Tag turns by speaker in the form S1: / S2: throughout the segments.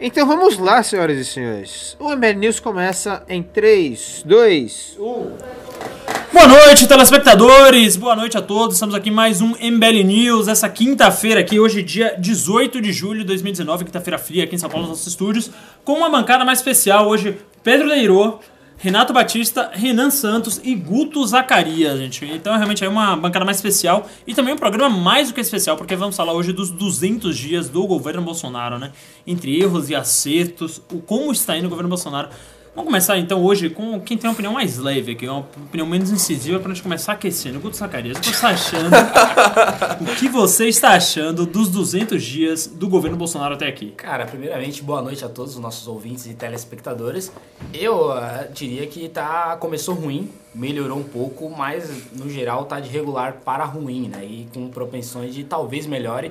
S1: Então vamos lá, senhoras e senhores. O ML News começa em um. 3, 2, 1.
S2: Boa noite, telespectadores. Boa noite a todos. Estamos aqui em mais um MBL News. Essa quinta-feira aqui, hoje dia 18 de julho de 2019, quinta-feira fria aqui em São Paulo, nos nossos estúdios, com uma bancada mais especial hoje, Pedro Leirô, Renato Batista, Renan Santos e Guto Zacarias, gente. Então é realmente aí uma bancada mais especial e também um programa mais do que especial, porque vamos falar hoje dos 200 dias do governo Bolsonaro, né? Entre erros e acertos, o como está indo o governo Bolsonaro. Vamos começar então hoje com quem tem uma opinião mais leve aqui, uma opinião menos incisiva pra gente começar aquecendo. Guto Zacarias, o que você está achando? o que você está achando dos 200 dias do governo Bolsonaro até aqui?
S3: Cara, primeiramente, boa noite a todos os nossos ouvintes e telespectadores. Eu ah, diria que tá começou ruim, melhorou um pouco, mas no geral tá de regular para ruim, né? E com propensões de talvez melhore,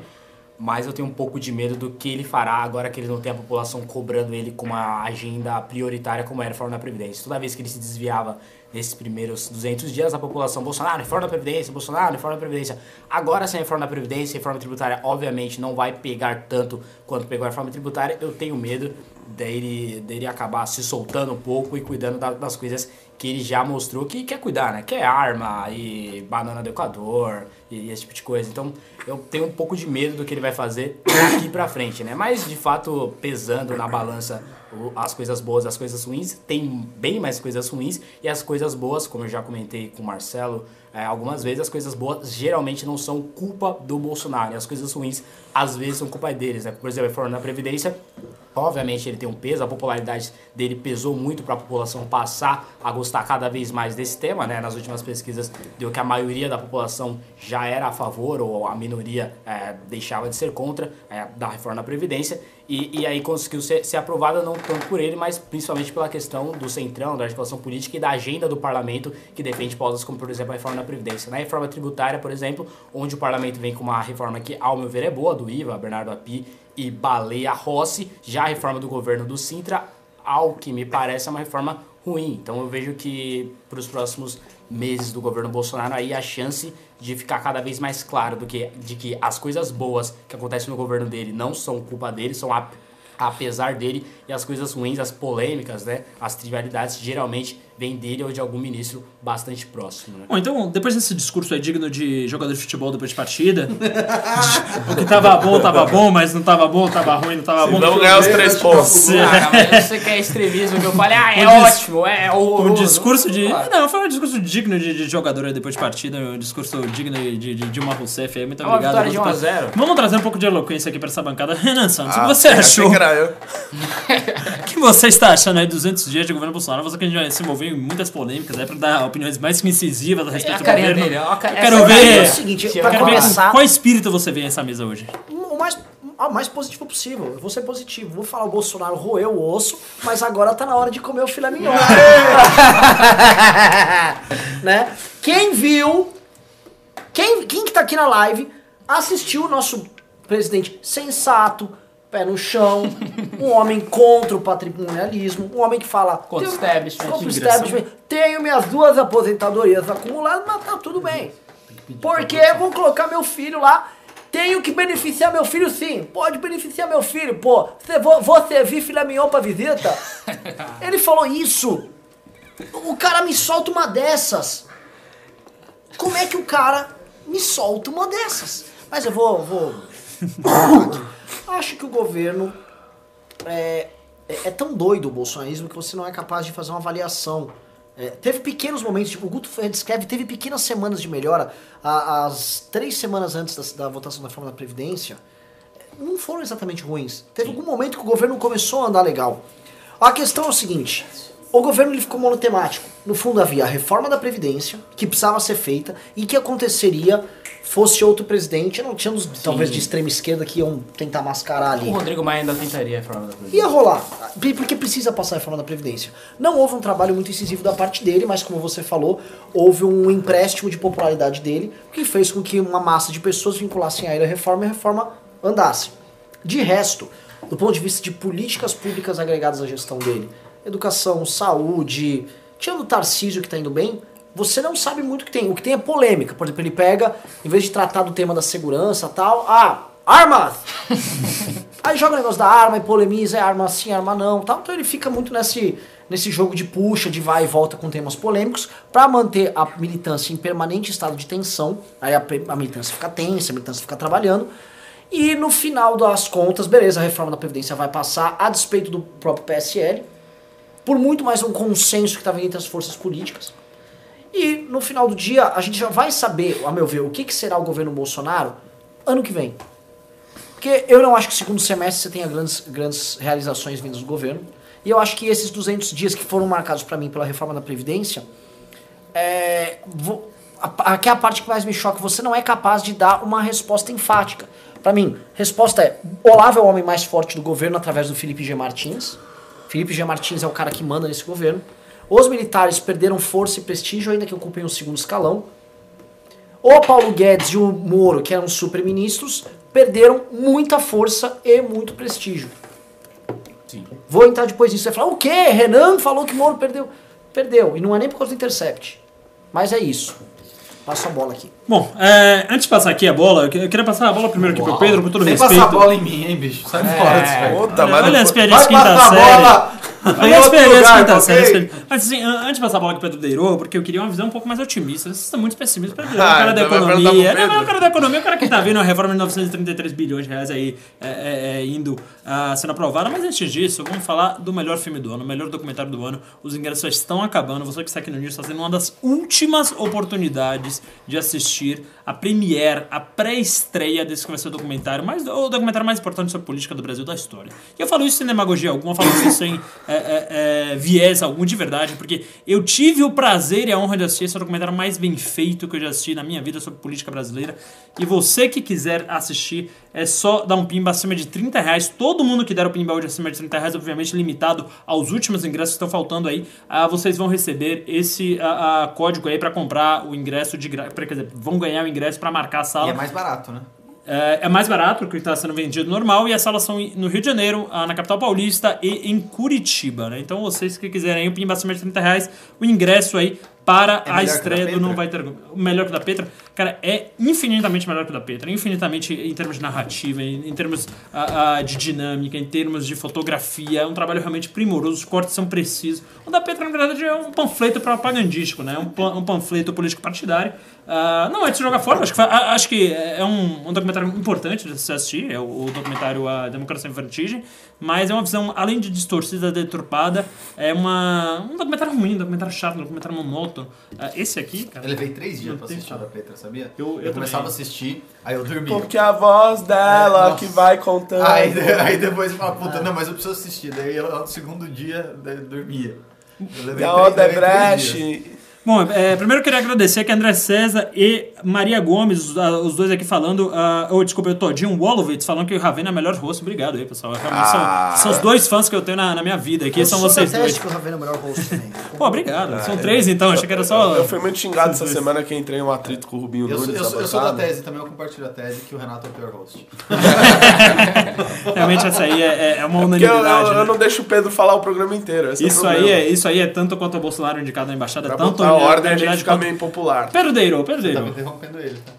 S3: mas eu tenho um pouco de medo do que ele fará agora que ele não tem a população cobrando ele com uma agenda prioritária como era a reforma da Previdência. Toda vez que ele se desviava nesses primeiros 200 dias, a população, Bolsonaro, reforma da Previdência, Bolsonaro, reforma da Previdência. Agora, sem a reforma da Previdência, a reforma tributária, obviamente, não vai pegar tanto quanto pegou a reforma tributária. Eu tenho medo dele, dele acabar se soltando um pouco e cuidando da- das coisas que ele já mostrou que quer cuidar, né? Que é arma e banana do Equador e esse tipo de coisa. Então, eu tenho um pouco de medo do que ele vai fazer daqui pra frente, né? Mas, de fato, pesando na balança o- as coisas boas e as coisas ruins, tem bem mais coisas ruins e as coisas boas, como eu já comentei com o Marcelo é, algumas vezes, as coisas boas geralmente não são culpa do Bolsonaro. E as coisas ruins, às vezes, são culpa deles, né? Por exemplo, a reforma da Previdência Obviamente ele tem um peso, a popularidade dele pesou muito para a população passar a gostar cada vez mais desse tema, né? Nas últimas pesquisas deu que a maioria da população já era a favor ou a minoria eh, deixava de ser contra eh, da reforma da Previdência e, e aí conseguiu ser, ser aprovada não tanto por ele, mas principalmente pela questão do centrão, da articulação política e da agenda do parlamento que defende pautas como, por exemplo, a reforma da Previdência. Na reforma tributária, por exemplo, onde o parlamento vem com uma reforma que, ao meu ver, é boa, do IVA, Bernardo Api e Baleia Rossi, já a reforma do governo do Sintra, ao que me parece é uma reforma ruim. Então eu vejo que para os próximos meses do governo Bolsonaro aí a chance de ficar cada vez mais claro do que de que as coisas boas que acontecem no governo dele não são culpa dele, são a, apesar dele e as coisas ruins, as polêmicas, né, as trivialidades geralmente vêm dele ou de algum ministro bastante próximo, né?
S2: Bom, então, depois desse discurso aí digno de jogador de futebol depois de partida, o que tava bom, tava bom, mas não tava bom, tava ruim, não tava bom.
S4: Vamos ganhar os três pontos.
S2: é?
S3: Ah, mas você quer extremismo que eu falei, ah, é
S2: O dis-
S3: ótimo, é, é
S2: O
S3: horroroso.
S2: discurso de.
S3: Claro.
S2: Não, foi um discurso digno de, de jogador aí depois de partida, um discurso digno de, de, de Dilma Rousseff aí. Muito
S3: É uma
S2: obrigado.
S3: vitória de
S2: Vamos
S3: 1 a Ah, 0.
S2: Vamos trazer um pouco de eloquência aqui pra essa bancada. Renan Santos, o que você
S4: achei
S2: achou?
S4: que era eu.
S2: O que você está achando aí 200 dias de governo Bolsonaro? Você que já se envolveu em muitas polêmicas, né? Pra dar opiniões mais incisivas a
S3: É
S2: respeito
S3: a
S2: do
S3: carinha
S2: governo.
S3: dele, ó. a ca-
S2: quero
S3: essa
S2: ver-
S3: carinha.
S5: É o seguinte,
S3: Sim, eu
S5: pra
S2: Quero ver com
S5: começar,
S2: qual espírito você vem a essa mesa hoje.
S5: o mais, o mais positivo possível. Eu vou ser positivo. Vou falar, o Bolsonaro roeu o osso, mas agora tá na hora de comer o filé mignon. né? Quem viu, quem, quem que tá aqui na live, assistiu o nosso presidente sensato, pé no chão, um homem contra o patrimonialismo, um homem que fala...
S3: Contra o
S5: "Tenho-
S3: establishment."
S5: Contra o
S3: Que engraçado.
S5: establishment. Tenho minhas duas aposentadorias acumuladas, mas tá tudo bem. Porque eu vou colocar meu filho lá. Tenho que beneficiar meu filho sim. Pode beneficiar meu filho, pô. Cê, vou, vou servir filé é mignon pra visita? Ele falou isso. O cara me solta uma dessas. Como é que o cara me solta uma dessas? Mas eu vou. vou... Acho que o governo é, é- é tão doido o bolsonarismo que você não é capaz de fazer uma avaliação. É, teve pequenos momentos, tipo, o Guto Fe- descreve, teve pequenas semanas de melhora. A- as três semanas antes da, da votação da reforma da Previdência, eh, não foram exatamente ruins. Teve algum momento que o governo começou a andar legal. A questão é o seguinte, o governo ele ficou monotemático. No fundo havia a reforma da Previdência, que precisava ser feita, e que aconteceria fosse outro presidente, não tinha uns, talvez de extrema esquerda que iam tentar mascarar ali.
S3: O Rodrigo Maia ainda tentaria a forma da Previdência.
S5: Ia rolar, p- porque precisa passar a reforma da Previdência. Não houve um trabalho muito incisivo da parte dele, mas como você falou, houve um empréstimo de popularidade dele, que fez com que uma massa de pessoas vinculassem a ele à reforma e a reforma andasse. De resto, do ponto de vista de políticas públicas agregadas à gestão dele, educação, saúde, tirando o Tarcísio que está indo bem, você não sabe muito o que tem. O que tem é polêmica. Por exemplo, ele pega, em vez de tratar do tema da segurança tal, ah, armas! Aí joga o negócio da arma e polemiza, é arma assim, arma não, tal. Então ele fica muito nesse, nesse jogo de puxa, de vai e volta com temas polêmicos, pra manter a militância em permanente estado de tensão. Aí a, pe- a militância fica tensa, a militância fica trabalhando. E no final das contas, beleza, a reforma da Previdência vai passar, a despeito do próprio PSL, por muito mais um consenso que estava entre as forças políticas. E no final do dia, a gente já vai saber, a meu ver, o que, que será o governo Bolsonaro ano que vem. Porque eu não acho que o segundo semestre você tenha grandes, grandes realizações vindas do governo. E eu acho que esses 200 dias que foram marcados para mim pela reforma da Previdência, é, vo- a- aqui é a parte que mais me choca. Você não é capaz de dar uma resposta enfática. Pra mim, resposta é: Olavo é o homem mais forte do governo através do Felipe G. Martins. Felipe G. Martins é o cara que manda nesse governo. Os militares perderam força e prestígio, ainda que ocupem o segundo escalão. O Paulo Guedes e o Moro, que eram super-ministros, perderam muita força e muito prestígio.
S6: Sim.
S5: Vou entrar depois disso. Você vai falar, o quê? Renan falou que Moro perdeu. Perdeu. E não é nem por causa do intercept. Mas é isso. Passa a bola aqui.
S2: Bom, é, antes de passar aqui a bola, eu que- eu queria passar a bola primeiro aqui pro Pedro, com todo
S7: Sem
S2: respeito.
S7: passar a bola em mim, hein, bicho. Sai fora disso, velho.
S4: Puta,
S2: olha- olha as piadinhas
S7: Vai
S2: quinta
S7: passar
S2: tá série.
S7: a bola! em
S2: Aliás,
S7: outro
S2: Pedro,
S7: lugar, tá
S2: aliás, quinta
S7: ok?
S2: tá série, aliás, Pedro. Mas assim, an- antes de passar a bola aqui para o Deiro, porque eu queria uma visão um pouco mais otimista. Vocês estão muito pessimistas. Pedro Deiro é o
S4: Ah,
S2: cara da
S4: então vai perguntar pro
S2: economia. Não,
S4: Pedro.
S2: não, o cara da economia, o cara que tá vendo a reforma de 933 bilhões de reais aí é, é, é, indo ah, sendo aprovada. Mas antes disso, vamos falar do melhor filme do ano, o melhor documentário do ano. Os ingressos já estão acabando. Você que está aqui no News está sendo uma das últimas oportunidades de assistir a premiere, a pré-estreia desse que vai ser o documentário, mais, o documentário mais importante sobre política do Brasil da história. E eu falo isso sem demagogia alguma, eu falo isso sem é, é, é, viés algum de verdade, porque eu tive o prazer e a honra de assistir esse documentário mais bem feito que eu já assisti na minha vida sobre política brasileira. E você que quiser assistir, é só dar um pimba acima de 30 reais. Todo mundo que der o pimba hoje acima de 30 reais, obviamente limitado aos últimos ingressos que estão faltando aí, ah, vocês vão receber esse ah, ah, código aí para comprar o ingresso de graça. Quer dizer, vão ganhar o ingresso para marcar a
S7: E
S2: sala.
S7: é mais barato, né?
S2: É, é mais barato que está sendo vendido normal e as salas são em- no Rio de Janeiro, ah, na capital paulista e em Curitiba, né? Então vocês que quiserem o Pimba acima de 30 reais, o ingresso aí para
S7: É
S2: a
S7: melhor que
S2: estreia
S7: da
S2: do Não
S7: Petra?
S2: Vai Ter Go- o Melhor que o da Petra, cara, é infinitamente melhor que o da Petra. Infinitamente em termos de narrativa, em, em termos ah, ah, de dinâmica, em termos de fotografia. É um trabalho realmente primoroso, os cortes são precisos. O da Petra, na verdade, é um panfleto propagandístico, né? É Um, pan- um panfleto político-partidário. Ah, não é de se jogar fora, acho que, fa- a- acho que é um, um documentário importante de se assistir, é o, o documentário A Democracia em Vertigem, mas é uma visão, além de distorcida, deturpada, é uma, um documentário ruim, um documentário chato, um documentário monótono. Ah, esse aqui, cara...
S7: Eu levei três dias
S2: Não
S7: pra
S2: tem
S7: assistir a
S2: como.
S7: da Petra, sabia?
S2: Eu- eu
S7: começava a
S2: também.
S7: assistir, aí eu dormia.
S4: Porque a voz dela
S7: É, Nossa.
S4: que vai contando.
S7: Aí, aí depois eu falava,
S2: É.
S7: puta, não, mas eu preciso assistir. Daí eu, no segundo dia, daí eu dormia. Eu levei
S4: da
S7: três- levei três dias.
S4: Odebrecht.
S2: Bom, é, primeiro eu queria agradecer que André César e Maria Gomes, os, ah, os dois aqui falando, ah, ou desculpa, o Todinho Wolowitz falando que o Ravena é o melhor rosto. Obrigado aí, pessoal. É, Realmente são-
S4: Ah.
S2: são, os dois fãs que eu tenho na, na minha vida aqui,
S5: Eu
S2: são
S5: sou
S2: vocês dois.
S5: detesto que o Ravena é o melhor host também.
S2: Pô, obrigado. são
S7: É.
S2: três então, achei que era só.
S4: Eu fui muito xingado essa semana que entrei em um atrito com o né? Rubinho
S7: Eu, sou-
S4: Nunes.
S7: eu sou- eu sou da
S4: bancada.
S7: tese também, eu compartilho a tese que o Renato é o pior host.
S2: Realmente essa aí é, é- é uma
S4: Porque eu, eu-
S2: unanimidade.
S4: eu
S2: né?
S4: não deixo o Pedro falar o programa inteiro. esse
S2: Isso
S4: é o
S2: aí
S4: problema.
S2: é, isso aí é tanto quanto o Bolsonaro indicado na embaixada,
S4: Pra
S2: tanto
S4: botar a ordem, a
S2: unanimidade
S4: gente fica meio impopular.
S2: Pedro Deiro, Pedro
S7: Tá
S2: Deiro.
S7: me interrompendo ele, tá?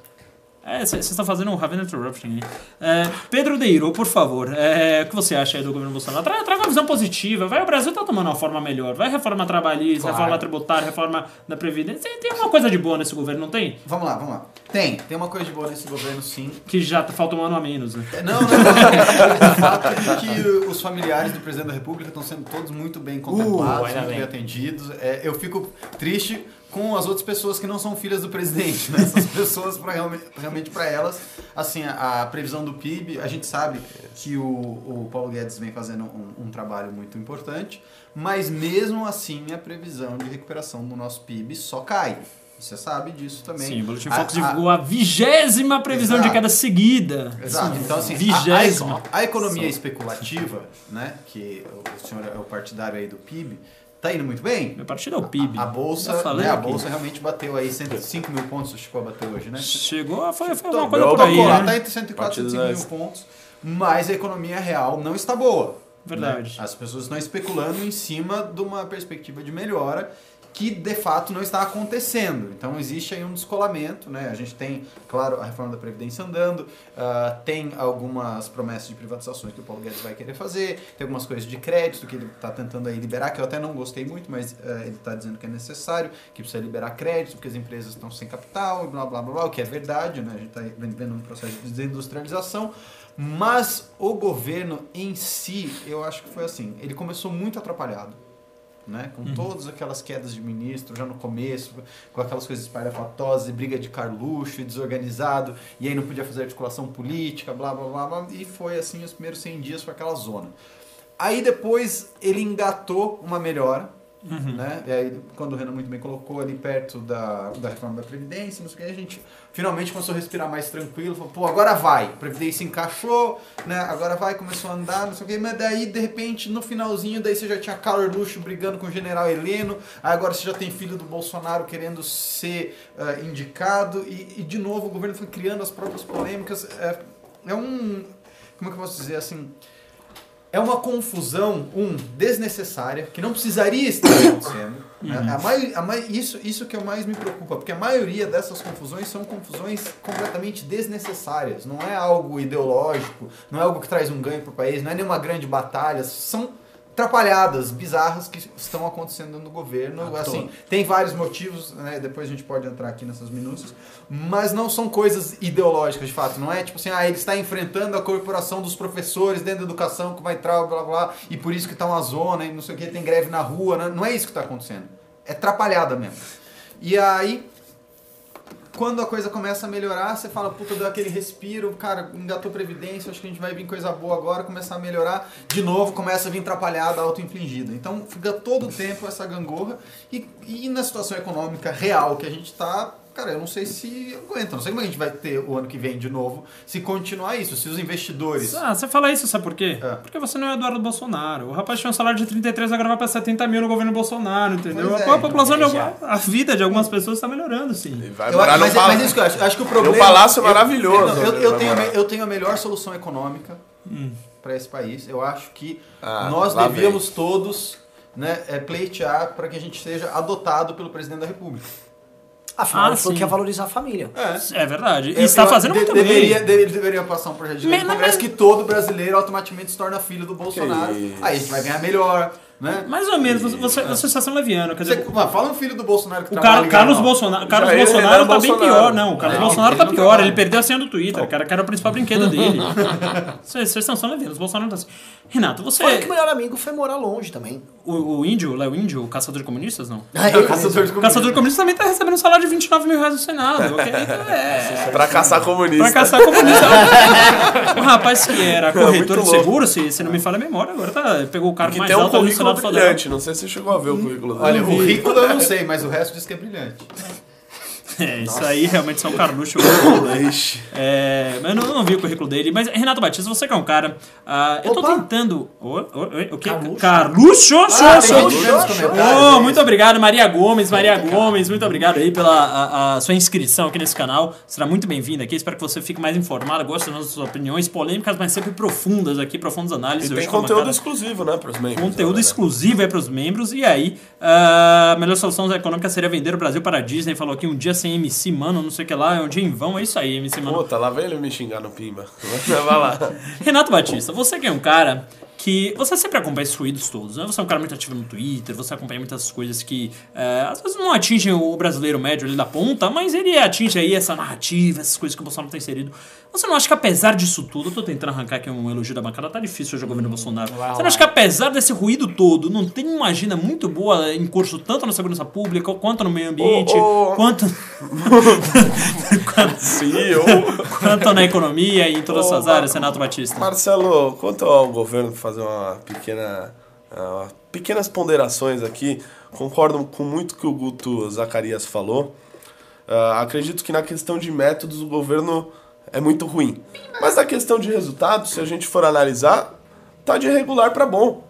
S2: É, vocês estão fazendo um Raven Interruption aí. É, Pedro Deiro, por favor, é, o que você acha aí do governo Bolsonaro? Tra- Traga uma visão positiva. Vai, o Brasil tá tomando uma forma melhor. Vai reforma trabalhista,
S7: Claro.
S2: reforma tributária, reforma da Previdência. Tem, tem uma coisa de boa nesse governo, não tem?
S7: Vamos lá, vamos lá. Tem, tem uma coisa de boa nesse governo, sim.
S2: Que já tá- falta um ano a menos, né?
S7: É, Não, não, não. O fato é que os familiares do presidente da República estão sendo todos muito
S2: Uh,
S7: bem contemplados,
S6: ainda
S7: muito bem
S6: bem.
S7: atendidos. É, eu fico triste com as outras pessoas que não são filhas do presidente. Né? Essas pessoas, pra, realme- realmente para elas, assim, a, a previsão do PIB, a gente sabe que o, o Paulo Guedes vem fazendo um, um trabalho muito importante, mas mesmo assim a previsão de recuperação do nosso PIB só cai. Você sabe disso também.
S2: Sim, o Boletim
S7: A-
S2: Fox
S7: a-
S2: divulgou a vigésima previsão de
S7: Exato.
S2: queda seguida.
S7: Exato. Então, assim,
S2: vigésima.
S7: a- A, a economia é especulativa, né, que o senhor é o partidário aí do PIB, tá indo muito bem.
S2: Meu partido é o PIB.
S7: A
S2: Já
S7: bolsa,
S2: falei
S7: né, a
S2: aqui.
S7: bolsa realmente bateu aí 105 mil pontos, o Chico bateu hoje, né?
S2: Chegou, foi, foi
S7: Tô-
S2: alguma coisa
S4: Então, meu
S2: por aí,
S7: tocou lá,
S2: né?
S7: Tá entre 104 e
S4: Partido
S7: 105 mil pontos, mas a economia real não está boa.
S2: Verdade.
S7: né? As pessoas estão especulando em cima de uma perspectiva de melhora que de fato não está acontecendo. Então existe aí um descolamento, né? A gente tem, claro, a reforma da Previdência andando, ah, tem algumas promessas de privatizações que o Paulo Guedes vai querer fazer, tem algumas coisas de crédito que ele está tentando aí liberar, que eu até não gostei muito, mas ah, ele está dizendo que é necessário, que precisa liberar crédito, porque as empresas estão sem capital, e blá blá blá, blá o que é verdade, né? A gente está vivendo um processo de desindustrialização. Mas o governo em si, eu acho que foi assim, ele começou muito atrapalhado né? Com todas aquelas quedas de ministro já no começo, com aquelas coisas espalhafatosas, e briga de Carluxo, e desorganizado, e aí não podia fazer articulação política, blá blá blá, blá e foi assim os primeiros 100 dias foi aquela zona. Aí depois ele engatou uma melhora, né? E aí, quando o Renan muito bem colocou ali perto da, da reforma da Previdência, não sei o que, a gente finalmente começou a respirar mais tranquilo, falou, pô, agora vai, Previdência encaixou, né? Agora vai, começou a andar, não sei o que, mas daí, de repente, no finalzinho, daí você já tinha Carluxo brigando com o general Heleno, aí agora você já tem filho do Bolsonaro querendo ser ah, indicado, e, e, de novo o governo foi criando as próprias polêmicas. É, é um. Como é que eu posso dizer assim? É uma confusão, um, desnecessária, que não precisaria estar acontecendo. né? A- a mai- a mai- isso, isso que eu mais me preocupa, porque a maioria dessas confusões são confusões completamente desnecessárias. Não é algo ideológico, não é algo que traz um ganho para o país, não é nenhuma grande batalha. São atrapalhadas, bizarras que estão acontecendo no governo. assim, tem vários motivos, né? Depois a gente pode entrar aqui nessas minúcias, mas não são coisas ideológicas de fato, não é tipo assim, ah, ele está enfrentando a corporação dos professores dentro da educação que vai entrar, blá blá, blá e por isso que está uma zona e não sei o que, tem greve na rua, né? não é isso que está acontecendo. É atrapalhada mesmo. E aí, quando a coisa começa a melhorar, você fala, puta, deu aquele respiro, cara, engatou previdência, acho que a gente vai vir coisa boa agora, começar a melhorar. De novo, começa a vir atrapalhada, auto-infligida. Então, fica todo o tempo essa gangorra. E, e na situação econômica real que a gente tá, cara, eu não sei se aguenta, não sei como a gente vai ter o ano que vem de novo, se continuar isso, se os investidores...
S2: Ah, você fala isso, sabe por quê?
S7: É.
S2: Porque você não é Eduardo Bolsonaro. O rapaz tinha um salário de 33, agora vai pra 70 mil no governo Bolsonaro, entendeu?
S7: Pois é,
S2: a, população de
S3: então,
S2: alguma- a vida de algumas pessoas está melhorando, sim.
S4: Ele vai
S7: Eu
S4: morar
S7: acho,
S4: no
S7: mas, é- mas
S4: palácio.
S7: isso que eu acho. Eu acho que o problema.
S4: Meu palácio é
S7: eu-
S4: maravilhoso,
S7: Eu, eu,
S4: André, vai
S7: tenho, a me-
S4: morar.
S7: eu tenho a melhor solução econômica
S2: Hum.
S7: para esse país. Eu acho que
S4: Ah,
S7: nós
S4: lá
S7: devíamos todos né, é, pleitear para que a gente seja adotado pelo presidente da República.
S8: Afinal,
S2: Ah,
S8: ele falou
S2: sim.
S8: que ia valorizar a família.
S2: É verdade. E
S7: Eu-
S2: está
S7: eu-
S2: fazendo
S7: de-
S2: muito
S7: deveria,
S2: bem.
S7: de- Ele deveria passar um projeto de lei no
S2: Mas-
S7: Congresso
S2: mas-
S7: que todo brasileiro automaticamente se torna filho do Bolsonaro.
S4: isso.
S7: Aí a gente vai ganhar melhor. Né?
S2: Mais ou menos, você, você, é associação leviana, quer
S7: Você-
S2: dizer...
S7: mano, fala um filho do Bolsonaro que
S2: O
S7: trabalha
S2: cara,
S7: legal,
S2: Carlos
S7: não. É.
S2: Bolsonaro, Carlos
S4: Já ele
S2: Bolsonaro
S4: era
S2: tá bem
S4: Bolsonaro.
S2: pior, não. O Carlos
S7: Não,
S2: Bolsonaro
S7: ele
S2: tá
S7: não
S2: pior,
S7: trabalha.
S2: ele perdeu a senha do Twitter, cara, que era o principal brinquedo dele. Vocês vocês não são levianos, o Bolsonaro tá assim. Renato,
S8: Fora que o
S2: você.
S8: melhor amigo foi morar longe também.
S2: O, o índio, lá o índio, o caçador de comunistas, não?
S7: É, caçador de
S2: O caçador de comunistas também tá recebendo um salário de 29 mil reais no Senado, ok? Então é.
S4: Pra caçar
S2: Pra
S4: comunista.
S2: caçar comunista. o rapaz que era corretor
S4: É, muito
S2: de
S4: louco. É.
S2: seguro, se, se não me falha a memória, agora tá, pegou o cargo
S4: Que
S2: mais
S4: tem um
S2: alto ali no
S4: currículo
S2: Senado Federal.
S4: brilhante. Não sei se você chegou a ver o currículo dele.
S7: Olha, o rico eu não sei, mas o resto diz que é brilhante.
S2: É, isso aí realmente são Carluxo. horroroso.
S4: Ixi.
S2: É, mas eu não, não vi o currículo dele. Mas, Renato Batista, você que é um cara. ah, eu tô
S8: Opa.
S2: tentando. Ô, ô, ô, o quê?
S8: Carluxo.
S2: Carluxo?
S7: Ah,
S2: Xô,
S7: tem
S2: xô,
S7: gente
S2: xô.
S7: vendo os
S8: show,
S7: comentários, é
S2: Oh,
S7: isso.
S2: muito obrigado, Maria Gomes. Maria Gomes, muito obrigado aí pela a- a sua inscrição aqui nesse canal. Será muito bem-vinda aqui. Espero que você fique mais informado, goste das nossas opiniões polêmicas, mas sempre profundas aqui, profundas análises.
S4: E
S2: Hoje tá
S4: tem
S2: com a
S4: conteúdo
S2: bancada-
S4: exclusivo, né, pros membros.
S2: Conteúdo
S4: agora, né?
S2: exclusivo é para os membros. E aí, ah, a melhor solução econômica seria vender o Brasil para a Disney. Falou que um dia sem MC Mano, não sei o que lá, é um dia em vão. É isso aí, MC Mano.
S4: Puta, lá vem ele me xingar no Pimba. Vai lá.
S2: Renato Batista, você que é um cara que você sempre acompanha esses ruídos todos, né? Você é um cara muito ativo no Twitter, você acompanha muitas coisas que eh, às vezes não atingem o brasileiro médio ali da ponta, mas ele atinge aí essa narrativa, essas coisas que o Bolsonaro tem inserido. Você não acha que apesar disso tudo, eu tô tentando arrancar aqui um elogio da bancada, tá difícil hoje o governo Bolsonaro.
S3: vai
S2: Você não
S3: rolar.
S2: acha que apesar desse ruído todo, não tem uma agenda muito boa em curso tanto na segurança pública, quanto no meio ambiente,
S4: ô.
S2: quanto...
S4: CEO.
S2: quanto tá na economia e em todas
S4: Ô,
S2: essas
S4: Mar-
S2: áreas, Renato Batista?
S4: Marcelo, quanto ao governo pra fazer uma pequena. ah, pequenas ponderações aqui, concordo com muito que o Guto Zacarias falou. Ah, acredito que na questão de métodos o governo é muito ruim. Mas na questão de resultados, se a gente for analisar, tá de regular pra bom.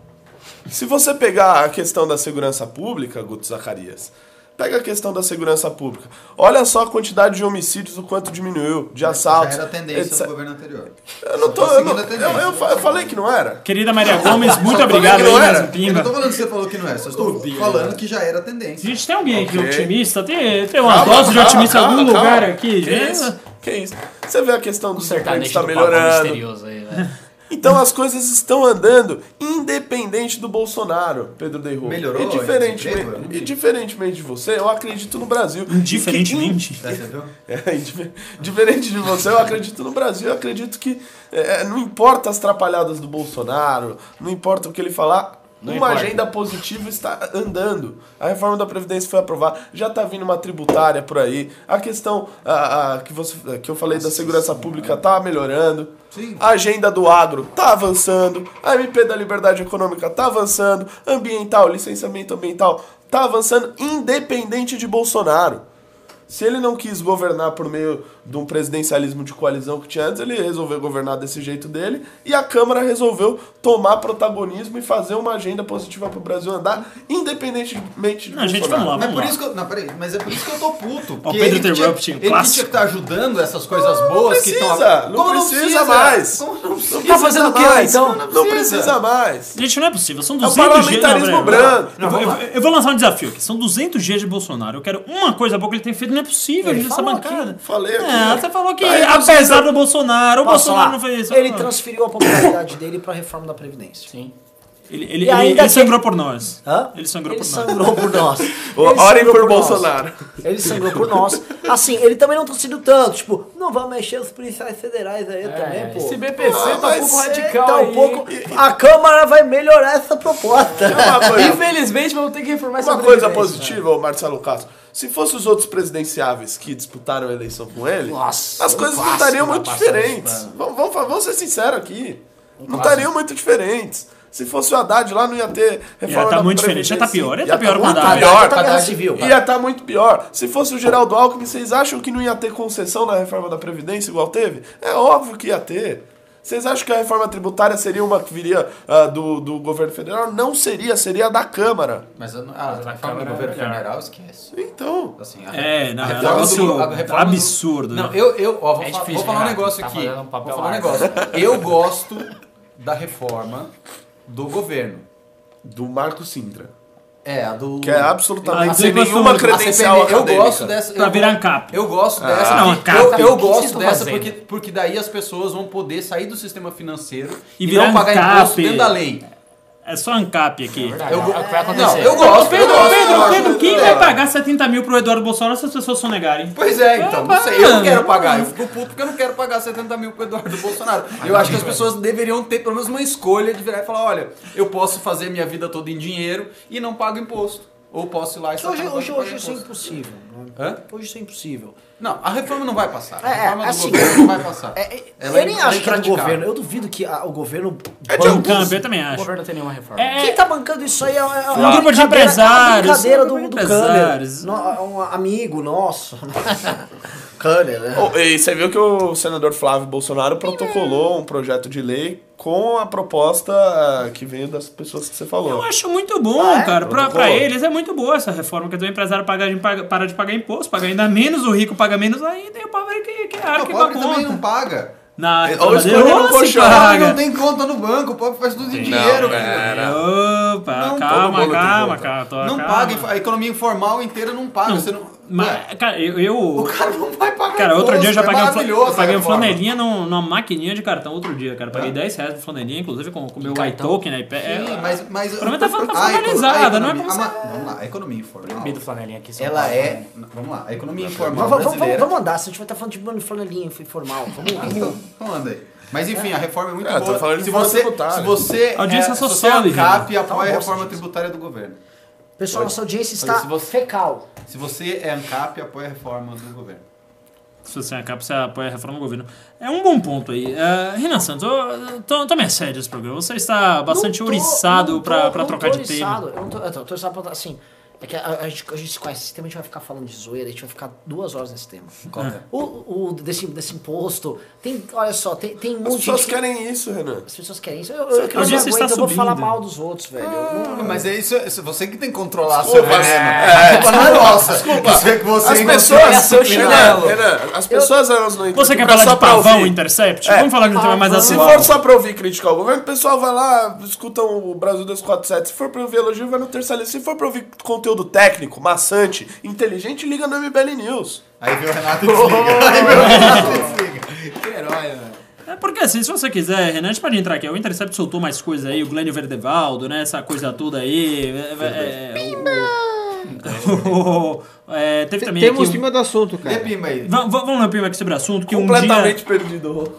S4: Se você pegar a questão da segurança pública, Guto Zacarias, Pega a questão da segurança pública. Olha só a quantidade de homicídios, o quanto diminuiu, de assaltos.
S7: Já era a tendência
S4: etc.
S7: do governo anterior.
S4: Eu não tô.
S7: Tá
S4: Eu, não-
S7: seguindo a
S4: eu-
S7: tendência.
S4: eu fa- eu falei que não era.
S2: Querida Maria Gomes, muito
S4: Só
S2: obrigado
S4: falei
S2: aí,
S4: que não
S2: mais
S4: era.
S2: um
S7: Eu não
S2: pimba.
S7: tô falando que você falou que não é, só estou falando que já era a tendência.
S2: Gente, tem alguém aqui
S4: Ok.
S2: otimista? Tem, tem uma
S4: Calma,
S2: dose de
S4: calma,
S2: otimista em algum
S4: calma,
S2: lugar
S4: calma.
S2: aqui?
S4: Que
S2: né?
S4: isso? Que isso? Você vê a questão dos
S3: Acertar
S4: empregos
S3: neste
S4: tá
S3: do pavão
S4: melhorando.
S3: misterioso aí, né? velho.
S4: Então as coisas estão andando independente do Bolsonaro, Pedro Deiro.
S7: Melhorou,
S4: E diferentemente,
S7: desemprego?
S4: e diferentemente de você, eu acredito no Brasil.
S2: Indiferentemente.
S7: É, você viu?
S4: É, indifer- diferente de você, eu acredito no Brasil. Eu acredito que é, não importa as trapalhadas do Bolsonaro, não importa o que ele falar.
S3: Não
S4: uma
S3: importa.
S4: agenda positiva está andando. A reforma da Previdência foi aprovada. Já está vindo uma tributária por aí. A questão ah, ah, que, você, que eu falei da segurança pública está melhorando.
S7: Sim.
S4: A agenda do agro está avançando. A MP da Liberdade Econômica está avançando. Ambiental, licenciamento ambiental está avançando, independente de Bolsonaro. Se ele não quis governar por meio de um presidencialismo de coalizão que tinha antes, ele resolveu governar desse jeito dele e a Câmara resolveu tomar protagonismo e fazer uma agenda positiva pro Brasil andar, independentemente de
S2: Não, gente,
S4: Bolsonaro.
S2: vamos lá,
S7: Mas
S2: vamos
S7: É por
S2: lá.
S7: isso que eu, não, peraí, mas é por isso que eu tô puto. porque
S2: Pedro
S7: ele que
S2: Interrupting,
S7: tinha, ele que
S2: clássico.
S7: tinha que estar ajudando essas coisas boas que estão
S4: precisa, não
S7: Como
S4: precisa mais.
S7: Como não precisa?
S2: Tá
S4: Não precisa
S8: fazendo o quê,
S4: mais,
S8: então?
S4: Não precisa. mais.
S2: Gente, não é possível. São
S4: É o
S2: 200 dias. não,
S4: parlamentarismo
S2: peraí.
S4: branco.
S2: Não, eu, eu vou lançar um desafio aqui. São 200 dias de Bolsonaro. Eu quero uma coisa boa que ele tem feito. Não é possível, gente, nessa bancada.
S4: Falei aqui.
S2: É, você falou que,
S4: Tá aí,
S2: apesar do Bolsonaro, o
S8: Posso
S2: Bolsonaro
S8: falar?
S2: não fez isso.
S8: Ele
S2: Ah.
S8: transferiu a popularidade dele pra reforma da Previdência.
S3: Sim.
S2: Ele, ele,
S8: E
S2: ele,
S8: ainda
S2: ele
S8: tem-
S2: sangrou por nós.
S8: Hã?
S2: Ele sangrou
S8: ele
S2: por nós.
S8: sangrou por nós. Ele
S4: Orem
S8: sangrou
S4: por
S8: nós.
S4: Bolsonaro.
S8: Ele sangrou por nós. Assim, ele também não tá sido tanto. Tipo, não vai mexer os policiais federais aí também, pô.
S3: esse BPC
S4: Ah,
S3: tá um
S4: mas
S3: pouco
S4: é,
S3: radical
S8: Tá um
S3: aí.
S8: pouco- A Câmara vai melhorar essa proposta.
S4: Uma coisa,
S3: Infelizmente, vamos ter que reformar essa
S4: uma coisa
S3: previdência,
S4: positiva, ô Marcelo Castro. Se fossem os outros presidenciáveis que disputaram a eleição com ele,
S7: É
S3: Nossa,
S4: as
S3: um
S4: coisas não
S3: clássico
S4: estariam
S3: da
S4: muito
S3: passagem,
S4: diferentes.
S3: mano.
S4: Vamos, vamos, fa- vamos ser sinceros aqui.
S7: Um
S4: não
S3: clássico.
S4: estariam muito diferentes. Se fosse o Haddad lá, não ia ter reforma
S2: tá
S4: da
S2: muito diferente, já tá
S4: Previdência.
S2: pior, já tá
S4: Ia
S2: pior que o
S4: muito
S2: Haddad.
S4: pior.
S8: Tá guerra
S3: Haddad
S8: civil.
S4: Ia tá muito pior. Se fosse o Geraldo Alckmin, vocês acham que não ia ter concessão na reforma da Previdência igual teve? É óbvio que ia ter. Vocês acham que a reforma tributária seria uma que viria ah, do, do governo federal? Não seria, seria a da Câmara.
S7: Mas eu não- ah, a reforma do governo federal esquece.
S4: Então.
S7: Assim, a-
S2: É, não,
S7: a
S2: é um
S7: reforma
S2: negócio
S7: do- a reforma do-
S2: absurdo,
S7: Não,
S2: né?
S7: eu, eu ó, vou,
S3: É
S7: fa-
S3: difícil,
S7: vou falar um
S3: Renato,
S7: negócio
S3: tá
S7: aqui.
S3: fazendo um
S7: vou
S3: papel
S7: falar um
S3: largo.
S7: negócio. Eu gosto da reforma do governo.
S4: Do Marco Sintra.
S7: É, a do.
S4: Que é
S2: Ah,
S4: absolutamente
S2: então
S4: sem
S2: ele gostou
S4: nenhuma
S2: muito.
S4: credencial
S7: A CPMI, eu
S4: acadêmica.
S7: gosto dessa.
S2: Pra
S7: eu
S2: virar
S7: go-
S2: ANCAP.
S7: Eu
S4: Ah.
S7: gosto dessa.
S2: não,
S7: porque-
S2: ANCAP.
S7: eu-
S2: O
S7: Eu
S3: que vocês
S7: gosto
S3: estão
S7: dessa
S3: fazendo?
S7: porque, porque daí as pessoas vão poder sair do sistema financeiro
S2: E
S7: e,
S2: virar
S7: não pagar
S2: ANCAP.
S7: imposto dentro da lei.
S2: É só ANCAP aqui.
S3: Verdade,
S7: Eu-
S3: é o que vai acontecer.
S7: Não, eu gosto.
S2: Pedro,
S7: eu gosto, eu
S2: Pedro,
S7: gosto.
S2: Pedro, quem
S7: É.
S2: vai pagar 70 mil pro Eduardo Bolsonaro se as pessoas sonegarem?
S7: Pois é, então, não sei, eu
S2: Mano.
S7: não quero pagar. Eu fico puto porque eu não quero pagar 70 mil pro Eduardo Bolsonaro. Eu acho que
S8: é.
S7: as pessoas deveriam ter pelo menos uma escolha de virar e falar: olha, eu posso fazer minha vida toda em dinheiro e não pago imposto. Ou posso ir lá e
S8: Porque Hoje,
S7: sacar
S8: hoje,
S7: e pagar
S8: hoje isso é
S7: imposto.
S8: impossível. né?
S7: Hã?
S8: Hoje isso é impossível.
S7: Não, a reforma não vai passar. A
S8: É,
S7: reforma do
S8: assim,
S7: governo não vai passar.
S8: É, é,
S7: Ela
S8: eu nem acho
S7: é
S8: que é do
S7: impraticável.
S8: governo. Eu duvido que a- o governo.
S4: É
S2: ANCAP, eu também
S3: O
S2: acho.
S3: governo não tem nenhuma reforma.
S2: É,
S8: Quem tá bancando isso aí é, é- é
S2: Um grupo de
S8: brincadeira-
S2: empresários.
S8: É uma brincadeira do, do
S2: Empresários.
S8: Câmer. No- é um amigo nosso. Câmer, né?
S4: Oh, e você viu que o senador Flávio Bolsonaro protocolou um projeto de lei com a proposta ah, que veio das pessoas que você
S2: Eu
S4: falou.
S2: acho muito né? bom,
S8: Ah, é?
S2: cara. Pra,
S4: Pronto,
S2: pra
S4: pô.
S2: eles é muito boa essa reforma, que o empresário paga, de- paga, para de pagar imposto, paga ainda menos, o rico paga menos ainda, e o pobre que, que
S7: Não,
S2: arca
S7: o
S2: que a
S7: pobre também não
S2: conta.
S7: paga.
S2: Na
S4: Ou
S2: Câmara
S4: escolher
S2: Deus
S4: um
S2: se
S4: colchão.
S7: Ele
S2: paga.
S7: Ah, não tem conta no banco, o pobre faz tudo em dinheiro.
S4: pera.
S2: Opa,
S7: Não,
S4: todo
S2: Ah, calma,
S4: bolo tem
S2: calma,
S4: conta.
S2: calma. tô-
S7: Não
S2: calma.
S7: paga, a economia informal inteira não paga. Você não... Ué,
S2: Mas, cara, eu. eu-
S7: o cara não vai pagar
S2: Cara, outro
S7: imposto,
S2: dia eu já
S7: é
S2: paguei um, fla-
S7: maravilhoso
S2: eu paguei um
S7: essa reforma.
S2: flanelinha num- numa maquininha de cartão outro dia, cara. Paguei 10 reais no flanelinha, inclusive com com o meu
S3: cartão?
S2: iToken na iPad.
S7: Sim,
S2: É,
S7: mas, mas...
S2: O problema tá falando tá
S7: a econo-
S2: formalizada, não é
S7: a economia-
S2: como
S7: a ma- Vamos lá, a economia informal,
S3: Medo flanelinha aqui. São
S7: ela
S3: Paulo.
S7: é... Vamos lá, a economia informal
S8: Mas vamos, vamos,
S7: brasileira...
S8: vamos andar, se a gente vai estar falando de mano flanelinha informal. Vamos,
S7: Então,
S8: vamos.
S7: então anda aí. Mas enfim, a reforma é muito
S4: É, tô
S7: boa.
S4: falando de
S7: se,
S4: reforma
S7: você,
S4: tributária. Tá
S7: se você
S2: A audiência
S7: é, se você
S2: social, Ligia.
S7: ANCAP, apoia a
S8: uma bosta,
S7: reforma tributária do governo.
S8: Tá Pessoal, nossa audiência
S7: Olha,
S8: está
S7: se você- é
S8: fecal.
S7: Se você é ANCAP, apoia a reforma do governo.
S2: Se você acaba, você apoia a reforma do governo. É um bom ponto aí. Eh, Renan Santos, eu- to- tome a sério esse programa. Você está Tá bastante
S8: Não tô-
S2: ouriçado
S8: não tô-
S2: pra, pra
S8: não
S2: trocar
S8: tô
S2: de tema.
S8: ouriçado, Eu não tô, eu tô, tô ouriçado pra, assim, É que a, a gente, a gente se conhece esse tema, a gente vai ficar falando de zoeira, a gente vai ficar duas horas nesse tema.
S2: É.
S4: é?
S8: O, o desse, desse imposto, tem, olha só, tem, tem um
S4: As
S8: monte de
S4: pessoas
S8: gente que-
S4: querem isso, Renan.
S8: As pessoas querem isso. Eu, eu, eu,
S2: que
S8: não
S2: hoje você está
S8: aguento, eu vou
S2: subindo.
S8: falar mal dos outros, velho.
S4: Ah,
S8: Eu não-
S7: Mas é isso, é você que tem que controlar seu
S4: Desculpa,
S7: veneno.
S4: é,
S7: A culpa não é nossa. Desculpa. Você que você
S4: As
S7: que-
S4: pessoas.
S3: é seu
S4: Renan,
S3: chinelo.
S4: Renan, as pessoas elas não
S2: Você
S4: entendem,
S2: quer
S4: pra
S2: falar
S4: só
S2: de
S4: pra
S2: pavão
S4: ouvir.
S2: Intercept?
S4: É.
S2: Vamos falar de um tema mais
S4: Se
S2: atual.
S4: for só pra ouvir criticar o governo, o pessoal vai lá, escuta o Brasil 247. Se for pra ouvir elogio, vai no Terça Se for pra ouvir conteúdo técnico, maçante, inteligente, liga no MBL News.
S7: Aí viu o Renato e desliga. Aí viu o Renato e desliga.
S3: Que herói, mano.
S2: É porque assim, se você quiser, Renan, a gente pode entrar aqui. O Intercept soltou mais coisa aí, o Glênio Verdevaldo, né? Essa coisa toda aí. É, é, o- o- é, teve também
S1: Temos
S2: aqui. um-
S1: pima do assunto,
S7: Dê
S1: cara.
S7: pima aí.
S2: Va- va- Vamos ler o Pima aqui sobre o assunto, que um dia,
S4: Completamente perdido.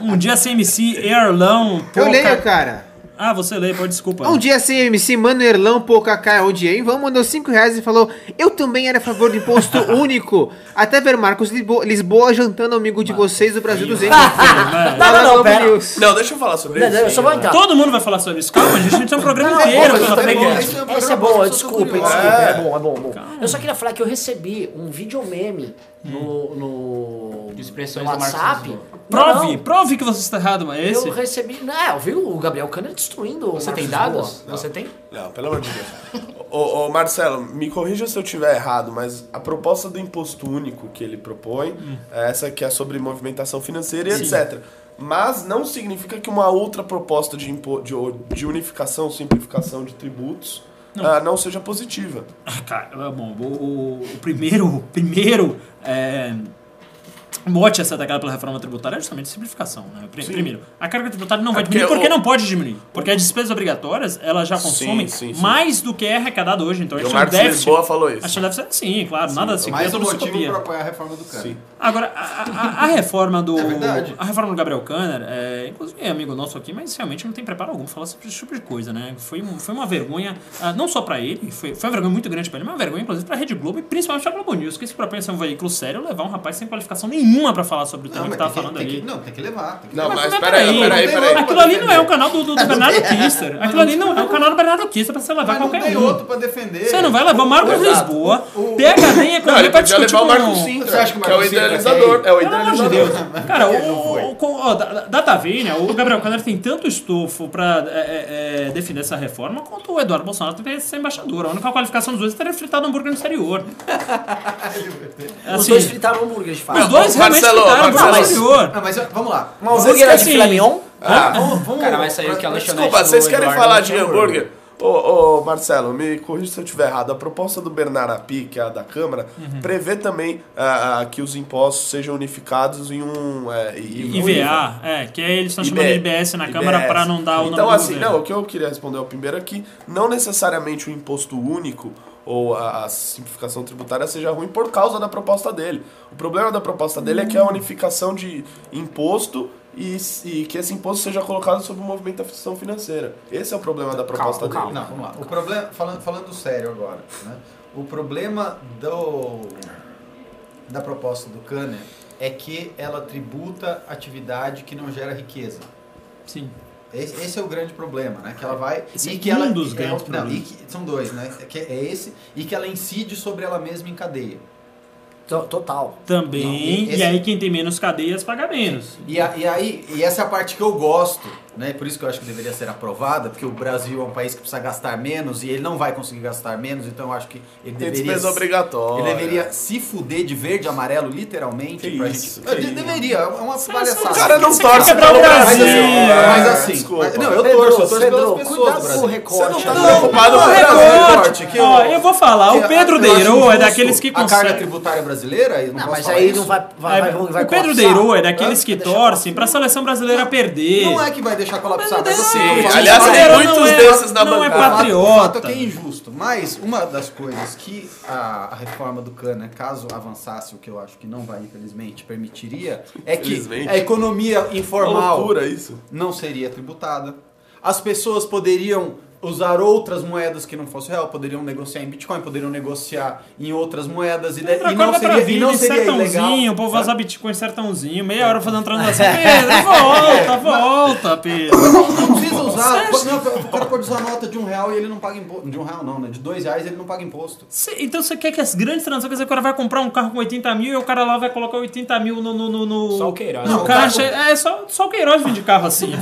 S2: um dia CMC Erlão.
S1: Eu
S2: Poca-
S1: leio, cara.
S2: Ah, você lê, pode desculpa.
S1: Um dia sem MC, mano Erlão, pouca K, odiei. Ivan mandou 5 reais e falou: Eu também era a favor do imposto único. Até ver Marcos Lisbo- Lisboa jantando amigo de vocês do Brasil 200.
S2: Ah,
S8: Não,
S2: Vai.
S8: não, não,
S1: Fala,
S8: pera.
S1: News.
S4: Não, deixa eu falar sobre
S8: Não, não,
S4: isso.
S8: eu só vou entrar.
S2: Todo mundo vai falar sobre isso. Calma, gente, a gente tem um programa inteiro. pra falar sobre isso.
S7: é um
S8: Essa é
S7: programa bom,
S8: boa,
S7: eu só tô
S8: desculpa,
S7: curioso.
S8: desculpa. É bom, é bom, é bom. Eu só queria falar que eu recebi um
S3: né?
S8: videomeme no, no,
S3: De expressões
S8: no
S3: do Marcos
S8: WhatsApp.
S3: Lisboa.
S2: Prove,
S8: Não, não,
S2: prove que você está errado, mas É esse.
S8: Eu recebi. Não, é, eu vi o Gabriel Câmara destruindo.
S3: Você tem dados? Você tem?
S4: Não, pelo amor de Deus. Ô, ô, Marcelo, me corrija se eu estiver errado, mas a proposta do imposto único que ele propõe é essa que é sobre movimentação financeira e etc. Mas não significa que uma outra proposta de, impo de, o- de unificação, simplificação de tributos ah, não seja positiva.
S2: Cara, bom, o, o- o primeiro, o primeiro é, mote a ser atacado pela reforma tributária é justamente a simplificação. Né? Pri-
S4: Sim. É
S2: Primeiro, a carga tributária não vai
S4: porque
S2: diminuir porque
S4: o-
S2: não pode diminuir. Porque as despesas obrigatórias elas já consomem
S4: sim, sim.
S2: mais do que é arrecadado hoje. Então,
S4: E
S2: isso
S4: o
S2: é um
S4: Marcos
S2: déficit.
S4: Lisboa falou isso.
S2: Acho que deve ser sim, claro, nada assim.
S7: Mais
S2: é
S7: um
S2: tudo
S7: motivo
S2: utopia.
S7: pra apoiar a reforma do cara.
S4: Sim.
S2: Agora, a, a- a reforma do.
S7: É verdade.
S2: a reforma do Gabriel Kanner, é, inclusive é amigo nosso aqui, mas realmente não tem preparo algum pra falar sobre esse tipo de coisa, né? Foi, um- foi uma vergonha, ah, não só pra ele, foi, foi uma vergonha muito grande pra ele, mas uma vergonha, inclusive, pra Rede Globo e principalmente pra Globo News, que se propõe a ser um veículo sério levar um rapaz sem qualificação nenhuma pra falar sobre o tema
S7: mas
S2: que tava
S7: tem
S2: falando
S7: tem
S2: ali.
S7: que- Não, tem que levar. tem que
S4: Não,
S7: levar.
S4: mas
S2: mas
S4: peraí,
S2: peraí,
S4: peraí,
S7: não
S4: peraí.
S7: tem
S2: Aquilo ali não é o canal do, do, do Bernardo Kister. Aquilo ali não é o canal do Bernardo Kister pra você levar
S7: Mas não
S2: qualquer
S7: tem
S2: um.
S7: outro pra defender.
S2: Você não vai levar o Marcos
S4: Exato.
S2: Lisboa,
S7: O-
S2: PHD em
S4: Não, ele
S2: economia pra
S4: podia
S2: discutir
S4: levar o
S2: com-
S4: Marcos Sintra,
S7: Você acha que o
S4: que é o
S7: Marcos Sintra
S4: idealizador. É o
S2: Pelo amor de
S4: idealizador.
S2: Deus. Cara,
S7: Por que né? não foi?
S2: o, o, com- ó, da- da- Data V, né, o Gabriel Caner tem tanto estofo pra é, é, é, defender essa reforma quanto o Eduardo Bolsonaro teve ser embaixador. A única qualificação dos dois é ter fritado hambúrguer no exterior.
S8: Os
S2: Assim,
S8: dois fritaram hambúrguer, de fato.
S2: os dois realmente
S4: Marcelo,
S2: fritaram hambúrguer no
S4: Marcelo.
S2: exterior.
S7: Ah, mas vamos lá.
S8: Um hambúrguer era de
S2: assim-
S8: filé mignon.
S4: Ah,
S7: Vamos, vamos.
S3: Cara, vai sair é o que a lanchonete
S4: Desculpa,
S3: do
S4: vocês querem
S3: Eduardo
S4: falar
S3: não
S4: de
S3: tinha
S4: hambúrguer? Ô, ô, Marcelo, me corrija se eu estiver errado. A proposta do Bernard Api, que é a da Câmara, prevê também ah, ah, que os impostos sejam unificados em um... é, e-
S2: IVA, é, que eles estão
S4: IBS.
S2: chamando de IBS na Câmara
S4: IBS.
S2: pra não dar o nome
S4: Então,
S2: do
S4: assim,
S2: governo.
S4: não, o que eu queria responder ao primeiro é que não necessariamente o imposto único ou a, a simplificação tributária seja ruim por causa da proposta dele. O problema da proposta dele é
S2: Hum.
S4: que é a unificação de imposto e, e que esse imposto seja colocado sob movimentação financeira. Esse é o problema da proposta
S3: calma.
S4: dele.
S7: Não, vamos lá. O problema, falando, falando sério agora, né? O problema do, da proposta do Kanner é que ela tributa atividade que não gera riqueza.
S2: Sim.
S7: Esse, esse é o grande problema, né? Que ela vai.
S2: Esse
S7: e
S2: é
S7: que
S2: um
S7: ela,
S2: dos
S7: é,
S2: grandes
S7: não,
S2: problemas.
S7: e que- são dois, né? Que é esse e que ela incide sobre ela mesma em cadeia.
S8: To- Total.
S2: Também,
S7: Não, e
S2: e
S7: esse-
S2: aí quem tem menos cadeias paga menos.
S7: E, a- e aí, e essa é a parte que eu gosto, né? Por isso que eu acho que deveria ser aprovada, porque o Brasil é um país que precisa gastar menos e ele não vai conseguir gastar menos, então eu acho que ele
S4: Tem
S7: deveria.
S4: despesa obrigatória.
S7: Ele deveria se fuder de verde e amarelo, literalmente.
S4: Que
S7: pra
S4: isso,
S7: gente...
S4: que
S7: De-
S4: isso.
S7: Deveria, é uma palhaçada.
S4: O cara não
S2: assim? Você
S4: torce
S2: quer quebrar
S4: pelo
S2: o
S4: Brasil.
S2: Brasil.
S4: É,
S7: Mas assim,
S4: desculpa.
S7: mas- não, eu
S8: Pedro,
S7: torço, eu torço
S8: Pedro,
S7: pelas pessoas do
S8: cuidado com o
S7: Brasil.
S8: recorte.
S4: Você não tá
S8: Não,
S4: preocupado com o
S2: Não,
S4: Brasil.
S2: recorte.
S7: que
S2: Ó,
S7: eu-
S2: eu vou falar, o
S7: Eu-
S2: Pedro
S7: eu acho
S2: Deirô é
S7: injusto
S2: daqueles que
S7: A carga
S2: conseguem.
S7: tributária brasileira?
S8: Não,
S7: eu posso
S8: mas
S7: falar
S8: aí
S7: isso.
S8: não vai. vai, vai, vai
S2: É, o Pedro
S8: colapsar.
S2: Deirô é daqueles que
S8: Vai deixar
S2: torcem pra seleção brasileira perder.
S7: Não é que vai deixar colapsar, mas assim.
S4: Sim,
S7: eu falo-
S4: aliás,
S7: eu
S4: tem
S7: falo-
S2: Brasileiro
S4: muitos
S2: não é-
S4: desses na
S2: não é
S4: bancada.
S7: O fato é
S2: patriota.
S7: que é injusto, mas uma das coisas que a, a reforma do Cana, caso avançasse, o que eu acho que não vai, infelizmente, permitiria, é que
S4: Infelizmente.
S7: a economia
S4: Uma
S7: informal
S4: loucura isso.
S7: não seria tributada. As pessoas poderiam usar outras moedas que não fosse real, poderiam negociar em Bitcoin, poderiam negociar em outras moedas e, de-
S2: Outra
S7: e não
S2: coisa pra
S7: seria, e
S2: vida,
S7: não
S2: em
S7: seria ilegal.
S2: sertãozinho, o povo vai tipo,
S7: sabe?
S2: usar Bitcoin em sertãozinho, meia hora fazendo transação. Pedro, volta, volta, Pedro.
S7: Não precisa pode usar, pode- não, o cara pode usar nota de um real e ele não paga imposto. De um real não, né? De dois reais ele não paga imposto.
S2: Cê- então você quer que as grandes transações, o cara vai comprar um carro com 80 mil e o cara lá vai colocar 80 mil no. no, no, no-
S3: Só o Queiroz.
S2: No
S7: Não, o
S2: caixa.
S7: cara-
S2: É, só, só o Queiroz vende carro assim.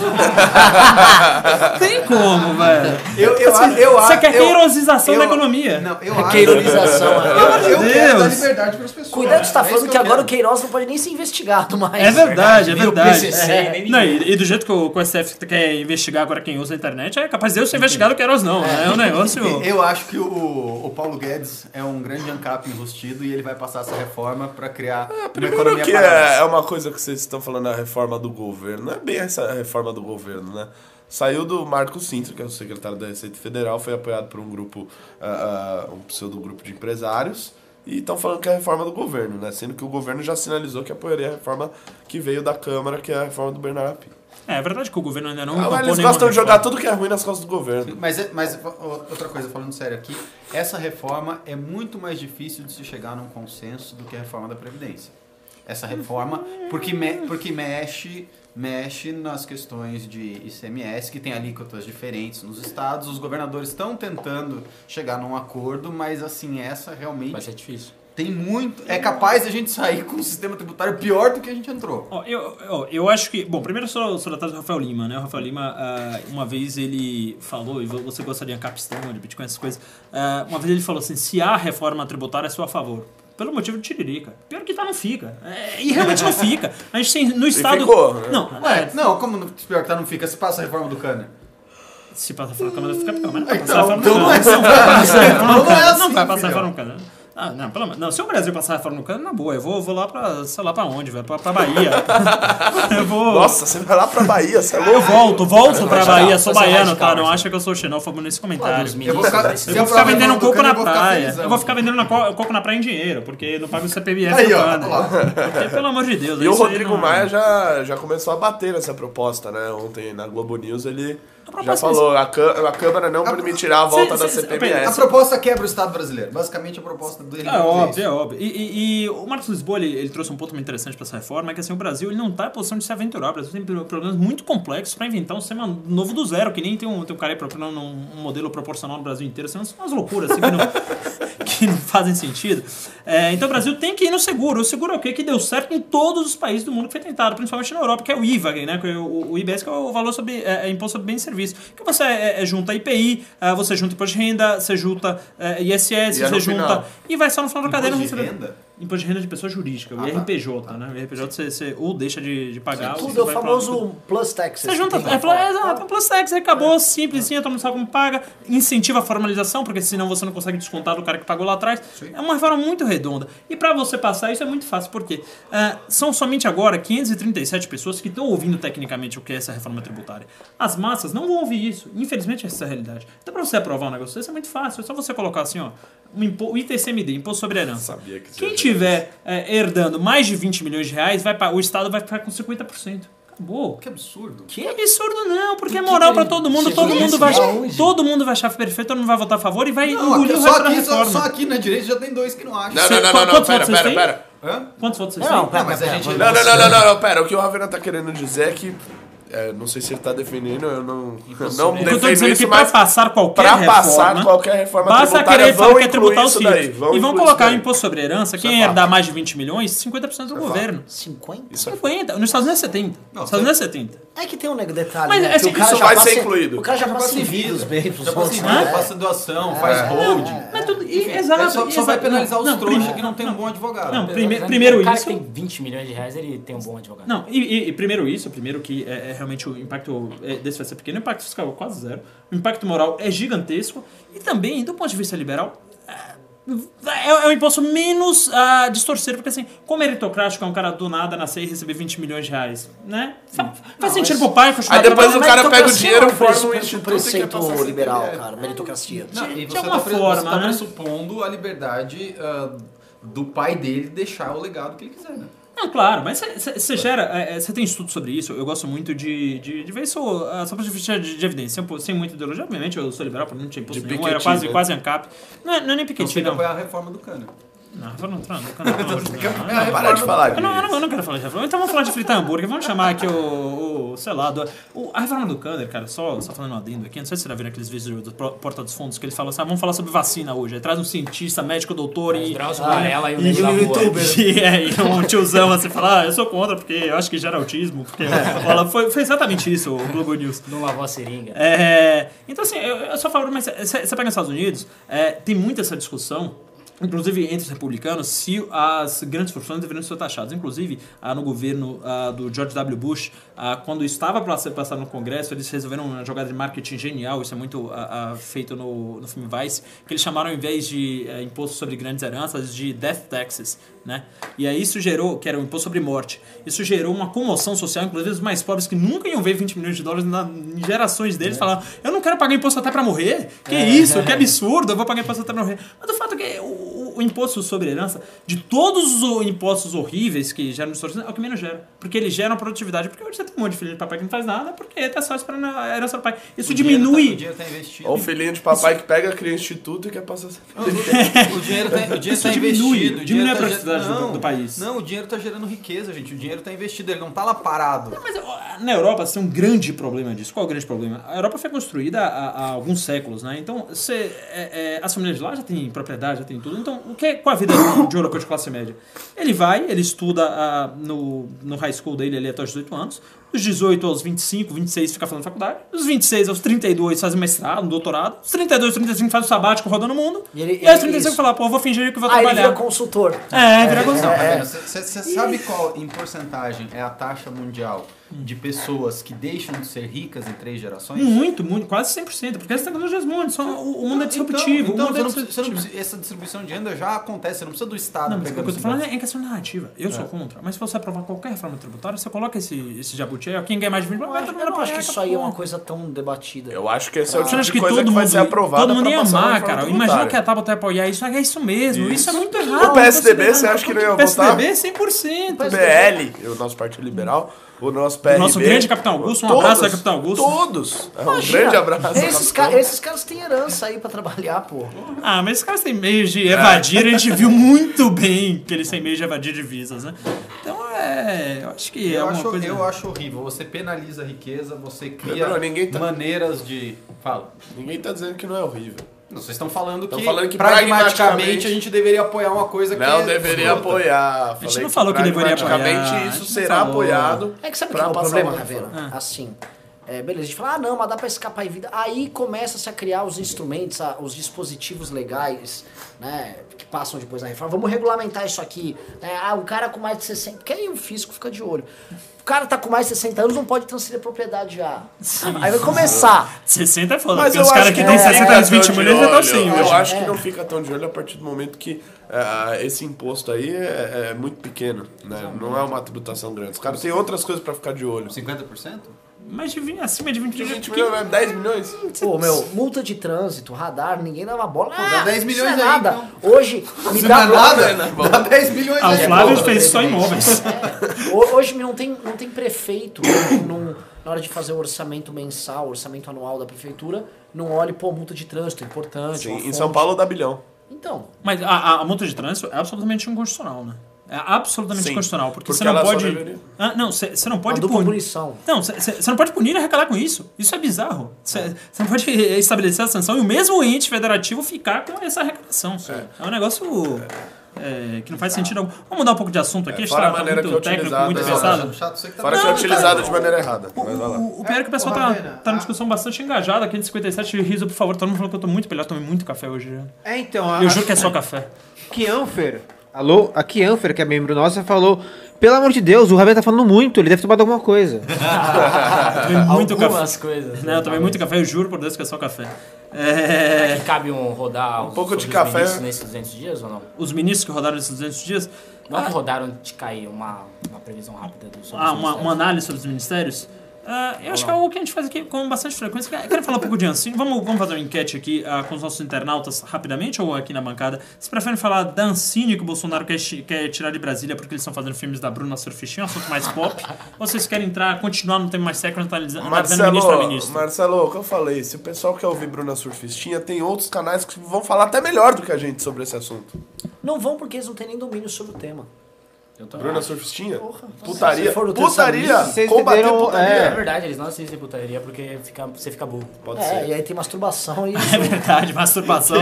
S2: Tem como, velho.
S7: Eu, eu, eu,
S2: Você Assim, quer queirosização da economia.
S7: Não, eu
S8: A
S7: acho.
S8: queironização. né?
S7: Eu, eu quero dar
S2: Deus.
S7: liberdade para as pessoas.
S8: Cuidado, você tá
S7: É isso
S8: falando que,
S7: eu
S8: agora
S7: quero.
S8: o Queiroz não pode nem ser investigado mais.
S2: É verdade, é
S3: Nem o
S2: verdade.
S3: PCC,
S2: É.
S3: nem
S2: Não,
S3: ninguém.
S2: e, e do jeito que o, que o STF quer investigar agora quem usa a internet, é capaz de eu ser investigado, o Queiroz não. É, um negócio.
S7: Eu acho que o, o Paulo Guedes é um grande ANCAP enrustido e ele vai passar essa reforma para
S2: Ah,
S7: criar uma
S4: Primeiro
S7: economia
S4: que
S7: parada.
S4: é, é uma coisa que vocês estão falando, é a reforma do governo. Não é bem essa reforma do governo, né? Saiu do Marco Sintra, que é o secretário da Receita Federal, foi apoiado por um grupo, ah, ah, um pseudo-grupo de empresários, e estão falando que é a reforma do governo, né? Sendo que o governo já sinalizou que apoiaria a reforma que veio da Câmara, que é a reforma do Bernardo Api.
S2: É, é verdade que o governo ainda não.
S4: Agora
S2: topou
S4: eles
S2: nenhuma
S4: gostam de jogar
S2: reforma.
S4: tudo que é ruim nas costas do governo.
S7: Mas, é- mas ó, outra coisa, falando sério aqui, essa reforma é muito mais difícil de se chegar num consenso do que a reforma da Previdência. Essa reforma, porque, me- porque mexe, mexe nas questões de ICMS, que tem alíquotas diferentes nos estados, os governadores estão tentando chegar num acordo, mas assim, essa realmente
S3: Vai ser difícil.
S7: tem muito. É capaz de a gente sair com um sistema tributário pior do que a gente entrou.
S2: Ó, eu, eu, eu acho que. Bom, primeiro só sobre atrás do Rafael Lima, né? O Rafael Lima, ah, uma vez ele falou, e vo- você gosta de capstone, de Bitcoin, essas coisas. ah, uma vez ele falou assim: se há reforma tributária, sou a favor. Pelo motivo de tiririca. Pior que tá, não fica. É, e realmente não fica. A gente tem no estado.
S4: ficou, né?
S2: Não, é,
S7: Ué, não, como no- pior que tá, não fica. Se passa a reforma do Cânner.
S2: Se passar fora da câmera, fica pior, mas não vai
S7: Então,
S2: passar fora da
S7: então
S2: câmera.
S7: não é Então não
S2: Não vai passar fora
S7: é
S2: da câmera.
S7: assim,
S2: né? Não vai passar
S7: filhão.
S2: fora da câmera. Ah, não, pelo amor- não, se o Brasil passar fora no cano, na boa, eu vou, vou lá pra, sei lá pra onde, velho, pra, pra Bahia. eu vou...
S4: Nossa, você vai lá pra Bahia, você é
S2: É Eu
S4: louco?
S2: volto, volto pra
S3: radical,
S2: Bahia, sou
S3: vai ser
S2: baiano,
S3: radical,
S2: tá? Não
S3: vai ser
S2: acha que eu sou xenófobo nesse
S3: Lá
S2: comentário.
S3: dos
S7: Eu vou
S3: ministros.
S7: ficar,
S2: Eu
S7: se aprovar
S2: vou ficar
S7: a reforma
S2: vendendo
S7: do
S2: coco
S7: Cânner,
S2: na
S7: eu vou ficar
S2: praia.
S7: felizão.
S2: Eu vou ficar vendendo na co- coco na praia em dinheiro, porque não pago o CPBF
S7: Aí, ó,
S2: urbano.
S7: ó lá.
S2: é né? Porque, Pelo amor de Deus,
S4: E o
S2: isso aí
S4: Rodrigo
S2: não- é
S4: Maia já, já começou a bater nessa proposta, né? Ontem na Globo News ele já
S2: proposta é
S4: falou, a, Cã- a Câmara não permitirá a volta
S2: Cê-
S4: da
S2: cê- cê- peraí,
S7: A
S4: CPMS.
S7: proposta quebra o Estado brasileiro. Basicamente a proposta dele
S2: É
S7: é
S2: óbvio,
S7: fazer
S2: é
S7: isso.
S2: óbvio. E, e- e o Marcos Lisboa ele, ele trouxe um ponto muito interessante para essa reforma, é que assim, o Brasil ele não está em posição de se aventurar. O Brasil tem pro- problemas muito complexos para inventar um sistema novo do zero, que nem tem um, tem um cara aí propondo um, um modelo proporcional no Brasil inteiro. Assim, são umas loucuras assim, que, não, que não fazem sentido. É, então o Brasil tem que ir no seguro. O seguro é o quê? Que deu certo em todos os países do mundo que foi tentado, principalmente na Europa, que é o IVA, né? que é o, o IBS, que é o valor sobre é, é imposto sobre bens e serviços. Que você é, é, junta IPI, é, você junta imposto de renda, você junta é, ISS,
S4: E é no
S2: você junta.
S4: final.
S2: E vai só no final da cadeira
S7: Imposto de
S2: receber-
S7: renda?
S2: Imposto de renda de pessoa jurídica, o
S7: Ah, tá.
S2: IRPJ, né? O IRPJ você, você ou deixa de, de pagar. ou
S8: Tudo
S2: você
S8: é o
S2: vai pra-
S8: famoso plus taxes.
S2: Você junta.
S8: que tem
S2: É,
S8: que
S2: fala,
S8: falar.
S2: é, exato, plus tax, aí acabou, simplesinho, todo mundo sabe como paga. Incentiva a formalização, porque senão você não consegue descontar do cara que pagou lá atrás. É uma reforma muito redonda. E pra você passar isso é muito fácil, porque são somente agora 537 pessoas que estão ouvindo tecnicamente o que é essa reforma tributária. As massas não vão ouvir isso. Infelizmente, essa é a realidade. Então, pra você aprovar um negócio desse é muito fácil. É só você colocar assim, ó. Um impo- o ITCMD, Imposto sobre Herança.
S4: Sabia que você
S2: Quem
S4: ia
S2: tiver é, herdando mais de 20 milhões de reais, vai, pa- o Estado vai ficar com 50%. Acabou.
S7: Que absurdo.
S2: Que absurdo não, porque é moral pra todo mundo, todo
S3: chegou
S2: mundo,
S3: nesse
S2: vai
S3: nível
S2: achar,
S3: hoje?
S2: todo mundo vai achar perfeito, todo mundo vai votar a favor e vai
S7: Não,
S2: engolir
S7: aqui,
S2: o
S7: só,
S2: resto da
S7: aqui, só, só
S2: reforma.
S7: aqui né? na direita já tem dois que não acham.
S4: Não, não, não, não, não,
S2: Quantos
S4: pera,
S2: vocês
S4: pera,
S2: têm?
S4: pera.
S7: Hã?
S2: Quantos votos vocês
S8: Não,
S2: têm?
S8: pera,
S7: mas a
S8: pera,
S7: gente-
S8: vamos-
S4: Não, não, não, não, não, não, pera. O que o Ravena tá querendo dizer é que. é, não sei se ele tá defendendo, eu não. Eu não
S2: O que eu tô
S4: defendo
S2: dizendo é que
S4: isso,
S2: pra
S4: mas.
S2: passar qualquer
S4: pra
S2: reforma,
S4: passar qualquer reforma
S2: basta
S4: tributária,
S2: querer falar
S4: vão
S2: que é tributar
S4: incluir
S2: os
S4: isso
S2: filhos.
S4: daí, vão
S2: e vão
S4: incluir
S2: colocar
S4: isso
S2: o
S4: daí.
S2: imposto sobre herança, quem
S4: é fato. é
S2: herdar mais de 20 milhões, 50% do governo.
S8: 50?
S2: 50, nos Estados Unidos é 70.
S7: Não,
S2: Nos Estados Unidos é 70.
S8: É que tem um nego detalhe.
S2: Mas,
S8: né?
S2: assim,
S8: Que o cara
S4: isso
S8: já
S4: vai
S8: passa-
S4: ser incluído.
S8: O cara já
S7: Já
S8: passa
S7: passa
S8: em vida os bens pros
S7: Já passa
S8: outros,
S7: em
S8: né?
S7: vida, passa doação,
S4: É.
S7: faz hold.
S2: É. Mas tudo, e- exato.
S7: É, só,
S2: e
S7: só vai
S2: exato.
S7: penalizar os
S2: Não,
S7: trouxas
S2: prime-
S7: que não tem um bom advogado.
S2: Não,
S3: Apesar
S2: prime-
S3: de-
S2: primeiro
S3: o um cara
S2: isso.
S3: que tem 20 milhões de reais, ele tem um bom advogado.
S2: Não, e, e- e primeiro isso, primeiro que é, é realmente o impacto é, desse vai ser pequeno, o impacto fiscal é quase zero, o impacto moral é gigantesco e também, do ponto de vista liberal, é, é um imposto menos ah, distorcido, porque assim, como meritocrático é um cara do nada nascer e receber 20 milhões de reais, né? Fa- faz sentido pro pai continuar
S4: Aí depois
S2: trabalhando,
S4: o cara
S8: Mas
S4: pega o
S8: democracia
S4: dinheiro,
S8: é um
S4: forma
S8: preço-
S4: um
S8: um
S4: instituto e quer passar
S8: preceito
S4: sem
S8: liberal,
S4: PBL.
S8: cara, meritocracia.
S7: Não, e
S2: de
S7: você
S2: alguma
S7: tá, pres-
S2: forma,
S7: você tá
S2: né?
S7: pressupondo a liberdade ah, do pai dele deixar o legado que ele quiser, né?
S2: Não, claro, mas você gera. Você tem estudo sobre isso, eu gosto muito de, de, de ver isso ah, só pra justificar de, de evidência, sem, pô- sem muita ideologia. Obviamente, eu sou liberal, por mim não tinha imposto
S4: De
S2: nenhum, era
S4: Piketty,
S2: quase,
S4: né?
S2: quase ANCAP. Não é, não é nem
S7: Então
S2: Piketty,
S7: tem que
S2: não.
S7: apoiar a reforma do Cânner.
S2: Não, Rafael Beltrão, não, não, não, hoje não, não.
S4: Ah, Para de falar
S2: Eu não, eu não, eu
S4: disso.
S2: não quero falar de Reforma. Então vamos falar de fritar hambúrguer. Vamos chamar aqui o. o- sei lá. do- o- a reforma do Kander, cara, só, só falando um adendo aqui. Não sei se você já viu aqueles vídeos do Pro- Porta dos Fundos que ele fala assim: ah, vamos falar sobre vacina hoje. Aí traz um cientista, médico, doutor e.
S3: Drauzio
S2: Ah,
S3: Varela e o
S2: e
S3: Nego da
S2: o
S3: Rua.
S2: youtuber. E, é, e um tiozão assim falar: ah, eu sou contra porque eu acho que gera autismo. Porque rola- foi, foi exatamente isso o Globo News.
S3: Não lavou a seringa.
S2: É, então, assim, eu, eu sou a favor, mas você pega nos Estados Unidos, é, tem muita essa discussão. Inclusive entre os republicanos, se as grandes fortunas deveriam ser taxadas. Inclusive, ah, no governo ah, do George W. Bush, ah, quando estava para ser passado no Congresso, eles resolveram uma jogada de marketing genial, isso é muito ah, ah, feito no, no filme Vice, que eles chamaram, ao invés de eh, imposto sobre grandes heranças, de death taxes. Né? E aí isso gerou, que era um imposto sobre morte, isso gerou uma comoção social, inclusive os mais pobres que nunca iam ver 20 milhões de dólares na, em gerações deles
S7: É.
S2: falaram: eu não quero pagar imposto até pra morrer, que isso, que absurdo, eu vou pagar imposto até pra morrer. Mas o fato é que o, o- o imposto sobre herança, de todos os impostos horríveis que geram distorção, é o que menos gera, porque ele gera uma produtividade, porque hoje você tem um monte de filho de papai que não faz nada, porque tá só esperando a herança do pai. Isso
S7: O
S2: diminui.
S7: dinheiro tá, o dinheiro tá investido.
S4: Olha o filhinho de papai que pega, cria instituto e quer passar.
S7: O dinheiro tá, o dinheiro
S2: Isso
S7: tá
S2: diminui,
S7: investido. o
S2: diminui
S7: dinheiro
S2: a
S7: tá
S2: produtividade
S7: ger-
S2: do-
S7: Não,
S2: do país.
S7: Não, o dinheiro tá gerando riqueza, gente. O dinheiro tá investido, ele não tá lá parado.
S2: Mas ó, na Europa você tem um grande problema disso. Qual é o grande problema? A Europa foi construída há, há alguns séculos, né? Então, você, é, é, as famílias de lá já têm propriedade, já têm tudo. Então, o que é, qual é a vida de um europeu de classe média? Ele vai, ele estuda ah, no, no high school dele ali até os 18 anos. Dos 18 aos 25, 26 fica fazendo faculdade. Dos 26 aos 32 faz mestrado, um doutorado. Dos 32, 35 faz o sabático rodando o mundo.
S8: E ele-
S2: E, aí aos
S8: ele-
S2: 35
S8: isso.
S2: fala, pô, eu vou fingir que eu vou
S8: Aí ele
S2: trabalhar.
S8: vira consultor.
S2: É, vira condição.
S7: Você sabe qual, em porcentagem, é a taxa mundial de pessoas que deixam de ser ricas em três gerações?
S2: Muito, muito, quase 100%. Porque as tecnologias mudam, só o o mundo é disruptivo.
S7: Então,
S2: o mundo
S7: você
S2: é
S7: não precisa- você não
S2: disruptivo.
S7: precisa- essa distribuição de renda já acontece, você não precisa do Estado
S2: Não, mas o que
S7: pegando
S2: eu tô
S7: esse
S2: falando
S7: negócio.
S2: é em questão narrativa. Eu
S8: É.
S2: sou contra. Mas se você aprovar qualquer reforma tributária, você coloca esse, esse jabuti aí, ó, quem ganha mais de 20
S8: Eu acho, eu não acho que isso aí é uma coisa tão debatida.
S4: Eu acho que esse é o
S2: Você
S4: tipo
S2: acha que
S4: de coisa
S2: todo
S4: que vai
S2: mundo,
S4: ser aprovada
S2: todo mundo
S4: pra
S2: ia
S4: passar na
S2: amar,
S4: reforma
S2: cara. Imagina
S4: tributária.
S2: que a Tábua apoiar isso. É isso mesmo. Isso,
S4: Isso.
S2: é muito errado.
S4: O PSDB,
S2: não tá
S4: você acha que não ia
S2: errado.
S4: votar?
S2: PSDB 100%.
S8: é.
S4: PL, o nosso Partido Liberal, o nosso PRB.
S2: nosso grande Capitão Augusto, um abraço da Capitão Augusto.
S4: Todos. É um
S8: Imagina,
S4: grande abraço.
S8: tá- Esses,
S4: Capitão.
S8: ca- esses caras têm herança aí pra trabalhar, pô.
S2: Ah, mas esses caras têm meios de evadir, a gente viu muito bem que eles têm meios de evadir divisas, né? Então é. Eu acho que é
S7: Eu
S2: uma
S7: acho,
S2: coisa.
S7: eu acho horrível. Você penaliza a riqueza, você cria
S4: Não, ninguém tá-
S7: maneiras de. Fala.
S4: Ninguém tá dizendo que não é horrível.
S7: Não, vocês estão falando
S4: Estão
S7: que,
S4: falando que
S7: pragmaticamente,
S4: pragmaticamente
S7: a gente deveria apoiar uma coisa que
S4: Não
S7: é
S4: deveria
S7: escrota.
S4: apoiar.
S2: gente não falou que deveria apoiar, a
S4: Praticamente
S2: gente
S4: isso
S2: não
S4: será
S2: falou.
S4: apoiado.
S8: É que sabe
S4: pra
S8: qual é o
S4: passar
S8: problema,
S4: uma
S8: Ravena?
S4: reforma.
S8: Assim, é, beleza, a gente fala, ah não, mas dá pra escapar em vida. Aí começa-se a criar os instrumentos, a- os dispositivos legais, né, que passam depois da reforma. Vamos regulamentar isso aqui. né? Ah, um cara com mais de 60... Porque aí o fisco fica de olho. O cara tá com mais de 60 anos, não pode transferir a propriedade já. Aí vai começar.
S2: 60 é foda,
S4: Mas
S2: porque
S4: eu
S2: os caras
S4: acho
S2: que
S4: que
S2: têm
S4: não
S2: 60
S4: fica
S2: anos, 20
S4: tão de
S2: milhões já estão
S4: olho.
S2: sim.
S4: Eu
S2: hoje.
S4: acho que
S8: É.
S4: não fica tão de olho a partir do momento que ah, esse imposto aí é, é muito pequeno, né? Não é uma tributação grande. Os caras têm outras coisas pra ficar de olho.
S7: 50%?
S2: Mas de 20 acima de 20 milhões.
S4: 20
S2: porque-
S4: milhões, né? 10 milhões?
S8: Pô, meu, multa de trânsito, radar, ninguém dava bola.
S4: Ah,
S8: Pô,
S7: dá 10
S8: isso não é
S7: milhões aí,
S8: nada.
S4: então.
S8: Hoje, me
S4: é
S8: dá
S4: né,
S7: Dá 10 milhões
S2: Ah, o
S7: aí.
S2: Flávio
S7: Pô,
S2: fez só imóveis.
S8: É, ho- hoje não tem, não tem prefeito que não- na hora de fazer o orçamento mensal, o orçamento anual da prefeitura, não olhe, pô, multa de trânsito, é importante.
S4: Sim,
S8: uma
S4: em
S8: fonte.
S4: São Paulo dá bilhão.
S8: Então,
S2: Mas a, a, a multa de trânsito é absolutamente inconstitucional, né? É absolutamente
S4: Sim,
S2: inconstitucional, porque,
S4: porque
S2: você não
S4: ela só
S2: pode.
S4: deveria.
S2: Ah, não, você você não
S8: uma
S2: pode
S8: dupla
S2: punir.
S8: punição.
S2: Não, você não pode punir e arrecadar com isso. Isso é bizarro. Você não pode estabelecer a sanção e o mesmo ente federativo ficar com essa arrecadação. É, um negócio é, que não faz sentido algum. Vamos mudar um pouco de assunto aqui.
S4: É,
S2: a gente
S4: fora
S2: tá-
S4: a
S2: tá
S4: maneira
S2: muito
S4: que é
S2: técnico,
S4: utilizada,
S2: muito
S4: né?
S2: pesado.
S7: Chato, você que tá
S4: Fora que é utilizado de maneira errada. Mas vai lá.
S2: O, o pior é que o pessoal
S7: Ô,
S2: tá,
S7: Ravena,
S2: tá
S7: a-
S2: numa discussão bastante engajada aqui de 57 riso, por favor. Todo mundo falou que eu tô muito pelado, tomei muito café hoje. né?
S1: É, então, a,
S2: Eu juro que é só café.
S1: que Anfer. Alô, aqui Anfer, que é membro nosso, falou: pelo amor de Deus, o Rabel tá falando muito, ele deve tomar alguma coisa.
S2: Tomei muito café.
S3: Algumas coisas.
S2: Não, eu tomei muito café, eu juro por Deus que é só café. É,
S3: Que cabe um rodar um
S4: pouco de café.
S3: nesses 200 dias ou não?
S2: os ministros que rodaram esses 200 dias.
S3: Não é que rodaram de cair uma, uma previsão rápida do sobre
S2: Ah,
S3: os
S2: uma, uma
S3: ministérios.
S2: análise sobre os ministérios. Ah, eu acho que é algo que a gente faz aqui com bastante frequência. Eu Quero falar um pouco de Ancine. Vamos, vamos fazer uma enquete aqui ah, com os nossos internautas rapidamente ou aqui na bancada. Vocês preferem falar da Ancine que o Bolsonaro quer, chi- quer tirar de Brasília porque eles estão fazendo filmes da Bruna Surfistinha, um assunto mais pop? ou vocês querem entrar, continuar no tema mais século, analisando analisando
S4: Marcelo,
S2: tá ministro a ministro?
S4: Marcelo, o que eu falei, se o pessoal quer ouvir Bruna Surfistinha, tem outros canais que vão falar até melhor do que a gente sobre esse assunto.
S5: Não vão porque eles não têm nem domínio sobre o tema.
S3: Eu também
S4: Bruna
S3: acho.
S4: Surfistinha?
S5: Porra.
S4: Putaria.
S5: Se for no
S4: Putaria!
S5: terça-feira,
S1: vocês
S4: Combater
S1: entenderam,
S3: É
S1: é.
S4: putaria.
S3: verdade, eles não assistem putaria porque fica, você fica burro.
S4: Pode
S5: É,
S4: ser. tá
S5: e aí tem masturbação e.
S2: É
S4: Ah,
S2: verdade, masturbação.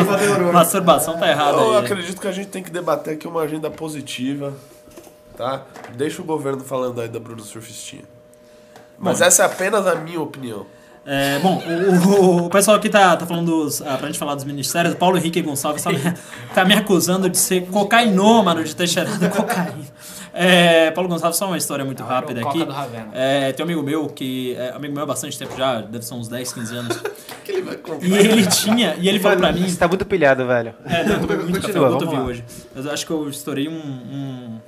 S2: masturbação tá errada
S4: Eu
S2: aí. né?
S4: acredito que a gente tem que debater aqui uma agenda positiva, tá? Deixa o governo falando aí da Bruna Surfistinha. Mas essa é apenas a minha opinião.
S2: É, bom, o, o- o pessoal aqui tá, tá falando dos, ah, pra gente falar dos ministérios, o Paulo Henrique Gonçalves tá me, tá me acusando de ser cocainômano, de ter cheirado cocaína. É, Paulo Gonçalves, só uma história muito rápida
S3: Ah, Coca
S2: aqui.
S3: do Ravena.
S2: É, tem um amigo meu que. é, amigo meu há bastante tempo já, deve ser uns 10, 15 anos.
S4: que ele vai comprar?
S2: E ele tinha, e ele falou pra mim.
S1: Você tá muito pilhado, velho.
S2: É, não, eu tomei muito café,
S1: Continua,
S2: eu muito
S1: vamos
S2: vi
S1: lá.
S2: hoje. Eu acho que eu estourei um, um-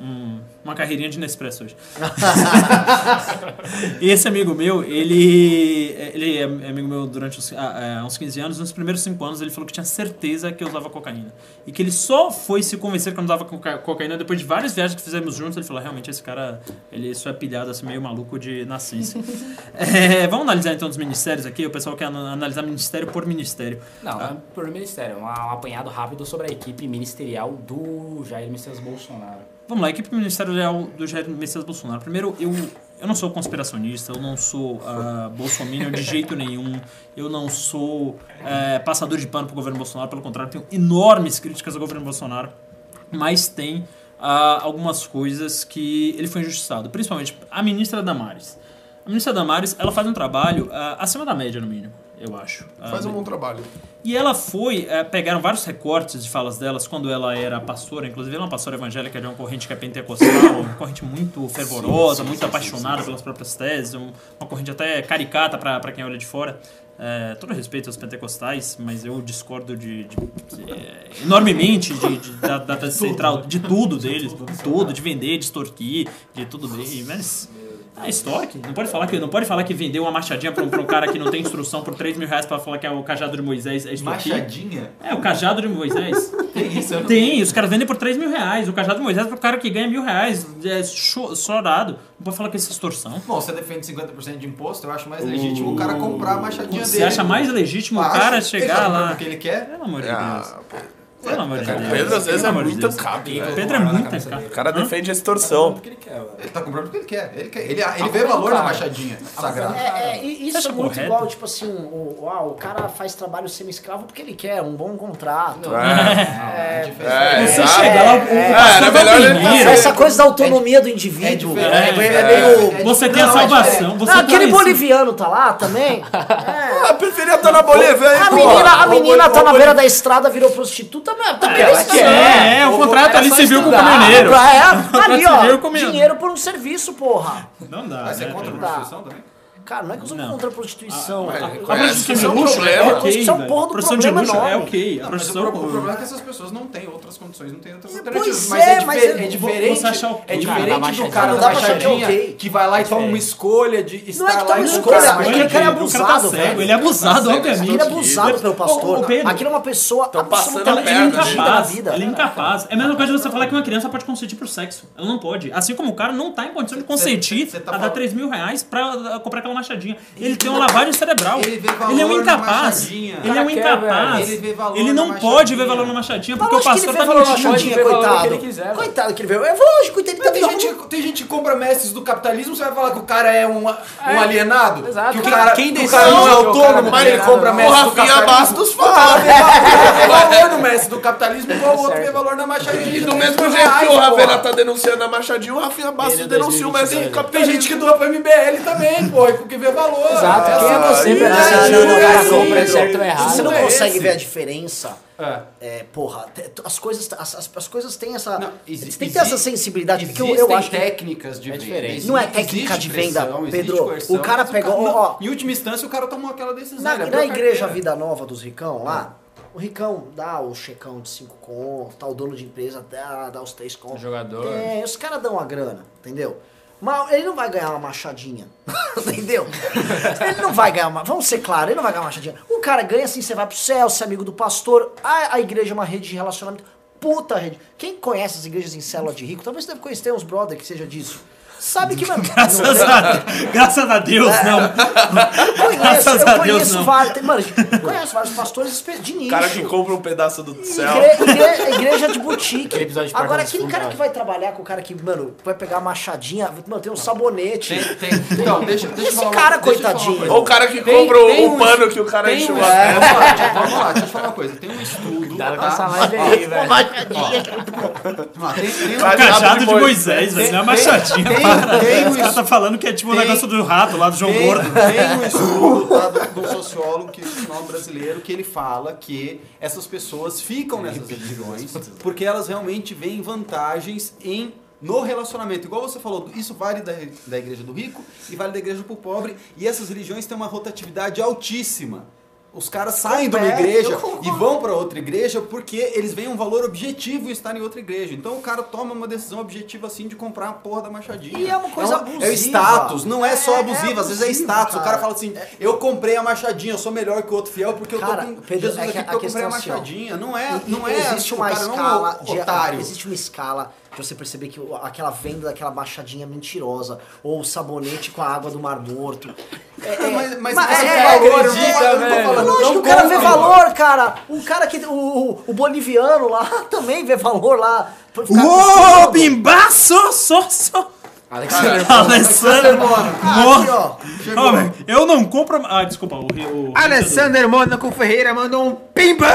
S2: um- uma carreirinha de Nespresso hoje. e esse amigo meu, ele, ele é amigo meu durante os, ah, ah, uns 15 anos. Nos primeiros 5 anos, ele falou que tinha certeza que eu usava cocaína. E que ele só foi se convencer que eu não usava coca- cocaína depois de várias viagens que fizemos juntos. Ele falou, realmente, esse cara, ele só é pilhado, assim, meio maluco de nascença. É, vamos analisar, então, os ministérios aqui. O pessoal quer ana- analisar ministério por ministério. Ah,
S3: Não, é por ministério, é um um apanhado rápido sobre a equipe ministerial do Jair Messias Bolsonaro.
S2: Vamos lá, equipe ministerial do Jair Messias Bolsonaro. Primeiro, eu, eu não sou conspiracionista, eu não sou uh, bolsominion de jeito nenhum, eu não sou eh, passador de pano pro governo Bolsonaro, pelo contrário, tenho enormes críticas ao governo Bolsonaro, mas tem ah, algumas coisas que ele foi injustiçado, principalmente a ministra Damares. A ministra Damares, ela faz um trabalho ah, acima da média, no mínimo, eu acho. Ah,
S4: Faz um bom trabalho.
S2: e ela foi, eh, pegaram vários recortes de falas delas quando ela era pastora, inclusive ela é uma pastora evangélica de uma corrente que é pentecostal, uma corrente muito fervorosa, muito apaixonada pelas próprias teses, um- uma corrente até caricata para quem olha de fora. Eh, todo respeito aos pentecostais, mas eu discordo de, de- de, eh, enormemente de, de- da, da tese central, de tudo deles, de tudo, né? de vender, de extorquir, de tudo bem, mas. Ah, estoque? Não pode falar que, não pode falar que vendeu uma machadinha pra um, pra um cara que não tem instrução por 3 mil reais pra falar que é o cajado de Moisés é estoque.
S7: Machadinha?
S2: É, o cajado de Moisés.
S7: Tem isso, eu não-
S2: Tem, os caras vendem por 3 mil reais. O cajado de Moisés é pro cara que ganha mil reais. É cho- chorado. Não pode falar que isso é extorsão.
S7: Bom, você defende 50% de imposto, eu acho mais legítimo o cara comprar a machadinha
S2: Você
S7: dele.
S2: acha mais legítimo o
S7: Acho.
S2: cara
S7: Ele
S2: chegar
S7: compra
S2: lá.
S7: Porque ele quer.
S2: Pelo amor de Deus.
S4: Ah,
S2: Pelo amor de
S4: o
S2: Deus.
S4: Pedro às vezes é
S2: Pelo amor de
S4: muito
S2: Deus.
S4: tancado.
S2: O
S4: velho.
S2: Pedro é muito tancado.
S4: O cara defende a extorsão.
S7: Ele tá comprando porque ele quer. Ele, quer. ele,
S2: Tá
S7: ele vê valor na machadinha sagrada.
S5: É, é, e
S2: Ah, Você
S5: isso
S2: acha
S5: é muito
S2: correto?
S5: igual, tipo assim, o, ah, o cara faz trabalho semi-escravo porque ele quer um bom contrato.
S4: É, é,
S2: Você
S4: exato.
S2: chegar lá, o
S5: é,
S2: pastor
S4: era
S2: vai
S4: melhor ele
S2: primeiro.
S4: fazer-
S5: Essa coisa da autonomia do indivíduo.
S7: É,
S5: né?
S7: é,
S5: É meio-
S7: é,
S2: Você tem a
S7: Não,
S2: salvação. Você
S5: Ah,
S2: tá
S5: aquele
S2: nesse-
S5: boliviano tá lá também. É.
S4: Ah, preferia estar na Bolívia, hein,
S5: A
S4: pô?
S5: menina, a menina
S4: Ô,
S5: tá
S4: ô,
S5: na
S4: ô,
S5: beira da estrada, virou prostituta. Não, tá
S2: Ela quer, É, o contrato ali civil com o caminhoneiro.
S5: Pra ela,
S2: Tá
S5: ali,
S2: civil
S5: ó,
S2: comendo.
S5: dinheiro por um serviço, porra. Tá.
S2: Não dá.
S7: Mas você é
S2: né,
S7: contra a
S2: Pedro?
S7: prostituição também?
S5: Cara, não é que eu sou
S2: Não. Ah,
S5: contra a prostituição.
S4: Ele
S5: cara.
S4: reconhece,
S2: de
S4: isso é um
S2: luxo,
S4: problema.
S5: A prostituição
S2: velho.
S5: porra do
S2: A prostituição
S5: problema
S2: de luxo é um
S5: enorme.
S2: ok. A
S7: Não, mas o,
S2: prostituição.
S7: pro- o problema é que essas pessoas não têm outras condições, não têm outras alternativas.
S5: pois
S7: mas é,
S5: é, mas
S7: difer-
S5: é-
S7: é diferente.
S2: Você achar o-
S7: É
S2: o
S3: cara da
S7: diferente do
S3: machadinha.
S7: cara
S5: Não
S7: da
S5: dá pra achar que é
S7: machadinha
S5: ok.
S7: que vai lá e toma uma escolha de estar
S5: Não é que
S7: lá
S5: toma
S7: e não
S5: escolha,
S7: tá.
S5: mas aquele cara é abusado,
S2: tá cego,
S5: velho.
S2: Ele é abusado, obviamente.
S5: Aquele é abusado pelo pastor.
S2: Ô, ô, Pedro,
S5: Aquilo é uma pessoa
S4: passando a
S5: absolutamente
S2: Ele é
S4: perna
S5: mentira da
S2: incapaz.
S5: vida.
S2: Ele é incapaz. É a mesma coisa de você falar que uma criança pode consentir pro sexo. Ela não pode. Assim como o cara não tá em condição de consentir
S7: cê tá
S2: a dar
S7: falando-
S2: 3 mil reais pra ah, comprar aquela machadinha. Ele tem uma lavagem cerebral.
S7: Ele vê valor
S2: Ele é um
S7: na
S2: incapaz.
S7: machadinha.
S2: Ele é um
S3: Cara, quer,
S2: incapaz.
S7: velho. Ele vê valor
S2: Ele
S7: na
S2: não
S7: machadinha.
S2: pode ver valor na machadinha
S5: Mas
S2: porque o
S5: lógico que
S2: pastor
S5: ele vai
S2: tá
S5: falar uma
S2: mentindo.
S5: chatinha,
S3: Ele vai falar o que
S5: coitado.
S3: ele quiser, velho.
S5: Coitado que ele veio. É lógico, coitado, ele tá
S7: Tem gente,
S5: tentando.
S7: tem gente que compra mestres do capitalismo, você vai falar que o cara é um, um alienado?
S3: exato.
S7: Que o
S3: Quem-
S7: cara,
S3: quem
S7: que o
S3: decide
S7: cara não é
S3: o que o cara
S7: autônomo,
S3: é
S7: mas ele
S3: alienado,
S7: compra
S3: não.
S4: O
S7: mestres do
S4: Rafinha
S7: capitalismo?
S4: Bastos fala. né?
S7: Qual é o mestre do capitalismo e qual o outro
S3: certo.
S7: vê valor na machadinha?
S4: E
S7: Eles
S4: do
S7: dão
S4: mesmo
S7: mil
S4: jeito que
S7: reais,
S4: o
S7: porra.
S4: Rafael tá denunciando a Machadinha, o Rafinha Bastos
S3: Ele é
S4: denuncia o mestre do
S3: 2022,
S7: Tem
S4: capitalismo.
S7: gente que doa pra MBL também, pô, porque vê valor.
S3: Exato,
S7: Ah,
S3: quem é você pra
S7: isso,
S3: decidir o que o cara
S7: isso,
S3: compra é
S7: isso.
S3: certo ou errado?
S5: Se você não
S7: é
S5: consegue
S7: esse.
S5: ver a diferença.
S7: É.
S5: É, porra, te- as coisas, as, as, as coisas têm essa.
S7: Não,
S5: você
S7: exi-
S5: tem que ter essa
S7: exi-
S5: sensibilidade, porque eu, eu
S7: existem
S5: acho. que-
S7: técnicas de
S3: É
S7: venda.
S3: diferente.
S5: Não é
S7: Existe
S5: técnica de venda,
S7: pressão, existe
S5: Pedro.
S7: coerção,
S5: O cara
S7: mas
S5: pegou,
S7: cara-
S5: ó, ó.
S7: Em última instância, o cara tomou aquela decisão.
S5: Na,
S7: ele
S5: na
S7: abriu a
S5: igreja
S7: carteira.
S5: Vida Nova dos Ricão lá, o Ricão dá o checão de 5 contos, tá o dono de empresa, dá, dá os 3 contos.
S3: Jogador.
S5: É, os caras dão a grana, entendeu? Mas ele não vai ganhar uma machadinha, entendeu? Ele não vai ganhar uma. Vamos ser claros, ele não vai ganhar uma machadinha. O cara ganha assim, você vai pro céu, você é amigo do pastor, a, a igreja é uma rede de relacionamento. Puta rede. Quem conhece as igrejas em célula de rico, talvez você deve conhecer uns brother que seja disso. Sabe que, mano. é?
S2: Graças a, graças a Deus, não.
S5: Conheço,
S2: Graças
S5: eu
S2: a Deus,
S5: conheço
S2: não.
S5: vários. Mano, conheço vários pastores espe- de nicho.
S4: O cara que compra um pedaço do céu.
S5: Igre- igre- igreja de boutique.
S9: Aquele episódio de
S5: Agora,
S9: Parque
S5: aquele
S9: dos
S5: cara
S9: Fundos,
S5: que vai trabalhar com o cara que, mano, vai pegar a machadinha, mano, tem um sabonete.
S7: Tem, tem. Então, deixa, deixa eu
S5: Esse
S7: falar uma-
S5: cara,
S7: deixa eu falar uma
S5: coitadinho.
S7: coisa.
S4: Ou o cara que
S7: Tem-
S4: compra o-
S7: tem
S4: o
S7: um-
S4: pano que o cara
S7: tem
S4: enche
S7: um
S4: o
S7: estudo-
S4: é.
S7: Vamos lá, vamos lá, deixa eu falar uma coisa. Tem um estudo.
S9: Cuidado com
S7: tá?
S9: essa live aí, velho.
S7: Ó, tem, tem um-
S4: Cara,
S2: Cajado de
S4: Moisés.
S2: Moisés, velho. Não é machadinha.
S7: tem-
S2: pá.
S7: tem um
S2: Os caras tá falando que é tipo o
S7: tem-
S2: negócio do rato lá do João
S7: Tem,
S2: Gordo.
S7: tem um estudo tá, do, do sociólogo que, institucional brasileiro que ele fala que essas pessoas ficam nessas religiões porque elas realmente veem vantagens em no relacionamento. Igual você falou, isso vale da, da igreja do rico e vale da igreja pro pobre. E essas religiões têm uma rotatividade altíssima. Os caras saem de uma
S5: Completo.
S7: igreja e vão para outra igreja porque eles veem um valor objetivo em estar em outra igreja. Então o cara toma uma decisão objetiva assim de comprar a porra da machadinha.
S5: E é uma coisa
S7: um- É
S5: abusiva.
S7: o status, não é só
S5: É, é
S7: abusivo, às vezes é
S5: abusivo,
S7: status. O cara
S5: cara.
S7: fala assim, eu comprei a machadinha, eu sou melhor que o outro fiel porque
S5: Cara,
S7: eu tô com
S5: Pedro,
S7: Jesus
S5: é que
S7: aqui
S5: a
S7: porque eu comprei a
S5: questão é assim, ó.
S7: machadinha. não é,
S5: E-
S7: não
S5: e
S7: é,
S5: existe
S7: o
S5: uma
S7: cara
S5: escala
S7: não é
S5: de
S7: um otário.
S5: existe uma escala de você perceber que o- aquela venda daquela baixadinha mentirosa ou o sabonete com a água do Mar Morto. É, é-
S7: Mas- mas
S5: é,
S7: você
S5: é,
S7: valor,
S5: acredita,
S7: eu não tô- eu não tô
S5: velho.
S7: falando,
S5: Lógico que
S7: não
S5: o cara vê
S7: compre.
S5: valor, cara. O cara que o, o- o boliviano lá também vê valor lá. Pra ficar
S2: Uou,
S5: acostumado.
S2: bimbaço, só, só.
S9: Alexander,
S2: Alessandro
S4: Ah,
S5: Aqui,
S2: Mor-
S5: ó.
S2: Ó, velho, eu não compro. Ah, desculpa, o. o
S1: Alessandro Mônaco Ferreira mandou um pimbão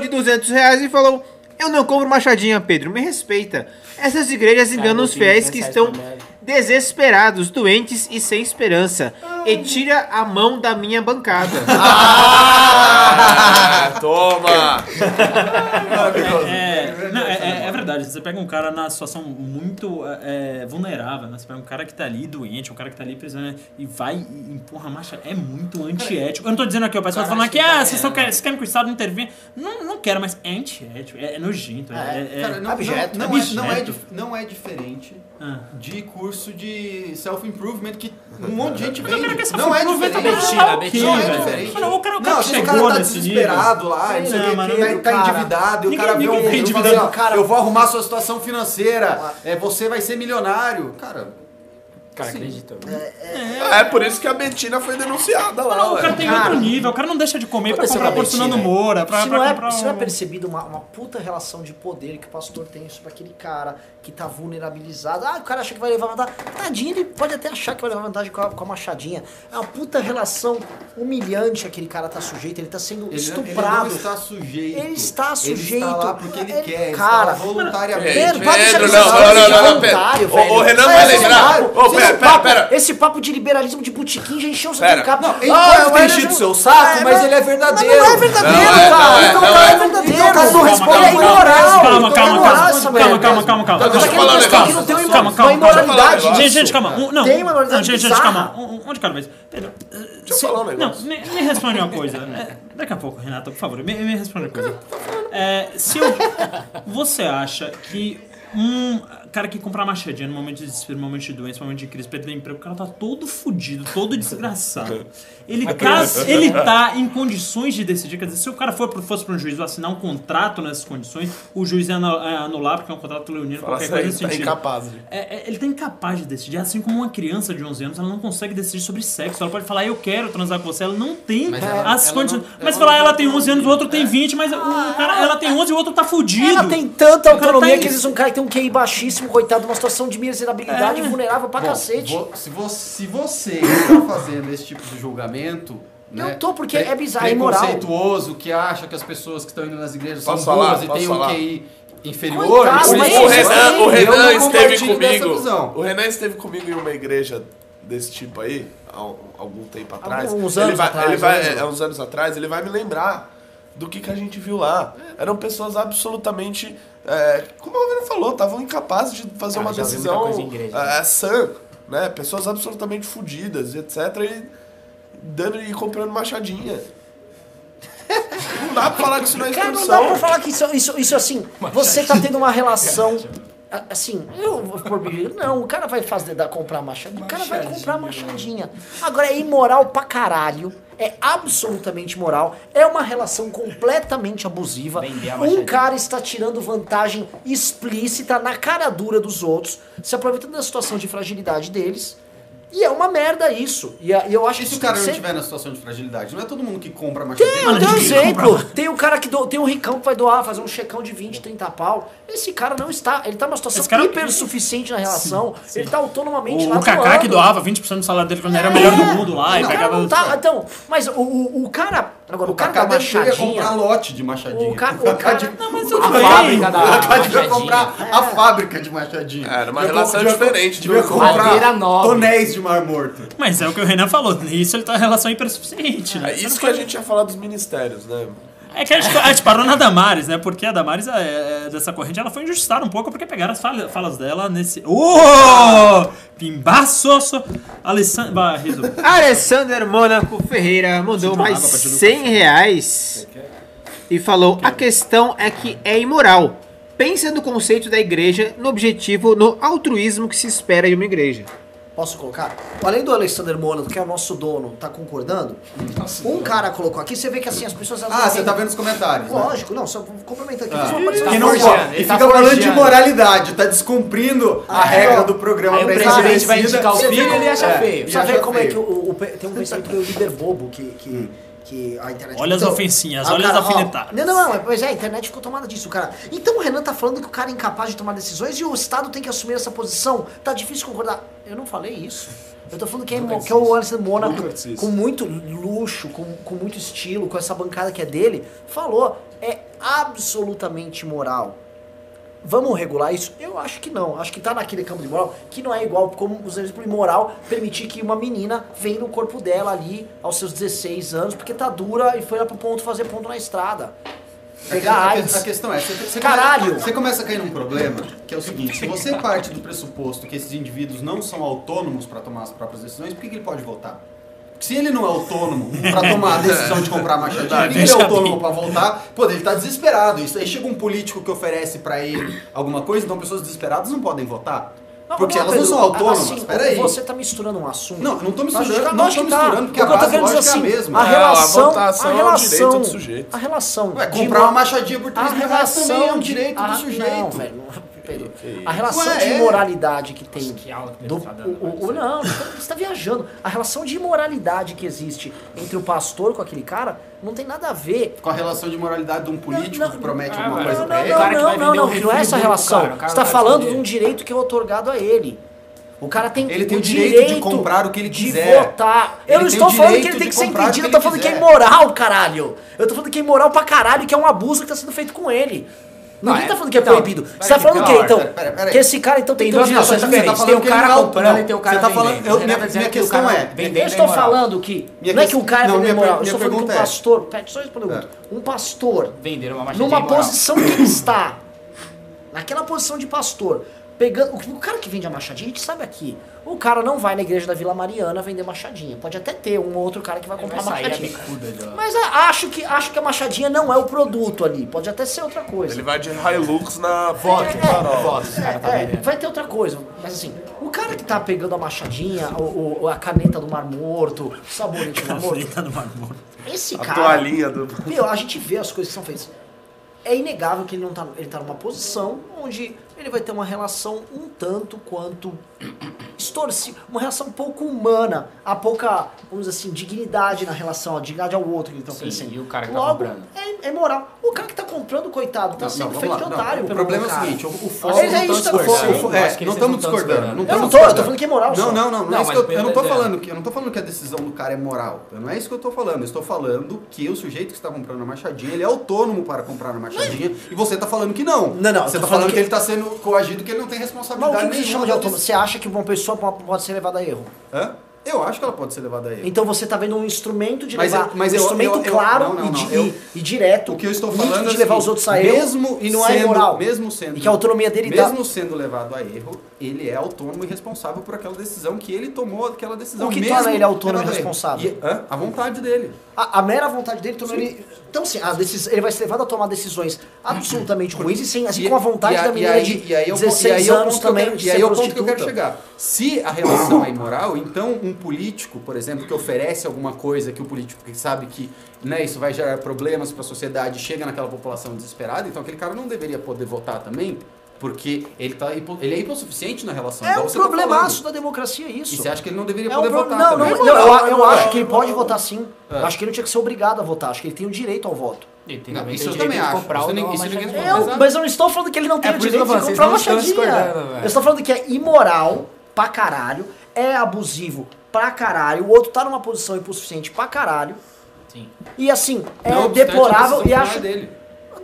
S1: de 200 reais e falou: Eu não compro machadinha, Pedro, me respeita. Essas igrejas enganam os
S9: Cara,
S1: fiéis que
S9: mensagem
S1: estão
S9: pra Mary.
S1: desesperados, doentes e sem esperança. E
S2: Ah.
S1: tira a mão da minha bancada.
S4: Ah, toma!
S2: É, não, é, é- é verdade, você pega um cara na situação muito é, é, vulnerável, né? Você pega um cara que tá ali doente, um cara que tá ali precisando né? e vai e empurra a marcha. É muito antiético. Eu não tô dizendo aqui, o pessoal tá falando aqui, ah, vocês, só querem, vocês querem que o Estado intervenha. Não, não quero, mas é antiético, é, é nojento. É, é-
S7: Cara, não,
S5: Abjeto.
S7: não- não é, não é
S2: Abjeto.
S7: dif- não é diferente
S2: Ah.
S7: de curso de self-improvement que um monte de gente
S2: Mas eu quero que
S7: vende.
S2: essa
S7: Não é
S2: aproveita
S7: diferente.
S2: pra
S9: Betina,
S2: falar o
S9: Betina,
S2: quê,
S7: Não é
S2: velho?
S7: diferente.
S2: Não, o cara, o cara
S7: Não, se o
S2: chegou
S7: cara tá
S2: nesse nível.
S7: desesperado lá, não sei o
S2: Não,
S7: que,
S2: mano,
S7: tá, tá
S5: cara.
S7: endividado, e o
S2: Ninguém-
S7: cara vê
S2: ninguém
S7: um
S2: é
S7: vídeo e fala
S2: endividado.
S7: assim, ó, cara, eu vou arrumar sua situação financeira, é, você vai ser milionário. Cara,
S9: Cara, acredita.
S4: É por isso que a Betina foi denunciada lá,
S2: O cara
S4: ué.
S2: tem outro nível, o cara não deixa de comer pra
S9: Aconteceu
S2: comprar
S9: com a
S2: porcionando
S9: Betina,
S2: Moura, pra,
S5: se,
S2: pra
S5: não
S2: comprar
S5: é, se não é
S2: um-
S5: percebido uma, uma puta relação de poder que o pastor tem sobre aquele cara que tá vulnerabilizado. Ah, o cara acha que vai levar vantagem. Tadinho, ele pode até achar que vai levar vantagem com a, com a machadinha. É uma puta relação humilhante que aquele cara tá sujeito. Ele tá sendo
S2: é-
S7: ele, ele não
S5: estuprado.
S2: um
S7: está sujeito.
S5: Ele está
S7: Ele
S5: Tá sujeito.
S7: está lá porque ele,
S5: Ele-
S7: quer, ele
S5: cara,
S7: está lá voluntariamente.
S5: Pedro,
S4: Pedro,
S5: para de chamar
S4: não,
S5: esses
S4: não,
S5: caras
S4: não,
S5: de
S4: não, não,
S5: é voluntário,
S4: Pedro.
S5: velho.
S4: O- o Renan
S5: Mas
S4: vai
S5: esse
S4: lembrar.
S5: papo-
S4: Ô,
S5: esse
S4: pera, pera,
S5: papo-
S4: pera.
S5: Esse papo de liberalismo de botiquim já encheu o seu
S4: Pera.
S5: capo.
S7: Não, ele
S5: Ah,
S7: pode
S5: o
S7: ter
S5: Renan-
S7: enchido o seu saco, mas ele é verdadeiro.
S5: Mas não é verdadeiro,
S4: Não é,
S5: cara.
S4: não é,
S5: então
S4: não
S5: o cara
S4: é.
S5: é verdadeiro.
S7: Então,
S5: cara não
S7: calma,
S5: responde. É
S2: calma,
S5: imoral.
S2: calma,
S5: então
S2: calma,
S5: é
S2: calma,
S5: imoraça,
S2: calma,
S5: velho.
S2: calma, calma, calma.
S5: Mas
S4: Deixa eu
S5: aquele
S4: falar um
S5: pastor que não
S4: negócio.
S5: tem uma
S2: Calma,
S5: imor-
S2: calma,
S5: uma
S2: calma.
S5: imoralidade.
S4: Deixa eu falar um
S2: Gente, gente, calma. Um, não,
S5: Tem uma moralidade
S2: não, gente, gente,
S5: bizarra.
S2: calma. Um, um de cada vez. Pedro,
S4: eu falar um negócio.
S2: Não, me, me responde uma coisa. É, Daqui a pouco, Renata, por favor, me, me responde uma coisa. É, se eu, você acha que um cara que compra machadinha no momento de desespero, no momento de doença, no momento de crise, perdeu emprego, o cara tá todo fudido, todo desgraçado. Ele tá, ele tá em condições de decidir. Quer dizer, se o cara for, pro- fosse pra um juízo assinar um contrato nessas condições, o juiz ia anu- ia anular, porque é um contrato leonino,
S4: Fala
S2: qualquer coisa
S4: sério,
S2: nesse
S4: tá
S2: sentido.
S4: incapaz. de-
S2: É, é, ele tá incapaz de decidir, assim como uma criança de 11 anos, ela não consegue decidir sobre sexo. Ela pode falar, eu quero transar com você, ela não tem
S7: Mas ela-
S2: as
S7: ela
S2: condições.
S7: não- ela
S2: mas
S7: não tá né?
S2: falar,
S7: tem
S2: ela tem 11 anos, o outro tem
S7: autonomia.
S2: 20, mas o cara, ela tem 11 e o outro tá fudido.
S5: Ah, Ela tem tanta
S2: O cara tá
S5: autonomia
S2: em-
S5: que existe um cara que tem um QI baixíssimo, coitado, uma situação de miserabilidade
S4: É.
S5: vulnerável pra
S7: Bom,
S5: cacete.
S7: vo- se, vo- se você está fazendo esse tipo de julgamento.
S5: Eu
S7: né,
S5: tô, porque
S7: pre-
S5: é bizarro, é imoral.
S7: Preconceituoso que acha que as pessoas que estão indo nas igrejas
S4: Posso
S7: são
S4: falar?
S7: burras e
S4: Posso
S7: têm um
S4: falar?
S7: QI inferior.
S5: Coitado,
S7: por
S5: mas é
S7: isso
S4: O
S7: que eu
S4: Renan, o
S7: não
S4: Renan esteve
S7: compartilho dessa
S4: comigo.
S7: visão.
S4: O Renan esteve comigo em uma igreja desse tipo aí, há um- algum tempo atrás.
S5: Alguns
S4: ele
S5: anos
S4: vai,
S5: atrás,
S4: ele vai,
S5: né?
S4: é, uns anos atrás, ele vai me lembrar do que, que a gente viu lá. Eram pessoas absolutamente. é, como o Renan falou, estavam incapazes de fazer
S9: Cara,
S4: uma
S9: já vi muita
S4: decisão
S9: coisa em igreja,
S4: é,
S9: né?
S4: é, sã, né? Pessoas absolutamente fodidas, etc. E dando e comprando machadinha. Não dá pra falar disso na
S5: Cara, não dá
S4: instrução.
S5: pra falar que isso, isso, isso assim, você tá tendo uma
S3: É,
S5: relação. a- Assim, eu vou por mim, não, o cara vai fazer, dar, comprar machadinha, o cara vai comprar machadinha. Agora é imoral pra caralho, é é absolutamente moral, é uma relação completamente abusiva.
S3: Vender a
S5: Um
S3: machadinha.
S5: cara está tirando vantagem explícita na cara dura dos outros, se aproveitando da situação de fragilidade deles. E é uma merda isso. E, a- e eu
S7: E
S5: acho que
S7: se o
S5: isso
S7: cara
S5: tem
S7: não
S5: que ser
S7: estiver na situação de fragilidade? Não é todo mundo que compra
S5: tem,
S7: machadinha.
S5: eu dei um
S2: ninguém
S5: exemplo. Tem o cara que do, tem um ricão que vai doar, fazer um checão de 20, 30 pau. Esse cara não está. Ele tá numa situação
S2: Esse cara-
S5: hiper suficiente na relação. Ele tá autonomamente lá
S2: O, o Kaká
S5: doando.
S2: que doava 20% do salário dele quando era o melhor do mundo lá e
S5: O cara
S2: pegava.
S5: É.
S2: um-
S5: não tá. Então, mas o, o, o cara. Agora, o, cara da
S7: Kaká chega a
S5: machadinha.
S7: comprar lote de machadinha.
S5: O cara. O cara
S3: A fábrica da
S7: Kaká devia
S3: machadinha.
S7: comprar
S5: É.
S7: a fábrica de machadinha.
S4: Era É uma
S7: Devia
S4: relação
S7: com- devia-
S4: diferente do
S7: Devia
S4: do-
S7: comprar
S3: Madeira nova.
S7: tonéis de mar morto.
S2: Mas é o que o Renan falou, isso ele tá em relação hipersuficiente, né?
S4: É
S2: Você
S4: isso
S2: não
S4: que a gente ia falar dos ministérios, né?
S2: É que a gente, a gente parou na Damares, né? Porque a Damares é, é, dessa corrente ela foi injustiçada um pouco porque pegaram as falha- falas dela nesse. Oh! Pimbaço! Alessandro. Barreto.
S1: Alessandro Mônaco Ferreira mandou
S2: Chupa
S1: mais
S2: água pra te
S1: 100 reais e falou: a questão é que é imoral. Pensa no conceito da igreja, no objetivo, no altruísmo que se espera de uma igreja.
S5: Posso colocar? Além do Alexander Mônaco, que é o nosso dono, tá concordando? um cara colocou aqui, você vê que assim, as pessoas. elas
S7: Ah,
S5: não
S7: você
S5: têm-
S7: tá vendo os comentários. né?
S5: Lógico, não, só complementando aqui.
S7: Ah.
S5: só uma participação.
S7: Que
S3: Tá
S7: não
S3: forjando,
S7: pode.
S3: ele
S7: E
S3: tá
S7: fica falando de
S3: forjando.
S7: moralidade, tá descumprindo a regra do programa
S3: Ah, é. Aí o
S7: pra
S3: presidente vai
S7: endurecida.
S3: indicar o
S7: Você
S3: filho e
S7: vê-
S3: ele acha
S7: é,
S3: feio.
S7: ele
S5: Só
S7: acha
S5: ver como é
S7: feio.
S5: que o, o- o pe- tem um pensamento meio líder bobo que, que, que a internet.
S2: Olha as
S5: Então,
S2: ofensinhas,
S5: ah,
S2: olha
S5: cara,
S2: as
S5: ó,
S2: alfinetadas.
S5: Não, não, não, pois é, a internet ficou tomada disso, cara. Então o Renan tá falando que o cara é incapaz de tomar decisões e o Estado tem que assumir essa posição. Tá difícil concordar. Eu não falei isso. Eu tô falando que é, mo- que é o Alexander Monaco,
S4: Nunca disse isso.
S5: com muito luxo, com, com muito estilo, com essa bancada que é dele, falou. É absolutamente moral. Vamos regular isso? Eu acho que não. Acho que tá naquele campo de moral que não é igual, como por exemplo, imoral permitir que uma menina venha no corpo dela ali aos seus 16 anos, porque tá dura e foi lá pro ponto fazer ponto na estrada. Pegar
S7: A É que- A
S5: AIDS.
S7: questão é, você, você
S5: Caralho!
S7: Começa, você começa a cair num problema, que é o seguinte, se você parte do pressuposto que esses indivíduos não são autônomos para tomar as próprias decisões, por que, que ele pode votar? Porque se ele não é autônomo para tomar a decisão de comprar a
S5: Ah,
S7: machadinha, por que que ele é
S2: deixa
S7: autônomo
S2: bem.
S7: para voltar, pô, ele tá desesperado. Isso aí chega um político que oferece para ele alguma coisa, então pessoas desesperadas não podem votar.
S5: Não,
S7: Porque
S5: vamos
S7: elas não
S5: lá,
S7: são
S5: Pedro.
S7: autônomas,
S5: Assim,
S7: peraí.
S5: Você tá misturando um assunto.
S7: Não, eu não tô
S5: Nós
S7: misturando,
S5: já-
S7: não
S5: nós
S7: tô
S5: que tá.
S7: misturando, porque a
S5: O que eu tô
S7: base
S5: querendo dizer
S7: lógica é a
S5: assim,
S7: mesma.
S5: A
S7: Não,
S4: a
S5: relação,
S4: votação
S5: a
S4: é um
S5: relação,
S4: direito do sujeito.
S5: A relação.
S7: Ué,
S5: de
S7: comprar
S5: mo-
S7: uma machadinha por
S5: a
S7: 3 mil reais
S5: relação
S7: também é um direito
S5: a-
S7: do sujeito.
S5: Não, velho, não, Pedro.
S4: isso?
S5: A relação
S7: Ué,
S5: de
S7: é.
S5: imoralidade que tem.
S3: Que aula que
S5: do,
S3: Pedro tá dando,
S5: o- o- o- não, você está viajando. A relação de imoralidade que existe entre o pastor com aquele cara não tem nada a ver.
S7: Com a relação de moralidade de um político
S5: Não,
S7: que
S5: não,
S7: promete
S3: ah,
S7: alguma
S3: velho,
S7: coisa
S5: Não,
S7: pra
S5: não,
S7: ele.
S5: não,
S3: cara que
S5: não,
S3: vai
S5: não,
S3: vender
S5: não,
S3: um
S5: que não é essa
S3: refúgio
S5: a
S3: pro
S5: relação.
S3: cara, o cara
S5: você está
S3: vai
S5: falando de
S3: escolher.
S5: um direito que é otorgado a ele. O cara tem,
S7: Ele tem o direito
S5: direito,
S7: de comprar o que ele
S5: De
S7: quiser.
S5: votar.
S7: Ele
S5: eu não
S7: tem
S5: estou
S7: o
S5: falando que
S7: direito
S5: ele
S7: de
S5: tem que ser
S7: comprar o
S5: impedido,
S7: que
S5: eu tô
S7: ele
S5: falando que é
S7: quiser.
S5: imoral, caralho. Eu tô falando que é imoral pra caralho, que é um abuso que tá sendo feito com ele.
S3: Não,
S5: Ninguém
S3: é-
S5: tá falando que é
S3: então,
S5: proibido. Você
S3: peraí,
S5: tá falando o quê,
S3: calma,
S5: então?
S7: peraí, peraí, peraí.
S5: Que esse cara, então, tem,
S3: Tem duas
S5: que ter um
S3: relações
S7: Você tá
S3: diferentes.
S7: falando
S3: Tem o
S7: que ele
S3: cara
S7: não é autônomo.
S3: comprando e tem o cara
S7: Você tá
S3: vendendo.
S7: falando- eu-
S3: O Renan
S7: minha-
S3: tá dizendo
S7: minha
S3: que o
S7: questão
S3: cara
S7: é,
S3: vendendo
S5: Eu
S3: é
S5: estou
S3: imoral.
S5: falando que.
S7: Minha
S5: não é
S7: questão-
S5: que o cara
S7: não,
S5: não, é
S7: minha per-
S5: imoral. Eu estou
S7: minha
S5: falando que um
S7: pergunta é-
S5: pastor. Pede só responder uma pergunta. Um pastor,
S3: Venderam uma machadinha
S5: numa
S3: imoral.
S5: posição que ele está, naquela posição de pastor, pegando. O cara que vende a machadinha, a gente sabe aqui. O cara não vai na igreja da Vila Mariana vender machadinha. Pode até ter um ou outro cara que vai
S3: Ele
S5: comprar
S3: vai sair a
S5: machadinha.
S3: bicuda ali, ó.
S5: Mas a- acho que, acho que a machadinha não é o produto ali. Pode até ser outra coisa.
S4: Ele vai de Hilux na
S5: Voto,
S4: Voto Farol.
S3: Foda, esse cara tá
S5: É,
S4: né?
S3: vendendo.
S5: vai ter outra coisa, mas assim, o cara que tá pegando a machadinha, o, o- a caneta do Mar Morto, o sabonete do Mar Morto,
S2: Tá no Mar Morto.
S5: esse
S4: A
S5: cara,
S4: toalhinha do.
S5: meu, a gente vê as coisas que são feitas. É inegável que ele não tá, ele tá numa posição onde ele vai ter uma relação um tanto quanto distorcida, uma relação pouco humana, a pouca, vamos dizer assim, dignidade na relação, a dignidade ao outro que ele tá
S3: Sim,
S5: oferecendo.
S3: e o cara que tá
S5: Logo,
S3: comprando.
S5: é, é moral. O cara que tá comprando, coitado,
S7: Não,
S5: tá
S7: não,
S5: sendo
S7: vamos
S5: feito
S7: lá,
S5: de
S7: não,
S5: otário.
S7: O
S5: pelo
S7: problema é o
S5: cara.
S7: seguinte, o, o
S5: Mas
S7: foco
S5: é isso que eu tô
S7: discordando.
S5: falando.
S7: É,
S3: Eu acho que
S7: não
S3: eles
S7: estamos
S3: não tão
S7: discordando.
S3: discordando.
S5: Eu não
S7: estamos
S5: tô, eu tô
S7: discordando.
S5: falando que é moral só.
S7: Não, não, não. não,
S3: Não,
S7: é isso
S3: mas
S7: que eu,
S3: pelo
S7: eu não tô
S3: desenho.
S7: falando que eu não tô falando que a decisão do cara é moral. Não é isso que eu tô falando. Eu estou falando que o sujeito que está comprando a machadinha, ele é autônomo para comprar a machadinha. E você tá falando que não.
S5: Não, não, eu
S7: Você
S5: tô
S7: tá
S5: falando
S7: falando
S5: que-
S7: que ele tá sendo coagido, que ele não tem
S5: Mas o
S7: responsabilidade
S5: que você
S7: nenhuma
S5: chama de
S7: da
S5: autônomo?
S7: decisão.
S5: Você acha que uma pessoa po- pode ser levada a erro?
S7: Hã? Eu acho que ela pode ser levada a ele.
S5: Então você tá vendo um instrumento de
S7: Mas eu-
S5: levar,
S7: mas
S5: um
S7: eu-
S5: instrumento
S7: eu- eu-
S5: claro
S7: não, não,
S5: e, di-
S7: não, eu-
S5: e- e direto.
S7: O que eu estou
S5: nítido
S7: falando é
S5: de levar
S7: assim,
S5: os outros a erro.
S7: mesmo
S5: e não
S7: sendo,
S5: é moral.
S7: Mesmo sendo,
S5: E que a autonomia dele dá-
S7: mesmo sendo levado a erro, ele é autônomo e responsável por aquela decisão que ele tomou, aquela decisão.
S5: O que
S7: mesmo
S5: torna ele autônomo e
S7: levado a erro.
S5: responsável?
S7: E- hã? a vontade dele.
S5: A, a mera vontade dele tornou ele. Então, assim, a decis- ele vai ser levado a tomar decisões absolutamente ruins e sem, assim,
S7: E-
S5: com a vontade
S7: e a-
S5: da
S7: e
S5: menina
S7: aí-
S5: de
S7: e aí é o ponto-
S5: 16
S7: e aí é o
S5: anos
S7: ponto que eu
S5: também.
S7: quero-
S5: de
S7: E
S5: ser
S7: aí é o ponto que eu quero
S5: prostituta.
S7: chegar. Se a relação é imoral, então um político, por exemplo, que oferece alguma coisa que o político que sabe que né, isso vai gerar problemas para a sociedade, chega naquela população desesperada, então aquele cara não deveria poder votar também, porque ele, tá, hipo- ele é hipossuficiente na relação.
S5: É
S7: igual
S5: um
S7: você tá falando.
S5: problemaço da democracia é
S7: E
S5: isso.
S7: você acha que ele não deveria
S5: É um
S7: poder
S5: pro-
S7: votar
S5: não, um não,
S7: também? É.
S5: não, eu, eu acho que ele pode votar sim. Eu Acho que ele não tinha que ser obrigado a votar. Acho que ele tem o direito ao voto.
S3: Ele tem
S7: Não,
S3: também
S7: isso
S3: tem
S7: eu
S3: o
S7: também
S3: direito de
S7: acho.
S3: comprar
S7: Isso
S3: ou
S7: ninguém-
S3: não é
S7: isso
S3: uma
S7: ninguém É
S3: machadinha.
S7: discorda.
S5: Eu,
S7: mas a-
S5: mas eu não estou falando que ele não tem
S3: por
S5: o
S3: isso
S5: direito
S3: que eu
S5: de
S3: falo, vocês
S5: comprar
S3: não
S5: uma
S3: estão
S5: chadinha.
S3: discordando, velho.
S5: Eu estou falando que é imoral pra caralho, é abusivo pra caralho, o outro tá numa posição insuficiente pra caralho.
S3: Sim.
S5: E assim, é
S7: Não obstante, a
S5: deplorável
S7: decisão
S5: e
S7: final
S5: acho.
S7: é dele.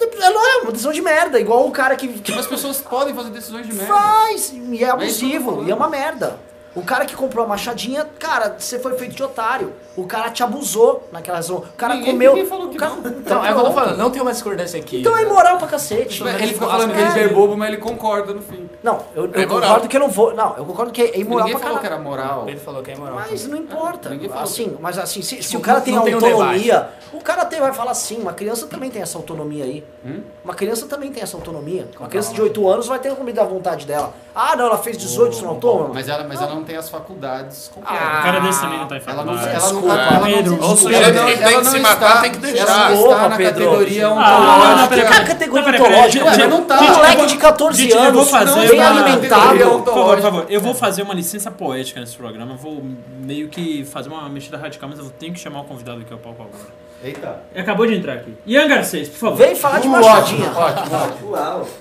S5: É, Não é uma decisão de merda, igual o cara que, que
S7: Mas Tipo, as pessoas podem fazer decisões de merda.
S5: faz e
S7: É
S5: é
S7: isso que eu tô
S5: abusivo
S7: falando.
S5: e é uma merda. O cara que comprou a machadinha, cara, você foi feito de otário. O cara te abusou naquela razão. O cara
S7: Ninguém-
S5: comeu.
S7: ninguém falou
S5: o
S7: que
S5: cara...
S7: não.
S5: Então,
S3: Então, é o que eu tô falando, não tem uma discordância aqui.
S5: então é imoral pra cacete.
S7: Tipo, Ele fica falando que ele é bobo, mas ele concorda no fim.
S5: Não, eu, eu
S7: É imoral.
S5: concordo que eu não vou. Não, eu concordo que é imoral
S7: Ninguém
S5: pra
S7: falou
S5: caralho.
S7: que era moral.
S3: Ele falou que é imoral.
S5: Mas não importa.
S7: Ninguém falou. Tipo,
S5: assim, mas assim, se, se
S3: Não-
S5: o cara
S3: não
S5: tem
S3: tem um
S5: autonomia, o cara tem, vai falar assim, uma criança também tem essa autonomia aí.
S7: Hum?
S5: Uma criança também tem essa autonomia. Uma criança de 8 anos vai ter comida à vontade dela. Ah, não, ela fez 18, isso não é autônoma.
S7: Mas ela, mas ela não tem as faculdades completas.
S2: O cara desse também não tá em
S7: Ela
S9: Ah,
S7: não,
S2: faculdade.
S7: ela não,
S5: Desculpa,
S7: ela não,
S2: Pedro.
S7: ela
S2: Ou
S7: não,
S2: seja,
S7: ela
S2: ele
S7: não,
S4: tem que se
S7: não
S4: matar,
S7: está-
S4: tem que deixar.
S7: Ela não está
S5: Desculpa,
S7: um na
S5: Pedro.
S7: categoria
S2: Ah, não,
S7: ontológica.
S2: peraí,
S5: Cara,
S2: peraí.
S5: categoria
S2: Não, peraí, peraí,
S5: ontológica,
S2: gente,
S5: mano.
S7: não tá.
S5: Um moleque
S7: Eu vou-
S5: de 14
S2: gente, eu vou
S5: anos,
S2: fazer
S5: bem
S2: uma-
S5: alimentado.
S2: Por favor, por favor, eu vou fazer uma licença poética nesse programa. Eu vou meio que fazer uma mexida radical, mas eu tenho que chamar o convidado aqui ao palco agora.
S7: Eita.
S2: Ele acabou de entrar aqui. Ian Garcês, por favor.
S5: Vem falar de machadinha.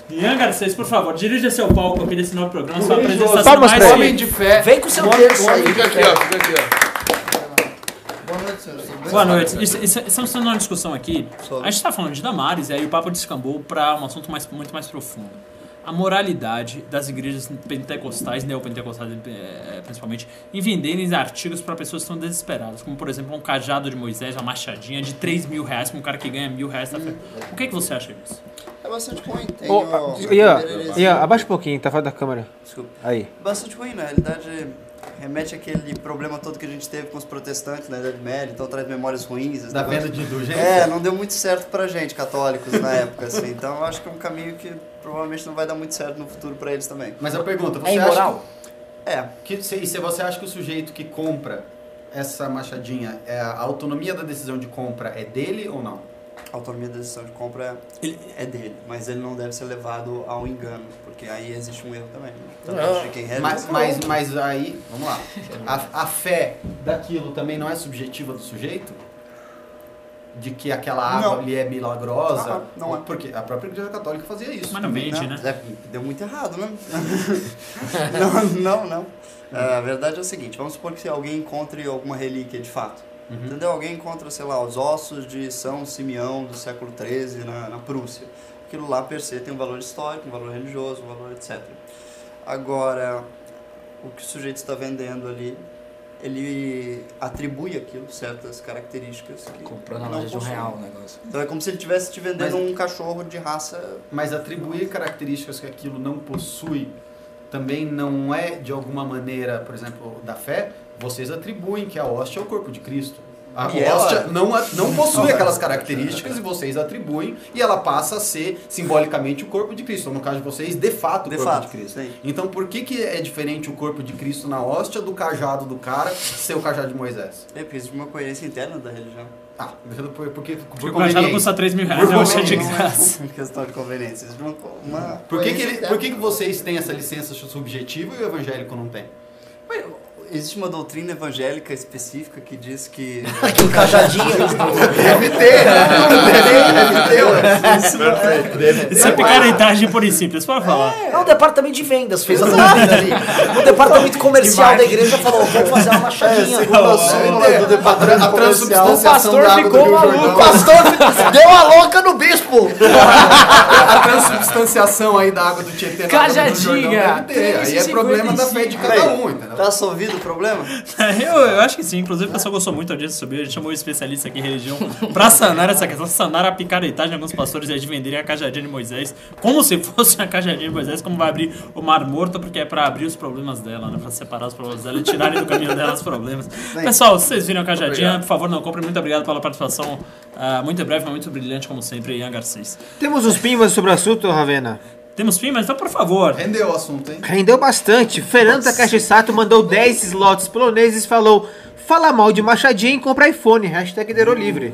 S2: Ian Garcês, por favor, dirija-se ao palco aqui desse novo programa. Sua apresentação
S1: Palmas
S2: mais
S1: pra
S2: que-
S7: Homem de fé.
S5: Vem com seu terço aí.
S4: Fica aqui, ó. Fica aqui,
S2: Boa noite. Isso- isso- Estamos tendo uma discussão aqui. A gente está falando de Damares e aí o papo descambou para um assunto mais, muito mais profundo. A moralidade das igrejas pentecostais, neopentecostais eh, principalmente, em venderem artigos para pessoas que estão desesperadas. Como, por exemplo, um cajado de Moisés, uma machadinha de 3 mil reais para um cara que ganha mil reais. na fe- O que, é que você acha disso?
S10: É bastante ruim. Tem
S1: Ô,
S10: o-
S1: ah, Ian, Ian, abaixa um pouquinho, tá fora da câmera.
S10: Desculpa.
S1: Aí.
S10: É Bastante ruim, na realidade. Remete àquele problema todo que a gente teve com os protestantes na Idade Média, então traz memórias ruins. esse
S7: Da
S10: negócio.
S7: venda de indulgência.
S10: É, não deu muito certo pra gente, católicos, na época, assim. Então eu acho que é um caminho que provavelmente não vai dar muito certo no futuro pra eles também.
S7: Mas eu pergunto, você
S5: É imoral?
S10: É,
S7: acha que, que se, se você acha que o sujeito que compra essa machadinha, é, a autonomia da decisão de compra é dele ou não?
S10: a autonomia da decisão de compra é-
S2: Ele-
S10: é dele, mas ele não deve ser levado ao engano, porque aí existe um erro também. né? Então,
S4: Não.
S10: de quem reza,
S7: Mas, mas, mas aí, vamos lá. A, a fé daquilo também não é subjetiva do sujeito? De que aquela água
S10: Não.
S7: ali é milagrosa?
S10: Ah, não é.
S7: Porque a própria Igreja Católica fazia isso.
S2: Mas não vende, né?
S10: É, deu muito errado, né? não, não, não. É, a verdade é o seguinte, vamos supor que se alguém encontre alguma relíquia de fato.
S3: Uhum.
S10: Entendeu? Alguém encontra, sei lá, os ossos de São Simeão do século XIII na, na Prússia. Aquilo lá, per se, tem um valor histórico, um valor religioso, um valor etc. Agora, o que o sujeito está vendendo ali, ele atribui aquilo certas características que
S3: Comprou na loja de um
S10: possui.
S3: real o negócio.
S10: Então é como se ele estivesse te vendendo
S7: Mas-
S10: um cachorro de raça
S7: Mas atribuir características que aquilo não possui também não é de alguma maneira, por exemplo, da fé, vocês atribuem que a hóstia é o corpo de Cristo. A
S10: E ela-
S7: hóstia não, a- não possui aquelas características e vocês atribuem e ela passa a ser simbolicamente o corpo de Cristo. Ou no caso de vocês, de fato, o
S10: de
S7: corpo de
S10: fato.
S7: Cristo.
S10: Sim.
S7: Então por que, que é diferente o corpo de Cristo na hóstia do cajado do cara ser o cajado de Moisés?
S10: É, porque existe uma coerência interna da religião.
S7: Ah, por- porque... Por
S2: Porque o cajado
S7: conveniência.
S2: custa 3 mil reais, é uma cheia de
S10: não
S2: graça.
S10: é uma questão de conveniência. Existe uma, uma é
S7: Por que, que, ele-
S10: coerência interna.
S7: por que que vocês têm essa licença subjetiva e o evangélico não tem?
S10: Mas Existe uma doutrina evangélica específica que diz que...
S5: Um cajadinho.
S7: Deve ter, né?
S2: Isso é picaretagem pura e simples, pode falar.
S5: É o departamento de vendas fez a dúvida ali. O departamento comercial da igreja falou: vamos fazer
S7: É,
S5: uma machadinha.
S7: A
S9: é
S5: O pastor ficou maluco. O pastor deu a louca no bispo.
S7: A transubstanciação aí da água do Tietê na água do Jordão
S3: Cajadinha,
S7: deve ter. Aí é
S3: 3,55.
S7: problema da fé de cada um, entendeu?
S10: Tá solvido o problema?
S2: Eu, eu acho que sim. Inclusive, o pessoal gostou muito da audiência sobre. A gente chamou um especialista aqui em religião pra sanar essa questão, sanar a picaretagem de alguns pastores aí de venderem a cajadinha de Moisés, como se fosse a cajadinha de Moisés, como vai abrir o Mar Morto, porque é pra abrir os problemas dela, né? Pra separar os problemas dela e tirarem do caminho dela os problemas. Pessoal, vocês viram a cajadinha, por favor, não comprem. Muito obrigado pela participação. ah, muito breve, mas muito brilhante, como sempre, Ian Garcês.
S1: Temos uns pimbas sobre o assunto, Ravena.
S2: Temos fim, mas então, por favor.
S7: Rendeu o assunto, hein?
S1: Rendeu bastante. Fernando Takashi Sato mandou 10 slots poloneses e falou: Fala mal de Machadinha e compra iPhone. Hashtag Derou Livre.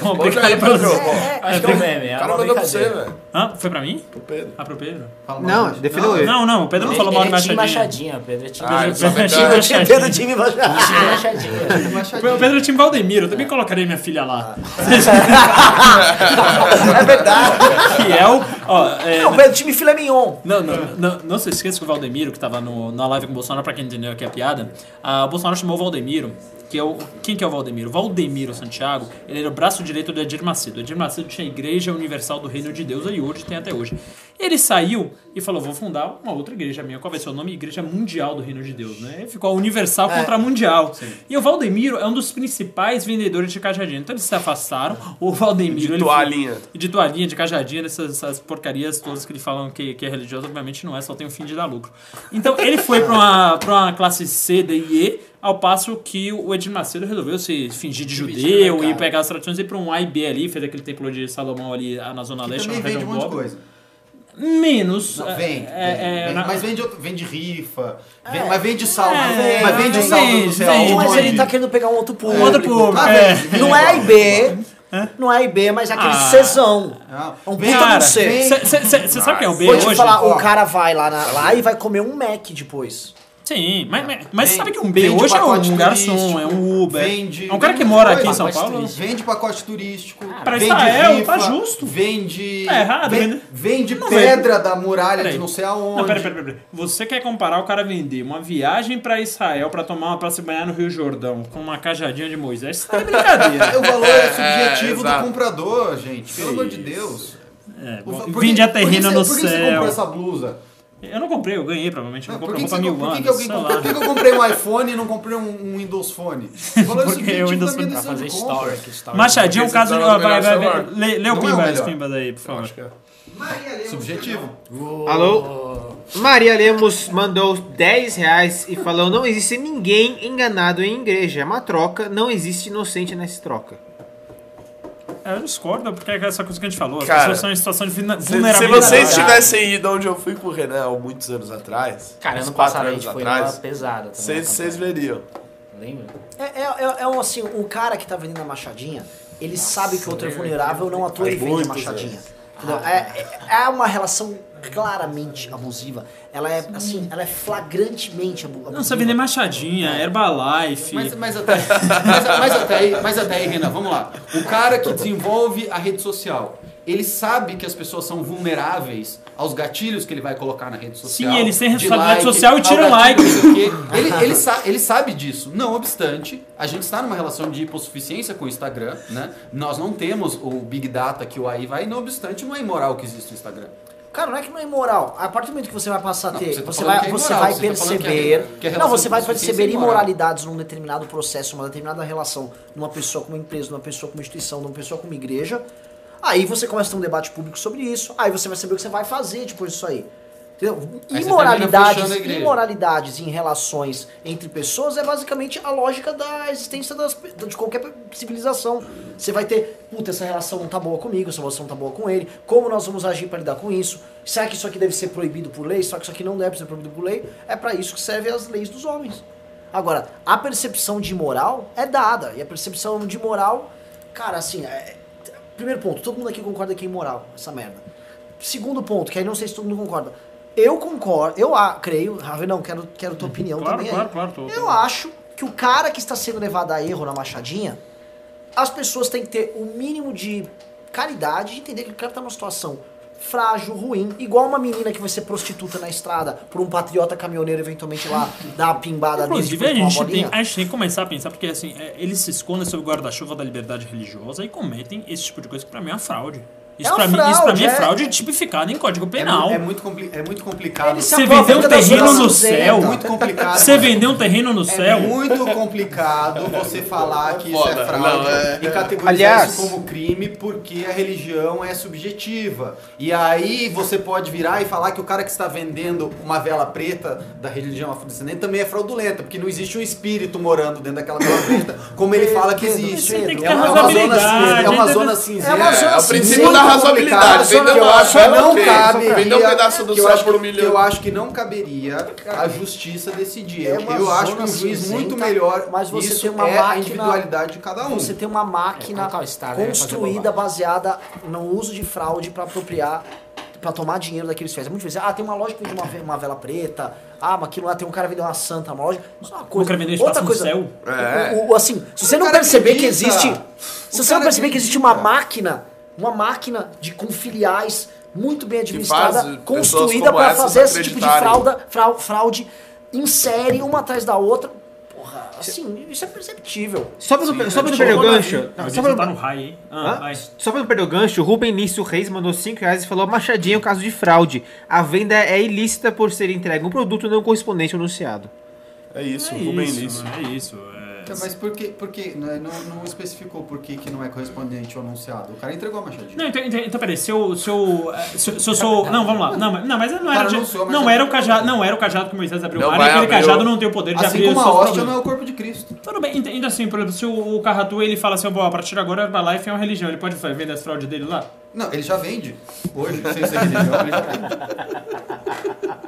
S2: Complicado pra
S4: Pedro,
S2: você.
S4: pô.
S3: Acho que é um meme, é
S4: O cara
S3: uma
S4: mandou pra você,
S3: brincadeira.
S4: velho.
S2: Hã? Foi pra mim?
S4: Pro Pedro.
S2: Ah, pro Pedro?
S7: Fala mal,
S1: Não,
S7: gente.
S1: defendeu ele.
S2: Não, não, o Pedro não falou mal de
S3: Pedro é time
S2: Machadinha.
S3: Machadinha, Pedro é time
S4: Ah,
S3: Pedro
S4: isso é verdade.
S2: Pedro é time
S5: Pedro, time vai
S3: Machadinha.
S2: O Pedro é time Valdemiro, eu também colocarei minha filha lá.
S5: É verdade.
S2: Que é o. Ó, é,
S5: Não, Pedro, time filé mignon.
S2: não, não, não, não se esqueça que o Valdemiro, que tava no, na live com o Bolsonaro, pra quem não entendeu aqui a piada, ah, o Bolsonaro chamou o Valdemiro, que é o. Quem que é o Valdemiro? Valdemiro Santiago, ele era o braço direito do Edir Macedo. O Edir Macedo tinha a Igreja Universal do Reino de Deus, e hoje tem até hoje. Ele saiu e falou: vou fundar uma outra igreja minha. Qual vai ser o nome? Igreja Mundial do Reino de Deus, né? E ficou a
S7: É.
S2: Universal contra a Mundial. E o Valdemiro é um dos principais vendedores de cajadinha. Então eles se afastaram. O Valdemiro.
S4: De
S2: ele-
S4: toalhinha.
S2: e de toalhinha, de cajadinha, essas, essas porcarias todas que ele falam que, que é religiosa, obviamente não é, só tem um fim de dar lucro. Então ele foi pra uma, pra uma classe C, D e E, ao passo que o Edir Macedo resolveu se fingir de judeu e pegar as tradições e ir pra um A e B ali, fez aquele templo de Salomão ali ah, na Zona
S7: Que
S2: Leste,
S7: também
S2: na
S7: vende um
S2: região
S7: monte de
S2: pobre.
S7: coisa.
S2: Menos.
S7: Não,
S2: é,
S7: vende,
S2: é,
S7: vende,
S2: é,
S7: vende.
S2: na-
S7: Mas vende, outro- vende rifa, vende- mas vende saldo,
S2: É,
S7: mas vende o saldo do
S2: vende,
S7: céu.
S2: vende,
S5: Mas
S2: Entendi.
S5: ele tá querendo pegar um outro público.
S2: Um outro público,
S7: Ah,
S2: é.
S7: vende, vende.
S5: Não é A e B. Não é A e B, mas é aquele
S2: Ah.
S5: Czão.
S7: Não,
S5: É um
S7: vende-
S5: puta
S2: Cara,
S5: do C.
S7: vende-
S2: você sabe quem é o B
S5: Vou te
S2: hoje?
S5: falar,
S7: ó.
S5: o cara vai lá, na- lá e vai comer um Mac depois.
S2: Sim, mas, mas, mas você
S7: Vende-
S2: sabe que um B
S7: vende
S2: hoje é
S7: pacote
S2: um garçom,
S7: turístico,
S2: é um Uber.
S7: vende-
S2: é um cara que
S7: vende
S2: mora
S7: coisa,
S2: aqui em São
S3: pacote
S2: Paulo.
S3: turístico.
S7: Vende pacote turístico,
S2: pra
S7: vende
S2: Israel,
S7: rifa,
S2: tá justo.
S7: Vende,
S2: Tá errado,
S7: ven-
S2: né?
S7: vende
S2: Não,
S7: pedra da muralha
S2: Peraí.
S7: de não sei aonde.
S2: Não, pera, pera, pera, pera. Você quer comparar o cara vender uma viagem pra Israel pra tomar uma pra se banhar no Rio Jordão com uma cajadinha de Moisés? Isso tá de brincadeira.
S7: O valor é subjetivo do
S4: exato.
S7: comprador, gente. Pelo amor de Deus.
S2: É,
S7: O
S2: bom,
S7: va- por que-
S2: vende a
S7: por que você-
S2: terreno no
S7: por que você comprou
S2: céu.
S7: essa blusa?
S2: Eu não comprei, eu ganhei provavelmente. Eu não
S7: Por
S2: comprei
S7: que, que,
S2: roupa
S7: você-
S2: mil
S7: por que,
S2: anos,
S7: que alguém
S2: sei
S7: comprou?
S2: lá.
S7: Por que, que eu comprei um iPhone e não comprei um, um Windows Phone? Valor é
S2: Porque
S7: subjetivo
S2: o Windows
S7: da
S2: Phone
S7: minha
S3: Pra
S7: decisão de
S3: fazer
S7: compra.
S3: story, que story.
S2: Machadinho é um
S4: Porque
S2: caso
S4: você
S2: de.
S4: tá
S2: ó,
S4: no
S2: Vai, vai,
S4: melhor
S2: vai. Lê, lê
S7: Não é
S2: o
S7: o
S2: Pimbas,
S7: melhor.
S2: Pimbas aí, por favor.
S7: é Subjetivo.
S1: Alô? Maria Lemos mandou 10 reais e falou: Não existe ninguém enganado em igreja. É uma troca, não existe inocente nessa troca.
S2: É, Eu discordo, porque é essa coisa que a gente falou. As
S4: Cara,
S2: pessoas estão em situação de vulna-
S4: Se,
S2: vulnerabilidade.
S4: se vocês tivessem ido onde eu fui com o Renan há muitos anos atrás,
S3: Cara, ano
S4: uns quatro
S3: passado a
S4: anos
S3: gente foi numa
S4: atrás,
S3: pesada também.
S4: vocês vocês veriam.
S3: Lembra?
S5: É, é, é- é um assim, o cara que tá vendendo a machadinha, ele sabe que o outro é vulnerável, não atua e vende a
S4: Muitos,
S5: machadinha. Entendeu?
S2: Ah.
S5: É, é- é uma relação claramente abusiva. Ela é assim, ela é flagrantemente abu- abusiva.
S2: Não, você vender machadinha, Herbalife.
S7: Mas, mas, até, mas, mas até aí, mas até aí, Renan, vamos lá. O cara que desenvolve a rede social, ele sabe que as pessoas são vulneráveis aos gatilhos que ele vai colocar na rede social.
S2: Sim, eles têm
S7: de
S2: responsabilidade social e tiram
S7: ao gatilho,
S2: like.
S7: não sei o quê. Ele, ele, sa- ele sabe disso. Não obstante, a gente está numa relação de hipossuficiência com o Instagram, né? Nós não temos o Big Data que o AI vai, não obstante, não é imoral que existe o Instagram.
S5: Cara, não é que não é imoral. A partir do momento que você vai passar a ter,
S7: você
S5: você,
S7: tá falando
S5: vai,
S7: que é
S5: você
S7: imoral,
S5: vai
S7: você tá falando que é-
S5: perceber.
S7: que a relação
S5: não, você vai
S7: de suficiência
S5: perceber
S7: é imoral.
S5: imoralidades num determinado processo, numa determinada relação, numa pessoa como empresa, numa pessoa como instituição, numa pessoa como igreja. Aí você começa a ter um debate público sobre isso, aí você vai saber o que você vai fazer depois disso aí. Entendeu?
S7: Aí você termina
S5: Imoralidades,
S7: fechando a igreja.
S5: imoralidades em relações entre pessoas é basicamente a lógica da existência das, de qualquer civilização. Você vai ter, puta, essa relação não tá boa comigo, essa relação não tá boa com ele, como nós vamos agir pra lidar com isso? Será que isso aqui deve ser proibido por lei? Será que isso aqui não deve ser proibido por lei? É pra isso que servem as leis dos homens. Agora, a percepção de moral é dada, e a percepção de moral, cara, assim, é- primeiro ponto, todo mundo aqui concorda que é imoral essa merda. Segundo ponto, que aí não sei se todo mundo concorda. Eu concordo, eu a- creio, Raven, não, quero, quero tua opinião
S2: Uhum. Claro,
S5: também.
S2: claro,
S5: aí.
S2: claro, tô-
S5: eu acho que o cara que está sendo levado a erro na machadinha, as pessoas têm que ter o mínimo de caridade de entender que o cara está tá numa situação frágil, ruim. Igual uma menina que vai ser prostituta na estrada por um patriota caminhoneiro eventualmente lá dar uma pimbada dele,
S2: Inclusive,
S5: tipo,
S2: a
S5: com uma
S2: gente, tem,
S5: bolinha.
S2: a gente tem que começar a pensar, porque assim, é, eles se escondem sob o guarda-chuva da liberdade religiosa e cometem esse tipo de coisa que pra mim é uma fraude. Isso,
S5: É uma
S2: pra, mim, isso pra
S5: fraude,
S2: mim é
S5: é.
S2: fraude tipificada em código
S7: É,
S2: penal.
S7: mu- é muito, compli- é muito complicado.
S5: Ele se
S2: Você
S5: aproveitam
S2: vendeu um
S5: da
S2: terreno
S5: situação
S2: no
S5: dele,
S2: céu.
S7: É muito complicado.
S2: Você vendeu um terreno no
S7: É
S2: céu.
S7: muito complicado você falar que isso
S4: Foda.
S7: é fraude
S4: Não, é-
S7: e categorizar
S1: Aliás-
S7: isso como crime porque a religião é subjetiva. E aí você pode virar e falar que o cara que está vendendo uma vela preta da religião afrodescendente também é fraudulenta, porque não existe um espírito morando dentro daquela vela preta, como ele fala que existe.
S2: Você tem que
S7: É
S2: ter
S7: uma, é uma zona cinza. É uma
S2: razoabilidade,
S7: zona cinzenta.
S2: entendeu?
S5: uma zona
S4: É, o
S5: Assim,
S4: princípio
S5: muito
S4: da
S7: complicado,
S4: razoabilidade. Vendeu
S7: que eu
S4: uma
S7: acho que
S4: chave,
S7: não
S4: ok.
S7: cabe.
S4: Vendeu um pedaço do
S7: que eu
S4: céu
S7: acho
S4: por um
S7: que-
S4: milhão.
S7: Eu acho que não caberia a justiça decidir.
S5: É uma
S7: eu acho que
S5: zona
S7: um juiz
S5: cinzenta,
S7: muito melhor.
S5: mas você
S7: isso
S5: tem uma
S7: é a
S5: máquina-
S7: individualidade de cada um.
S5: Você tem uma
S3: É,
S5: máquina
S3: qual que é o estado, né?
S5: construída
S3: Fazer
S5: baseada no uso de fraude pra apropriar, pra tomar dinheiro daqueles fiéis. É muito difícil. Ah, tem uma loja que vende uma, ve- uma vela preta. Ah, mas aquilo lá tem um cara vendendo uma santa, uma loja. Isso é uma coisa.
S2: cara vendeu espaço
S5: Outra
S2: no
S5: coisa.
S2: céu.
S4: É.
S5: O, o- assim, se você não
S7: cara
S5: perceber que
S7: acredita.
S5: existe,
S7: O
S5: se você
S7: cara
S5: não perceber que existe uma
S7: acredita.
S5: máquina, uma máquina de com filiais muito bem
S4: faz
S5: administrada,
S4: pessoas
S5: construída
S4: como
S5: pra
S4: essas
S5: fazer esse tipo de
S4: acreditarem.
S5: frauda, frau- fraude em série, uma atrás da outra. Porra, assim, isso é perceptível.
S1: Só pra não, só pra não
S2: Chegou
S1: perder o
S2: na-
S1: gancho.
S2: Não, mas
S1: Só
S2: eles não
S1: pra
S2: tá
S1: não-
S2: no high, hein? Ah,
S1: Hã?
S2: vai.
S1: Só pra não perder o gancho, o Rubem Nício Reis mandou 5 reais e falou Machadinha é um caso de fraude. A venda é ilícita por ser entregue um produto não correspondente ao anunciado.
S4: É isso,
S2: É
S4: Rubem
S2: isso,
S4: Nisso.
S2: mano, é isso.
S5: Então,
S7: Tá,
S2: é-
S7: Mas por que, por que né, não, não- não especificou por que, que não é correspondente ou anunciado? O cara entregou a machadinha.
S2: Não, então, então, então peraí, se eu, se eu, eh, se, se eu sou... Não, vamos lá. Não, mas- não mas não era,
S7: Cara,
S2: de-
S7: não sou, mas
S2: não
S7: eu-
S2: era o cajado, não era o cajado que Moisés abriu
S4: Não
S2: o mar, e
S4: vai
S2: aquele
S4: abrir o-
S2: cajado não tem o poder de
S7: assim
S2: abrir
S7: como
S2: os
S7: a
S2: seus
S7: hóstia
S2: próprios-
S7: não é o corpo de Cristo.
S2: Tudo bem, ent- então assim, por exemplo, se o, o Carratu ele fala assim, bom, a partir de agora Herbalife é uma religião, ele pode fa- vender as fraudes dele lá?
S7: Não, ele já vende. Hoje, sem ser é religião, ele já vende.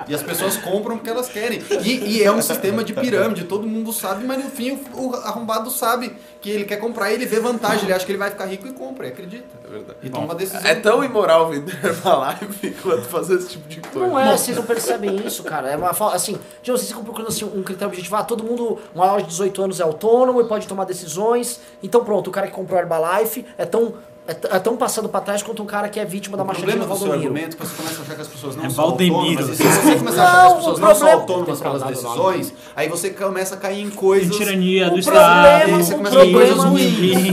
S7: E as pessoas compram porque elas querem. E, e é um sistema de pirâmide, todo mundo sabe, mas no fim o, o arrombado sabe que ele quer comprar e ele vê vantagem, ele acha que ele vai ficar rico e compra, e acredita.
S4: É verdade.
S7: E toma uma decisão.
S4: É tão imoral vender Herbalife quanto fazer esse tipo de coisa.
S5: Não é, vocês não percebem isso, cara. É uma fa- assim, de vocês ficam procurando assim, um critério objetivo. Ah, todo mundo maior de 18 anos é autônomo e pode tomar decisões. Então pronto, o cara que comprou Herbalife é tão, é, t- é tão passando pra trás quanto um cara que é vítima da
S7: O
S5: machadinha
S7: problema
S5: do
S7: do seu
S5: Valdomiro.
S7: argumento é que você começa a achar que as pessoas não
S2: É
S7: são
S2: Valdemiro.
S7: autônomas. E se você começar a achar que
S5: Não,
S7: as pessoas não
S5: o
S7: são
S5: problema-
S7: autônomas
S3: Tem que
S7: pelas
S3: fraudar o nome.
S7: decisões, aí você começa a cair em
S2: Em
S7: coisas...
S2: tirania do Estado.
S5: problema- o
S2: de-
S7: é
S5: problema-
S2: de-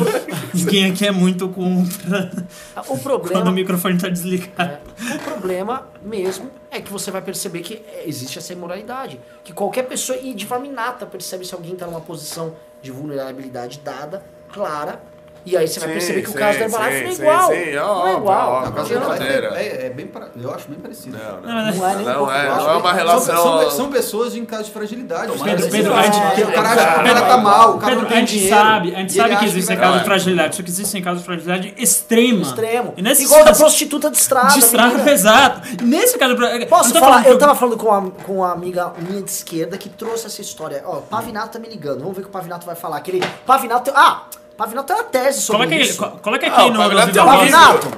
S2: Ninguém aqui é muito contra
S5: Ah, O
S2: quando o
S5: problema,
S2: microfone tá desligado.
S5: o problema mesmo é que você vai perceber que é, existe essa imoralidade. Que qualquer pessoa, e de forma inata, percebe se alguém tá numa posição de vulnerabilidade dada, clara. E aí você vai
S4: Sim,
S5: perceber que o
S4: sim,
S5: caso da Herbalife não é
S4: sim,
S5: igual.
S4: sim, sim,
S5: não é
S4: óbvio,
S5: igual.
S4: óbvio.
S7: Não, caso
S4: Não,
S7: da Herbalife
S4: não.
S7: é, é bem, pra- eu acho bem parecido.
S4: Não, não.
S2: Não, mas-
S5: Não é nem um
S4: Não
S5: pouco
S4: é,
S5: igual.
S4: não é uma relação.
S7: São, são- são pessoas em caso de fragilidade.
S2: Pedro,
S7: Mas-
S2: Pedro,
S7: Ah,
S2: a gente-
S7: que o cara acha que o cara tá mal, o cara
S2: né? Pedro,
S7: não tem
S2: a gente
S7: dinheiro.
S2: sabe, a gente
S7: E ele
S2: sabe que
S7: acha
S2: existem
S7: vai-
S2: casos de
S4: é.
S2: fragilidade, só que existem casos de fragilidade extremo.
S5: extremo.
S2: E nesse
S5: Igual da
S2: caso,
S5: prostituta de estrada.
S2: de estrada,
S5: menina.
S2: exato. Nesse caso...
S5: Posso
S2: não tô
S5: falar?
S2: falando que
S5: Eu tava falando com uma, com uma amiga minha de esquerda que trouxe essa história. Ó, o Pavinato tá me ligigando. Vamos ver o que o Pavinato vai falar. Aquele Pavinato. tem- Ah! Pavinato tem uma tese sobre
S2: Coloca, ele,
S5: isso.
S2: co- coloca aqui
S4: Ah, o
S2: no...
S4: Pavinato
S2: nos
S4: tem um
S2: videogames.
S4: vídeo.
S5: Pavinato,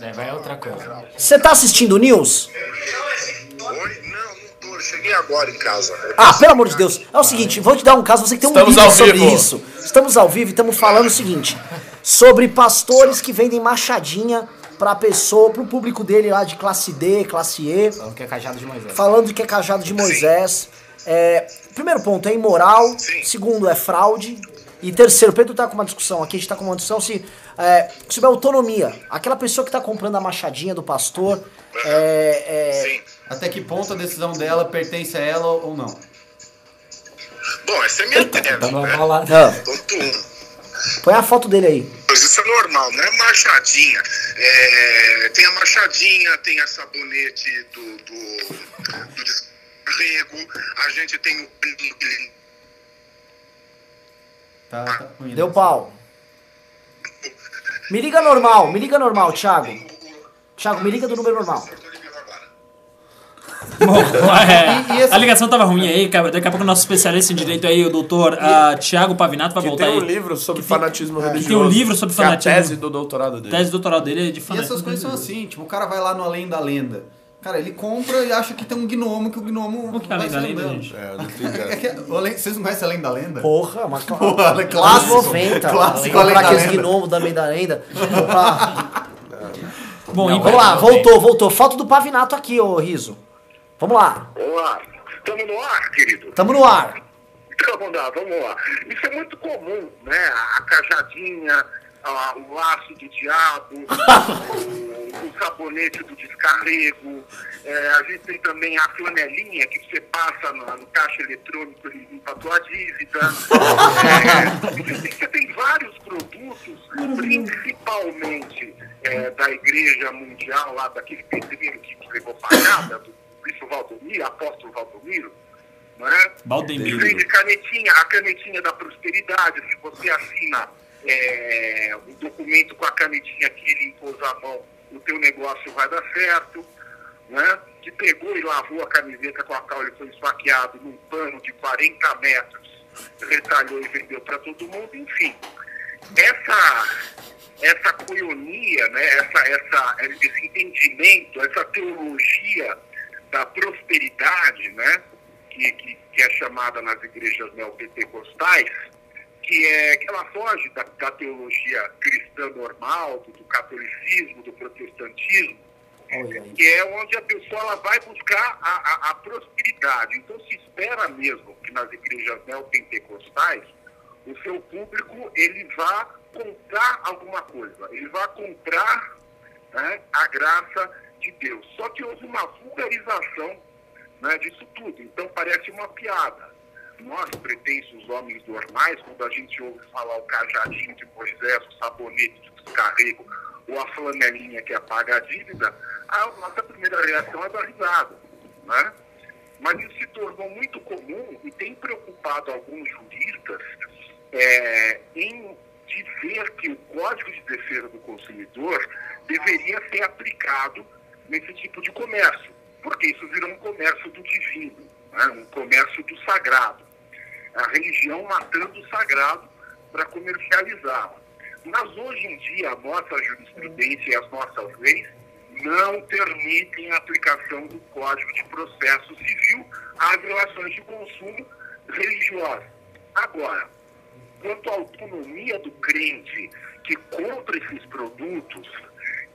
S3: Daí É, vai outra coisa.
S5: você tá assistindo news?
S11: Oi? Não, não tô. Eu cheguei agora em casa. né?
S5: Ah, pelo amor de Deus. É o seguinte, vou te dar um caso, você que tem um
S4: Estamos ao
S5: livro sobre
S4: vivo.
S5: isso. Estamos ao vivo e estamos falando o seguinte, sobre pastores que vendem machadinha pra pessoa, pro público dele lá de classe D, classe E.
S3: Falando que é cajado de Moisés.
S5: falando que é cajado de Moisés. É, primeiro ponto, é imoral.
S11: Sim.
S5: Segundo, é fraude. E terceiro, o Pedro tá com uma discussão aqui, a gente tá com uma discussão se, é, sobre autonomia. Aquela pessoa que tá comprando a machadinha do pastor. é, é,
S11: Sim.
S7: Até que ponto a decisão dela pertence a ela ou não?
S11: Bom, essa é minha tela,
S3: Não
S11: né?
S3: rola
S5: ah,
S11: Ponto um.
S5: põe a foto dele aí.
S11: Mas isso é normal, não é machadinha. É, tem a machadinha, tem a sabonete do, do, do descarrego, a gente tem o plim, plim,
S7: Tá, tá ruim, né?
S5: Deu pau. Me liga normal, me liga normal, Thiago. Thiago, me liga do número normal.
S11: Eu tô ligando agora.
S2: É,
S7: E- e esse-
S2: A ligação tava ruim aí, cara. Daqui a pouco o nosso especialista em direito aí, o doutor ah, Tiago Pavinato, vai
S4: Que
S2: voltar
S4: tem um
S2: aí.
S4: livro sobre fanatismo religioso.
S2: tem um livro sobre
S4: que
S2: fanatismo.
S4: É a tese do doutorado
S2: A
S4: dele.
S2: tese doutoral dele é de
S7: E essas coisas são assim, tipo, o cara vai lá no Além da Lenda. Cara, ele compra e acha que tem um gnomo, que o gnomo
S2: Como que é Além
S7: vai
S2: da
S7: se
S2: Lenda,
S7: andando.
S2: gente?
S4: É, eu não entendi.
S7: É
S4: essa.
S7: que- o Além- Vocês não conhecem Além da Lenda?
S5: Porra, uma cla-
S7: Porra, é
S5: Clássico,
S7: clássico. tá
S5: 90.
S7: Clássico,
S5: comprar
S7: além da
S5: aqueles
S7: lenda.
S5: gnomos da meio da lenda. comprar-
S2: Bom, ímpar.
S5: Vamos lá, voltou, voltou. Falta do Pavinato aqui, ô Riso. Vamos lá.
S11: Vamos lá. Estamos no ar, querido?
S5: Tamo no ar.
S11: Vamos lá, vamos lá. Isso é muito comum, né? A cajadinha, a- o laço do diabo, o, o sabonete do descarrego. É, a gente tem também a flanelinha que você passa no, no caixa eletrônico e limpa a tua dívida. É, você, tem, você tem vários produtos, principalmente é, da Igreja Mundial, lá daquele pedreiro que levou facada, do Bispo Valdomiro, apóstolo Valdomiro. Não é?
S2: Valdemiro.
S11: Vende canetinha, a canetinha da prosperidade, se você assina é, um documento com a canetinha que ele impôs a mão, o teu negócio vai dar certo, né? Que pegou e lavou a camiseta com a qual ele foi esfaqueado num pano de 40 metros, retalhou e vendeu para todo mundo, enfim. Essa, essa coionia, né? essa, essa, esse entendimento, essa teologia da prosperidade, né? que, que- que é chamada nas igrejas neopentecostais, que, é, que ela foge da, da teologia cristã normal, do, do catolicismo, do protestantismo, que é onde a pessoa ela vai buscar a, a- a prosperidade. Então se espera mesmo que nas igrejas neopentecostais o seu público ele vá comprar alguma coisa, ele vá comprar né, a graça de Deus. Só que houve uma vulgarização né, disso tudo. Então parece uma piada. Nós, pretensos homens normais, quando a gente ouve falar o cajadinho de Moisés, o sabonete de descarrego, ou a flanelinha que apaga a dívida, a nossa primeira reação é dar risada. Né? Mas isso se tornou muito comum e tem preocupado alguns juristas é, em dizer que o Código de Defesa do Consumidor deveria ser aplicado nesse tipo de comércio, porque isso virou um comércio do divino, né? um comércio do sagrado. A religião matando o sagrado para comercializá-la. Mas hoje em dia, a nossa jurisprudência e as nossas leis não permitem a aplicação do Código de Processo Civil às relações de consumo religiosas. Agora, quanto à autonomia do crente que compra esses produtos,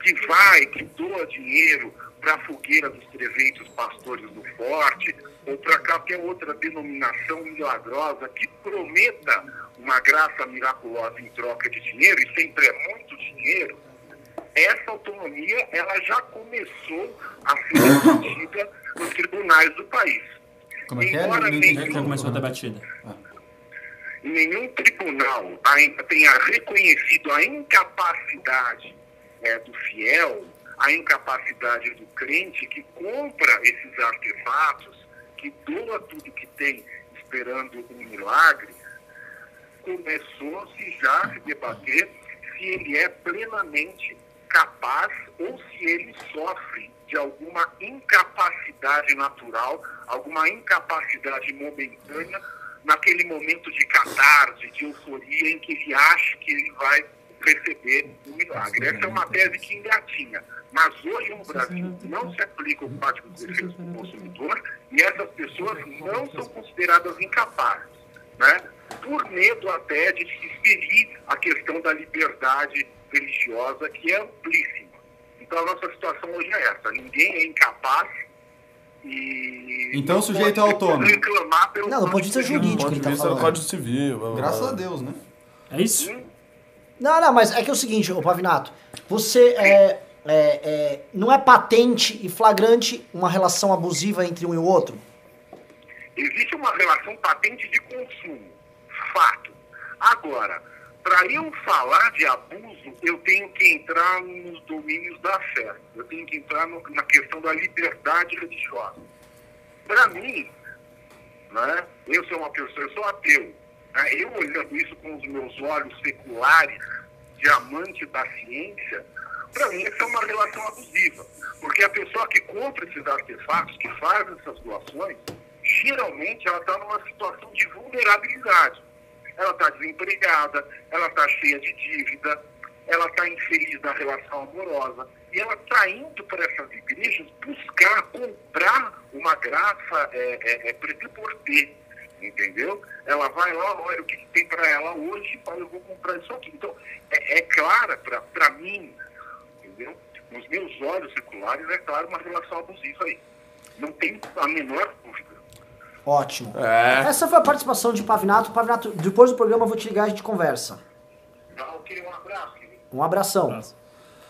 S11: que vai, que doa dinheiro para a fogueira dos 300 pastores do forte ou para qualquer outra denominação milagrosa que prometa uma graça miraculosa em troca de dinheiro, e sempre é muito dinheiro, essa autonomia ela já começou a ser discutida nos tribunais do país.
S7: Como é que é?
S11: Embora
S7: Não entendi.
S2: Já
S11: nenhum
S2: começou a dar batida.
S11: nenhum tribunal ainda tenha reconhecido a incapacidade eh, do fiel, a incapacidade do crente que compra esses artefatos, que doa tudo que tem esperando um milagre, começou-se já a se debater se ele é plenamente capaz ou se ele sofre de alguma incapacidade natural, alguma incapacidade momentânea, naquele momento de catarse, de euforia em que ele acha que ele vai receber um milagre. Essa é uma tese que engatinha. Mas hoje no Brasil não se aplica o Código de Defesa do Consumidor e essas pessoas não são consideradas incapazes né? por medo até de se ferir a questão da liberdade religiosa, que é amplíssima. Então a nossa situação hoje é essa: ninguém é incapaz e.
S7: Então, o
S11: não
S7: sujeito
S11: pode
S7: é autônomo.
S11: Reclamar pelo
S5: Não, do ponto de vista jurídico
S4: Pode
S5: ele tá
S4: vir o
S5: falando.
S4: Código Civil. blá, blá,
S7: Graças
S4: blá.
S7: a Deus, né?
S2: É isso?
S5: Não, não, mas é que é o seguinte, ô Pavinato. Você é, é, é, não é patente e flagrante uma relação abusiva entre um e o outro?
S11: Existe uma relação patente de consumo. Fato. Agora, para eu falar de abuso, eu tenho que entrar nos domínios da fé. Eu tenho que entrar no- na questão da liberdade religiosa. Para mim, né, eu sou uma pessoa, eu sou ateu. né, eu olhando isso com os meus olhos seculares, de amante da ciência, para mim isso é uma relação abusiva. Porque a pessoa que compra esses artefatos, que faz essas doações, geralmente ela está numa situação de vulnerabilidade. Ela está desempregada, ela está cheia de dívida, ela está infeliz na relação amorosa. E ela está indo para essas igrejas buscar comprar uma graça é, é, é, preta por ter, entendeu? Ela vai lá, olha o que, que tem para ela hoje, fala, eu vou comprar isso aqui. Então, é, é clara para mim, entendeu? nos meus olhos seculares, é claro, uma relação abusiva aí. Não tem a menor dúvida.
S5: Ótimo.
S7: É.
S4: É.
S5: Essa foi a participação de Pavinato. Pavinato, depois do programa eu vou te ligar e a gente conversa.
S11: Dá ok, um abraço. querido.
S5: Um abração.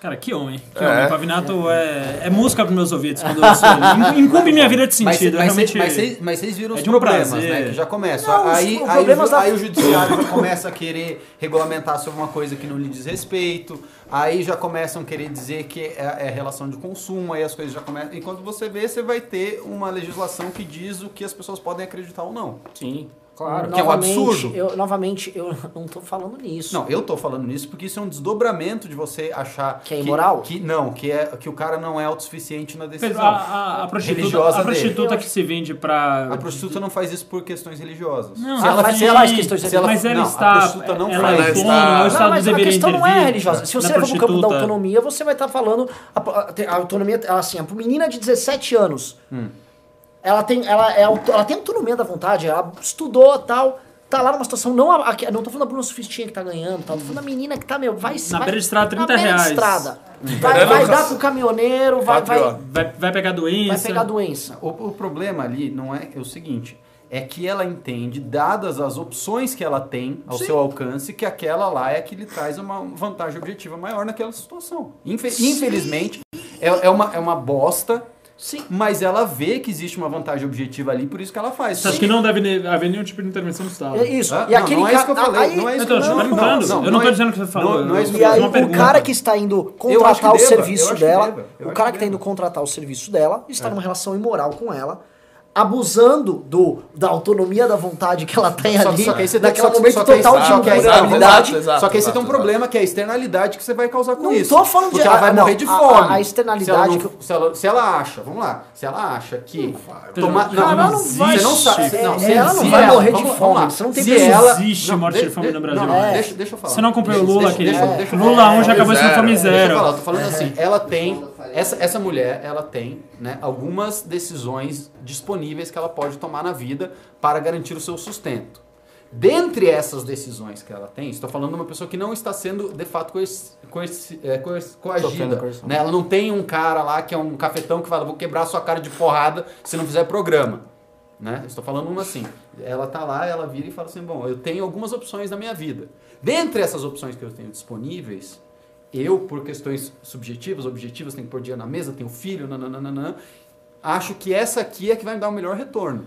S2: Cara, que homem. Que homem. Pavinato é, é música pros meus ouvidos quando eu sou. ele. Incumbe minha vida de
S7: Mas,
S2: sentido. eu
S7: mas,
S2: realmente...
S7: mas, vocês- mas vocês viram
S2: é
S7: os
S2: de um
S7: problemas,
S2: prazer.
S7: né? Que já começa.
S5: Não, os
S7: aí, aí,
S5: problemas
S7: o,
S5: da-
S7: aí o judiciário já começa a querer regulamentar sobre uma coisa que não lhe diz respeito. Aí já começam a querer dizer que é, é relação de consumo, aí as coisas já começam. Enquanto você vê, você vai ter uma legislação que diz o que as pessoas podem acreditar ou não.
S3: Sim.
S7: que é um
S5: Novamente,
S7: absurdo.
S5: Eu, novamente, eu não tô falando nisso.
S7: Não, eu tô falando nisso porque isso é um desdobramento de você achar
S5: Que é imoral?
S7: Que, não, que é que o cara não é autossuficiente na
S2: Pedro,
S7: decisão.
S2: a, a- a prostituta,
S7: Religiosa
S2: a
S7: dele.
S2: prostituta que se vende pra.
S7: A prostituta não faz isso por questões religiosas.
S2: Não,
S5: Se ela faz-
S2: tem-
S5: ela faz questões
S2: se ela- Mas ela
S7: não, a
S2: está.
S7: prostituta não
S2: ela
S7: faz.
S2: é
S4: Ela
S2: dona,
S4: está-
S2: o Estado
S5: Não, mas a
S2: deveria
S5: questão não é
S2: intervir
S5: religiosa. Se
S2: na
S5: você leva pro campo da
S2: prostituta.
S5: autonomia, você vai estar falando a, a- a autonomia assim, a menina de 17 anos.
S2: Hum.
S5: Ela tem ela é auto- ela tem autonomia da vontade, ela estudou, tal, tá lá numa situação não a- a- não tô falando da Bruna Sufistinha que tá ganhando, tal, tô falando da menina que tá meu, vai
S2: Na
S5: vai,
S2: beira de estrada, 30
S5: na beira de
S2: reais.
S5: estrada. Vai,
S7: Hum.
S4: Não,
S5: vai
S4: não,
S5: dar
S4: cara.
S5: pro caminhoneiro, vai vai,
S4: Patriota.
S2: Vai, vai pegar doença.
S5: vai pegar doença.
S7: O, o problema ali não é, é o seguinte, é que ela entende, dadas as opções que ela tem ao seu alcance, que aquela lá é a que lhe traz uma vantagem objetiva maior naquela situação. Infe- Infelizmente, é, é uma, é uma bosta,
S5: Sim.
S7: mas ela vê que existe uma vantagem objetiva ali, por isso que ela faz.
S2: Você acha que não deve ne- haver nenhum tipo de intervenção do Estado? Então,
S5: É isso.
S7: Ah,
S5: e
S7: não,
S5: aquele
S7: não é isso que eu
S5: cara-
S7: falei,
S5: aí-
S7: não é isso
S2: Eu tô te
S7: Não, não,
S2: perguntando.
S7: não,
S2: eu
S7: não
S2: não
S7: é-
S2: tô dizendo o que você falou.
S7: não, não é
S2: eu
S7: isso
S2: tô
S7: que
S5: E
S7: eu
S2: fazendo
S5: aí
S7: fiz
S2: uma
S5: o
S2: pergunta.
S5: cara que está indo
S7: Eu acho que
S5: contratar o
S7: deva, eu
S5: serviço
S7: acho que
S5: dela,
S7: deva, eu
S5: o
S7: acho
S5: cara
S7: que
S5: que está indo
S7: deva. É.
S5: contratar o serviço dela está numa relação imoral com ela, abusando do da autonomia da vontade que ela tem
S7: Só que,
S5: ali,
S7: só que aí você tem
S5: naquele
S7: só que-
S5: momento
S7: só que aí-
S5: total
S7: só que
S5: de
S7: aí-
S5: vulnerabilidade.
S4: exato, exato,
S7: Só que aí você tem um
S4: exato.
S7: problema que é a externalidade que você vai causar com
S5: Não
S7: isso.
S5: tô falando de-
S7: porque ela vai
S5: ah, não,
S7: morrer de
S5: a- a-
S7: fome.
S5: a externalidade
S7: Se ela, não- se ela- se ela acha, vamos lá, se ela acha que
S2: Ela não vai
S7: você não sabe,
S2: existir.
S7: não,
S5: É,
S7: se-
S5: ela não
S7: se
S5: vai morrer
S7: vamos
S5: de
S7: lá,
S5: fome,
S7: vamos lá.
S5: você não tem
S7: se
S5: que-
S7: ela
S2: Existe
S7: não,
S2: morte de
S7: deixa-
S2: fome no
S7: não,
S2: Brasil.
S7: Não,
S5: É.
S7: deixa, deixa eu falar.
S2: Você não acompanhou
S7: Deixa-
S2: Lula,
S7: deixa-
S2: querido.
S7: deixa- deixa eu falar.
S2: Lula 1 já
S4: Fome
S2: acabou sendo
S4: zero.
S2: fome
S7: Deixa eu falar,
S2: zero.
S7: eu tô falando assim, ela tem, essa, essa mulher, ela tem, né, algumas decisões disponíveis que ela pode tomar na vida para garantir o seu sustento. Dentre essas decisões que ela tem, estou falando de uma pessoa que não está sendo, de fato, coerci- coerci- é, coerci-
S3: Sofrendo
S7: coagida.
S3: coerção.
S7: né? Ela não tem um cara lá que é um cafetão que fala, vou quebrar sua cara de porrada se não fizer programa. Né? Estou falando uma assim. Ela tá lá, ela vira e fala assim: bom, eu tenho algumas opções na minha vida. Dentre essas opções que eu tenho disponíveis, eu, por questões subjetivas, objetivas, tenho que pôr dinheiro na mesa, tenho filho, nananana, acho que essa aqui é que vai me dar o melhor retorno.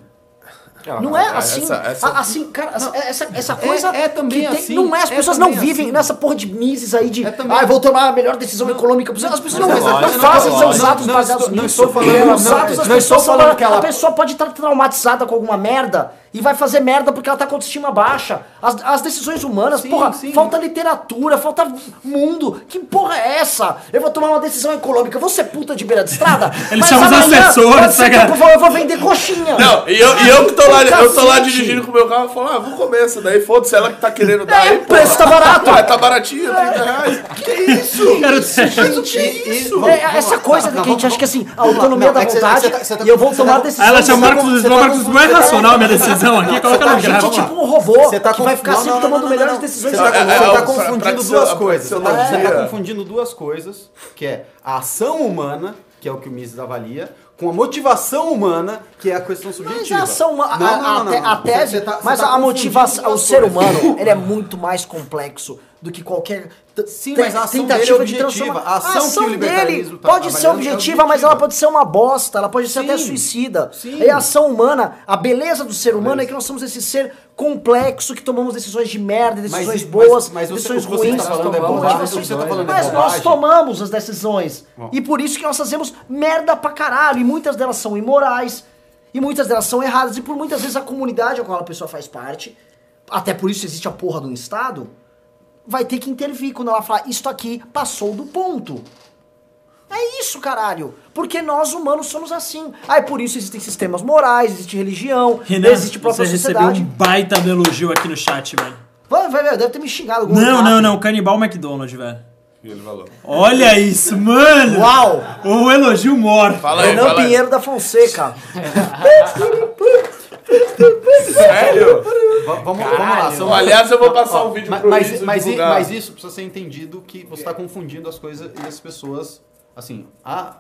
S5: Não é assim,
S4: Ah, Essa- essa-
S5: a- assim, cara, essa- essa, essa coisa
S7: é também
S5: que tem-
S7: assim,
S5: não é, as
S7: é
S5: pessoas não
S7: também
S5: vivem
S7: assim.
S5: nessa porra de mises aí de,
S7: É também-
S5: ah, eu vou tomar a melhor decisão econômica possível. As pessoas não,
S7: Mas é
S5: não
S7: lógico,
S5: fazem
S7: não,
S5: seus
S7: não,
S5: atos
S7: não
S5: baseados
S7: estou- não
S5: nisso.
S7: estou falando-
S5: Seus
S7: não,
S5: atos, as
S7: não estou
S5: pessoas são-
S7: falando que ela-
S5: a pessoa pode estar traumatizada com alguma merda e vai fazer merda porque ela tá com autoestima baixa. As, as decisões humanas,
S7: Sim,
S5: porra,
S7: sim.
S5: falta literatura, falta mundo. Que porra é essa? Eu vou tomar uma decisão econômica, vou ser puta de beira de estrada?
S2: Eles
S5: mas
S2: chamam os
S5: amanhã
S2: assessores,
S5: pode
S7: tá
S5: ser que
S2: saca?
S5: eu vou- Eu vou vender coxinha.
S4: Não, e eu, e eu que tô lá, eu tô lá
S5: Cacete.
S4: dirigindo com o meu carro, eu falo, ah, vou comer essa daí, foda-se, ela que tá querendo dar
S5: É,
S4: aí,
S5: o preço tá barato.
S4: Ah, tá baratinho, 30 reais. Que isso?
S2: Cara,
S4: Mas o que é isso?
S5: É, essa coisa que a gente acha que assim, a autonomia da vontade, e eu vou tomar decisão.
S2: Ela chama o Marcos
S5: tá Você
S2: Lisboa,
S5: tá
S2: Marcos Lisboa é racional minha decisão aqui,
S5: com-
S7: tá
S2: coloca
S5: a
S2: no gráfico.
S5: gente tipo um robô
S12: tá
S5: que vai ficar sempre tomando melhores decisões.
S7: Você tá,
S4: É, é,
S7: você tá
S4: é,
S7: confundindo
S4: pra- pra que
S7: duas
S4: seu-
S7: coisas. Você
S4: pra que seu
S7: tá, você tá
S4: dia-
S7: confundindo duas coisas, que é a ação humana, que é o que o Mises avalia, com a motivação humana, que é a questão
S5: Mas
S7: subjetiva.
S5: a ação humana,
S7: Não,
S5: tá a-
S7: não,
S5: a-
S7: não,
S5: a-
S7: não.
S5: a tese,
S7: Você tá- você
S5: mas
S7: tá
S5: a
S7: confundindo
S5: motivação, o
S7: duas
S5: ser
S7: coisas.
S5: humano, ele é muito mais complexo do que qualquer t-
S7: Sim,
S5: te-
S7: mas a ação
S5: tentativa
S7: dele é
S5: de
S7: objetiva.
S5: transformar.
S7: A ação que o liberalismo tá
S5: pode ser
S7: avaliando é
S5: objetiva, mas ela
S7: objetiva.
S5: pode ser uma bosta, ela pode ser até
S7: Sim.
S5: suicida.
S7: Sim.
S5: É a ação humana, a beleza do ser humano é que nós somos esse ser complexo que tomamos decisões de merda,
S7: Mas-
S5: decisões
S7: mas-
S5: boas,
S7: mas o que
S5: decisões
S7: você
S5: ruins,
S7: tá falando é
S5: tomamos
S7: bobagem,
S5: decisões-
S7: o que você tá falando é
S5: mas nós
S7: bobagem.
S5: tomamos as decisões. E por isso que nós fazemos merda pra caralho. E muitas delas são imorais. E muitas delas são erradas. E por muitas vezes a comunidade a qual a pessoa faz parte, até por isso existe a porra do Estado, vai ter que intervir quando ela falar isso aqui passou do ponto. É isso, caralho. Porque nós humanos somos assim. Aí por isso existem sistemas morais, existe religião,
S2: Renan,
S5: existe
S2: você
S5: própria
S2: recebeu um
S5: sociedade.
S2: baita de elogio aqui no chat, velho.
S5: Vai, vai, vai, deve ter me xingado algum
S2: Não,
S5: lugar.
S2: não, não, canibal McDonald's, velho.
S4: E ele falou.
S2: Olha isso, mano!
S5: Uau!
S2: O elogio morto.
S4: Fala aí,
S5: Renan
S4: fala aí.
S5: Pinheiro da Fonseca.
S4: Sério?
S7: Va- Vamos, vamos lá. São,
S4: Aliás, eu vou passar um vídeo
S7: mas,
S4: pro
S7: mas,
S4: Vinícius
S7: mas,
S4: divulgar.
S7: tá mas isso precisa ser entendido que você está confundindo as coisas e as pessoas assim, a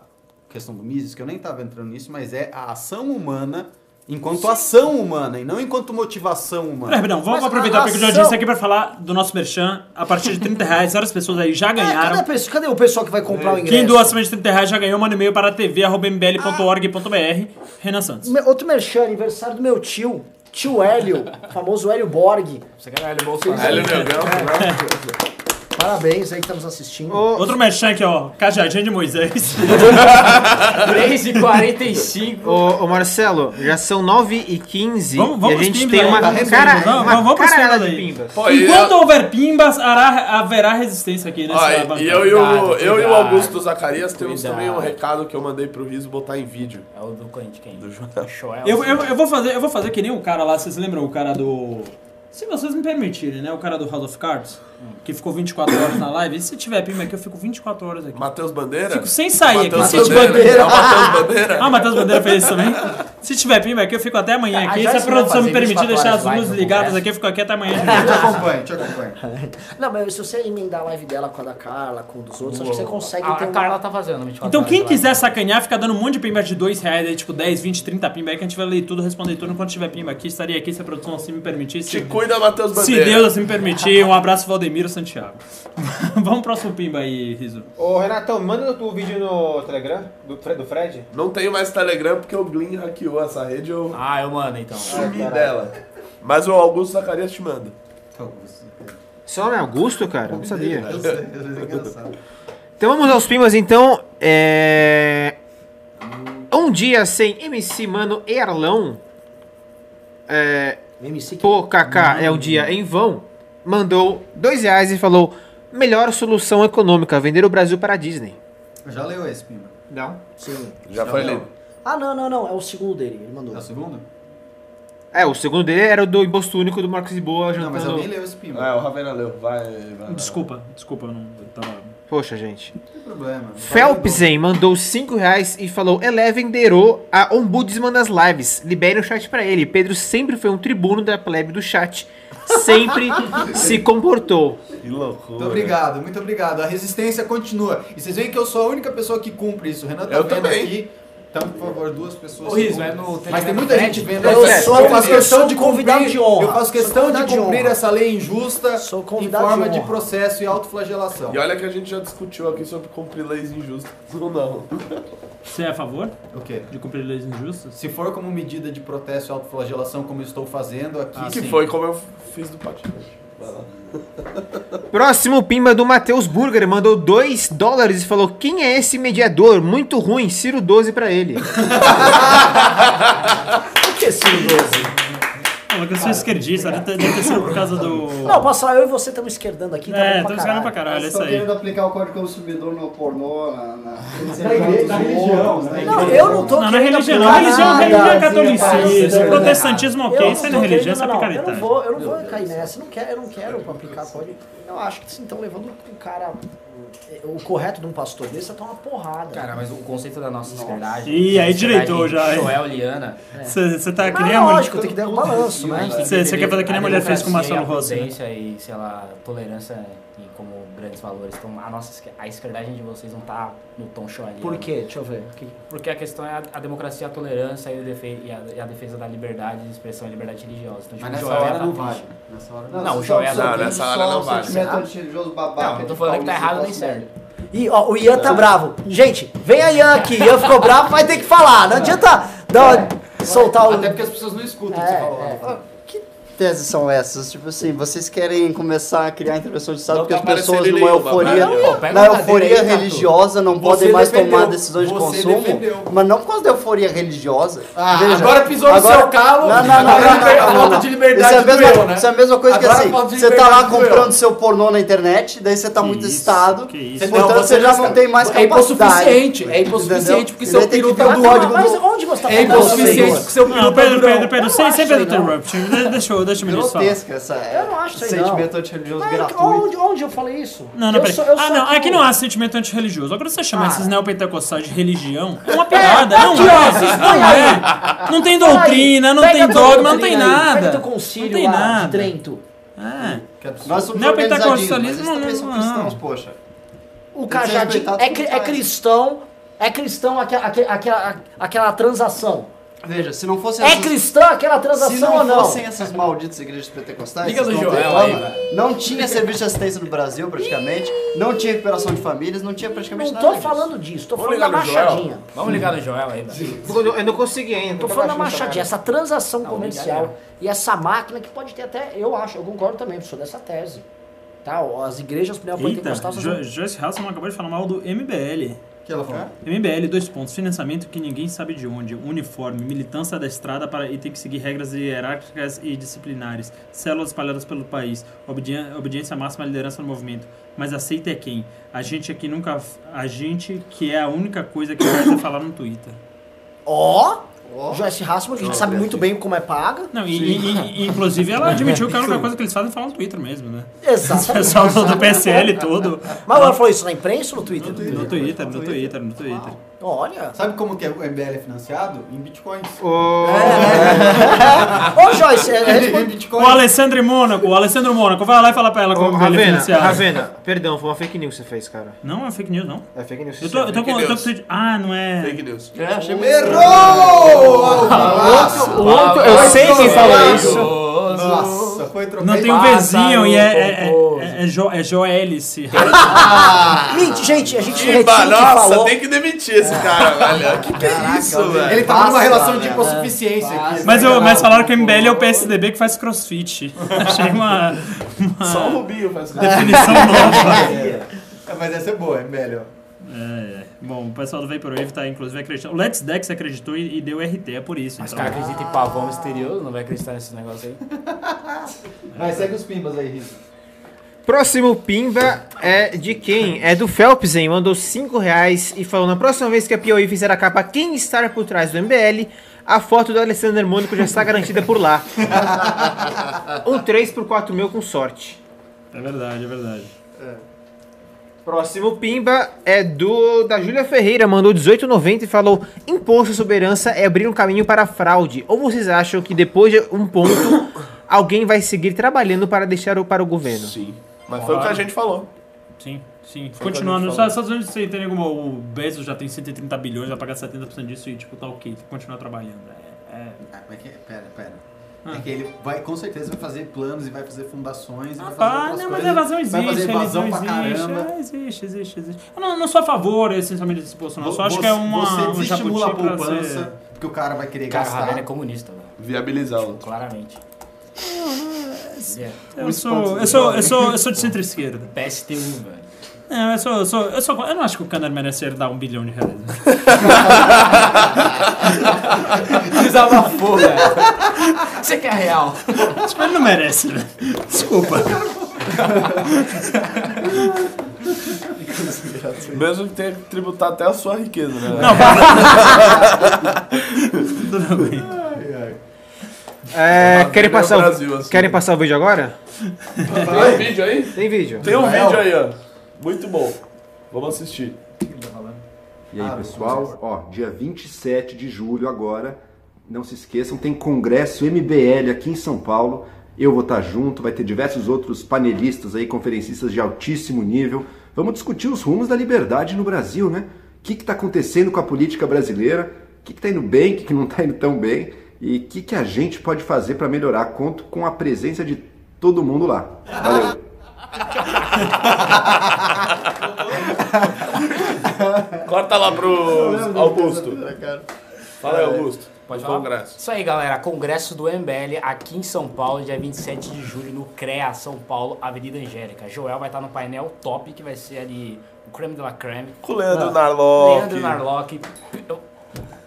S7: questão do Mises, que eu nem estava entrando nisso, mas é a ação humana enquanto ação humana e não enquanto motivação humana.
S2: Peraí, Perdão, vamos
S8: Mas
S2: aproveitar
S8: a
S2: porque o
S8: ação-
S2: Jorginho está aqui para falar do nosso merchan. A partir de 30 reais, várias pessoas aí
S7: Ah,
S2: já
S5: É, cadê, a
S2: ganharam.
S5: pessoa- cadê o pessoal que vai comprar o ingresso?
S2: um- Quem doa acima de 30 reais já ganhou, manda e-mail para tv.mbl.org.br. Renan Santos.
S5: Me- Outro merchan, aniversário do meu tio, tio Hélio, famoso Hélio Borg. né?
S3: Você quer Hélio Bolsonaro?
S4: né?
S5: É, Parabéns aí que está nos assistindo.
S2: Outro merchan aqui, ó. Cajadinha de Moisés.
S3: 3h45.
S1: Ô, ô, Marcelo, já são 9 e 15
S2: Vamos- vamos
S1: e a
S2: pros
S1: gente
S2: pimbas
S1: tem
S2: aí,
S1: uma
S2: tá resolvido.
S1: cara,
S2: Vamos-
S1: uma
S2: vamos pros
S1: caralhada
S2: pimbas
S1: de
S2: aí.
S1: pimbas.
S4: Pô, e
S2: Enquanto
S4: a-
S2: houver pimbas, hará- haverá resistência aqui né, nessa
S4: ó, e-
S2: bancada.
S4: e eu e o,
S3: Cuidado,
S4: eu e o
S3: cuidado.
S4: Augusto Zacarias temos
S3: Cuidado.
S4: também um recado que eu mandei pro Riso botar em vídeo.
S3: É o do Corinthians, quem? Do
S4: Joel.
S2: Eu,
S4: assim.
S2: eu, eu vou fazer, eu vou fazer que nem o cara lá, vocês lembram o cara do. Se vocês me permitirem, né? O cara do House of Cards, que ficou 24 horas na live. E se tiver pima aqui, eu fico 24 horas aqui.
S4: Matheus Bandeira?
S2: Fico sem sair aqui.
S4: Matheus
S2: Se tiver-
S4: Bandeira. É o Matheus Bandeira?
S2: Ah, o Matheus Bandeira fez isso também. Se tiver pima aqui, eu fico até amanhã
S3: Ah,
S2: aqui.
S3: já
S2: Se a
S3: isso vai
S2: produção me
S3: fazer
S2: permitir
S3: 24
S2: deixar as
S3: horas live
S2: luzes
S3: no
S2: ligadas
S3: Congresso.
S2: aqui, eu fico aqui até amanhã.
S7: Te acompanho, te acompanho.
S5: Não, mas se você emendar a live dela com a da Carla, com dos outros, acho que você consegue
S3: A,
S5: ter um-
S3: a
S5: uma-
S3: Carla tá fazendo 24
S2: Então
S3: horas
S2: quem
S3: lá.
S2: quiser sacanear, fica dando um monte de pimba de 2 reais aí, tipo 10, 20, 30 pimba aí, que a gente vai ler tudo, responder tudo. Enquanto tiver pimba aqui, estaria aqui se a produção assim me permitisse.
S4: Te cuida, Matheus
S2: Se
S4: Bandeira.
S2: Deus assim me permitir, um abraço Valdemiro Santiago. Vamos pro próximo pimba aí, Riso.
S1: Ô, Renatão, manda o vídeo no Telegram do, Fred.
S4: Não tenho mais Telegram porque o Glyn hackeou essa rede e eu
S3: Ah, eu mando então.
S4: sumi dela. Mas o Augusto Zacarias te manda.
S1: Seu nome é Augusto, cara? Não sabia.
S7: Eu sei, eu sei, é engraçado.
S1: Então vamos aos pimas, então. É... Um dia sem MC Mano e Arlão. É...
S5: MC que...
S1: Pô, Kaká, é um dia em vão. Mandou dois reais e falou: melhor solução econômica, vender o Brasil para a Disney.
S7: Eu Já leu esse, Pima?
S1: Não.
S5: Sim.
S4: Já foi lido.
S5: Ah, não, não, não. É o segundo dele. Ele mandou.
S7: É o segundo?
S1: É, o segundo dele era o do imposto único do Marcos de Boa
S7: Não, mas
S1: jantando.
S7: alguém leu esse, Pima.
S4: Ah, o Ravena leu. Vai, vai.
S2: Desculpa, desculpa, eu não eu tava.
S1: Poxa, gente.
S7: Não tem problema.
S1: Felpsen mandou 5 reais e falou: Eleven derou a ombudsman das lives. Libere o chat pra ele. Pedro sempre foi um tribuno da plebe do chat. Sempre se comportou.
S4: Que loucura.
S7: Muito obrigado, muito obrigado. A resistência continua. E vocês veem que eu sou a única pessoa que cumpre isso. O Renan tá
S4: Eu
S7: vendo
S4: também.
S7: aqui. Então, por favor, duas pessoas.
S3: Ô,
S7: que
S3: Riso,
S7: cumprem.
S3: é no Telegram
S7: Mas tem
S3: do
S7: muita
S3: Fred?
S7: gente vendo.
S5: Eu
S7: Eu
S5: sou
S7: faço
S5: convidado
S7: questão
S5: de convidado
S7: cumprir-
S5: de honra.
S7: Eu faço
S5: Sou
S7: questão de
S5: convidado de
S7: cumprir
S5: honra.
S7: essa lei injusta
S5: Sou
S7: em
S5: convidado
S7: forma
S5: de
S7: de
S5: honra.
S7: processo e autoflagelação.
S4: E olha que a gente já discutiu aqui sobre cumprir leis injustas ou não.
S2: Você é a favor
S7: O quê?
S2: de cumprir leis injustas?
S7: Se for como medida de protesto e autoflagelação, como eu estou fazendo aqui.
S4: que
S7: sim.
S4: foi como eu fiz do patinete. Vai lá.
S1: Próximo pimba do Matheus Burger mandou 2 dólares e falou: Quem é esse mediador? Muito ruim, Ciro 12 pra ele.
S5: Por que Ciro 12?
S2: Não, é que eu sou esquerdista, deve ter deve ter sido por causa do.
S5: Não, passa eu e você estamos esquerdando aqui. Tá
S2: É,
S5: bom
S2: tô
S5: pra
S2: esquerdando
S5: caralho.
S2: pra caralho, é isso
S10: Estão
S2: aí.
S10: Tá querendo aplicar o código consumidor no pornô, na, na, né?
S5: Não, eu não tô
S2: Não, não é
S5: querendo
S2: religião, não.
S5: aplicar
S2: Religião,
S5: nada.
S2: religião é
S5: Eu
S2: catolicismo,
S5: não
S2: protestantismo ok, isso aí não é
S5: tô
S2: religião, isso é
S5: querendo, não. Eu não
S2: picaretagem.
S5: vou, eu não vou cair nessa. Eu não quero, eu não quero aplicar código. Eu acho que estão levando um cara... O correto de um pastor desse é tomar uma porrada.
S3: Cara, mas o conceito da nossa esquerdagem.
S2: Ih, aí
S3: direitou
S2: direitou já, hein?
S3: Joel, Liana. né?
S2: Você você tá que
S5: Mas
S2: nem
S5: é
S2: a mulher-
S5: lógico, tem que dar um balanço, né?
S2: Você- você quer fazer que nem a mulher fez com o Marcelo Rossi, né?
S3: Rossi. e, sei lá, tolerância e como grandes valores. Então, a nossa esquer- a esquerdagem de vocês não tá no tom Joel.
S5: Por quê? Deixa eu ver. Que-
S3: Porque a questão é a, a democracia, a tolerância e, o defe- e a, e a defesa da liberdade de expressão e liberdade religiosa. Então, tipo,
S7: Mas nessa
S3: Joel
S7: hora
S3: tá
S7: não
S3: triste.
S7: vale. Nessa hora não.
S3: Não, o Joel não,
S4: nessa hora não vale.
S3: Não, não tô falando que tá errado nem certo.
S5: Ih, ó, o Ian tá bravo. Gente, vem a Ian aqui. Ian ficou bravo, vai ter que falar. Não adianta dar, soltar o.
S7: Até porque as pessoas não escutam o que você
S5: É,
S7: fala.
S5: é.
S10: Que teses são essas? Tipo assim, vocês querem começar a criar intervenção de Estado
S4: Não
S10: porque
S4: tá
S10: as pessoas
S4: aparecendo
S10: numa
S4: nenhuma,
S10: euforia,
S4: mas-
S3: Pô, pega
S10: na
S3: uma
S10: euforia
S3: cadeira aí,
S10: religiosa não
S7: Você
S10: podem mais
S7: defendeu,
S10: tomar decisões de
S7: você
S10: consumo,
S7: defendeu.
S10: mas não por causa da euforia religiosa.
S7: Ah,
S10: Veja,
S7: agora pisou no seu calo,
S10: Não, não, não,
S7: agora
S10: não,
S7: a
S10: não, não,
S7: falta
S10: não.
S7: de liberdade
S10: Isso é a mesma,
S7: doeu, né?
S10: isso é a mesma coisa
S7: Agora
S10: que
S7: a falta
S10: assim,
S7: de
S10: você tá lá
S7: liberdade doeu.
S10: comprando seu pornô na internet, daí você tá
S2: Que
S10: muito
S2: isso,
S10: excitado,
S2: que isso.
S10: portanto
S7: Não,
S10: você
S7: você
S10: já
S7: não-
S10: não tem mais
S7: é
S10: capacidade.
S7: hipossuficiente, é hipossuficiente,
S10: entendeu?
S7: porque
S10: E
S7: seu
S10: daí tem que
S7: peru
S10: ter
S7: tá
S10: o
S7: do
S10: código
S5: mas
S10: do-
S5: onde você tá
S7: É
S5: falando,
S7: hipossuficiente
S5: senhor?
S7: que seu
S2: Não,
S7: peru tá
S2: Pedro,
S7: durão.
S2: Pedro, Pedro,
S5: Eu
S2: sem,
S5: acho
S2: sem Pedro
S5: isso aí, não. um
S2: interrupt. Deixa eu, deixa o ministro falar.
S10: grotesca essa é,
S5: Eu não acho isso aí,
S10: sentimento
S5: não.
S10: antirreligioso
S5: Mas
S10: gratuito.
S5: onde, onde eu falei isso?
S2: Não, não,
S5: eu
S2: peraí.
S5: sou- eu
S2: ah,
S5: sou
S2: não, aqui
S5: o-
S2: não há sentimento antirreligioso. Agora você chamar
S5: Ah.
S2: esses neopentecostais de religião é uma piada. não,
S5: aqui,
S2: é,
S5: ó,
S2: isso
S5: põe
S2: não é. Não tem doutrina, não
S5: Pega
S2: tem
S5: teu
S2: dogma, não
S5: doutrina
S2: tem
S5: aí, Pega
S2: nada.
S5: teu
S2: Não
S5: concílio
S2: tem
S5: lá de
S2: nada.
S5: Trento.
S2: É.
S7: Que absurdo.
S10: Nós somos
S2: Neopentecostalismo
S10: organizadinhos, mas eles também
S2: tá não-
S10: são
S2: não.
S10: cristãos, poxa.
S5: o
S7: que ser
S5: cajadinho
S7: respeitado
S5: é,
S7: como
S5: cri- é
S7: faz.
S5: cristão, é cristão aquela, aquela, aquela, aquela transação.
S10: Veja, se não fosse
S5: É cristã aquela
S10: Se
S5: transação
S10: não,
S5: ou não?
S10: fossem essas malditas igrejas pentecostais,
S3: Liga do
S10: vocês não
S3: Joel
S10: têm
S3: aí,
S10: fama, não tinha serviço de assistência no Brasil praticamente, não tinha recuperação de famílias, não tinha praticamente
S5: Não
S10: nada.
S5: tô
S10: disso.
S5: falando disso, tô
S3: Vamos ligar
S5: falando da
S3: no
S5: machadinha.
S3: Joel. Vamos ligar no Joel aí, né? velho.
S1: Eu não- eu não consegui ainda.
S3: Então
S5: Tô
S1: tá
S5: falando da
S1: baixando o
S5: machadinha,
S1: salário.
S5: essa transação
S3: Não, é.
S5: comercial
S3: obrigado.
S5: e essa máquina que pode ter até, eu acho, eu concordo também, sou dessa tese. Tá, ó, as igrejas
S2: Eita,
S5: neopentecostais...
S2: Jo- Joyce Hasselman acabou de falar mal do MBL.
S7: que ela falou?
S2: MBL, dois pontos. Financiamento que ninguém sabe de onde. Uniforme, militância da estrada para, e tem que seguir regras hierárquicas e disciplinares. Células espalhadas pelo país. obedi- obediência máxima à liderança no movimento. Mas aceita é quem? A gente aqui nunca. A gente que é a única coisa que faz é falar no Twitter.
S5: Ó, Joyce Hassman, que a gente sabe muito bem como é paga.
S2: Não, e, e- e- inclusive ela admitiu que a única coisa que eles fazem é falar no Twitter mesmo, né? O
S5: Exatamente.
S2: pessoal do do PSL todo.
S5: Mas ela falou isso na imprensa ou no Twitter?
S2: No Twitter, no Twitter, no Twitter.
S5: Olha.
S7: Sabe como que é o MBL é financiado? Em bitcoins.
S1: Ô,
S5: Ô, Joyce, é, é,
S7: em
S2: O
S7: bitcoins.
S2: Alessandro Mônaco, o Alessandro Mônaco, vai lá e fala pra ela
S1: ô,
S2: como que ele é
S1: Ravena,
S2: financiado.
S1: Ravena, perdão, foi uma fake news que você fez, cara.
S2: Não, é fake news, não.
S1: É fake news. que
S2: Eu tô,
S1: você
S2: eu tô
S1: fez.
S2: com. Eu tô
S4: Deus.
S2: com de... Ah, não é.
S4: Fake news.
S3: É, achei muito...
S7: Errou!
S1: O outro- eu sei quem falou isso.
S7: Nossa, foi trocado.
S2: Não, tem um
S3: Pássaro
S2: Vzinho e é. É,
S3: pomposo.
S2: é, é, jo, é Joelice.
S5: Mentira, gente, a gente retira o
S4: Iba,
S5: que
S4: nossa,
S5: falou.
S4: tem que demitir esse cara, velho. Que que é isso,
S7: Ele
S4: velho?
S7: tá numa
S10: Passa,
S7: relação de
S9: tipo
S10: né?
S7: hipossuficiência aqui.
S2: Mas, eu, mas falaram que o MBL é o PSDB que faz crossfit. Achei uma. uma
S4: Só o Rubinho faz isso.
S2: definição nova.
S7: É, Mas essa é boa, é melhor.
S2: É, é. Bom, o pessoal do Vaporwave tá inclusive acreditando. O Let's Dex acreditou e, e deu RT, é por isso.
S3: Mas o
S2: então.
S3: cara acredita em pavão misterioso, não vai acreditar nesse negócio aí.
S7: Vai, segue os pimbas aí, Riso.
S1: Próximo Pimba é de quem? É do Phelps, hein? Mandou 5 reais e falou: na próxima vez que a Piauí fizer a capa Quem Estar por Trás do MBL, a foto do Alessandro Harmônico já está garantida por lá. um 3 por 4 mil com sorte.
S2: É verdade, é verdade.
S1: Próximo Pimba é do da Júlia Ferreira, mandou 18,90 e falou: Imposto sobre herança é abrir um caminho para a fraude. Ou vocês acham que depois de um ponto alguém vai seguir trabalhando para deixar o para o governo?
S4: Sim. Mas foi o que a gente falou.
S2: Sim, sim.
S4: Foi o que a
S2: Continuando, nos
S4: gente falou.
S2: Estados Unidos você tem alguma. O Bezos já tem 130 bilhões, vai pagar 70% disso e, tipo, tá ok, tem que continuar trabalhando. É, Ah. é-
S7: Ah, mas que, pera, pera. É que ele vai, com certeza, vai fazer planos e vai fazer fundações. e
S2: Ah,
S7: vai
S2: pá,
S7: fazer
S2: não,
S7: outras
S2: mas a
S7: coisas.
S2: evasão existe,
S7: Vai fazer evasão
S2: eles
S7: pra
S2: não existe,
S7: caramba.
S2: é, existe, existe, existe. Eu não, não sou a favor, essencialmente, desse posto, não. Eu só acho
S7: Você-
S2: que é uma,
S7: Você
S2: um
S7: desestimula a
S2: jabuti pra
S7: poupança,
S2: ser-
S7: porque o cara vai querer
S3: Cara, o Ravena é
S7: gastar.
S3: comunista, velho.
S4: Viabilizar o.
S3: Claramente. Ele é
S2: Eu sou, eu, sou, eu, sou, eu sou de centro-esquerda.
S3: PSTU, velho.
S2: Não, eu sou, eu sou, eu sou. Eu não acho que o Kanner merece herdar um bilhão de reais.
S3: Desabafou, velho. Você que é real.
S2: Tipo, ele não merece, né? Desculpa.
S4: Mesmo que tenha que tributar até a sua riqueza, né?
S2: Não, para. Tudo bem.
S1: É,
S4: Brasil
S1: querem,
S4: é
S1: passar o,
S4: Brasil, assim.
S1: querem passar o vídeo agora?
S4: Tem um vídeo aí?
S1: Tem vídeo.
S4: Tem um vídeo aí, ó. Muito bom. Vamos assistir.
S13: E aí, pessoal, Ah, ó, dia 27 de julho agora, não se esqueçam, tem congresso MBL aqui em São Paulo. Eu vou estar junto, vai ter diversos outros panelistas aí, conferencistas de altíssimo nível. Vamos discutir os rumos da liberdade no Brasil, né? O que está acontecendo com a política brasileira? O que está indo bem, o que, que não está indo tão bem? E o que, que a gente pode fazer para melhorar? Conto com a presença de todo mundo lá. Valeu!
S4: Corta lá pro Augusto. Fala aí, Augusto. Pode
S3: falar?
S4: Congresso.
S3: Isso aí, galera. Congresso do MBL aqui em São Paulo, dia 27 de julho, no CREA São Paulo, Avenida Angélica. Joel vai estar no painel top, que vai ser ali o creme de la creme.
S4: Com o Leandro Narlock.
S3: Leandro Narlock. Pe-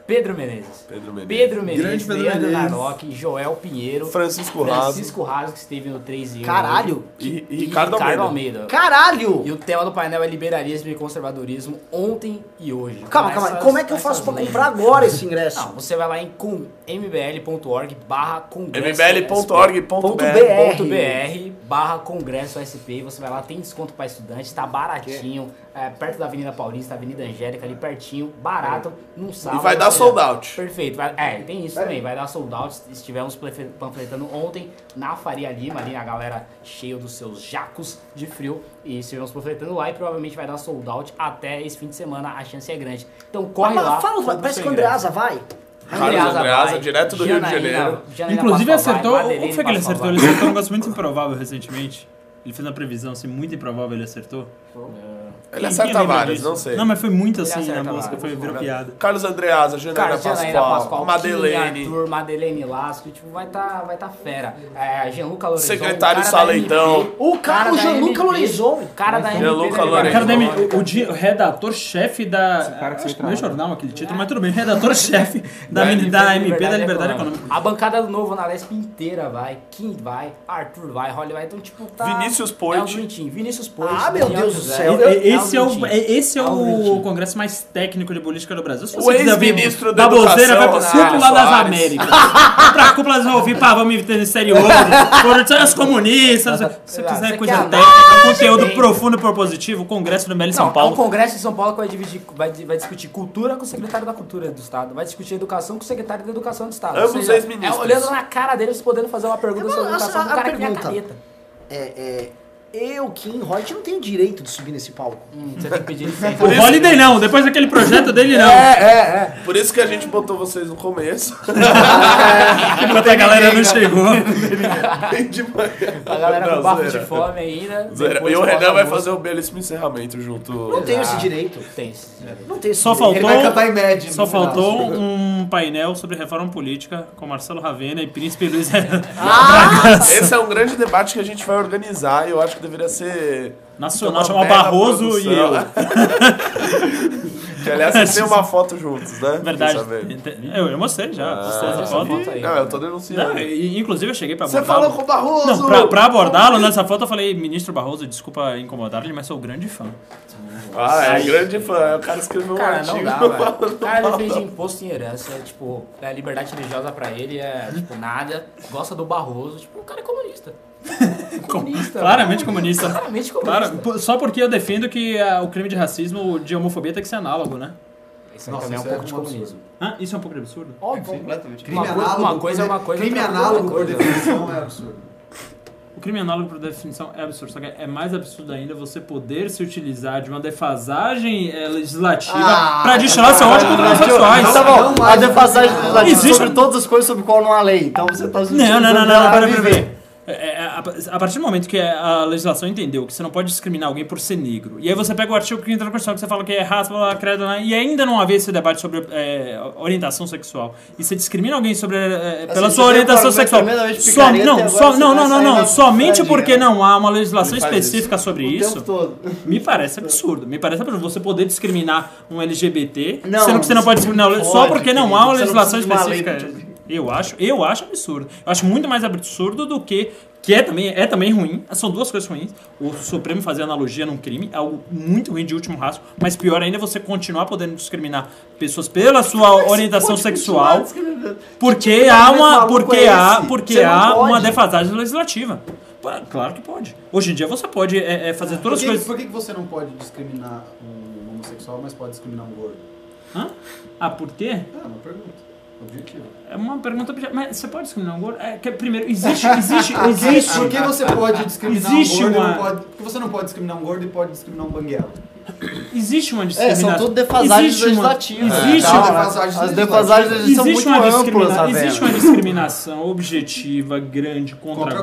S3: Pedro Menezes.
S4: Pedro Menezes.
S3: Pedro Menezes,
S7: Grande Pedro
S3: Leandro
S7: Menezes.
S3: Narlock, Joel Pinheiro,
S4: Francisco Raso.
S3: Francisco Raso, que esteve no 3 e 1.
S5: Caralho.
S4: E, e Ricardo Almeida.
S3: Almeida.
S5: Caralho!
S3: E o tema do painel é liberalismo e conservadorismo ontem e hoje.
S5: Calma,
S3: Com
S5: calma,
S3: essas-
S5: como é que eu faço
S3: essas
S5: pra
S3: leis.
S5: comprar agora esse ingresso?
S3: Não, você vai lá em com- mbl.org barra congresso
S4: mbl.org.br
S5: Ponto
S3: .br barra congresso SP, você vai lá, tem desconto pra estudante, tá baratinho, é, perto da Avenida Paulista, Avenida Angélica, ali pertinho, barato, num sábado.
S4: E vai dar
S3: você
S4: sold out.
S3: Perfeito. Vai- é, tem isso também. Vai dar sold out. Estivemos plefe- panfletando ontem na Faria Lima, ali a galera cheia dos seus jacos de frio. E estivemos panfletando lá e provavelmente vai dar sold out até esse fim de semana. A chance é grande. Então corre
S5: Mas
S3: lá.
S5: Fala, os-
S3: compra
S5: parece
S3: seu
S5: que o
S3: ingresso.
S5: Andreasa vai.
S4: Carlos Andreasa,
S3: vai,
S4: direto do Rio de
S3: Janaína-
S4: Janeiro.
S3: Janaína
S2: Inclusive
S3: Pascoal vai,
S2: acertou.
S3: Madeleine
S2: Como foi que ele
S3: Pascoal
S2: acertou?
S3: vai.
S2: Ele acertou um negócio muito improvável recentemente. Ele fez uma previsão assim, muito improvável, ele acertou.
S4: Ele
S2: Quem-
S4: acerta
S2: quem lembra
S4: várias,
S2: disso?
S4: não sei.
S2: Não, mas foi muito
S3: Ele
S2: assim na
S3: acerta
S2: música, foi
S3: várias.
S2: virou piada.
S4: Carlos Andreasa, Janaína
S3: Cara, Janaína
S4: Pascoal,
S3: Pascoal,
S4: Madeleine.
S3: Kim Arthur, Madeleine Lasco, tipo, vai tá, vai tá fera. É, Gianluca Lorenzon,
S4: Secretário
S3: o cara da
S4: Saleitão.
S3: MP,
S5: O cara,
S3: Cara
S5: o
S3: da
S5: Gianluca
S3: MP.
S5: Lorenzon.
S3: Cara da
S4: Gianluca
S3: MP, né,
S2: O é cara da
S4: Lorenzon.
S2: M- o, o di- o redator-chefe da.
S1: cara que
S2: acho que
S1: foi
S2: não é jornal aquele título, mas tudo bem. Redator-chefe da,
S4: Da
S2: M- da MP da Liberdade Econômica.
S3: A bancada do Novo na Lesp inteira vai, Kim vai, Arthur vai, Holly vai, então tipo tá...
S4: Vinícius
S3: É um
S4: Poit.
S3: doentinho, Vinícius Poit.
S5: Ah, meu
S3: Daniel
S5: Deus do
S3: José.
S5: céu.
S2: E- e- Esse é, o,
S3: Alvitinho.
S2: é- esse é o
S3: Alvitinho.
S2: congresso mais técnico de política do Brasil. Se
S4: O
S2: você quiser ouvir
S4: ex-ministro da
S2: baboseira, vai pra
S4: Educação,
S2: cúpula
S4: Sara
S2: das
S4: Soares.
S2: Américas. Vai pra cúpula, eles vão ouvir, pá, vamos meter no exterior, foram são os comunistas. não sei o quê. Se você
S3: Sei lá,
S2: quiser
S3: você
S2: coisa
S3: quer
S2: técnica, conteúdo
S3: gente.
S2: profundo e propositivo, o congresso do ML
S3: Não,
S2: São
S3: é um
S2: Paulo.
S3: congresso em São Paulo que vai, dividir, vai, di- vai discutir cultura com o secretário da cultura do estado, vai discutir educação com o secretário da educação do estado.
S4: Ambos
S3: Ou seja,
S4: ex-ministros.
S3: É, olhando na cara deles, podendo fazer uma pergunta
S5: Eu não-
S3: sobre educação
S5: a-
S3: do
S5: a
S3: cara que vem a
S5: pergunta.
S3: caneta.
S5: É, é, eu, Kim, Roy, não tenho direito de subir nesse palco.
S3: Hum, você tem que pedir licença.
S2: O Holiday não, depois daquele projeto dele não.
S4: É, Por isso que a gente botou vocês no começo. É.
S2: Enquanto a galera não chegou.
S3: A galera com
S4: Não,
S3: bafo
S4: zoeira.
S3: de fome ainda.
S4: Zoeira.
S3: depois
S4: E o
S3: bota
S4: Renan
S3: a
S4: vai
S3: música.
S4: fazer o belíssimo encerramento junto.
S5: Não tenho
S2: Ah.
S5: esse direito.
S3: Tem esse.
S5: Não tenho esse
S2: Só
S5: direito.
S7: Ele vai
S2: faltou.
S7: cantar em média.
S2: Só
S7: no final.
S2: faltou um painel sobre reforma política com Marcelo Ravena e Príncipe Luiz.
S7: Ah!
S2: Ah!
S4: Esse é um grande debate que a gente vai organizar e eu acho que deveria ser.
S2: Nacional,
S4: uma
S2: chamar
S4: mega
S2: Barroso e
S4: produção.
S2: eu.
S4: Que aliás, vocês têm uma foto juntos, né?
S2: é Verdade.
S4: Dessa vez.
S2: Eu, eu mostrei já.
S4: Ah.
S2: postei essa
S3: essa
S2: foto.
S3: foto aí.
S4: Não, eu tô
S2: Não,
S4: denunciando.
S2: e- inclusive eu cheguei pra
S4: Você
S2: abordá-lo.
S4: falou com o Barroso!
S2: Não, pra, pra abordá-lo nessa foto eu falei, ministro Barroso, desculpa incomodar-lhe, mas sou grande fã.
S4: Ah, é grande fã. O cara escreveu um
S2: é,
S3: Cara, não
S4: artigo.
S3: dá, velho. O cara ele fez imposto em herança, é, tipo, a liberdade religiosa pra ele é, tipo, nada. Gosta do Barroso, tipo, o cara é comunista. comunista.
S2: Claramente comunista.
S3: Claramente comunista.
S2: Claro, po- só porque eu defendo que ah, o crime de racismo, de homofobia tem que ser análogo, né?
S3: Isso aí também é um
S7: isso é
S3: pouco de
S7: um absurdo.
S3: comunismo.
S2: Hã? Isso é um pouco de absurdo.
S3: Óbvio.
S10: Completamente.
S7: Crime
S3: Uma coisa-
S7: análogo.
S3: uma coisa é uma coisa,
S7: Crime
S3: outra coisa é
S7: análogo, por
S3: outra coisa.
S7: definição, é absurdo.
S2: O crime análogo, por definição, é absurdo. Só que é mais absurdo ainda você poder se utilizar de uma defasagem eh, legislativa
S10: Ah,
S2: pra destilar seu ódio contra homossexuais.
S10: Então tá bom, a defasagem
S2: Existe-
S10: legislativa sobre todas as coisas sobre qual não há lei. Então você tá
S2: Não, não, não, não, não,
S10: ela
S2: peraí, peraí,
S10: viver.
S2: peraí. É, é, a a partir do momento que a legislação entendeu que você não pode discriminar alguém por ser negro, e aí você pega o artigo que entra na Constituição que você fala que é raça, blá, blá, credo, né? e ainda não havia esse debate sobre é, orientação sexual, e você discrimina alguém sobre, é, pela
S10: você
S2: sua
S10: tem
S2: orientação
S10: um argumento
S2: sexual,
S10: tremendamente
S2: Só-
S10: picareta, e
S2: não,
S10: agora
S2: só-
S10: você tá
S2: não,
S10: vai
S2: não, não,
S10: sair
S2: não,
S10: na
S2: somente
S10: frente,
S2: porque
S10: né?
S2: não há uma legislação
S4: Ele faz isso.
S2: específica sobre
S10: O
S2: isso,
S10: tempo todo.
S2: me parece absurdo. Me parece absurdo você poder discriminar um LGBT,
S10: Não,
S2: sendo que você não pode discriminar
S10: não
S2: só
S10: pode,
S2: porque não
S10: querido.
S2: há uma
S10: Você não
S2: legislação
S10: precisa de uma lei
S2: específica.
S10: pra te-
S2: Eu acho, eu acho absurdo. Eu acho muito mais absurdo do que que é também, é também ruim, são duas coisas ruins. O Supremo fazer analogia num crime, é algo muito ruim de último rasgo, mas pior ainda é você continuar podendo discriminar pessoas pela sua orientação sexual, porque há uma,
S10: maluco
S2: porque
S10: é
S2: há,
S10: esse?
S2: porque
S10: Você não
S2: há uma
S10: pode.
S2: defasagem legislativa. Pá, Claro que pode. Hoje em dia você pode é, é, fazer
S10: Ah,
S7: Por
S2: todas as
S7: que,
S2: coisas.
S7: por que que você não pode discriminar um homossexual, mas pode discriminar um gordo?
S2: Hã? Ah, por quê?
S7: Ah, uma pergunta. Objetivo.
S2: É uma pergunta. obje- Mas você pode discriminar um gordo? É, que, primeiro, existe, existe, existe.
S7: então Por que você pode discriminar
S2: Existe
S7: um gordo
S2: uma-
S7: e não pode... Por que você não pode discriminar um gordo e pode discriminar um banguela?
S2: Existe uma
S10: É,
S2: discriminação.
S10: são tudo defasagens
S2: Existe uma-
S10: legislativas.
S2: Existe
S10: Tá?
S2: uma-
S10: As defasagens
S2: Existe,
S10: são muito
S2: uma,
S10: amplas, tá
S2: discrimina...
S10: vendo?
S2: existe uma discriminação objetiva grande contra,
S7: Contra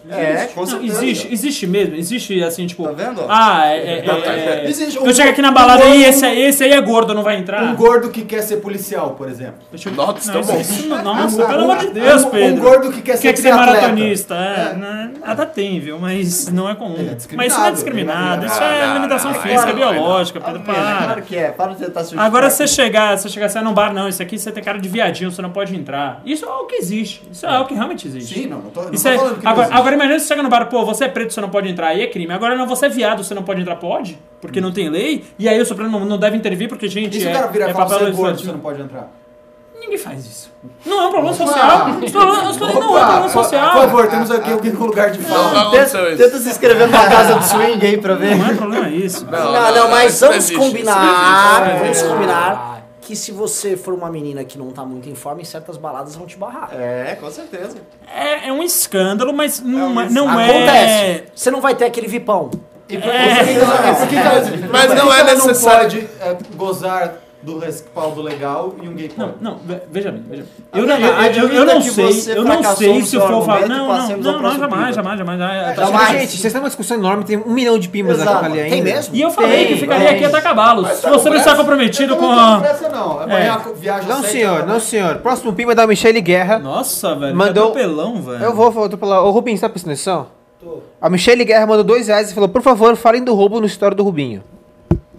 S7: gordos.
S10: É, com
S2: Não,
S10: certeza.
S2: existe, existe mesmo, existe assim, tipo.
S10: Tá vendo?
S2: Ah, é. é, é- é-
S7: Existe um-
S2: Eu chego aqui na balada
S7: um
S2: e
S7: gordo-
S2: esse, aí- esse aí é gordo, não vai entrar.
S7: Um gordo que quer ser policial, por exemplo.
S2: Deixa eu-
S4: Nossa,
S2: não,
S4: tá bom.
S2: isso- isso não- Nossa,
S7: Um-
S2: pelo
S7: um-
S2: amor de Deus,
S7: um- um
S2: Pedro.
S7: gordo que quer ser
S2: que ser
S7: triatleta.
S2: maratonista. É, né, Nada tem, viu? Mas não é comum.
S7: discriminado. né?
S2: mas isso não é discriminado. Isso
S4: Não,
S2: é
S4: não,
S2: limitação
S4: não, não,
S2: física,
S4: não, não.
S2: biológica.
S10: Ah,
S2: Pedro,
S10: é,
S2: para.
S10: Claro que é, para de tentar se
S2: Agora
S10: justificar.
S2: você chegar, você chegar, você não bar, não, isso aqui você tem cara de viadinho, você não pode entrar. Isso é o que existe. Isso é o que realmente existe.
S7: Sim, não, não tô, não
S2: Isso
S7: tô
S2: é,
S7: falando que não
S2: agora,
S7: existe.
S2: agora imagina você chega no bar, pô, você é preto, você não pode entrar, aí é crime. Agora não, você é viado, você não pode entrar, pode? Porque não tem lei, e aí o Supremo não- não deve intervir, porque, gente,
S7: E se
S2: é,
S7: o cara virar
S2: é
S7: e falar,
S2: papel
S7: você é gordo,
S2: legislativo.
S7: você não pode entrar?
S2: Ninguém faz isso. Não é um problema social. Isso não é- isso não é um problema
S7: Por
S2: social.
S7: favor, temos aqui alguém com lugar de fala.
S4: Não aconteceu
S10: Tenta,
S4: isso.
S10: tenta se inscrever numa casa de swing aí pra ver.
S2: Não é problema isso.
S5: Não, não, mas
S4: isso
S5: vamos
S4: existe, isso não
S5: combinar.
S4: existe.
S5: Vamos combinar. que se você for uma menina que não tá muito em forma, em certas baladas vão te barrar.
S14: É, com certeza.
S2: É, é um escândalo, mas não é.
S14: um
S2: Não é...
S5: Acontece. Você não vai ter aquele vipão.
S7: E por,
S5: é
S7: por que que ela- por que que ela- por
S4: Mas
S7: que
S4: não
S7: que
S4: é
S7: ela
S4: necessário.
S7: Não pode é, gozar do respaldo legal e um gay
S2: Não,
S7: pode.
S2: não, ve- veja bem, veja bem.
S14: Ah,
S2: Eu, não-
S14: não,
S2: eu- eu- eu
S14: admita
S2: não
S14: que
S2: sei,
S14: você
S2: eu não
S14: fracassou
S2: sei
S14: no
S2: se
S14: seu
S2: eu for falar.
S14: argumento e
S2: Não, não,
S14: passemos ao
S2: não, não,
S14: próximo
S2: jamais,
S14: tema.
S2: jamais, jamais, jamais.
S1: Gente,
S7: Jamais.
S1: Gente, vocês têm uma discussão enorme, tem um milhão de pimbas
S7: Então Exato.
S1: naquela ali ainda.
S5: Tem mesmo?
S2: E eu falei
S1: Tem,
S2: que ficaria
S1: tem.
S2: aqui até acabá-los. Se você não está comprometido
S7: é Eu
S2: com
S7: Não tenho
S2: a. É.
S7: pressa, não. É Amanhã viaja
S1: Não,
S7: cedo,
S1: senhor,
S7: né?
S1: não, senhor. Próximo pimba é da Michelle Guerra.
S2: Nossa, velho.
S1: Mandou-
S2: Que pelão, velho.
S1: Eu vou, vou atropelar. Ô, Rubinho, você tá prestando atenção? Tô. A Michelle Guerra mandou dois reais e falou, por favor, falem do roubo no história do Rubinho.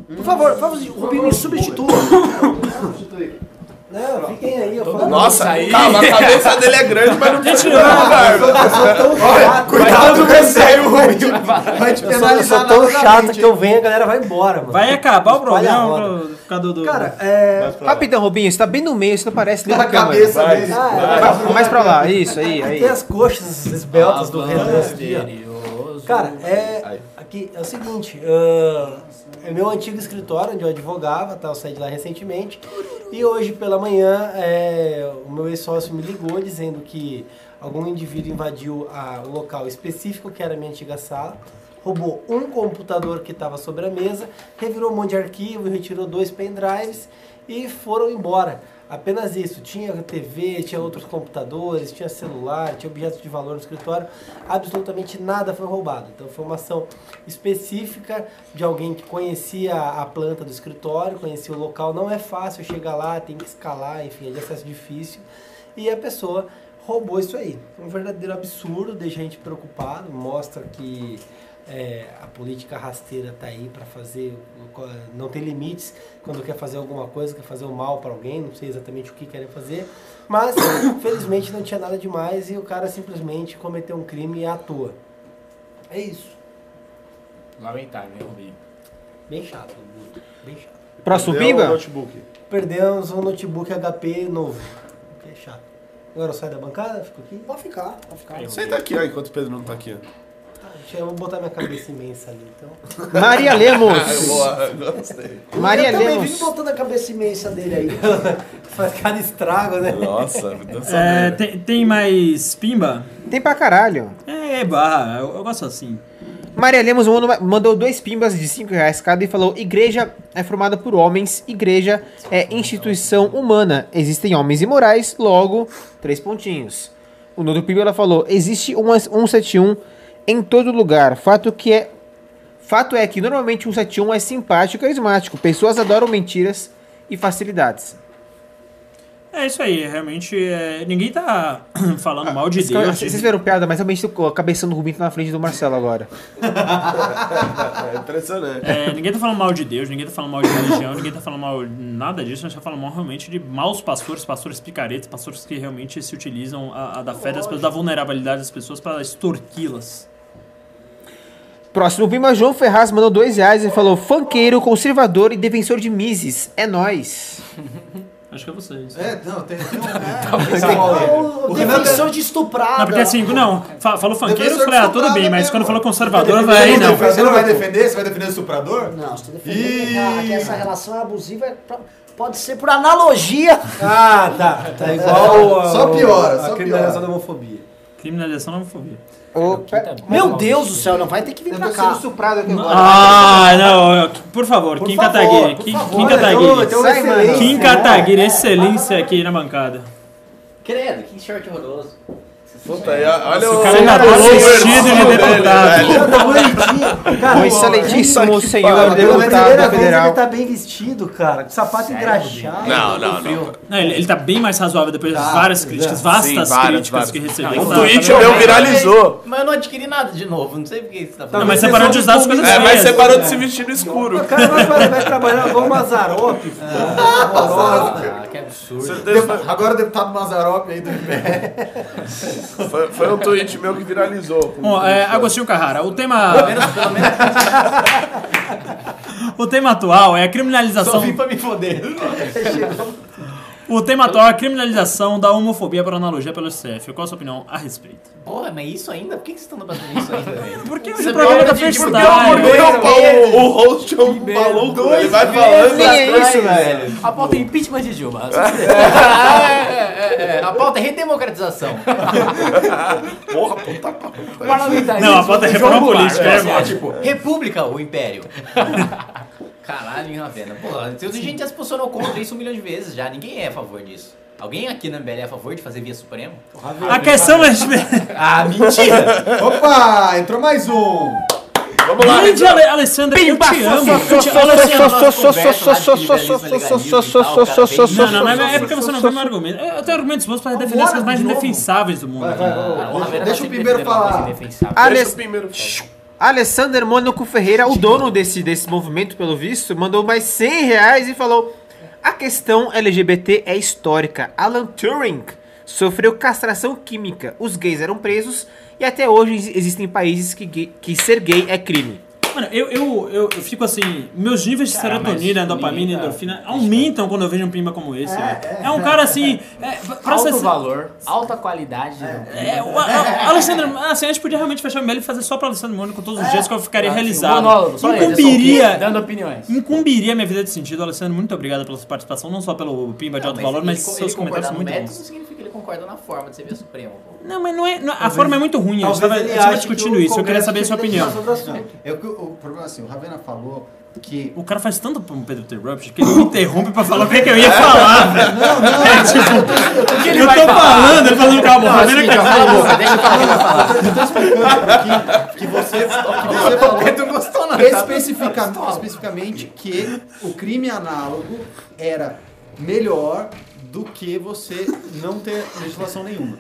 S5: Por favor, por favor, Rubinho, me substitua.
S12: Não, fiquem aí, eu falo.
S4: Nossa, calma, a cabeça dele é grande, mas não precisa lugar. Cuidado com esse aí, o Rubinho.
S7: Vai te
S12: Eu sou, eu
S7: penalizar
S12: sou tão chato
S7: naturalmente.
S12: que eu venho e a galera vai embora, mano.
S2: Vai acabar o
S12: Espalha a
S2: problema
S12: roda.
S2: pro- por causa do. do-
S12: Cara, é.
S1: Rapidão, Rubinho, você tá bem no meio, você não parece nem
S7: Na
S1: na câmera.
S7: cabeça dele.
S12: Ah,
S1: Vai, mais pra lá, isso, aí, aí.
S12: Tem as coxas esbeltas
S1: Ah,
S12: do Renan aqui, ó.
S3: Misterioso.
S12: Cara, é. Aqui é o seguinte, ahn, é meu antigo escritório onde eu advogava, tá? Eu saí de lá recentemente. E hoje pela manhã é, o meu ex-sócio me ligou dizendo que algum indivíduo invadiu a- o local específico que era a minha antiga sala. Roubou um computador que estava sobre a mesa, revirou um monte de arquivo, retirou dois pendrives e foram embora. Apenas isso. Tinha TV, tinha outros computadores, tinha celular, tinha objetos de valor no escritório. Absolutamente nada foi roubado. Então foi uma ação específica de alguém que conhecia a planta do escritório, conhecia o local. Não é fácil chegar lá, tem que escalar, enfim, é de acesso difícil. E a pessoa roubou isso aí. Um verdadeiro absurdo, deixa a gente preocupado, mostra que é, a política rasteira tá aí para fazer, não tem limites quando quer fazer alguma coisa, quer fazer o mal para alguém, não sei exatamente o que querem fazer, mas felizmente não tinha nada demais e o cara simplesmente cometeu um crime à toa. É isso.
S3: Lamentável, hein, Rubinho?
S12: Bem chato, Guto. bem chato.
S1: Próximo
S4: Deu o
S1: pimba?
S4: notebook.
S12: Perdemos um notebook HP novo. Que é chato. Agora eu saio da bancada, fico aqui.
S5: Pode ficar, pode ficar.
S4: Senta aqui, ó, enquanto o Pedro não tá aqui. ó.
S12: Tá, deixa eu botar minha cabeça imensa ali, então.
S1: Maria Lemos.
S4: Boa, gostei.
S1: Maria
S5: eu também
S1: Lemos.
S5: vim botando a cabeça imensa dele aí.
S12: Faz cada estrago, né?
S4: Nossa, dança
S2: É,
S4: é,
S2: tem, tem mais pimba?
S1: Tem pra caralho.
S2: É, barra. Eu, eu gosto assim.
S1: Maria Lemos mandou- mandou dois pimbas de 5 reais cada e falou: Igreja é formada por homens, igreja é instituição humana. Existem homens imorais, logo, três pontinhos. O outro pimba ela falou: Existe um uma 171 em todo lugar. Fato que é. Fato é que normalmente 171 é simpático e carismático. Pessoas adoram mentiras e facilidades.
S2: É isso aí, realmente. é, ninguém tá
S14: Ah,
S2: falando mal de Deus.
S1: Vocês viram piada, mas realmente a cabeça do Rubinho tá na frente do Marcelo agora.
S4: impressionante.
S2: É, ninguém tá falando mal de Deus, ninguém tá falando mal de religião, ninguém tá falando mal de nada disso, a gente tá falando mal realmente de maus pastores, pastores picaretas, pastores que realmente se utilizam a, a da fé das pessoas, da vulnerabilidade das pessoas para extorquí-las.
S1: Próximo Pima, João Ferraz mandou dois reais e falou: Funkeiro, conservador e defensor de Mises. É nóis.
S2: Acho que é Tá vocês.
S7: É, não, tem. tem um-
S5: O defensor de estuprada.
S2: Não, porque assim, não, fa- falou funkeiro, eu
S7: Defensor
S2: falei, ah, tudo
S7: estuprado
S2: bem, mas
S7: mesmo.
S2: quando falou
S7: Vai
S2: conservador,
S7: defender
S2: vai,
S7: o
S2: não.
S7: suprador? Você não vai defender? Você vai defender o suprador?
S5: Não, estou
S7: Ih.
S5: defendendo ah, que essa relação é abusiva. é pra- Pode ser por analogia.
S12: Ah, tá. Tá igual. a-
S7: Só piora, só
S12: a criminalização
S7: piora.
S12: da homofobia.
S2: Criminalização da homofobia.
S1: Opa.
S5: Meu Deus do céu, não vai ter que vir pra cá.
S1: suprado aqui
S2: Ah, não, eu- por favor, Kim
S12: favor,
S2: Kataguiri,
S12: por
S2: Kim
S12: favor,
S2: Kim
S12: né?
S2: Kataguiri.
S12: Então, então
S1: Sai, mano.
S12: excelência,
S2: Kim
S12: né?
S2: Kataguiri, excelência aqui na bancada.
S6: Credo, que short horroroso.
S4: Puta aí, ó, olha o.
S2: O cara ainda tá vestido de deputado.
S12: Cara, tá bonitinho.
S6: Um
S12: Cara,
S1: O excelentíssimo
S4: Puta que
S1: senhor
S4: pariu.
S12: pela
S8: é
S12: primeira
S1: deputado
S12: vez ele
S1: federal.
S12: tá bem vestido, cara. Com sapato engraxado.
S4: Não, não, não.
S2: Não, ele, ele tá bem mais razoável depois das várias críticas, vastas
S4: Sim, várias, várias.
S2: críticas que
S6: Não,
S2: recebeu.
S4: O
S6: Tá,
S4: tweet
S6: tá, tá,
S4: meu
S6: tá.
S4: viralizou.
S6: Mas eu não adquiri nada de novo, não sei por que você tá
S2: Não,
S6: falando.
S2: mas você parou de usar as coisas
S4: É, mas você
S2: feias.
S4: parou de se vestir no escuro.
S12: O cara vai, vai, vai trabalhar igual o Mazarop.
S6: Ah, que absurdo.
S4: tá
S7: Dep- Agora o deputado Mazarop aí do IBR.
S4: Foi, foi um tweet meu que viralizou.
S2: Bom, é, Agostinho Carrara, o tema. o tema atual é a criminalização.
S6: Só vim pra me foder.
S2: O tema atual é a criminalização da homofobia por analogia pelo STF. Qual a sua opinião a respeito?
S6: Porra, mas isso ainda? Por que que vocês estão debatendo isso ainda, velho?
S2: Porque hoje o programa da
S4: Não,
S2: felicidade.
S4: Paulo, o host é um maluco, ele vai falando.
S6: isso, velho. A pauta é impeachment de Dilma. É, é, é. A pauta é redemocratização.
S4: Porra, puta pau.
S6: Parlamentarismo.
S2: Não, a pauta é
S6: jogo
S2: reforma
S6: político,
S2: política, é,
S6: assim,
S2: mano.
S6: tipo, República ou Império? Caralho, hein, Ravena. Porra, a gente já se posicionou contra isso um milhão de vezes já. Ninguém é a favor disso. Alguém aqui na MBL é a favor de fazer via Supremo?
S2: A questão é...
S6: Ah, mentira!
S7: Opa, entrou mais um.
S4: Vamos lá.
S2: Grande Ale- Alessandra, eu te amo. Eu te- Alessandra, Não, não, mas é porque você não vê meu argumento. Eu tenho argumentos bons pra defender as coisas mais indefensáveis do mundo. né?
S7: Deixa o primeiro falar.
S1: Ales-
S4: primeiro. Paulo.
S1: Alessander Mônaco Ferreira, o dono desse, desse movimento, pelo visto, mandou mais 100 reais e falou: A questão LGBT é histórica. Alan Turing sofreu castração química, os gays eram presos e até hoje ex- existem países que, gay- que ser gay é crime.
S2: Mano, eu, eu, eu, eu fico assim, meus níveis de serotonina, dopamina,
S6: ninguém tá-
S2: endorfina aumentam quando eu vejo um pimba como esse. velho. É, um cara assim. É, pra
S6: Alto
S2: ser-
S6: valor, alta qualidade. né?
S2: é, o- a- a- Alexandre, assim, a gente podia realmente fechar o MBL e fazer só pra Alexandre Mônico todos os dias que eu ficaria
S6: Assim,
S2: realizado.
S6: monólogo, só
S3: é
S6: ele,
S2: incumbiria,
S6: Dando opiniões.
S2: incumbiria minha vida de sentido. Alexandre, muito obrigado pela sua participação, não só pelo pimba de alto valor, mas
S6: ele,
S2: seus
S6: ele
S2: comentários
S6: concordar
S2: são
S6: no
S2: muito
S6: método
S2: bons.
S6: não significa que ele concorda na forma de ser via Supremo. pô.
S2: Não, mas não é. não- a forma é muito ruim, eu
S7: Talvez
S2: estava
S7: ele
S2: eu estava
S7: ache que
S2: discutindo
S7: o
S2: isso, eu queria
S7: Congresso
S2: saber a sua
S7: tinha que
S2: opinião.
S7: deixar sobre o assunto. É o que o o problema é assim, o Ravena falou que
S2: O cara faz tanto pro Pedro Interrupt que ele me interrompe pra falar o que, é que eu ia falar, velho. É,
S9: assim,
S2: tipo, eu tô falando, ele falando é calma,
S6: Não,
S2: Ravena
S6: assim,
S2: quer
S6: ó,
S2: falar.
S6: cala a boca, deixa eu
S9: assim,
S6: falar.
S7: que você, que você falou
S2: tá
S7: especifica- especificamente que o crime análogo era melhor do que você não ter legislação nenhuma.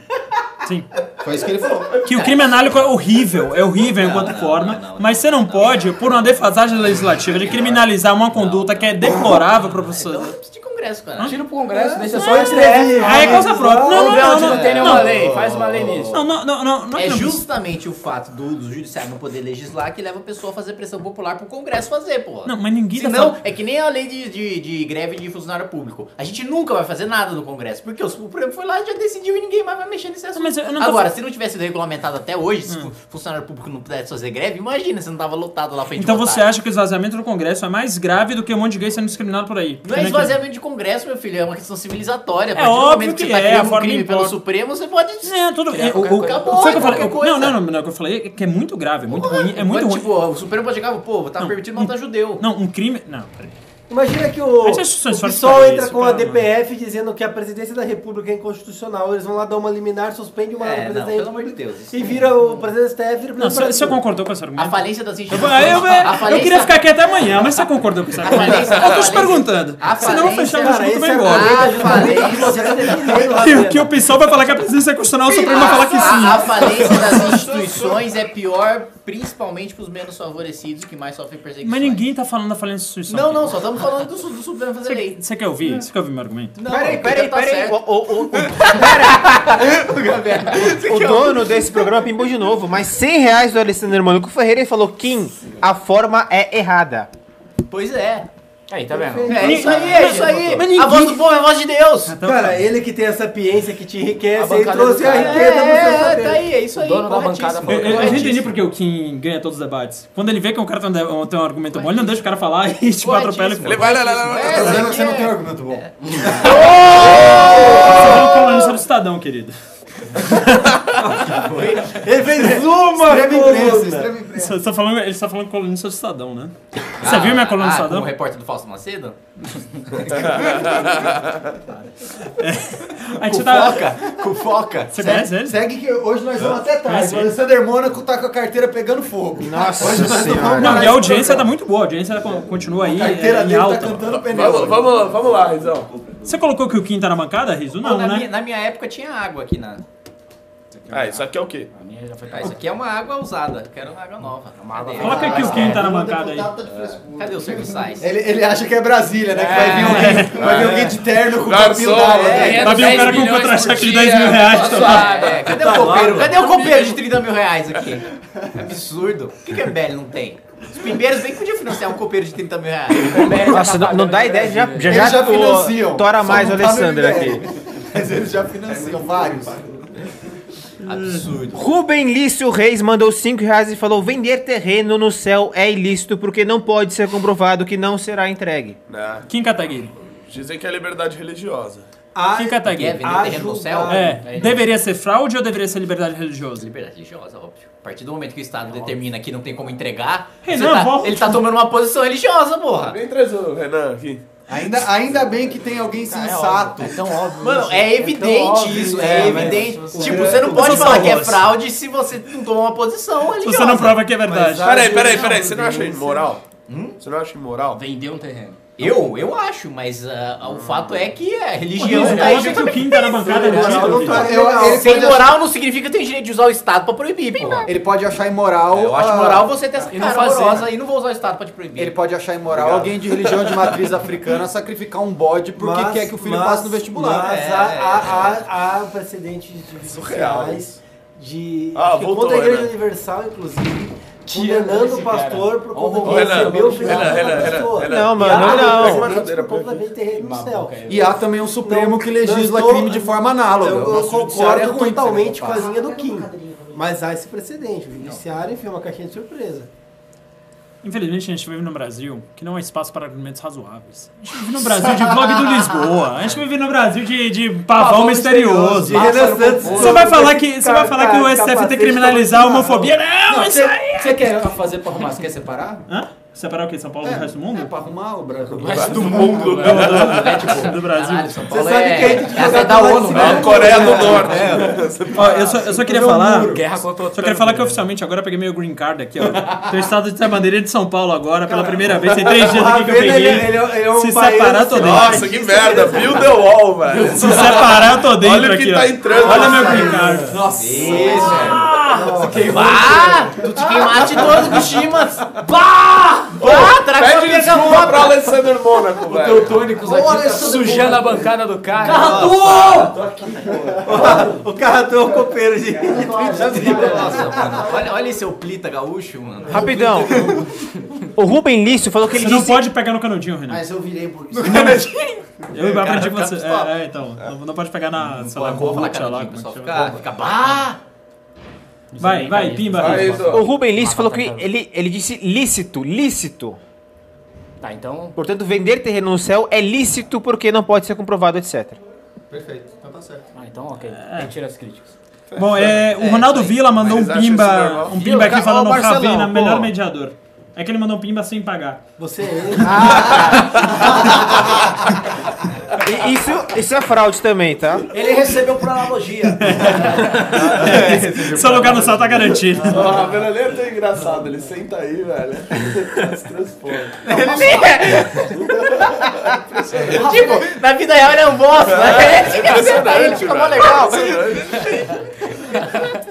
S2: Sim.
S6: É
S7: Foi isso que ele falou.
S2: Que o crime análico é horrível, é horrível enquanto forma, mas você não pode, por uma defasagem legislativa, de criminalizar uma conduta que é deplorável pra você.
S6: Precisa de
S3: um
S6: congresso, cara.
S3: Tira pro Congresso, deixa só
S2: Não,
S3: o STF.
S2: Aí é causa própria. Não,
S6: Vamos ver
S2: não,
S6: onde
S2: não,
S6: não tem
S2: não.
S6: nenhuma
S2: Não,
S6: lei. Faz uma lei nisso.
S2: não, não, não, não, não.
S6: É
S2: não.
S6: justamente o fato do, do judiciário não poder legislar que leva a pessoa a fazer pressão popular pro Congresso fazer, porra.
S2: Não, mas ninguém tá
S6: Senão,
S2: falando-
S6: é que nem a lei de, de, de greve de funcionário público. A gente nunca vai fazer nada no Congresso, porque o Supremo foi lá e já decidiu e ninguém mais vai mexer nesse assunto.
S2: mas eu não tô Hum.
S6: Agora,
S2: fal-
S6: se não tivesse sido regulamentado até hoje, se fu- funcionário público não pudesse fazer greve, imagina se não tava lotado lá pra gente
S2: Então
S6: votar.
S2: você acha que o esvaziamento do Congresso é mais grave do que um monte de gay sendo discriminado por aí?
S6: Não é esvaziamento de Congresso, meu filho, é uma questão civilizatória. A
S2: É
S6: partir do
S2: óbvio
S6: momento que
S2: que
S6: você tá
S2: é, a
S6: criando um
S2: forma
S6: crime pelo
S2: importa.
S6: Supremo, você pode
S2: É, tudo bem.
S6: Criar qualquer
S2: O- o-
S6: coisa.
S2: Foi o que eu falei.
S6: Qualquer
S2: Não,
S6: coisa.
S2: não, não, não. O que eu falei é que é muito grave, é muito ruim, é muito ruim.
S6: Tipo, o Supremo pode chegar, pô, tá permitindo matar judeu.
S2: Não, um crime. Não, peraí.
S8: Imagina que o,
S2: Mas as instituições
S8: o
S2: fortes
S8: PSOL
S2: fazem
S8: entra
S2: isso, é
S8: com a
S2: cara,
S8: DPF dizendo que a presidência da República é inconstitucional. Eles vão lá dar uma liminar, suspende uma
S6: É,
S8: presidência
S6: não,
S8: da
S6: pelo
S8: República
S6: amor de Deus, isso é
S8: E vira o presidente da STF. e vira o
S2: Não,
S8: presidente
S2: é
S8: do
S2: você, você
S8: Brasil.
S2: concordou com esse
S6: A
S2: argumento?
S6: falência das
S2: Eu,
S6: instituições.
S2: eu,
S6: a
S2: eu,
S6: falência-
S2: queria ficar aqui até amanhã, mas você concordou com esse argumento?
S6: falência-
S2: Eu tô te
S6: a falência-
S2: perguntando.
S6: a
S2: Senão eu vou
S6: falência-
S2: fechar o assunto e vou embora.
S6: Ah, eu falei.
S8: que você tá defendendo,
S2: Que,
S8: Ravena.
S2: o- que o pessoal vai falar que a presidência é constitucional, o Supremo vai falar que
S6: A, a
S2: sim.
S6: falência das instituições é pior, principalmente pros menos favorecidos que mais sofrem perseguição.
S2: Mas ninguém tá falando da falência da instituição.
S6: Não, não, só estamos falando do, su- do Supremo fazer
S2: Você,
S6: lei.
S2: você quer ouvir? Você quer ouvir meu argumento?
S6: Não,
S1: Peraí,
S6: então
S1: peraí,
S6: tá
S1: peraí.
S6: certo.
S1: O, o, o, o, o dono desse programa pimbou de novo, mas 100 reais do Alessandro Mônico Ferreira e falou: Kim, a forma é errada.
S6: Pois é.
S3: Aí, tá vendo?
S6: É isso aí, é isso aí.
S2: Mas ninguém-
S6: A voz do povo é a voz de Deus.
S2: Então,
S8: Cara, ele que tem a sapiência que te enriquece,
S3: A
S8: ele
S3: bancada
S8: trouxe
S3: do
S8: a
S3: cara.
S6: É,
S8: riqueza no seu
S6: tá
S8: saber.
S6: aí, é isso aí.
S3: dono da bancada
S6: corretíssimo.
S2: eu, eu, eu já entendi
S6: Corretíssimo.
S2: porque o Kim ganha todos os debates. Quando ele vê que um cara tem um, de- tem um argumento bom, ele não deixa o cara falar e tipo atropela e
S4: Ele
S2: foda.
S4: vai lá, lá, lá, lá.
S6: É,
S7: O
S6: isso
S7: problema é que
S6: aqui
S7: você não
S6: é-
S7: tem argumento bom.
S2: Você é um colunista do Estadão, querido.
S8: Ele fez uma
S7: Extrema imprensa,
S8: coluna.
S7: extrema imprensa.
S2: Você tá falando, ele tá falando colunista do Estadão, né? Você viu minha coluna do
S6: Ah, como
S2: Estadão?
S6: o repórter do Fausto Macedo?
S2: A gente tá.
S6: Com foca.
S2: Você conhece ele?
S7: Segue que hoje nós vamos até
S2: É,
S7: tarde.
S2: sim.
S7: O Alexander Mônaco tá com a carteira pegando fogo.
S1: Nossa
S7: Hoje nós não
S1: Senhora.
S7: vamos
S2: Não,
S7: parar
S2: e a
S7: esse
S2: audiência tá
S7: programa.
S2: muito boa, a audiência ela continua aí
S7: A carteira
S2: é, em
S7: dele tá
S2: alta.
S7: cantando
S4: Vamos,
S7: pneu.
S4: vamos, vamos lá, Rizão.
S2: Você colocou que o Kim tá na bancada, Riso? Não,
S6: na,
S2: né?
S6: minha, na minha época tinha água aqui na.
S4: Ah, isso aqui é o quê?
S3: A minha já foi
S6: Ah, isso aqui é uma água usada. Quero uma água nova. Uma água
S2: Coloca aqui o Kim tá na bancada aí.
S7: Deputado tá de frescura.
S6: Cadê o serviço size?
S7: Ele, ele acha que é Brasília, né? Que vai vir
S2: É.
S7: alguém, vai
S1: É.
S7: vir alguém de terno com
S4: Garçom,
S7: papinho da área.
S6: né?
S4: é.
S2: Vai vir um cara com contra-cheque de 10 mil
S7: tá
S2: reais. Tá
S6: Só- é, cadê o copeiro? Cadê o copeiro de 30 mil reais aqui? Absurdo. Por que, que a MBL é não tem? Os pimbeiros bem que podiam financiar um copeiro de 30 mil reais. O Império já
S1: Nossa,
S6: tá
S1: não, não
S6: pagando
S1: dá
S6: de
S1: ideia, já,
S6: Brasília.
S1: já,
S7: Eles
S1: já
S7: já
S1: to-
S7: financiam,
S1: tora
S7: só
S1: mais o
S7: não tá no MBL.
S1: Alessandro aqui.
S7: Mas eles já financiam vários.
S6: Absurdo.
S1: Rubem Lício Reis mandou 5 reais e falou: vender terreno no céu é ilícito porque não pode ser comprovado que não será entregue.
S7: Ah.
S4: Né?
S2: Kim Kataguiri.
S4: Dizem que é liberdade religiosa.
S2: Kim
S6: Quer
S2: Kataguiri.
S6: é vender terreno no céu?
S2: É, deveria ser fraude ou deveria ser liberdade religiosa?
S6: Liberdade religiosa, óbvio. A partir do momento que o Estado determina que não tem como entregar,
S2: Renan,
S6: você tá-
S2: volta.
S6: ele tá tomando uma posição religiosa, porra.
S4: Vem traz o Renan aqui.
S7: Ainda, ainda bem que tem alguém sensato.
S3: É tão óbvio.
S6: Mano,
S3: isso.
S6: é
S3: tão
S6: evidente
S3: óbvio
S6: isso,
S3: isso.
S6: é,
S3: mas-
S6: evidente. tipo, você não pode falar que é fraude se você não tomar uma posição
S2: Se
S6: religiosa.
S2: você não prova que é verdade.
S3: ah,
S4: Peraí, peraí, peraí. Você não acha imoral? Você não acha imoral?
S3: Hum? Vender um terreno.
S6: Eu, eu acho, mas ah, o fato é que a religião
S3: é
S2: Isso,
S6: tá aí
S2: ontem que o
S6: justamente
S2: Kim tá na bancada no
S7: Eu não tô-
S2: Twitter.
S7: eu- ele
S6: Sem
S7: pode
S6: moral não significa que tem direito de usar o Estado pra proibir, porra.
S7: Ele pode achar imoral.
S6: É, Eu acho
S7: ah,
S6: moral você ter essa
S3: e não
S6: cara
S3: fazer,
S6: horrorosa e não vou usar o Estado pra te proibir.
S7: Ele pode achar imoral alguém de religião de matriz africana sacrificar um bode porque
S8: Mas-
S7: quer que o filho
S8: mas-
S7: passe no vestibular.
S8: Mas
S6: É,
S8: há,
S6: é,
S8: há, há, há precedentes judiciais de.
S4: Ah,
S8: acho que
S4: voltou,
S8: contra a Igreja
S4: Renan.
S8: Universal, inclusive, condenando o pastor por conta
S4: Ô,
S8: que
S4: Renan,
S8: recebeu o filho
S4: Renan, Renan,
S8: da
S4: Renan,
S8: pessoa.
S4: Renan. é
S1: Não,
S8: E
S1: mano,
S8: há
S1: não, não.
S8: precedentes
S4: Madeira,
S8: por completamente terreno no céu.
S7: E há também um Supremo
S8: Não,
S7: que legisla
S8: não estou-
S7: crime de forma análoga.
S8: Eu,
S7: Nosso
S8: eu
S7: judiciário é
S8: concordo
S7: ruim,
S8: totalmente
S7: você
S8: com
S7: não
S8: a
S7: passa.
S8: linha do Kim. Mas há esse precedente. O judiciário enfia uma caixinha de surpresa.
S2: Infelizmente, a gente vive no Brasil que não há espaço para argumentos razoáveis. A gente vive no Brasil de vlog do Lisboa. A gente vive no Brasil de, de pavão, misterioso.
S8: De Renan Santos.
S2: Você vai falar que, você vai falar que o STF
S8: Capacete
S2: criminalizar a
S8: tá muito
S2: homofobia? Não, isso aí!
S3: Você quer fazer pra arrumar? Você quer separar?
S2: Hã? Separar o quê? São Paulo do resto do
S7: É
S2: mundo?
S7: pra arrumar o Brasil.
S4: Do mundo.
S2: do Brasil.
S6: Caralho, São Paulo
S8: sabe
S6: é...
S8: que a gente
S6: essa
S8: joga
S6: é da
S8: bola
S6: ONU,
S8: assim,
S6: velho.
S4: A Coreia do Norte.
S2: Ó, eu só, eu só queria falar.
S3: Guerra contra o
S2: Só queria falar que oficialmente agora eu peguei meu green card aqui, ó. Tô estado de bandeira de São Paulo agora, pela primeira vez. Tem três dias aqui que eu
S8: Ele,
S2: peguei.
S8: ele, ele é um
S2: Se
S8: país-
S2: separar, tô dentro.
S4: Nossa, que merda. Build the wall, velho.
S2: Se separar, eu tô dentro
S4: Olha o que
S2: aqui,
S4: tá
S2: ó.
S4: entrando.
S2: Olha meu green card.
S6: Isso, Ah, tu te queimaste todo com chimas. Bah! Bah! Traga
S4: Pede
S6: pra pegar
S4: desculpa
S6: fogo.
S4: pra Alessandro Mônaco, velho.
S3: Teutônicos aqui sujando a bancada do carro.
S8: O cara tem um copeiro de.
S6: Nossa, mano, olha, olha esse euplita gaúcho, mano.
S1: Rapidão. o Rubem Lício falou que ele
S2: Você não
S1: disse.
S2: pode pegar no canudinho, Renan.
S8: Mas eu virei por isso.
S2: Eu aprendi com você. É, é, então. Não, não pode pegar na. sei lá,
S6: Não vou falar
S2: Gucci,
S6: cara
S2: sei lá,
S6: de
S2: como é
S6: pessoal
S2: que
S6: fica,
S2: chama.
S6: fica bah!
S2: Vai, vai, pimba.
S4: Aí,
S1: O
S4: Edu.
S1: Rubem Lício falou que ele, ele disse lícito, lícito.
S3: Tá, então.
S1: Portanto, vender terreno no céu é lícito porque não pode ser comprovado, etc.
S7: Perfeito, então tá certo.
S3: Ah, então ok. Retira as críticas.
S2: É. Bom, é, o Ronaldo Vila mandou um
S4: Mas acho isso
S2: pimba,
S4: normal.
S2: um pimba aqui
S1: Vila,
S2: falando
S1: ô, Marcelão,
S2: Ravena,
S1: pô.
S2: melhor mediador. É que ele mandou um pimba sem pagar.
S8: Você é ele.
S1: E isso, isso é fraude também, tá?
S8: Ele recebeu por analogia.
S2: Seu lugar no céu tá garantido.
S4: Ó, A Ravenaleta é engraçado. Ele senta aí, velho. Se transforma.
S6: Tipo, na vida real ele é um boss, né? Ele senta aí, ele
S4: Impressionante,
S6: fica mó
S4: velho.
S6: legal.
S4: Impressionante.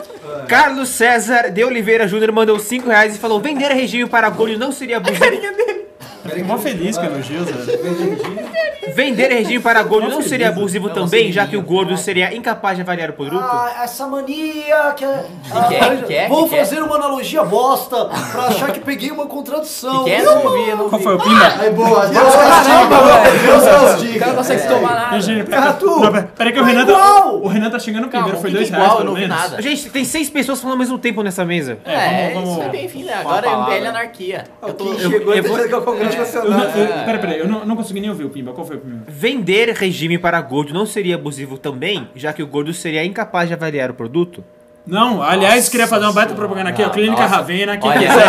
S1: Carlos César de Oliveira Júnior mandou 5 reais e falou: vender regime para Golho não seria abuso.
S2: Fico mó feliz com elogios, velho.
S1: Vender regime para Golho não seria abusivo também, já que o gordo seria incapaz de avaliar o produto?
S8: Ah, essa mania que é.
S5: Ah,
S6: que é, que é,
S8: vou
S6: que que é?
S8: fazer uma analogia bosta pra achar que peguei uma contradição.
S6: Que é? Não vi, não
S2: Qual foi o pimba?
S7: Aí, boa. Deus castiga, velho. Deus castiga.
S6: Não consegue se tomar nada.
S2: Deixa eu- pera- Não, pera- Peraí
S1: é
S2: que o Renan tá,
S8: é igual!
S2: o Renan tá chegando primeiro,
S6: Calma,
S2: foi
S6: fica
S2: 2 reais
S6: igual, eu
S2: pelo
S6: não vi
S2: menos.
S6: nada.
S1: Gente, tem seis pessoas falando ao mesmo tempo nessa mesa.
S6: É,
S2: vamos-
S6: isso
S2: vamos-
S6: é bem fim, né?
S1: um
S6: Agora é MBL anarquia. Eu tô...
S8: Chegou eu vou... que é o Congresso
S2: Eu não-
S8: Nacional.
S2: eu- Peraí, peraí, eu não não consegui nem ouvir o pimba. Qual foi o pimba?
S1: Vender regime para gordo não seria abusivo também, já que o gordo seria incapaz de avaliar o produto?
S2: Não, aliás, queria fazer uma baita propaganda aqui, ó. Clínica Ravena, quem
S6: Olha.
S2: quiser.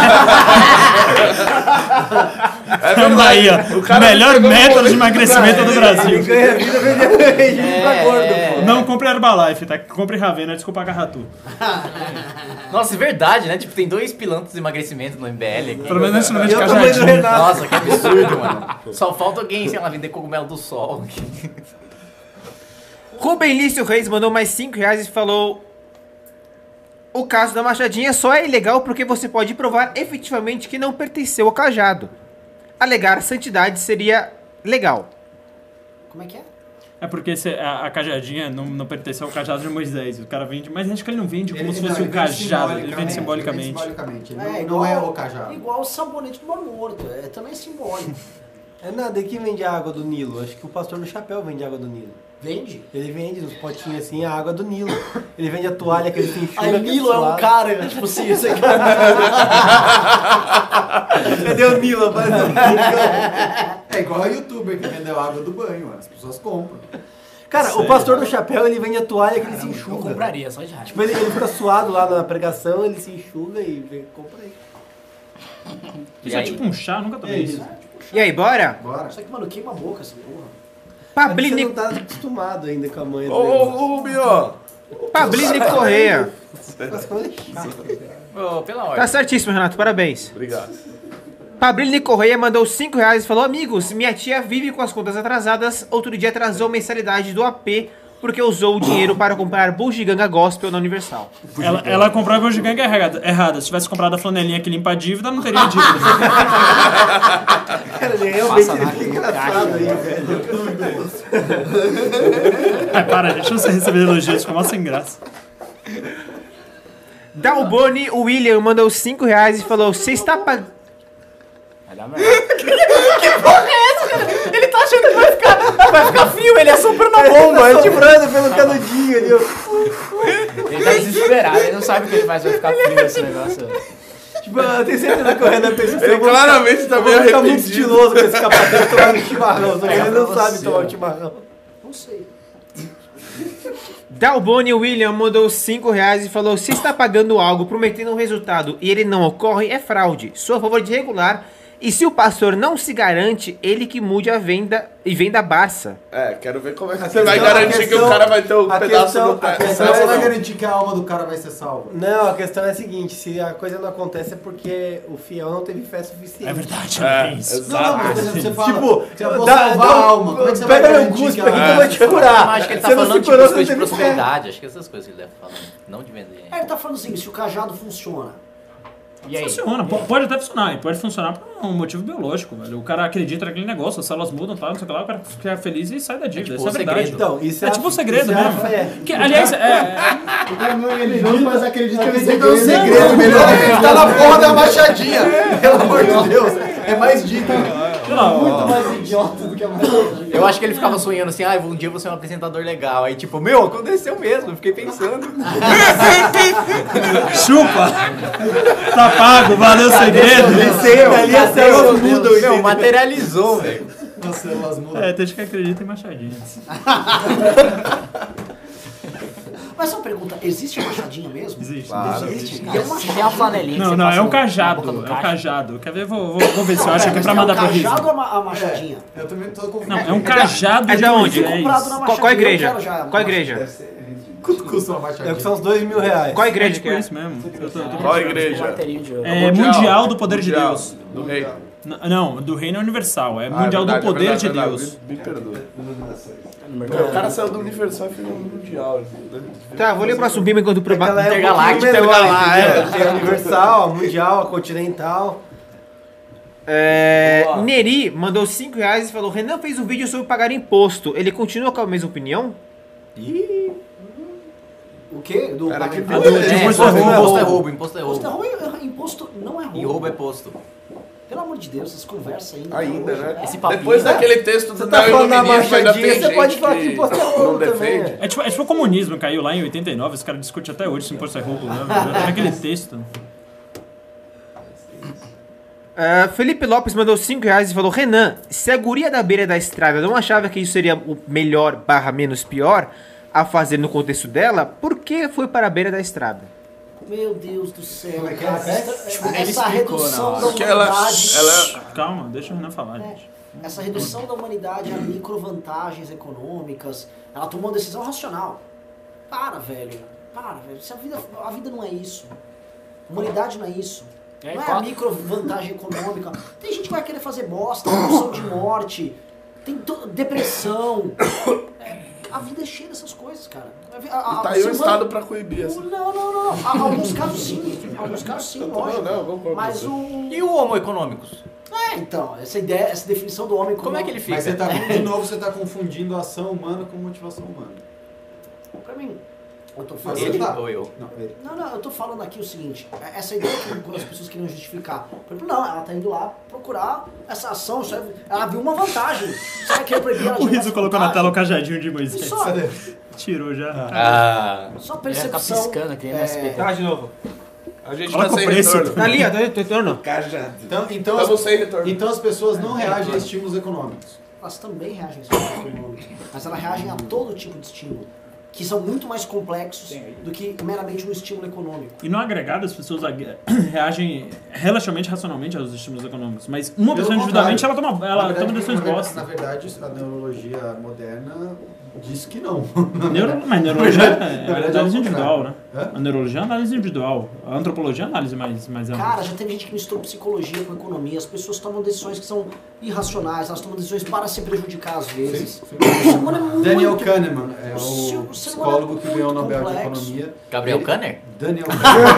S4: É
S2: Tamo aí, ó.
S4: O cara
S2: Melhor
S4: chegou no
S2: método de
S4: momento-
S2: emagrecimento do Brasil.
S8: Ganha vida vendendo regime
S7: tá
S4: É,
S8: pra gordo,
S2: Não compre Herbalife, tá? Compre Ravena, desculpa a Garratu.
S6: Nossa, é verdade, né? Tipo, tem dois pilantras de emagrecimento no MBL.
S2: Pelo menos a gente não
S8: pô.
S2: vende
S8: E o tamanho do
S2: cajadinho.
S8: Renato.
S6: Nossa, que absurdo, mano. Só falta alguém, sei lá, vender cogumelo do sol.
S1: Rubem Lício Reis mandou mais 5 reais e falou: O caso da Machadinha só é ilegal porque você pode provar efetivamente que não pertenceu ao cajado. Alegar santidade seria legal.
S8: Como é que é?
S2: É porque cê- a, a cajadinha não, não pertence ao cajado de Moisés. O cara vende, mas acho que ele não vende como
S7: Ele-
S2: se
S7: não,
S2: fosse um
S7: ele vende
S2: cajado, ele vende
S7: Ele
S2: simbolicamente.
S7: vende simbolicamente. Ele não, não é o cajado.
S5: Igual o sabonete do mar morto, é também simbólico.
S12: É nada, quem vende a água do Nilo? Acho que o pastor do chapéu vende a água do Nilo.
S5: Vende?
S12: Ele vende nos potinhos assim a água do Nilo. Ele vende a toalha que ele se enxuga.
S5: Aí
S12: que
S5: Nilo é um
S12: suada.
S5: cara, tipo assim, isso aqui.
S12: Cadê o Nilo? Rapaz?
S7: É igual a youtuber que vendeu água do banho, as pessoas compram.
S12: Cara, o pastor do chapéu ele vende a toalha que ele se
S3: Eu
S12: enxuga.
S3: compraria, só de raiva.
S12: Tipo, ele, ele fica suado lá na pregação, ele se enxuga e vem- compra aí.
S2: Isso é tipo um chá, nunca tomei isso.
S1: E aí, bora?
S7: Bora.
S5: Só que, mano, queima a boca essa porra.
S12: Você
S1: Pablini,
S12: não tá acostumado ainda com a manha
S4: Ô,
S12: do negócio.
S4: ô, ô, Bió!
S1: Pablini Correia.
S12: As coisas chatas.
S6: Ô, pela ordem.
S1: Tá certíssimo, Renato, parabéns.
S4: Obrigado.
S1: Pablini Correia mandou 5 reais e falou: Amigos, minha tia vive com as contas atrasadas. Outro dia atrasou a mensalidade do AP porque usou o dinheiro para comprar Bugiganga Gospel na Universal.
S2: Ela, ela comprou a Bugiganga errada, errada. Se tivesse comprado a flanelinha que limpa a dívida, não teria dívida.
S12: Cara, ele realmente
S3: Passa na
S12: ele fica engraçado aí, velho.
S2: é, para, gente, não sei receber elogios, ficou mó sem graça.
S1: Dalboni William mandou 5 reais e falou: Você está pagando.
S3: Vai dar merda.
S9: é
S5: Ele tá achando que vai ficar, vai ficar fio, ele é super na
S2: tá
S12: Bomba,
S9: assim.
S12: eu te brando pelo canudinho ali, ó.
S3: Ele tá desesperado, ele não sabe o que ele faz, vai ficar frio esse negócio.
S12: Tipo, eu tenho certeza que o Renan pensa assim,
S4: Ele
S12: eu vou ficar-
S4: claramente tá
S12: eu
S4: meio
S12: vou ficar muito
S4: arrependido.
S12: estiloso com esse capacete tomando chimarrão, só que ele não
S3: pra
S12: sabe
S3: você,
S12: tomar
S1: um
S3: ó.
S12: o chimarrão.
S5: Não sei.
S1: Dalboni William mandou 5 reais e falou: Se está pagando algo prometendo um resultado e ele não ocorre, é fraude. Sou a favor de regular. E se o pastor não se garante, ele que mude a venda e venda a Barça.
S4: É, quero ver como é que você vai
S12: questão-
S4: garantir
S12: a questão-
S4: que o cara vai ter um
S12: a
S4: pedaço
S12: questão-
S4: no pé.
S12: a questão- é
S7: Será que você vai garantir que a alma do cara vai ser salva?
S12: Não, a questão é a seguinte, se a coisa não acontece é porque o fiel não teve fé suficiente.
S2: É verdade,
S4: É,
S2: é isso.
S7: Não, não, mas por
S4: exato.
S7: exemplo, você fala.
S12: Tipo,
S7: você vou
S12: dá-
S7: salvar
S12: dá
S7: a
S12: um-
S7: alma. Como é que você vai
S12: pega meu
S7: garantir
S12: cuspe
S7: que a
S12: aqui que eu
S7: alma-
S12: vou te
S6: Eu
S12: curar.
S6: acho que ele tá
S12: Você não
S6: falando de
S12: superou, você
S6: coisas
S12: não
S6: de
S12: teve fé.
S6: profundidade. Acho que essas coisas que ele deve falar. Não de vender.
S5: É, ele tá falando assim, se o cajado funciona.
S3: E aí?
S2: Funciona, po- pode até funcionar, e pode funcionar por um motivo biológico, velho. O cara acredita naquele negócio, as células mudam, tal, não sei o que lá, o cara fica feliz e sai da dívida.
S6: tipo
S2: Isso é
S6: o
S2: verdade.
S6: segredo.
S12: Então, isso é,
S2: É tipo um segredo
S12: isso é a
S2: mesmo.
S12: fé.
S2: Que, aliás, é,
S7: O cara não é religioso, mas acredita que ele
S12: é um segredo
S7: melhor. Ele tá na porra da machadinha. Pelo amor de Deus. É mais digno.
S2: sei lá, ó,
S6: Eu acho que ele ficava sonhando assim, ah, um dia eu vou ser um apresentador legal. Aí, tipo, meu,
S9: né? é
S6: aconteceu mesmo, eu fiquei pensando.
S2: chupa! tá pago, valeu o segredo!
S9: é
S2: é
S6: Aconteceu,
S12: Dali as células mudam,
S6: meu,
S12: entendeu?
S6: materializou, velho.
S7: As células mudam.
S2: É, tem gente que acredita em machadinha.
S5: Mas só uma pergunta, existe machadinha mesmo?
S2: Existe.
S5: Existe.
S3: E é uma- e é a flanelinha que
S2: Não,
S3: você
S2: não,
S3: passa
S2: é um
S3: no- na boca
S2: cajado,
S3: do
S2: é um
S3: caixa?
S2: cajado. Quer ver? Vou, vou, vou ver se eu acho aqui
S12: um
S2: pra mandar pro
S5: é o
S2: Riz.
S5: cajado ou a, a machadinha?
S7: Eu também tô confuso.
S2: Não, um é um cajado
S1: É
S2: de
S1: da onde?
S2: Moisés.
S5: Comprado na
S1: Qual, qual
S5: machadinha, eu
S1: igreja?
S5: quero já.
S1: Qual igreja?
S7: Deve ser ridículo. Quanto custa uma
S12: É o que
S7: machadinha?
S12: são os dois mil reais.
S1: Qual
S2: É
S1: igreja que
S2: tipo
S1: é?
S2: isso mesmo. Eu tô- eu tô-
S4: Qual a igreja?
S3: Bateria de ouro.
S2: É Mundial do Poder
S4: Mundial,
S2: de Deus.
S4: Do rei.
S2: N- Não, do Reino Universal. É
S4: Ah,
S2: Mundial
S4: é verdade,
S2: do Poder
S4: é verdade,
S2: de
S4: é verdade.
S2: Deus.
S4: Me, me perdoa. O cara saiu do Universal e foi no Mundial. né?
S1: Tá, vou ler o próximo bimba enquanto pro
S12: Aquela é um
S6: Intergaláctica,
S12: pouquinho menor,
S6: intergaláctica.
S12: entendeu? Tem a universal, a mundial, a continental.
S1: É, Neri mandou 5 reais e falou: Renan fez um vídeo sobre pagar imposto. Ele continua com a mesma opinião?
S5: O quê? Do
S4: Cara, que
S5: pagamento?
S2: doido.
S6: É,
S2: imposto
S6: imposto
S2: é
S6: é
S2: roubo.
S6: roubo, imposto é roubo, imposto é
S5: Imposto é
S6: roubo.
S5: roubo, é- imposto não é roubo.
S6: E roubo é posto.
S5: Pelo amor de Deus, essas conversas ainda.
S4: Ainda,
S5: hoje,
S4: né?
S6: Esse papinho.
S4: Depois daquele texto do
S5: tá
S4: Daniel
S12: tá falando da
S4: Iluminismo, ainda
S12: machadinha,
S4: tem
S12: você
S4: gente
S12: pode falar que imposto é
S4: não
S12: roubo também,
S4: defende.
S2: É tipo, é tipo o comunismo caiu lá em 89, os caras discutem até hoje se imposto é roubo ou não. Era aquele texto.
S1: É, Felipe Lopes mandou 5 reais e falou: Renan, se a guria da beira da estrada não achava que isso seria o melhor barra menos pior a fazer no contexto dela, por que foi para a beira da estrada?
S5: Meu Deus do céu.
S7: é que é?
S5: cara,
S7: Essa-
S5: tipo,
S3: ele
S5: essa
S3: explicou na
S5: redução
S3: hora.
S5: da
S4: Porque ela,
S5: humanidade.
S4: né? ela
S2: Calma, deixa o Renan falar, gente.
S5: Essa redução da humanidade a microvantagens econômicas. Ela tomou uma decisão racional. Para, velho. Para, velho. Se a, vida, a vida não é isso. Humanidade não é isso.
S3: E aí,
S5: Não é
S3: qual-
S5: a microvantagem econômica. Tem gente que vai querer fazer bosta, opção de morte, tem to- depressão. É, a vida é cheia dessas coisas, cara. A vi- a- a-
S4: tá
S5: o
S4: aí
S5: ser
S4: o
S5: humano-
S4: Estado pra coibir assim. essa.
S5: Não, não, não. não. A- Alguns casos sim. Alguns casos sim, lógico.
S4: não, eu concordo
S5: Mas
S4: com
S5: o.
S6: E o homo econômicos?
S5: É, então, essa ideia, essa definição do homem como. Como é que ele
S7: Mas você tá, de novo, você tá confundindo ação humana com motivação humana.
S5: é, pra mim, eu tô
S7: Mas
S5: falando.
S7: você tá-
S5: Não, não, eu tô falando aqui o seguinte, é, essa ideia que as pessoas queriam justificar, por exemplo, não, ela tá indo lá procurar essa ação, só- ela viu uma vantagem, será que eu proibi ela de
S2: O
S5: jogar
S2: Riso
S5: essa
S2: colocou na
S5: vantagem?
S2: tela o cajadinho de Moisés.
S5: Só-
S2: Tirou já.
S6: Ah.
S5: Só percepção. é,
S1: Tá, de novo.
S4: A gente
S2: Coloca
S4: tá sem
S2: o preço.
S4: retorno.
S1: Tá ali, ó, tô retorno.
S4: Cajado.
S7: Então, então,
S4: Tamo sem retorno.
S7: então as pessoas não reagem a estímulos econômicos.
S5: É, elas também reagem a estímulos econômicos, mas elas reagem a todo tipo de estímulo, que são muito mais complexos do que meramente um estímulo econômico.
S2: E no agregado, as pessoas ag- reagem relativamente racionalmente aos estímulos econômicos. Mas uma pessoa
S7: Pelo
S2: individualmente, ela
S7: contrário.
S2: toma,
S7: Na
S2: ela
S7: verdade,
S2: toma decisões
S7: na verdade-
S2: bosta.
S7: Na verdade, a neurologia moderna diz que não.
S2: Neuro, mas neurologia é,
S7: Na
S2: é
S7: verdade, é o
S2: análise individual, né?
S7: contrário.
S2: A neurologia é análise individual. A antropologia é análise mais, mais ampla.
S5: Cara, já teve gente que misturou psicologia com economia. As pessoas tomam decisões que são irracionais, elas tomam decisões para se prejudicar às vezes. O ser humano é muito-
S7: Daniel Kahneman é
S5: O ser-
S7: o
S5: o ser humano é
S7: psicólogo que ganhou o
S5: muito
S7: Nobel de
S5: complexo.
S7: Economia.
S6: Gabriel
S7: Ele-
S6: Kanner?
S7: Daniel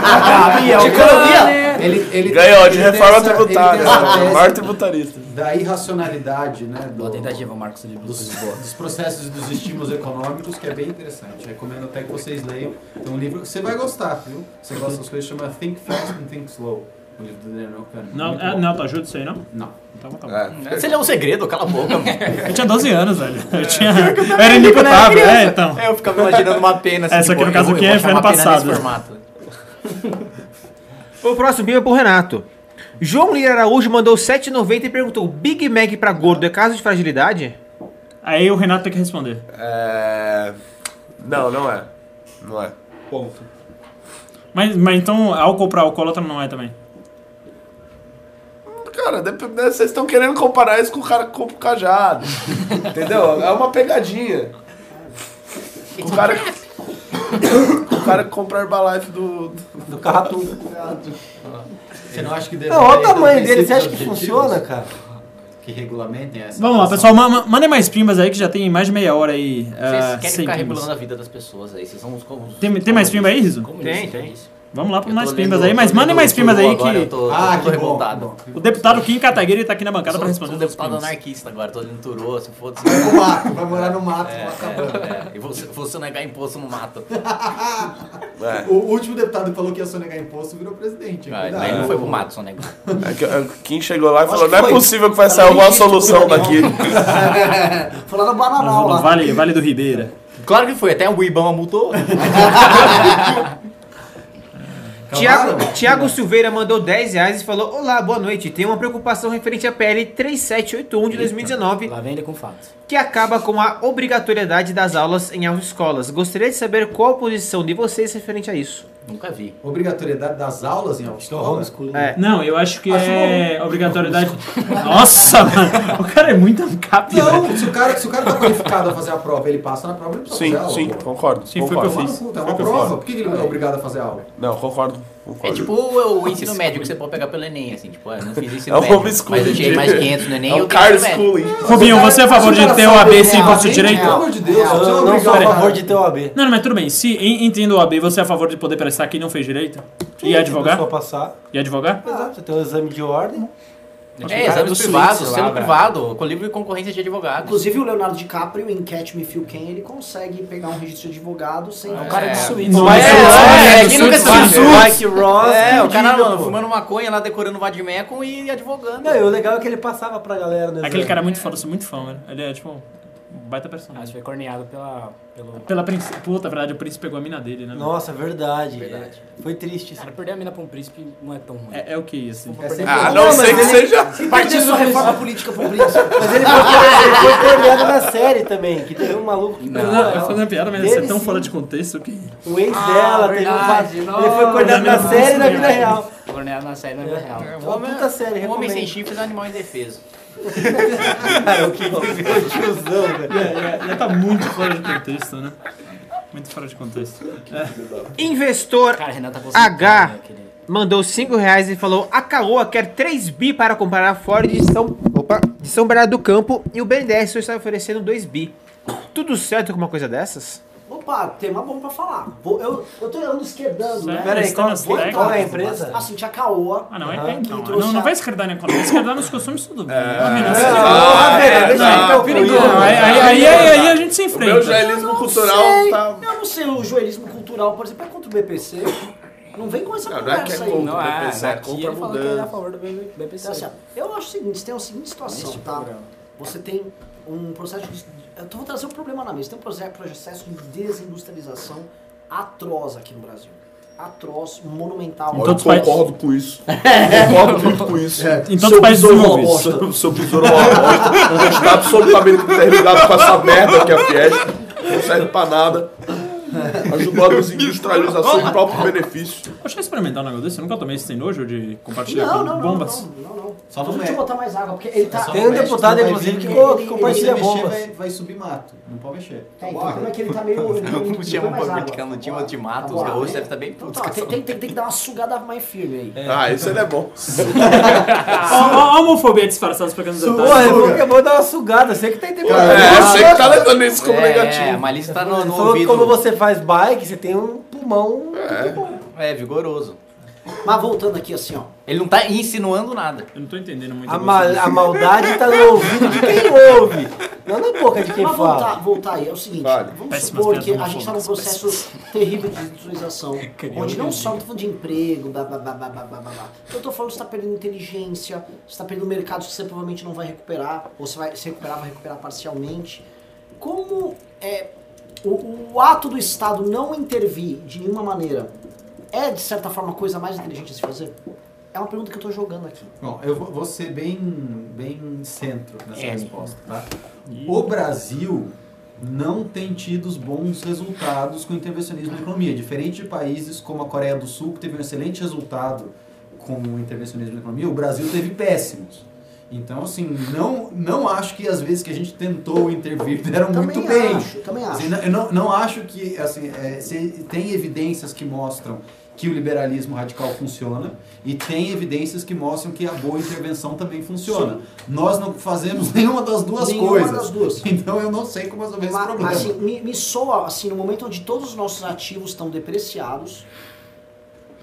S7: Kahneman.
S5: De economia!
S7: Ele, ele
S4: Ganhou de
S7: ele tem essa-
S4: reforma
S7: ele tem
S4: tributária. né?
S7: essa tese
S4: Maior tributarista.
S7: Da irracionalidade, né? do-
S3: Boa tentativa, Marcos de
S7: dos,
S3: Boa.
S7: dos processos e dos estímulos econômicos, que é bem interessante. Recomendo até que vocês leiam. Tem um livro que você vai gostar, viu? Você gosta das coisas, chama Think Fast and Think Slow. O livro do Daniel Kahneman.
S2: Não,
S7: Muito
S2: é,
S7: bom.
S2: não, tu ajuda isso aí, não?
S7: Não.
S2: Então tá bom.
S4: É.
S6: Você leu um segredo, cala a boca, mano.
S2: Eu tinha 12 anos, velho. Eu tinha. Eu era inimputável, é, então.
S6: né? É, eu ficava imaginando uma pena assim.
S2: Essa aqui,
S6: tipo,
S2: no caso,
S6: eu- eu
S2: aqui
S6: vou
S2: é
S6: achar uma
S2: ano
S6: pena nesse
S2: passado.
S6: formato.
S1: O próximo bim é pro Renato. João Lira Araújo mandou 7,90 e perguntou: Big Mac pra gordo é caso de fragilidade?
S2: Aí o Renato tem que responder.
S4: É... Não, não é. Não é.
S7: Ponto.
S2: Mas, mas então, álcool pra alcoólatra não é também.
S4: Cara, dep- né, vocês estão querendo comparar isso com o cara que compra o cajado. Entendeu? É uma pegadinha. O cara, o cara que compra a Herbalife do,
S12: Do Carratu.
S7: Você não acha que deve
S12: Não, olha o
S7: ter, então,
S12: tamanho dele,
S7: princípios
S12: você acha que
S7: objetivos
S12: funciona, cara?
S7: Que regulamentem essa.
S2: Vamos lá,
S7: ação?
S2: pessoal. Tá ma- ma- Mandem mais primbas aí, que já tem mais de meia hora aí.
S6: Vocês
S2: ah,
S6: querem
S2: sem
S6: ficar
S2: primbas.
S6: regulando a vida das pessoas aí. Vocês são os. os
S2: Tem- tem mais filme aí, Riso?
S6: Tem, tem.
S2: Vamos lá para mais primbas aí, mas mandem mais primbas aí que
S7: Ah, que bom.
S6: revoltado.
S7: bom.
S2: o deputado Kim Kataguiri tá aqui na bancada para
S6: Sou- sou
S2: responder
S6: um
S2: as
S6: deputado
S2: primbas.
S6: anarquista agora, tô lendo Turô, se foda-se.
S7: No mato, vai morar no mato. lá acabando.
S6: É, e vou, vou sonegar imposto no mato.
S4: É,
S7: O último deputado que falou que ia sonegar imposto virou presidente. é
S6: Ah,
S7: cuidado.
S6: mas ele não foi pro mato, sonegar.
S4: é que- é que quem chegou lá e falou,
S12: que
S4: não é
S12: foi.
S4: possível que vai sair
S12: Tá
S4: alguma
S12: bem, gente,
S4: solução
S12: tudo
S4: daqui.
S5: Foi lá no
S2: No-
S5: Bananal
S2: no
S5: lá.
S2: Vale, vale do Ribeira.
S6: Claro que foi, até um o Ibama multou.
S7: Cavaram?
S1: Tiago, Tiago É. Silveira mandou 10 reais e falou: Olá, boa noite. Tem uma preocupação referente à PL 3781 de 2019
S3: Lá vem ele com fatos.
S1: que acaba com a obrigatoriedade das aulas em autoescolas. Gostaria de saber qual a posição de vocês referente a isso.
S6: Nunca vi.
S7: Obrigatoriedade das aulas em autoescola?
S1: É.
S2: Não, eu acho que é obrigatoriedade. Nossa, mano, o cara é muito ancap, velho.
S7: Não, se o, cara, se o cara tá qualificado a fazer a prova, ele passa na prova, ele precisa
S4: Sim,
S7: fazer aula.
S4: sim,
S7: pô.
S4: concordo.
S2: Sim, foi o que
S4: concordo.
S2: eu
S7: Tomar
S2: fiz.
S7: no cu, tá uma
S4: Foi
S7: prova.
S4: foda.
S7: Por que que ele não é obrigado a fazer aula?
S4: Não, concordo. concordo.
S6: É tipo o, o ensino médio que você pode pegar pelo Enem, assim, tipo, ah, eu não fiz ensino
S4: É um
S6: médio,
S4: homeschooling.
S6: mas eu tirei mais 500 no Enem
S4: é
S6: e eu
S4: um
S6: tenho
S4: car
S6: ensino médio.
S4: schooling.
S2: Rubinho, você é a favor de ter o AB sem curso direito?
S7: Pelo amor de Deus,
S12: Eu
S7: você é
S12: não, não sou a
S7: obrigado.
S12: favor de ter o AB.
S2: Não, não, mas tudo bem. Se en- entendo o AB, você é a favor de poder prestar quem não fez direito? E advogar?
S12: Só passar.
S2: E advogar?
S12: Exato, você tem o exame de ordem. Tipo,
S6: É, exames privados, selo privado, com livre concorrência de advogados.
S5: Inclusive o Leonardo DiCaprio em Catch Me If You Can, ele consegue pegar um registro de advogado sem...
S6: É.
S5: O cara é de Suíça.
S2: Não é,
S6: é, quem nunca
S12: Suits,
S6: se viu?
S12: Mike Ross.
S6: É, o cara
S12: fudido,
S6: mano,
S12: pô.
S6: fumando maconha lá, decorando o Vadmecum e advogando.
S12: Não, e o legal é que ele passava pra galera, né?
S2: Aquele
S12: Zé?
S2: cara é muito foda, eu sou muito fã, velho. Ele é tipo um baita
S3: Ah,
S2: personagem.
S3: isso foi corneado pela, pelo...
S2: Pela princesa. Puta, verdade, o príncipe pegou a mina dele, né? velho?
S12: Nossa, é verdade.
S6: Verdade.
S12: É, Foi triste isso.
S3: Cara, perder a mina pra um príncipe não é tão ruim.
S2: É, é o que, assim?
S7: É sempre
S4: Ah,
S7: bom.
S4: não,
S12: Não,
S4: sei que
S12: mas ele-
S4: seja.
S5: Partindo da reforma política pro príncipe.
S12: Mas ele foi, ele foi premiado na série também, que teve um maluco que
S2: Eu
S12: pegou
S2: não, eu
S12: ela.
S2: fazendo piada, mas
S12: Dele
S2: você é tão
S12: sim.
S2: fora de contexto que.
S12: O ex dela teve um
S3: Ah, verdade,
S12: fato. Ele
S3: nossa.
S12: foi coordenado
S2: Na
S12: na
S2: vida
S12: série e na
S2: real.
S12: vida real.
S3: Corneado na série, na vida real.
S12: É uma puta série,
S6: Um homem sem
S12: recomendo.
S6: chifres é um animal indefeso.
S12: é- Tiozão, velho.
S2: Já tá muito fora de contexto, né? Muito fora de contexto. É.
S1: Investor
S3: Cara, a Renata conseguiu.
S1: H
S3: né, aquele-
S1: mandou 5 reais e falou: A Caoa quer 3 bi para comprar a Ford de São, opa, de São tá Bernardo do Campo e o BNDES só está oferecendo 2 bi. Tudo certo com uma coisa dessas?
S5: Opa, pá, tema bom pra falar. Vou- eu, eu tô ando esquerdando, né?
S2: Pera aí, qual-
S5: Vou entrar.
S2: qual é a empresa?
S5: Assim, tinha Caoa.
S2: Ah, não, é
S5: Aham,
S2: bem
S5: que
S2: não.
S5: trouxe
S2: Não, não
S5: a-
S2: vai escardar na economia, escardar nos costumes tudo bem.
S5: É.
S4: ah, é, não,
S2: é perigoso.
S4: não,
S2: Aí, aí, aí, aí a gente se
S4: O
S2: enfrenta.
S4: meu joelhismo cultural
S5: sei,
S4: tá.
S5: Eu não sei, o joelhismo cultural, por exemplo, é contra o BPC. Não vem com essa
S4: Não, não é que é
S5: conversa aí.
S4: contra o Não, é, BPC, é
S5: aqui
S4: daqui contra a
S5: ele fala que
S4: mudança.
S5: ele é a favor do BPC. Então, assim, ó, eu acho o seguinte, tem a seguinte situação,
S8: Neste
S5: tá?
S8: programa.
S5: Você tem um processo de... Eu tô- vou trazer um problema na mesa. Tem um proce- processo de desindustrialização atroz aqui no Brasil. Atroz, monumental.
S4: Olha, eu concordo com isso. Concordo muito com isso.
S5: É.
S2: Então
S4: seu
S2: tu faz
S4: besouro é uma
S2: desenvolver.
S4: bosta. Seu besouro é uma bosta. Não está absolutamente interligado com essa merda que é a Fiesta. Não serve pra nada. Ajudou a desindustrialização em próprio benefício.
S2: Deixa eu experimentar um negócio desse. Eu nunca tomei esse tem nojo de compartilhar
S5: Não,
S2: com
S5: não, não,
S2: bombas.
S5: Não, não.
S2: Só é.
S5: Vamos
S2: no
S5: te
S2: México.
S5: botar mais água, porque ele tá...
S2: Tem um deputado,
S7: Vai
S2: inclusive,
S7: vir
S2: que
S7: que
S2: co-
S7: ele-
S2: que compartilha
S7: ele mexer,
S2: bombas.
S7: Vai, vai subir mato. Não pode mexer.
S5: É, então como é que ele tá meio... ele- ele- ele-
S6: Tinha um
S5: mais
S6: bagulho
S5: água.
S6: que não tinha um ultimato, os
S5: Agora,
S6: gaúchos
S5: né?
S6: devem estar bem
S5: Então
S6: putos.
S5: tá, tem, tem- tem- tem que dar uma sugada mais firme aí.
S4: Ah, isso ele é bom.
S2: então. Ó, ó, a homofobia disfarçada pra quem nos
S12: Pô,
S2: ataca.
S12: eu vou, eu vou dar uma sugada, sei que tá entendendo.
S4: É,
S12: Ah,
S4: você que tá levando isso como
S6: É, a
S4: negativo.
S6: malícia tá no,
S12: Ele
S6: no
S12: falou que
S6: ouvido.
S12: Como você faz bike, você tem um pulmão.
S6: É, vigoroso.
S5: Mas voltando aqui assim, ó.
S6: Ele não tá insinuando nada.
S2: Eu não tô entendendo muito.
S12: A,
S2: bem.
S12: ma- a maldade tá no ouvido de quem ouve, não é na boca de quem
S5: Mas
S12: fala.
S5: voltar, voltar aí, é o seguinte,
S4: Vale.
S5: vamos
S2: Péssimas
S5: supor que
S2: piadas
S5: a gente está num
S2: homofóbicas,
S5: processo terrível de industrialização,
S2: Criou
S5: onde não
S2: origem.
S5: só eu tô falando de emprego, blá, blá, blá, blá, blá, blá, blá, blá. Eu tô falando que você tá perdendo inteligência, você tá perdendo mercados que você provavelmente não vai recuperar, ou você vai se recuperar, vai recuperar parcialmente. Como é, o, o ato do Estado não intervir de nenhuma maneira é, de certa forma, a coisa mais inteligente a se fazer? É uma pergunta que eu tô jogando aqui.
S7: Bom, eu vou vou ser bem, bem centro nessa
S5: É.
S7: resposta, tá? O Brasil não tem tido os bons resultados com o intervencionismo na economia, diferente de países como a Coreia do Sul, que teve um excelente resultado com o intervencionismo na economia, o Brasil teve péssimos. Então, assim, não, não acho que as vezes que a gente tentou intervir deram
S5: Também
S7: muito bem.
S5: acho, também acho.
S7: Assim, não- eu não, não acho que assim, é, se- tem evidências que mostram que o liberalismo radical funciona e tem evidências que mostram que a boa intervenção também funciona. Nós não fazemos nenhuma das duas
S5: Nenhuma
S7: coisas.
S5: das duas.
S7: Então eu não sei como resolver esse
S5: Ma-
S7: problema.
S5: Mas, assim, me, me soa assim, no momento onde todos os nossos ativos estão depreciados,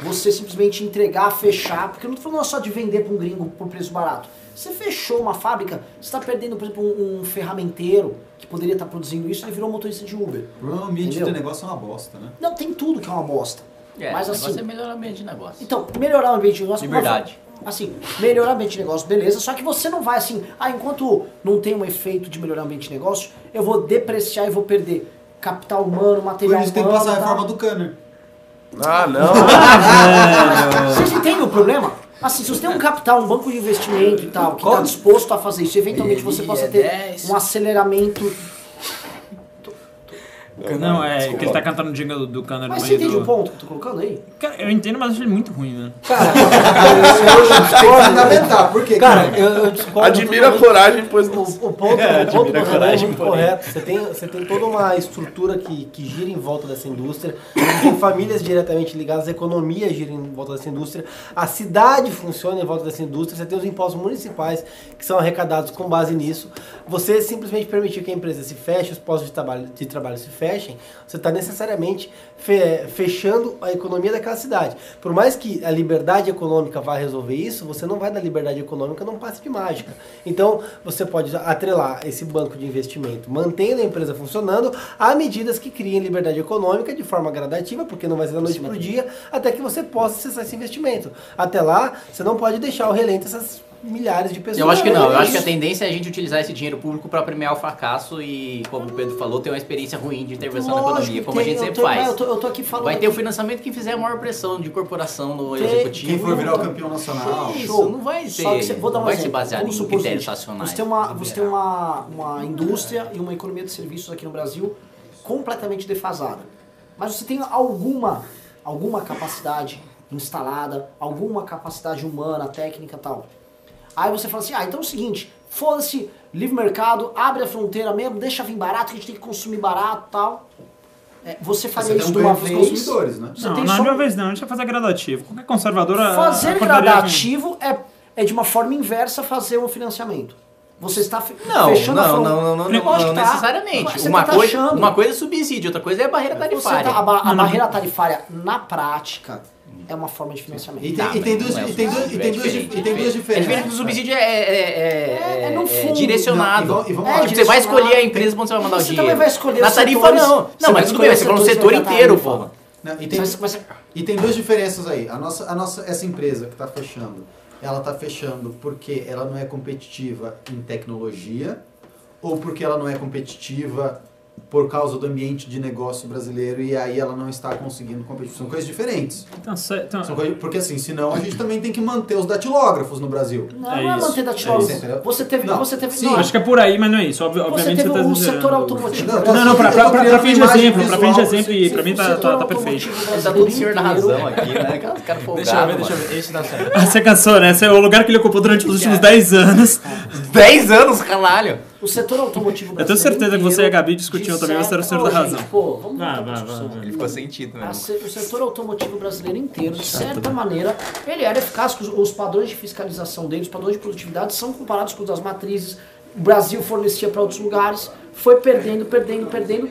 S5: você simplesmente entregar, fechar, porque eu não tô falando só de vender para um gringo por preço barato. Você fechou uma fábrica, você está perdendo, por exemplo, um, um ferramenteiro que poderia estar produzindo isso, ele virou motorista de Uber.
S7: O problema é o ambiente
S5: Entendeu?
S7: do negócio é uma bosta, né?
S5: Não, tem tudo que é uma bosta.
S6: É,
S5: Mas
S6: o negócio
S5: assim-
S6: é melhorar o ambiente de negócio.
S5: Então, melhorar o ambiente de negócio.
S6: Liberdade.
S5: Assim, melhorar o ambiente de negócio, beleza. Só que você não vai assim, ah, enquanto não tem um efeito de melhorar o ambiente de negócio, eu vou depreciar e vou perder capital humano,
S7: Por
S5: material
S7: isso
S5: humano. tá?"
S7: tem que passar a
S5: tal.
S7: reforma do Kanner.
S4: Ah, não.
S5: Vocês entendem o problema? Assim, se você tem um capital, um banco de investimento e tal, que está disposto a fazer isso, eventualmente você
S6: é
S5: possa ter um aceleramento.
S6: Tá
S2: Não, é que ele tá cantando jingle do, do Cana
S5: Mas você entende um o ponto que eu tô colocando aí?
S2: Cara, eu entendo, mas acho ele muito ruim, né?
S7: Fundamentar, por quê?
S12: Cara, eu, eu discordo.
S4: Admira a
S12: totalmente.
S4: coragem, pois não.
S12: O, o ponto, o ponto do Renan é muito correto. Você tem, você tem toda uma estrutura que, que gira em volta dessa indústria. Você tem famílias diretamente ligadas, a economia gira em volta dessa indústria. A cidade funciona em volta dessa indústria. Você tem os impostos municipais que são arrecadados com base nisso. Você simplesmente permitir que a empresa se feche, os postos de trabalho, de trabalho se fechem, você está necessariamente fe- fechando a economia daquela cidade. Por mais que a liberdade econômica vá resolver isso, você não vai dar liberdade econômica num passe de mágica. Então, você pode atrelar esse banco de investimento, mantendo a empresa funcionando, a medidas que criem liberdade econômica de forma gradativa, porque não vai ser da noite para o dia, até que você possa acessar esse investimento. Até lá, você não pode deixar o relento essas milhares de pessoas.
S6: Eu acho que não, eu acho que a
S12: Isso.
S6: tendência é a gente utilizar esse dinheiro público pra premiar o fracasso e, como o Pedro falou, ter uma experiência ruim de intervenção na
S5: Lógico que
S6: economia, como a
S5: tem,
S6: gente
S5: eu
S6: sempre
S5: tô, mas
S6: faz.
S5: Eu tô, eu tô aqui falando.
S6: Vai ter um o financiamento que fizer a maior pressão de corporação no
S5: Tem-
S6: executivo.
S7: Quem for virar o campeão nacional.
S6: Isso,
S5: Show.
S6: não vai ser.
S5: Só que você, vou dar um
S6: não vai
S5: exemplo.
S6: ser baseado
S5: Vamos
S6: em
S5: supor o
S6: critérios
S5: seguinte,
S6: racionais.
S5: Você tem, uma, você tem uma, uma indústria e uma economia de serviços aqui no Brasil completamente defasada. Mas você tem alguma, alguma capacidade instalada, alguma capacidade humana, técnica e tal. Aí você fala assim, ah, então é o seguinte, foda-se, livre mercado, abre a fronteira mesmo, deixa vir barato, que a gente tem que consumir barato e tal. É, você
S7: Você
S5: fazer
S7: tem
S5: isso
S7: um
S5: de uma
S7: ganho pros
S5: vez...
S7: consumidores, né?
S5: Você
S2: Não,
S5: tem
S2: não é
S5: só-
S2: de uma vez não, a gente vai fazer gradativo. Qualquer conservadora.
S5: Fazer
S2: acordaria com-
S5: gradativo é, é de uma forma inversa fazer um financiamento. Você está fe-
S6: Não,
S5: fechando a
S6: não,
S5: fronteira.
S6: não, não, não, não,
S5: Lógico
S6: não
S5: que tá.
S6: necessariamente.
S5: Você
S6: uma,
S5: tá
S6: coisa,
S5: taxando.
S6: uma coisa é subsídio, outra coisa é a barreira
S5: Você
S6: tarifária.
S5: tá- a, ba- a
S6: Uhum.
S5: barreira tarifária, na prática, é uma forma de financiamento.
S7: E tem- e
S2: Tá,
S7: tem
S2: é
S7: duas- e tem duas-
S5: É
S7: e tem duas- e tem duas
S6: A diferença do subsídio é, é, é,
S5: É, é no fundo.
S6: direcionado.
S5: Não, e vamos- e vamos
S6: Tipo,
S5: lá.
S6: você vai
S5: direcionado.
S6: escolher a empresa pra onde você vai mandar o
S5: Você
S6: dinheiro.
S5: também vai escolher
S6: Na
S5: os
S6: tarifa
S5: setores.
S6: não.
S5: Você
S6: Não,
S5: vai
S6: mas tudo bem,
S5: escolher
S6: você falou o
S5: os setores
S6: setor
S5: da tarifa.
S6: inteiro, porra.
S7: Não, e, tem, e tem duas diferenças aí. A nossa, a nossa, essa empresa que está fechando, ela está fechando porque ela não é competitiva em tecnologia ou porque ela não é competitiva por causa do ambiente de negócio brasileiro e aí ela não está conseguindo competir. São coisas diferentes.
S2: Tá certo. tá-
S7: São coisas, porque assim, senão a gente também tem que manter os datilógrafos no Brasil.
S5: Não,
S2: É
S5: não é
S2: isso,
S5: manter
S2: é
S5: datilógrafos.
S7: isso.
S5: você teve.
S7: Não,
S5: você teve
S7: sim.
S5: não,
S2: Acho que é por aí, mas não é isso. Obvi- Obviamente
S5: teve
S2: você tá
S5: o
S2: exagerando.
S5: setor automotivo.
S7: Não,
S2: Não, não, pra, pra, pra, pra fim de
S7: Eu tô criando
S2: exemplo, pra fim de
S7: imagem
S2: exemplo, e pra mim
S5: O
S2: tá,
S5: setor
S2: tá, tá
S5: automotivo
S2: perfeito.
S5: brasileiro
S6: Tá todo senhor da
S5: inteiro-
S6: razão aqui, né? Cara, cara folgado,
S2: Deixa eu ver,
S6: mano.
S2: deixa eu
S6: Esse dá certo.
S2: Ah, Você cansou, né? Esse é o lugar que ele ocupou durante os últimos 10 anos.
S6: 10 anos, caralho.
S5: O setor automotivo brasileiro.
S2: Eu tenho certeza que você e a Gabi discutiam
S5: de
S2: também, mas era o senhor
S5: certa-
S2: da
S5: Ô, gente,
S2: razão.
S5: Pô, vamos
S2: Vá,
S5: voltar pra
S2: vá,
S5: discussão.
S2: vá, vá.
S6: Ele ficou sem título
S2: É.
S6: né?
S5: A
S6: mesmo.
S5: se- o setor automotivo brasileiro inteiro, de certa
S2: né?
S5: maneira, ele era eficaz. Os, os padrões de fiscalização dele, os padrões de produtividade são comparados com os das matrizes. O Brasil fornecia para outros lugares, foi perdendo, perdendo, perdendo.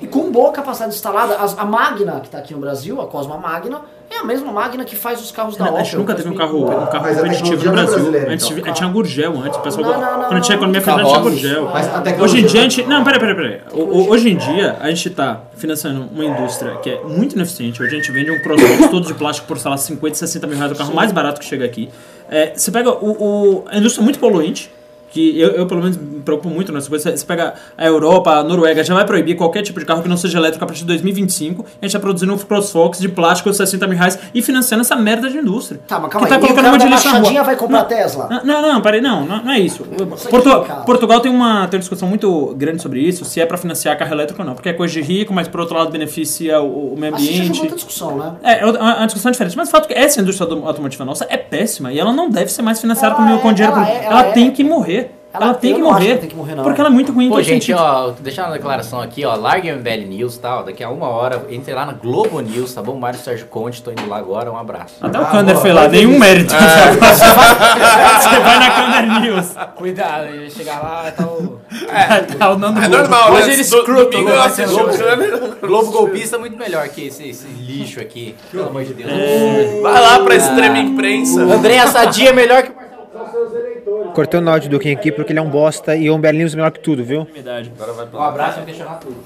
S5: E com boa capacidade instalada, as- a Magna que está aqui no Brasil, a Cosma Magna, é a mesma Magna que faz os carros da
S2: Não,
S5: Opel.
S2: a
S5: assim.
S2: gente nunca teve um
S5: faz-
S2: carro, um carro
S7: Mas a
S2: competitivo
S7: tecnologia
S2: no
S7: não é
S2: Brasil.
S7: brasileira,
S2: Antes
S7: então.
S2: tive- tinha Gurgel antes, o pessoal.
S5: Não, não, não,
S2: quando tinha economia federal, tinha
S6: Carroças.
S2: Gurgel.
S7: Mas a tecnologia-
S2: Hoje em dia a gente. Não, pera, pera, pera. O- o- hoje em dia a gente tá financiando uma indústria que é muito ineficiente. Hoje a gente vende um crossbox todo de plástico por, sei lá, 50, 60 mil reais, o carro mais barato que chega aqui. É, você pega o, o- a indústria é muito poluente. Que eu, eu, pelo menos, me preocupo muito nessa coisa. Você- Você pega a Europa, a Noruega, já vai proibir qualquer tipo de carro que não seja elétrico a partir de 2025. E a gente tá produzindo um CrossFox de plástico de 60 mil reais e financiando essa merda de indústria.
S5: Tá, mas
S2: que
S5: calma
S2: tá
S5: aí. e o
S2: colocando um
S5: cara
S2: monte de
S5: da
S2: lixo na rua.
S5: Baixadinha vai comprar
S2: Não,
S5: Tesla?
S2: não, Não, não, parei, não, não, não é isso.
S5: Isso aqui,
S2: Portu-
S5: cara.
S2: Portugal tem uma, tem uma discussão muito grande sobre isso, se é pra financiar carro elétrico ou não, porque é coisa de rico, mas por outro lado beneficia o, o meio
S5: Assim, A gente já jogou
S2: ambiente.
S5: muita discussão, né?
S2: É, é uma uma discussão diferente, mas o fato é que essa indústria autom- automotiva nossa é péssima e ela não deve ser mais financiada
S5: Ela
S2: com, com
S5: é,
S2: dinheiro
S5: ela
S2: público.
S5: é,
S2: Ela,
S5: ela é.
S2: tem que morrer. Ela,
S5: Ela-
S2: tem
S5: eu
S2: que
S5: não acho que
S2: morrer.
S5: tem que morrer, não.
S2: Porque ela é muito ruim em
S6: Pô,
S2: todo
S6: gente,
S2: sentido.
S6: ó, deixar uma declaração aqui, ó. Larguem o MBL News e tal. Daqui a uma hora, entre lá na Globo News, tá bom? Mário Sérgio Conte, tô indo lá agora. Um abraço. É.
S2: Até
S4: Ah,
S2: o Kander foi lá, nenhum mérito.
S4: É.
S2: Você vai- você vai na Kander News.
S6: Cuidado, ele chegar lá e tal.
S2: Tá, o Nando
S4: É
S2: Globo.
S4: normal,
S6: Hoje
S4: né?
S6: eles
S4: Do-
S6: escrutam,
S4: domingo
S6: né?
S4: eu assisti
S6: Globo.
S4: o Câmera.
S6: Globo Golpista é muito melhor que esse, esse lixo aqui. Pelo amor de Deus.
S2: É.
S4: Vai lá pra extrema imprensa.
S6: André
S3: Um
S6: Assadia é melhor que o Marcelo.
S1: Cortando o áudio do Kim aqui porque ele é um bosta e o Umber News é melhor que tudo, viu?
S6: Um abraço, vai questionar tudo.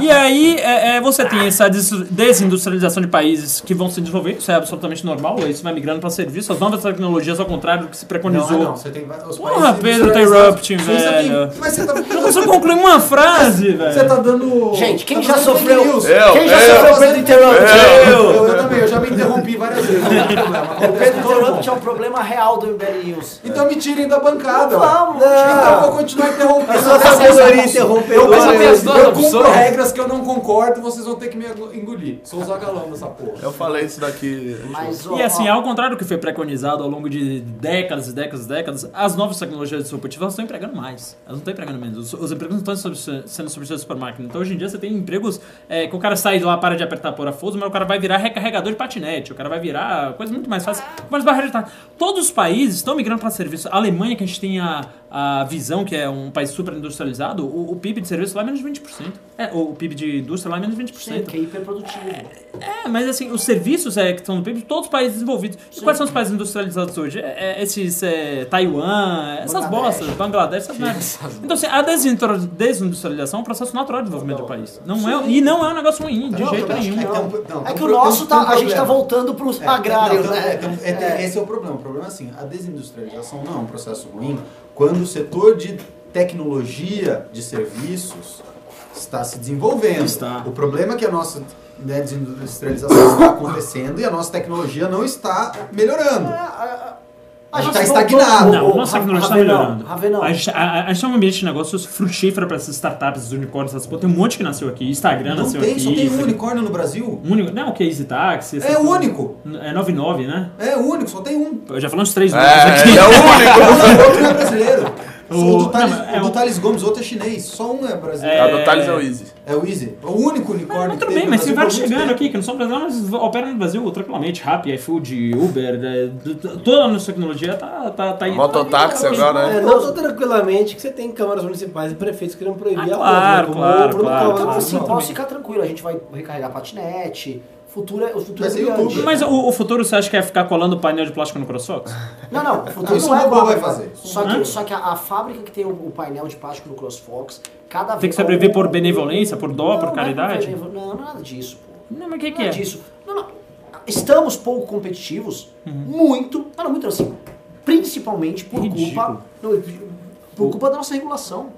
S2: E aí, é, é, você tem essa des- desindustrialização de países que vão se desenvolver, isso é absolutamente normal, isso vai migrando para serviços, as novas tecnologias, ao contrário do que se preconizou.
S7: Não, não, você tem os
S2: Porra,
S7: países
S2: Pedro, tá
S7: industrializados.
S2: interrupting,
S7: Suíça tem-
S2: velho.
S7: Mas você tá,
S2: Eu só concluí uma frase,
S7: você
S2: velho.
S7: tá dando.
S5: Gente, quem
S7: tá
S5: já
S7: dando
S5: sofreu-
S7: fake news.
S4: Eu,
S5: Quem já
S4: eu.
S5: sofreu Pedro Interrupt?
S4: É.
S7: Eu, eu, também, eu já me interrompi várias vezes. Não tem um problema.
S5: O Pedro
S7: acontece com todo mundo.
S5: Interrupt é um problema real do MBL News.
S7: Então me tirem da bancada.
S5: Vamos,
S7: Então eu vou continuar interrompendo. Eu,
S5: Essa sabedoria interrompeu.
S7: eu,
S6: Mas eu tenho as duas
S7: cumpro
S6: opções.
S7: regras que eu não concordo, vocês vão ter que me engolir. Sou o zagalão dessa porra.
S4: Eu falei isso daqui.
S5: Mas, ó,
S2: E assim,
S5: ó,
S2: ao contrário do que foi preconizado ao longo de décadas e décadas e décadas, as novas tecnologias disruptivas elas estão empregando mais. Elas não estão empregando menos. Os, os empregos não estão substitu- sendo substituídos por máquina. Então hoje em dia você tem empregos é, que o cara sai de lá, para de apertar parafuso, mas o cara vai virar recarregador de patinete, o cara vai virar coisa muito mais fácil. Mas barreiras tá. Todos os países estão migrando para serviço. A Alemanha, que a gente tem a, a visão que é um país super industrializado, o, o PIB de serviço lá é menos de 20%. É, o PIB de indústria lá é menos de 20%.
S5: Sim, que é hiperprodutivo.
S2: É, mas assim, os serviços é, que estão no PIB de todos os países desenvolvidos. E quais são os países industrializados hoje? É, é, esses é, Taiwan, essas bostas, Bangladesh, essas merdas. Então, assim, a desintro- desindustrialização é um processo natural de desenvolvimento
S5: Tá
S2: do país. Não é, e não é um negócio ruim, de jeito nenhum.
S5: É que o nosso tá. A gente tá voltando pros agrários,
S7: Então, é,
S5: né?
S7: então, é, tem- Esse é o problema. O problema é assim, a desindustrialização não é um processo ruim quando o setor de tecnologia de serviços está se desenvolvendo.
S2: Está.
S7: O problema é que a nossa né, desindustrialização está acontecendo e a nossa tecnologia não está melhorando.
S5: É, A gente
S7: Tá
S5: voltou-
S7: estagnado.
S2: Não,
S5: Ô, ô,
S2: nossa tá
S5: Ra-
S2: tecnologia está
S5: Ravenão,
S2: melhorando.
S5: Ravenão.
S2: A gente, a, a- a gente tem um ambiente de negócios frutífero para essas startups, esses unicórnios, essas porra. Tem um monte que nasceu aqui. Instagram
S7: Não
S2: nasceu
S7: tem,
S2: aqui.
S7: só tem um
S2: isso aqui.
S7: unicórnio no Brasil.
S2: Único- Não, o Case Taxi. essas
S7: É o
S2: porra.
S7: único.
S2: É 99, né?
S7: É o único, só tem um.
S2: Eu já falei uns três nomes
S4: É,
S2: aqui.
S4: ele é o único.
S7: O outro não é brasileiro. O, do, Thales,
S2: não, é
S7: o
S2: o-
S7: do Thales Gomes, o outro é chinês. Só um é brasileiro.
S4: A do Thales é o Easy.
S7: É o Easy. É o único unicórnio que
S2: Mas tudo
S7: teve
S2: bem,
S7: no
S2: mas
S7: Brasil
S2: tem vários
S7: por muito
S2: chegando
S7: tempo.
S2: aqui que não são brasileiros, mas operam no Brasil tranquilamente. Rappi, iFood, Uber, né, d- d- toda a nossa tecnologia tá, tá, tá aí.
S4: Mototáxi agora,
S12: É,
S4: né?
S12: não tão tranquilamente que você tem câmaras municipais e prefeitos querendo proibir
S2: Ah,
S12: a
S2: claro,
S12: como
S2: claro,
S12: o
S2: claro,
S12: Bruno tava
S2: claro.
S12: falando.
S5: Então, assim,
S12: Não,
S5: posso ficar tranquilo, a gente vai recarregar patinete. Futuro é, o futuro
S7: Mas
S5: é
S7: tem o
S5: brilhante.
S2: Mas o, o futuro você acha que é ficar colando painel de plástico no CrossFox?
S5: Não, não, o futuro
S7: Então, Isso
S5: não é
S7: o Google
S5: igual.
S7: vai fazer.
S5: Só que, só que a, a fábrica que tem o, o painel de plástico do CrossFox, cada vez.
S2: Tem que sobreviver por benevolência, por dó,
S5: Não,
S2: por
S5: não é
S2: caridade?
S5: benevo- Não, não é nada disso, pô.
S2: Não, mas o que, que
S5: Nada
S2: é?
S5: disso. Não, não. Estamos pouco competitivos,
S2: Uhum.
S5: muito. Não, não, muito assim. Principalmente por culpa. não, por culpa da nossa regulação.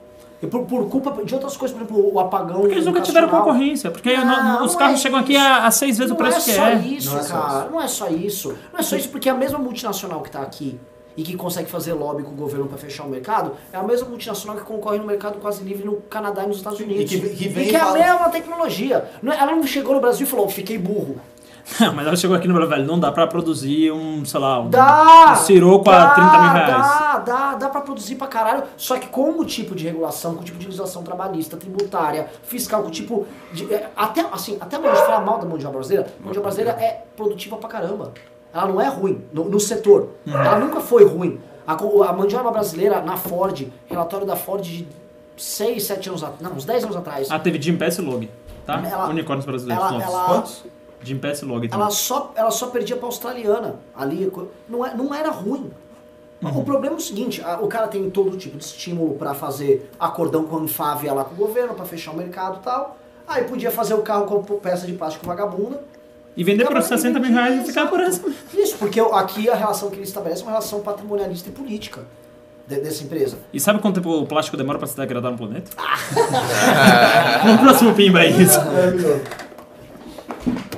S5: E por, por culpa de outras coisas, por exemplo, o apagão.
S2: Porque eles nunca tiveram
S5: educacional.
S2: concorrência, porque
S5: Não,
S2: no- no- os
S5: não
S2: carros
S5: é
S2: chegam aqui
S5: isso.
S2: a, a seis vezes o
S5: não é
S2: preço que
S5: só
S2: é.
S5: isso, cara. Não é só isso. Não é só isso, porque a mesma multinacional que tá aqui e que consegue fazer lobby com o governo para fechar o mercado é a mesma multinacional que concorre no mercado quase livre no Canadá e nos Estados Unidos.
S7: que- que vem
S5: E
S7: e
S5: é a
S7: fala-
S5: mesma tecnologia. Não é- Ela não chegou no Brasil e falou, fiquei burro.
S2: Não, mas ela chegou aqui no Brasil, velho, não dá pra produzir um, sei lá, um,
S5: Dá!
S2: um siroco a
S5: dá,
S2: 30 mil reais.
S5: Dá, dá, dá pra produzir pra caralho. Só que com o tipo de regulação, com o tipo de legislação trabalhista, tributária, fiscal, com o tipo de. é, Até, assim, até a gente falar mal da mão de obra brasileira, a mão de obra brasileira é produtiva pra caramba. Ela não é ruim no, no setor.
S2: Uhum.
S5: Ela nunca foi ruim. A, co- a mão de obra brasileira na Ford, relatório da Ford de 6, 7 anos atrás. Não, uns 10 anos atrás.
S2: Ah, teve Jim Pass e Log, tá?
S5: Ela-
S2: Unicórnios brasileiros,
S5: Ela,
S2: todos.
S5: ela,
S2: Jim Pass e Log. tá?
S5: ela só, ela só perdia pra australiana ali. co- Não, é- não era ruim.
S2: Uhum.
S5: O problema é o seguinte, a- o cara tem todo tipo de estímulo pra fazer acordão com a Anfávia lá com o governo, pra fechar o mercado e tal. Aí podia fazer o carro com peça de plástico vagabunda.
S2: E vender por
S5: Acabava
S2: 60 mil
S5: vendendo,
S2: reais e ficar por essa.
S5: exato. Isso, porque aqui a relação que ele estabelece é uma relação patrimonialista e política de- dessa empresa.
S2: E sabe quanto tempo o plástico demora pra se degradar no planeta?
S5: Ah!
S2: Vamos pro próximo pimba aí. isso.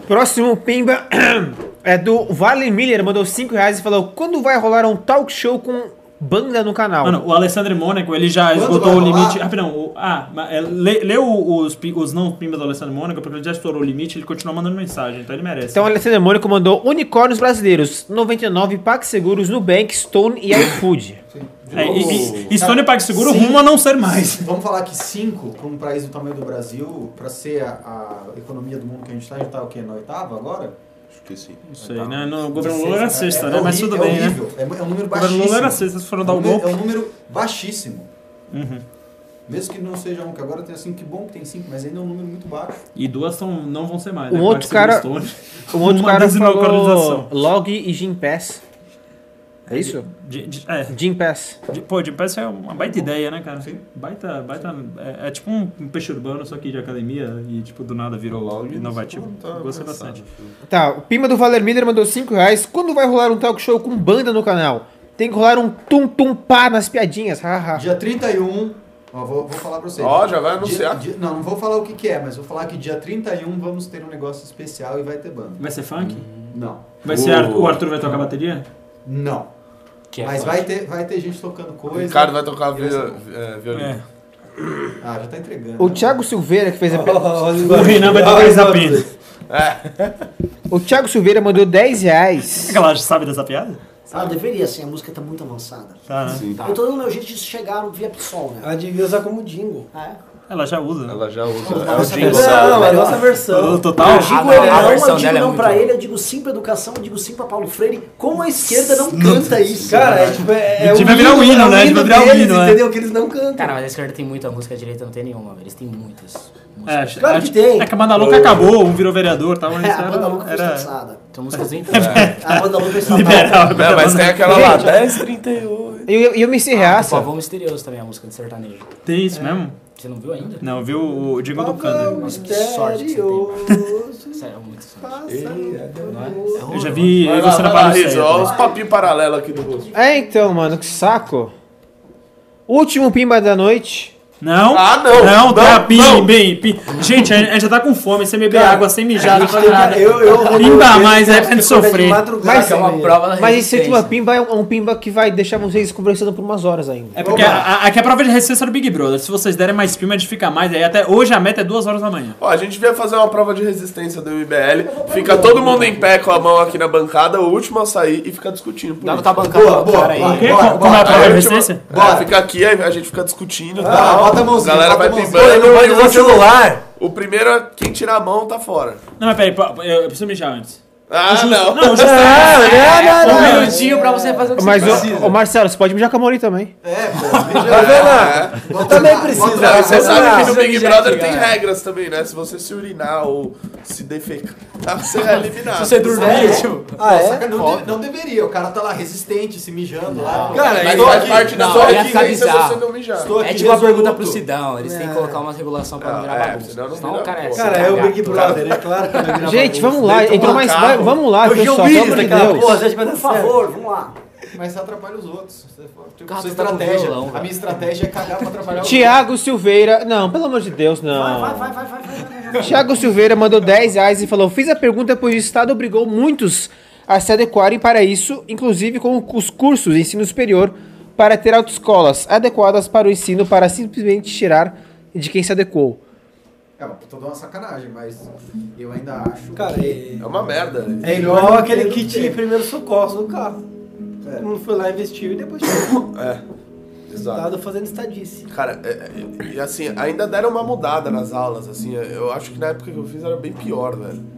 S1: Próximo Pimba é do Vale Miller, mandou 5 reais e falou: Quando vai rolar um talk show com banda no canal?
S2: Mano, o Alessandro Mônaco, ele já
S7: Quando
S2: esgotou
S7: vai
S2: o limite.
S7: rolar?
S2: Ah, perdão. o- ah, mas, é, lê, lê o- os, pi- os não pimba do Alessandro Mônaco, porque ele já estourou o limite, ele continua mandando mensagem, então ele merece.
S1: então, o Alessandro Mônico mandou Unicórnios Brasileiros, 99 PagSeguros, Nubank, Stone e iFood.
S2: é, e, e, e Stone PagSeguro rumo a não ser mais.
S7: Vamos falar que 5, para um país do tamanho do Brasil, para ser a, a economia do mundo que a gente está, a gente está o quê? Na oitava agora?
S4: Esqueci.
S2: Não sei, né? No governo Lula era sexta, né? Mas
S7: horrível,
S2: tudo bem,
S7: é
S2: né?
S7: horrível. É, um número
S2: O governo
S7: baixíssimo.
S2: Lula era sexta, eles foram
S7: É
S2: dar
S7: um
S2: o
S7: número-
S2: golpe.
S7: É um número baixíssimo.
S2: Uhum.
S7: Mesmo que não seja um, que agora tem assim, que bom que tem 5, mas ainda é um número muito baixo.
S2: E duas são, não vão ser mais.
S1: Um
S2: né?
S1: outro
S2: PagSeguro e Stone.
S1: Um outro
S2: Uma
S1: cara falou
S2: deslocalização.
S1: Log e Jim Pass. É isso?
S2: De- de- é,
S1: Jim Pass.
S2: De- Pô, Jim Pass é uma baita ideia, né, cara? Baita, baita. É, é tipo um, um peixe urbano, só que de academia e, tipo, do nada virou inovativo. Gostei bastante.
S1: Tá, o Pima do Valer Miller mandou 5 reais. Quando vai rolar um talk show com banda no canal? Tem que rolar um tum-tum-pá nas piadinhas, haha.
S7: Dia 31, ó, vou, vou falar para vocês.
S4: Ó, já vai anunciar.
S7: Dia- dia- não, não vou falar o que, que é, mas vou falar que dia 31 vamos ter um negócio especial e vai ter banda. Hum,
S2: Vai ser funk?
S7: Não.
S2: Vai ser Ar- o Arthur vai tocar bateria?
S7: Não.
S3: Que é
S7: mas
S3: forte.
S7: vai ter, vai ter gente tocando
S4: O
S7: coisa.
S4: Ricardo vai tocar
S7: Vai ser
S4: via- é, violino.
S2: É.
S7: Ah, já tá entregando.
S1: O Thiago Silveira que fez a
S2: O Renan vai tocar essa pena.
S1: O Thiago Silveira mandou 10 reais.
S2: É que ela sabe dessa piada?
S5: Ah, deveria, assim, a música tá muito avançada.
S2: Tá, né?
S5: Eu tô dando meu jeito de chegar no via PSOL, né?
S12: Ela devia usar como jingle.
S5: Ah, é?
S2: Ela já usa.
S4: Ela já usa. É o
S5: Nossa,
S4: jingle
S5: mas-
S4: dela.
S12: Não, a nossa
S2: O
S12: versão.
S2: total?
S5: Eu digo
S3: não,
S5: ele
S3: a
S5: não,
S3: versão
S5: eu digo
S3: dela é
S5: não
S3: muito
S5: pra
S3: boa.
S5: ele, eu digo sim pra educação, eu digo sim pra Paulo Freire. Como a esquerda não canta isso?
S12: Cara, é tipo. É, é
S2: Devia virar um hino,
S12: é
S2: né? Devia virar um
S12: deles,
S2: hino, né?
S12: entendeu? Que eles não cantam.
S3: Cara, mas a esquerda tem muita música, a direita não tem nenhuma, velho. Eles têm muitas músicas.
S2: É,
S12: Claro
S2: acho-
S12: que tem.
S2: É que a Banda Louca acabou, um virou vereador e tal, mas
S5: É,
S2: isso
S5: a banda louca
S2: era.
S5: foi
S2: era...
S5: estressada.
S3: São músicas bem
S5: A banda louca foi estressada.
S2: Liberal,
S4: Não, mas tem aquela lá, 10h38.
S1: E eu, e eu me
S3: O
S1: serraça.
S3: Ah, Pavão Misterioso também é a música de sertanejo.
S2: Tem isso mesmo?
S3: Você não viu ainda?
S2: Não, viu o Diego do Cândido.
S3: Nossa, que sorte que você tem. Sério, é muito sorte. é?
S2: Eu já vi
S4: Vai
S2: eu
S4: lá,
S2: você na
S4: vai lá,
S2: Paris.
S4: Rizzo, ó, os papinhos paralelos aqui do rosto.
S1: É então, mano, que saco. Último pimba da noite.
S2: Não.
S4: Ah, não.
S2: Não, tá.
S4: Não,
S2: Pim,
S4: não.
S2: pim, pim. Gente, a gente já tá com fome. Sem beber
S12: Cara,
S2: água, sem
S12: a
S2: mijar, não
S12: gente
S2: faz
S12: tem que-
S2: nada.
S12: eu- eu- eu-
S2: Pimba
S12: eu-
S2: mais,
S12: eu-
S2: é
S12: eu-
S2: pra gente
S12: eu- eu- eu-
S2: sofrer.
S12: eu- eu- eu-
S1: Mas,
S12: é uma
S6: prova da
S1: assim, né? mas esse
S6: resistência.
S1: Tituba Pimba é um, é um Pimba que vai deixar vocês conversando por umas horas ainda.
S2: É porque a, a- aqui é a prova de resistência do Big Brother. Se vocês derem mais pima, a gente fica mais. Aí até hoje a meta é duas horas da manhã.
S4: Ó, a gente vai fazer uma prova de resistência do IBL. Fica todo mundo em pé com a mão aqui na bancada, o último a sair e fica discutindo. Por
S3: Dá pra
S4: isso.
S3: tá bancando
S7: Boa,
S3: o
S7: boa,
S3: cara aí.
S7: boa.
S2: Quê?
S7: Bora,
S2: Como
S7: bora.
S2: é a
S4: Aí
S2: prova de
S4: a última-
S2: resistência?
S4: Bora. Fica aqui, aí a gente fica discutindo. e
S7: Ah,
S4: tal.
S7: bota a mãozinha,
S4: galera
S7: bota
S4: vai
S7: a mãozinha.
S4: pimbando.
S7: Pô,
S4: mas o último-
S12: celular.
S4: O primeiro, é quem tirar a mão, tá fora.
S2: Não, mas peraí, pa- eu eu preciso mijar antes.
S4: Ah, não.
S2: Não, justo.
S6: Um minutinho pra você fazer o que você
S1: Mas,
S6: precisa. É.
S1: ô, ô, Marcelo, você pode mijar com a Mori também.
S7: Bota
S12: também
S7: lá,
S12: precisa.
S7: né? bota lá.
S4: Não, você sabe que no Big
S6: Precisa
S4: Brother
S6: mijar,
S4: tem
S6: cara.
S4: regras também, né? Se você se urinar ou se defecar, tá, você é eliminado.
S6: dormir,
S7: né?
S6: tipo.
S12: Ah, é?
S7: Saca, não, de- não deveria, o cara tá lá resistente, se mijando lá.
S6: Cara,
S4: Mas
S6: eu
S4: faz
S6: aqui-
S4: parte da
S6: não,
S12: é
S4: sua
S6: eu ia
S4: requerência
S6: avisar.
S4: você não mijar.
S7: é Estou
S3: É
S7: aqui
S3: tipo a
S7: resoluto.
S3: pergunta pro Sidão, eles têm que colocar umas regulação pra não virar
S4: É,
S3: bagunça.
S4: senão não
S3: Senão
S4: vira
S3: o cara é
S4: porra.
S12: Cara, é o Big
S3: Brother.
S12: Brother, é claro que vai virar
S1: Gente,
S12: bagunça.
S1: vamos lá. Entrou mais. vai- vamos lá,
S12: Hoje é o
S1: pessoal. Pelo
S12: Willis
S1: amor de
S12: daquela
S1: Deus.
S12: porra, gente,
S8: Por favor, vamos lá.
S7: Mas você atrapalha os outros. Você- Tipo,
S3: Cara,
S7: sua
S3: tu tá com
S7: estratégia.
S3: violão,
S7: a
S3: velho.
S7: minha estratégia é cagar pra atrapalhar os outros.
S1: Tiago Silveira. Não, pelo amor de Deus, não. Vai, vai, vai, vai. Tiago Silveira mandou 10 reais e falou: Fiz a pergunta pois o Estado obrigou muitos a se adequarem para isso, inclusive com os cursos de ensino superior, para ter autoescolas adequadas para o ensino, para simplesmente tirar de quem se adequou.
S7: É uma puta de uma sacanagem, mas eu ainda acho.
S12: Cara, é,
S4: É uma merda. né?
S12: é igual aquele kit de primeiro socorro do carro.
S4: É.
S12: Todo mundo foi lá, investiu e depois chegou.
S7: É. Tá
S4: Exato.
S12: Tava fazendo estadice.
S4: Cara, é- é- e assim, ainda deram uma mudada nas aulas, assim. Eu acho que na época que eu fiz era bem pior, velho.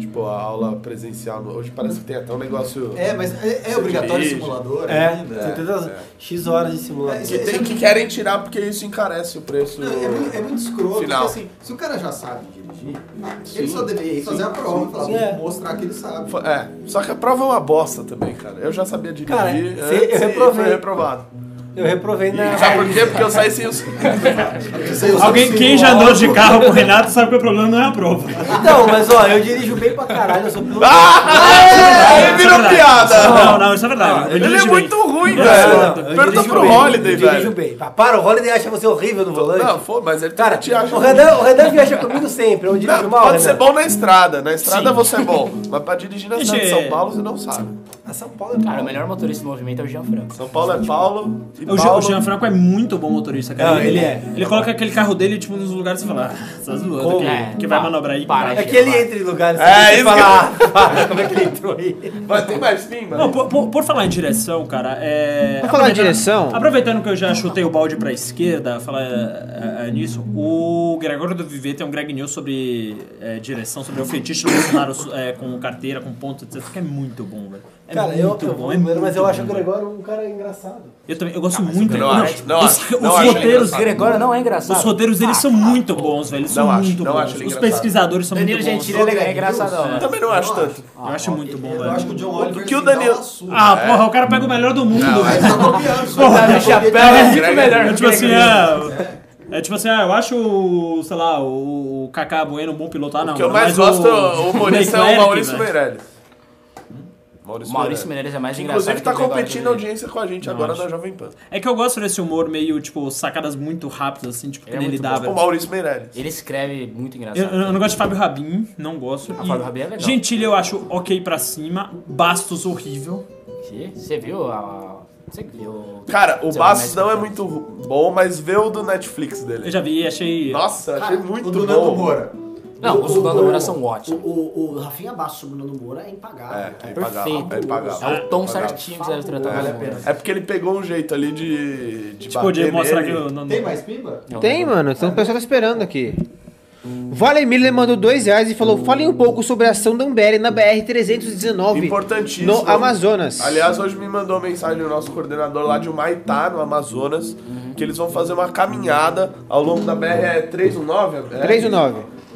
S4: Tipo, a aula presencial. Hoje parece que tem até um negócio.
S7: É, mas é, é obrigatório
S4: dirige.
S7: simulador
S4: né?
S7: né?
S12: É,
S7: ainda?
S12: você tem razão. X horas de simulador.
S4: Que, tem, é, que querem tirar porque isso encarece o preço.
S7: é, Não, é, muito, é muito escroto, porque
S4: Final.
S7: assim, se o cara já sabe dirigir, ele só deveria ir fazer a prova e falar,
S12: É.
S7: "Vou mostrar que ele sabe.
S4: É, só que a prova é uma bosta também, cara. Eu já sabia dirigir.
S12: Cara,
S4: antes
S12: se- eu
S4: e
S12: reprovei.
S4: Foi reprovado.
S12: Eu reprovei na.
S4: Sabe por quê? Porque eu saí sem os.
S2: Alguém, quem já andou de carro com o Renato sabe que o problema não é a prova.
S12: Então, mas ó, eu dirijo bem pra caralho, eu sou piloto.
S4: Ah, é, Aí virou piada!
S2: é Não, não, isso é verdade. Eu
S4: Ele é
S2: dirijo bem.
S4: muito ruim,
S12: Não, não,
S4: velho.
S12: eu
S4: Pergunta
S12: dirijo
S4: pro
S12: bem,
S4: Holiday,
S12: eu dirijo
S4: velho.
S12: bem. Ah, para, o Holiday acha você horrível no volante.
S4: Não, pô, mas ele
S12: Cara,
S4: te acha.
S12: o Renan, o Renan viaja comigo sempre, eu dirijo
S4: Não,
S12: mal, né,
S4: pode
S12: Renan.
S4: ser bom na estrada. Na estrada
S2: Sim.
S4: você é bom. Mas pra dirigir na cidade de
S2: Gente.
S4: São Paulo, você não sabe.
S12: Ah, São Paulo é
S3: Cara, o
S12: bom.
S3: melhor motorista do movimento é o Jean Franco.
S4: São Paulo é Paulo. E
S2: O, Jean-
S4: Paulo...
S2: o Jean Franco é muito bom motorista, cara.
S12: Não, ele é.
S2: Ele coloca aquele carro dele, tipo, nos lugares e fala, ah, tá zoando,
S12: Como?
S2: que, que vai
S3: Pa-
S2: manobrar aí.
S3: para.
S12: É que ele entra em lugares
S4: É,
S12: assim, você
S4: isso
S12: fala, ah, para, como é que ele entrou aí?
S4: Mas tem mais pimba?
S2: Não, por, por- por falar em direção, cara, é.
S1: Por falar em
S2: aproveitando-
S1: direção?
S2: Aproveitando que eu já chutei o balde pra esquerda, falar é, é, nisso, o Gregório do Viver tem um Greg News sobre é, direção, sobre o fetiche do Bolsonaro é, com carteira, com ponto, etc. Que é muito bom, velho. É
S12: Cara, eu,
S2: muito
S12: eu
S2: bom,
S12: vou,
S2: é
S12: mas eu
S2: muito
S12: acho o
S2: bom, velho.
S12: Gregório um cara engraçado.
S2: Eu também, eu
S4: Ah,
S2: gosto muito
S4: eu não
S2: velho.
S4: acho, não
S2: os,
S4: acho,
S2: os
S4: não acho ele
S2: roteiros.
S4: engraçado.
S3: Gregório não é engraçado.
S2: Os roteiros deles são muito bons, velho. Eles são
S4: Não acho,
S2: muito
S4: não
S2: bons.
S4: acho ele
S2: Os
S4: engraçado.
S2: pesquisadores são
S3: Danilo
S2: muito bons.
S3: Gentili é legal, é engraçado.
S4: Eu
S3: mano.
S4: também não acho tanto.
S2: Eu acho muito bom,
S7: Eu acho que o
S2: velho.
S7: John Oliver
S4: que o
S3: um
S4: É.
S7: assim, dá
S4: Daniel-
S7: uma surra.
S2: Ah, porra, o cara pega o melhor do mundo, velho.
S4: é.
S7: Tá copiando, só
S2: Porra,
S7: tá
S2: meu
S7: copiando.
S3: chapéu é muito
S4: Greg-
S3: melhor.
S2: É
S3: que
S2: tipo
S3: o
S2: assim,
S3: Gregório.
S2: é. É tipo assim, ah, eu acho, o, sei lá, o o Kaká Bueno um bom piloto. Ah, não.
S4: O que eu
S2: não,
S4: mais
S2: mas
S4: gosto, o humorista é
S2: Leclerc,
S4: o Maurício
S2: velho.
S4: Meirelles. Maurício,
S3: Maurício Meirelles é mais engraçado.
S4: Inclusive tá
S3: que o Gregório
S4: competindo
S3: do Viver.
S4: audiência com a gente agora na Jovem Pan.
S2: É que eu gosto desse humor meio, tipo, sacadas muito rápidas, assim, tipo, que
S3: Ele é
S2: nem ele
S3: muito
S2: dá,
S3: bom.
S4: O
S2: velho.
S4: Maurício Meirelles.
S3: Ele escreve muito engraçado.
S2: Eu, eu não gosto de Fábio Rabin, não gosto. E
S3: Fábio Rabin é legal.
S2: Gentili eu acho ok pra cima, Bastos horrível.
S3: Que? Você viu a. Você viu.
S4: Cara, o
S3: Você
S4: Bastos
S3: vai
S4: não é
S3: mais
S4: muito bom, mas vê o do Netflix
S2: Eu
S4: dele.
S2: já vi, achei...
S4: Nossa, achei
S7: O
S4: muito
S7: do Nando
S4: bom.
S7: Moura.
S3: Não, os Nando Moura são ótimos.
S5: O, o, o Rafinha Bastos sobre o Nando Moura é impagável.
S4: É,
S5: cara.
S4: é impagável.
S3: Perfeito.
S4: É
S3: É
S4: impagável.
S3: o tom
S4: Impagável.
S3: certinho que você deve tratar
S7: Vale a
S3: o
S7: pena.
S4: É porque ele pegou um jeito ali de. de
S2: Tipo, de
S4: bater
S2: mostrar que
S4: nele.
S2: eu não...
S7: Tem mais pimba?
S3: Não,
S1: Tem,
S3: não.
S1: mano. Então o pessoal tá esperando aqui. Vale Miller mandou dois reais e falou: falem um pouco sobre a ação da Ambev na BR-319
S4: Importantíssimo.
S1: no Amazonas.
S4: Aliás, hoje me mandou mensagem o nosso coordenador lá de Humaitá, no Amazonas, que eles vão fazer uma caminhada ao longo da BR-319?
S1: 319.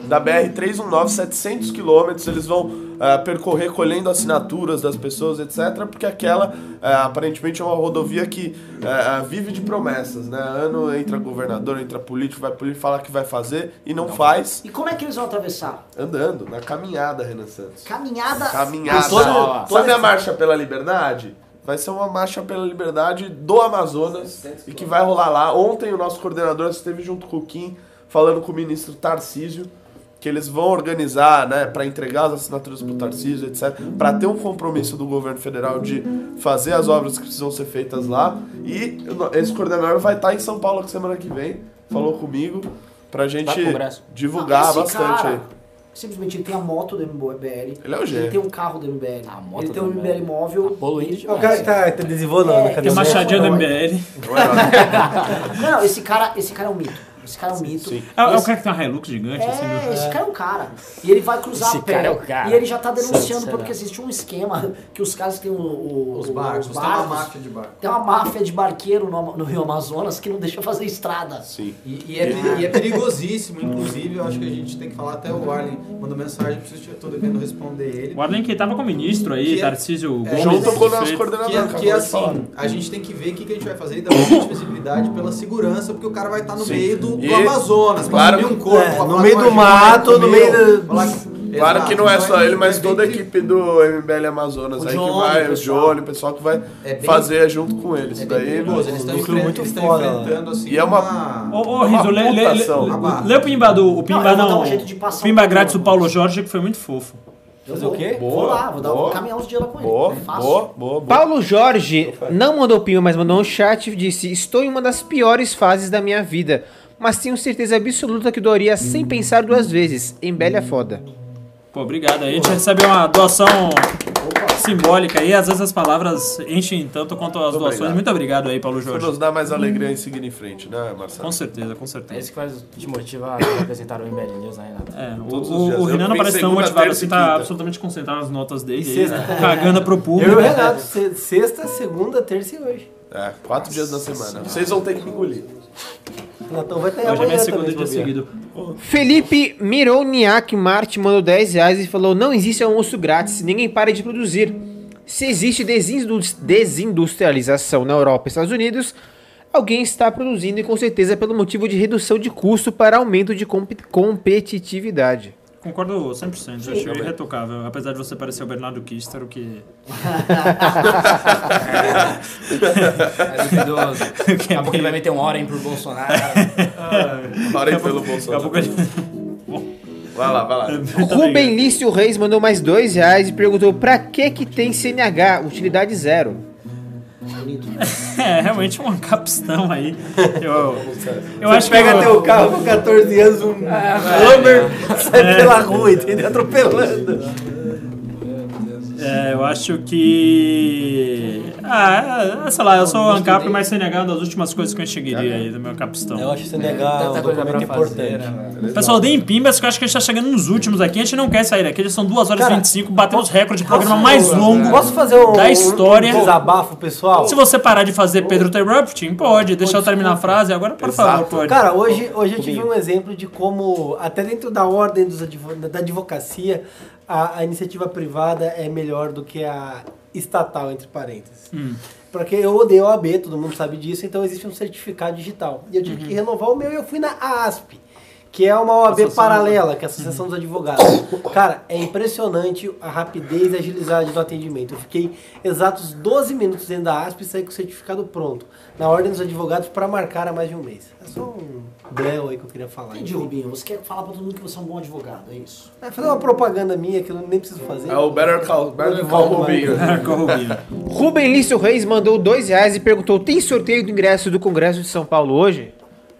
S4: Da BR-319, 700 um quilômetros, eles vão ah, percorrer colhendo assinaturas das pessoas, etc. Porque aquela, ah, aparentemente, é uma rodovia que ah, ah, vive de promessas, né? Ano entra governador, entra político, vai político, fala que vai fazer e não faz,
S5: E como é que eles vão atravessar?
S4: andando, na caminhada, Renan Santos.
S5: Caminhada.
S4: Caminhada.
S3: Toda-
S4: Sabe a marcha pela liberdade? Vai ser uma marcha pela liberdade do Amazonas e que vai rolar lá. Ontem o nosso coordenador esteve junto com o Kim falando com o ministro Tarcísio que eles vão organizar, né, para entregar as assinaturas para o Tarcísio, etc, para ter um compromisso do governo federal de fazer as obras que precisam ser feitas lá. E esse coordenador vai estar em São Paulo semana que vem. Falou comigo pra gente
S5: Vai pro Congresso.
S4: divulgar
S5: Esse
S4: bastante
S5: cara,
S4: aí.
S5: Simplesmente ele tem a moto do MBL. Ele
S4: é o gênio.
S5: Ele tem um carro do MBL.
S2: Ah,
S5: ele tem um MBL, móvel. Poluído
S12: É o cara que tá, tá desenvolvendo na
S2: É. Tem
S12: cadeira.
S2: uma chadinha do MBL.
S5: Não, esse cara, esse cara é um mito. Esse cara é um mito.
S2: É, é o
S5: Esse-
S2: cara que tem uma Hilux gigante, assim, do
S5: É, esse cara é um cara. E ele vai cruzar
S2: Esse
S5: a pé.
S2: cara é o cara.
S5: E ele já tá
S2: Será?
S5: denunciando porque existe um esquema que os caras que têm o, o-
S7: Os
S5: o-
S7: barcos,
S5: os
S7: tem uma
S5: barcos,
S7: máfia de barco.
S5: Tem uma máfia de barqueiro no, no Rio Amazonas que não deixa fazer estrada.
S4: Sim.
S15: E, e é, peri- e é perigosíssimo, inclusive, eu acho que a gente tem que falar até o Arlen mandou mensagem, preciso eu tô devendo responder
S5: é
S15: ele.
S2: O Arlen que tava com o ministro aí,
S15: Que é-
S2: Tarcísio
S15: é,
S2: Gomes.
S15: junto
S4: com o nosso
S2: prefeito.
S15: Que, é- que é assim, a gente tem que ver o que, que a gente vai fazer e dar bastante visibilidade pela segurança, porque o cara vai estar Tá no
S4: Sim.
S15: meio do, do
S4: E-
S15: Amazonas, pra
S4: claro
S15: subir
S4: que-
S15: um corpo.
S4: é,
S15: pra
S4: no
S15: falar
S4: meio
S15: com
S4: do
S15: a gente,
S4: mato, no
S15: comeu,
S4: meio do-
S15: falar que-
S4: Claro
S15: Exato,
S4: que não é só
S15: vai-
S4: ele, mas
S2: Então
S4: toda a equipe do MBL Amazonas
S15: O
S4: aí que
S15: Johnny,
S4: vai, o
S15: pessoal.
S4: Johnny, o pessoal que vai
S15: É bem- é
S4: fazer junto com eles. Isso
S15: bem
S4: daí
S15: perigoso, eles estão
S4: um núcleo
S15: enfren- eles estão enfrentando, assim,
S4: E é uma.
S15: uma-
S2: Ô, ô, Rizzo, lê, lê, lê,
S4: Amputação.
S2: lê o Pimba do. O
S5: Não,
S2: Pimba
S5: eu vou dar
S2: não.
S5: um jeito de passar
S2: o Pimba
S5: um
S2: grátis do Paulo Jorge, que foi muito fofo.
S5: Eu
S2: Fazer o
S5: vou-
S2: quê?
S5: Vou
S2: Boa,
S5: lá, vou dar
S2: boa.
S5: um caminhão uns dias lá com ele.
S4: Boa,
S5: É fácil.
S4: boa, boa, boa.
S1: Paulo Jorge não mandou pinho, mas mandou um chat e disse: Estou em uma das piores fases da minha vida, mas tenho certeza absoluta que doaria
S4: Hum.
S1: sem pensar duas vezes. Embele é foda.
S2: Pô, obrigado. aí. A gente recebe uma doação simbólica aí. Às vezes as palavras enchem tanto quanto as doações.
S4: obrigado.
S2: Muito obrigado aí, Paulo
S4: Isso
S2: Jorge.
S4: nos dá mais alegria em seguir em frente, né, Marcelo?
S2: Com certeza, com
S3: É
S2: certeza.
S3: isso que faz, te motiva a apresentar o MBL News, né, Renato?
S2: É, o,
S4: Todos os
S2: o-
S4: dias.
S2: o
S4: Eu fui
S2: Renan não parece tão
S4: segunda,
S2: motivado
S4: terça
S2: assim,
S4: e
S2: tá
S4: quinta.
S2: absolutamente concentrado nas notas dele, aí,
S12: sexta
S2: né?
S12: também.
S2: cagando pro público.
S12: Eu e o Renato, se- sexta, segunda, terça e hoje.
S4: É, quatro dias na semana. Vocês vão ter que me engolir.
S12: O Natão
S15: Então
S12: vai estar aí
S2: Hoje é
S12: amanhã
S2: minha
S12: também.
S2: segunda
S12: se
S2: dia
S12: bobear.
S2: seguido.
S1: Felipe Mironiak Marte mandou 10 reais e falou: Não existe almoço grátis, ninguém para de produzir. Se existe desindu- desindustrialização na Europa e Estados Unidos, alguém está produzindo e com certeza pelo motivo de redução de custo para aumento de comp- competitividade.
S2: Concordo 100%, eu achei
S4: Também.
S2: É irretocável. Apesar de você parecer o Bernardo Kister, o que...
S3: É duvidoso. Daqui a pouco ele vai meter uma hora em pro Bolsonaro.
S4: Parem pelo Bolsonaro. Vai lá, vai lá.
S1: Rubem
S2: né?
S1: Lício Reis mandou mais 2 reais e perguntou: Pra que que tem CNH? Utilidade zero.
S2: É, realmente um capistão aí. Eu, eu
S12: Você
S2: acho
S12: pega
S2: que eu-
S12: teu carro com 14 anos,
S2: É.
S12: um Hummer, sai pela rua, entendeu? Atropelando.
S2: É, eu acho que. Ah, é, sei lá, eu sou o ANCAP, mas CNH é uma das últimas coisas que eu enxerguiria aí do meu capistão.
S12: Eu acho que Senegal é um documento importante.
S2: Pessoal, deem pimbas que eu acho que a gente tá chegando nos últimos aqui. A gente não quer sair daqui, eles são 2 horas e
S12: Cara,
S2: 25, batemos os recorde de programa mais longo
S12: Posso fazer um,
S2: da história.
S12: um desabafo, pessoal?
S2: Se você parar de fazer Pedro Interrupting, pode. Deixa eu terminar a frase. Agora, por favor, pode.
S12: Cara, hoje, hoje eu tive um exemplo de como, até dentro da ordem dos advo- da advocacia, a, a iniciativa privada é melhor do que a estatal, entre parênteses.
S2: Hum.
S12: Porque eu odeio a OAB, todo mundo sabe disso, então existe um certificado digital. E eu tive que renovar o meu e eu fui na ASP, que é uma OAB
S2: Associação dos-
S12: paralela, que é a Associação dos Advogados. Cara, é impressionante a rapidez e a agilidade do atendimento. Eu fiquei exatos 12 minutos dentro da ASP e saí com o certificado pronto, na Ordem dos Advogados, para marcar há mais de um mês. É só um breu aí que eu queria falar.
S5: Entendi, Rubinho. Você quer falar pra todo mundo que você é um bom advogado, é isso?
S12: É fazer uma propaganda minha que eu nem preciso fazer.
S4: É o Better Call, Better Call Rubinho.
S1: Rubem Lício Reis mandou 2 reais e perguntou: Tem sorteio do ingresso do Congresso de São Paulo hoje?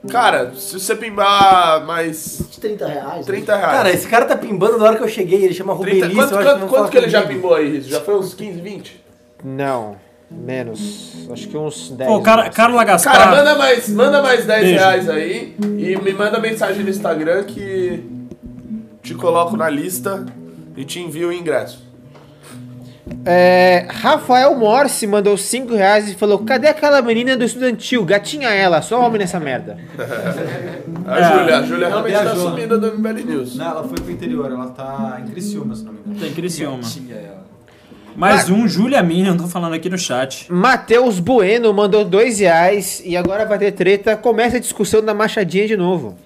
S4: Cara, se você pimbar mais
S5: De 30 reais.
S15: né?
S4: 30 reais.
S12: Cara, esse cara tá pimbando na hora que eu cheguei, ele chama
S4: 30
S12: Rubelice.
S4: quanto
S12: eu acho
S4: quanto,
S12: vão
S4: quanto
S12: falar
S4: que ele já
S12: comigo.
S4: pimbou aí, Rizzo? Já foi uns 15, 20?
S1: Não, menos. Acho que uns 10.
S2: Pô, cara, Carla Gaspar.
S4: Cara, manda mais, manda mais 10
S2: Beijo.
S4: reais aí e me manda mensagem no Instagram que te coloco na lista e te envio o ingresso.
S1: É, Rafael Morse mandou 5 reais e falou: Cadê aquela menina do estudantil? Gatinha ela, só homem nessa merda.
S2: É.
S4: A Júlia, a Júlia realmente tá
S15: viajou, né?
S4: sumindo do MBL News.
S15: Não, ela foi pro interior, ela tá em Criciúma, se não me engano.
S2: Tem Criciúma.
S15: Gatinha ela.
S2: Mais um, Júlia Minha, andou falando aqui no chat.
S1: Matheus Bueno mandou 2 reais e agora vai ter treta. Começa a discussão da Machadinha de novo.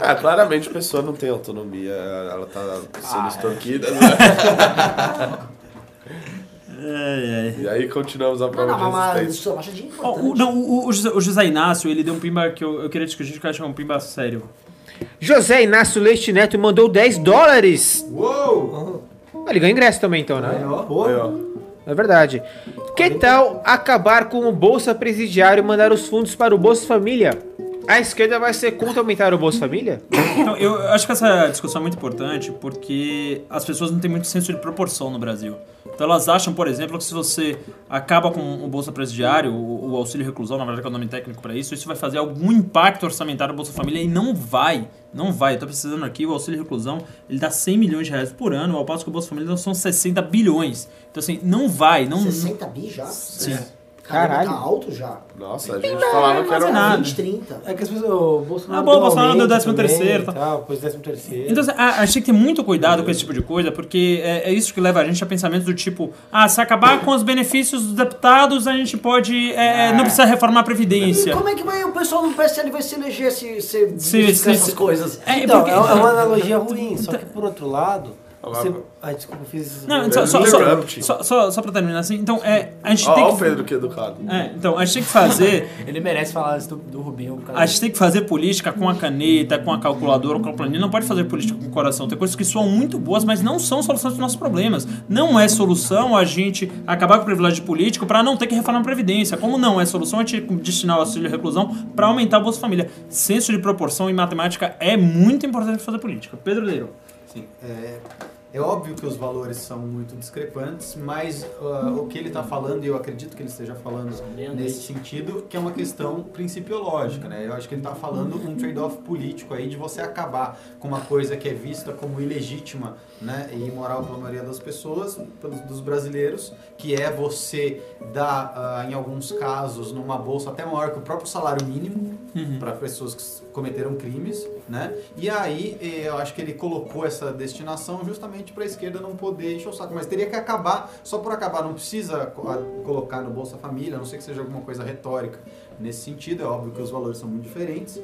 S4: Ah, claramente a pessoa não tem né? autonomia, ela tá sendo extorquida. E aí continuamos a
S5: Não,
S4: prova
S5: não, mas
S4: de
S5: Ah, é uma
S4: resistência.
S5: sua baixa de
S2: Ó,
S5: importante.
S2: o, não, o, o José, o José Inácio, ele deu um pimba que eu, eu queria discutir, que eu acho que é um pimba sério.
S1: José Inácio Leite Neto mandou 10 dólares.
S7: Uou!
S1: Ele ganhou ingresso também, então, né?
S4: Ganhou.
S1: É verdade. Que tal acabar com o Bolsa Presidiário e mandar os fundos para o Bolsa Família? A esquerda vai ser contra aumentar o Bolsa Família?
S2: Então, eu acho que essa discussão é muito importante porque as pessoas não têm muito senso de proporção no Brasil. Então elas acham, por exemplo, que se você acaba com o Bolsa Presidiário, o, o auxílio reclusão, na verdade que é o nome técnico para isso, isso vai fazer algum impacto orçamentário no Bolsa Família e não vai. Não vai. Eu tô precisando aqui, o auxílio reclusão, ele dá 100 milhões de reais por ano, ao passo que o Bolsa Família são 60 bilhões. Então assim, não vai. Não,
S5: 60 bi já?
S2: Sim.
S5: Tá alto já.
S4: Nossa, a gente falava que era um...
S2: nada.
S5: 20, 30.
S12: É que as pessoas. O Bolsonaro.
S2: Ah, bom,
S12: deu tá.
S2: o Bolsonaro deu
S12: aumento
S2: 13º terceiro,
S12: também e tal, Pois 13 terceiro.
S2: Então, assim, a, a gente tem que ter muito cuidado com esse tipo de coisa, porque é, é isso que leva a gente a pensamentos do tipo: ah, se acabar com os benefícios dos deputados, a gente pode. é, é, não precisa reformar a Previdência.
S5: Como é que vai, o pessoal do PSL vai se eleger se, se,
S2: Se-
S5: se,
S2: se-
S5: essas
S2: se-
S5: coisas?
S2: É,
S12: Então,
S2: porque- então,
S12: é uma é uma analogia ruim, só que por outro lado. Você...
S4: Olá,
S12: Ai, desculpa, eu fiz.
S2: Não, então, só, só, só, só, só, só pra terminar assim, então é. A gente tem
S4: Ó, ó o
S2: que.
S4: Pedro que educado.
S2: É, então, a gente tem que fazer.
S3: Ele merece falar isso do, do Rubinho. por causa
S2: A gente tem que fazer política com a caneta, com a calculadora, com a planilha. Não pode fazer política com o coração. Tem coisas que soam muito boas, mas não são soluções dos nossos problemas. Não é solução a gente acabar com o privilégio político para não ter que reformar a Previdência. Como não é solução a gente destinar o auxílio à reclusão para aumentar o Bolsa Família. Senso de proporção e matemática é muito importante pra fazer política. Pedro Leiro.
S7: Sim. É, é óbvio que os valores são muito discrepantes, mas ah, o que ele está falando, e eu acredito que ele esteja falando nesse sentido, que é uma questão principiológica, né? Eu acho que ele está falando um trade-off político aí de você acabar com uma coisa que é vista como ilegítima né, e imoral pela maioria das pessoas, pelos, dos brasileiros, que é você dar, ah, em alguns casos, numa bolsa até maior que o próprio salário mínimo para pessoas que s- cometeram crimes, né? E aí eh, eu acho que ele colocou essa destinação justamente para a esquerda não poder encher o saco, mas teria que acabar, só por acabar, não precisa co- a- colocar no Bolsa Família, a não sei que seja alguma coisa retórica nesse sentido, é óbvio que os valores são muito diferentes,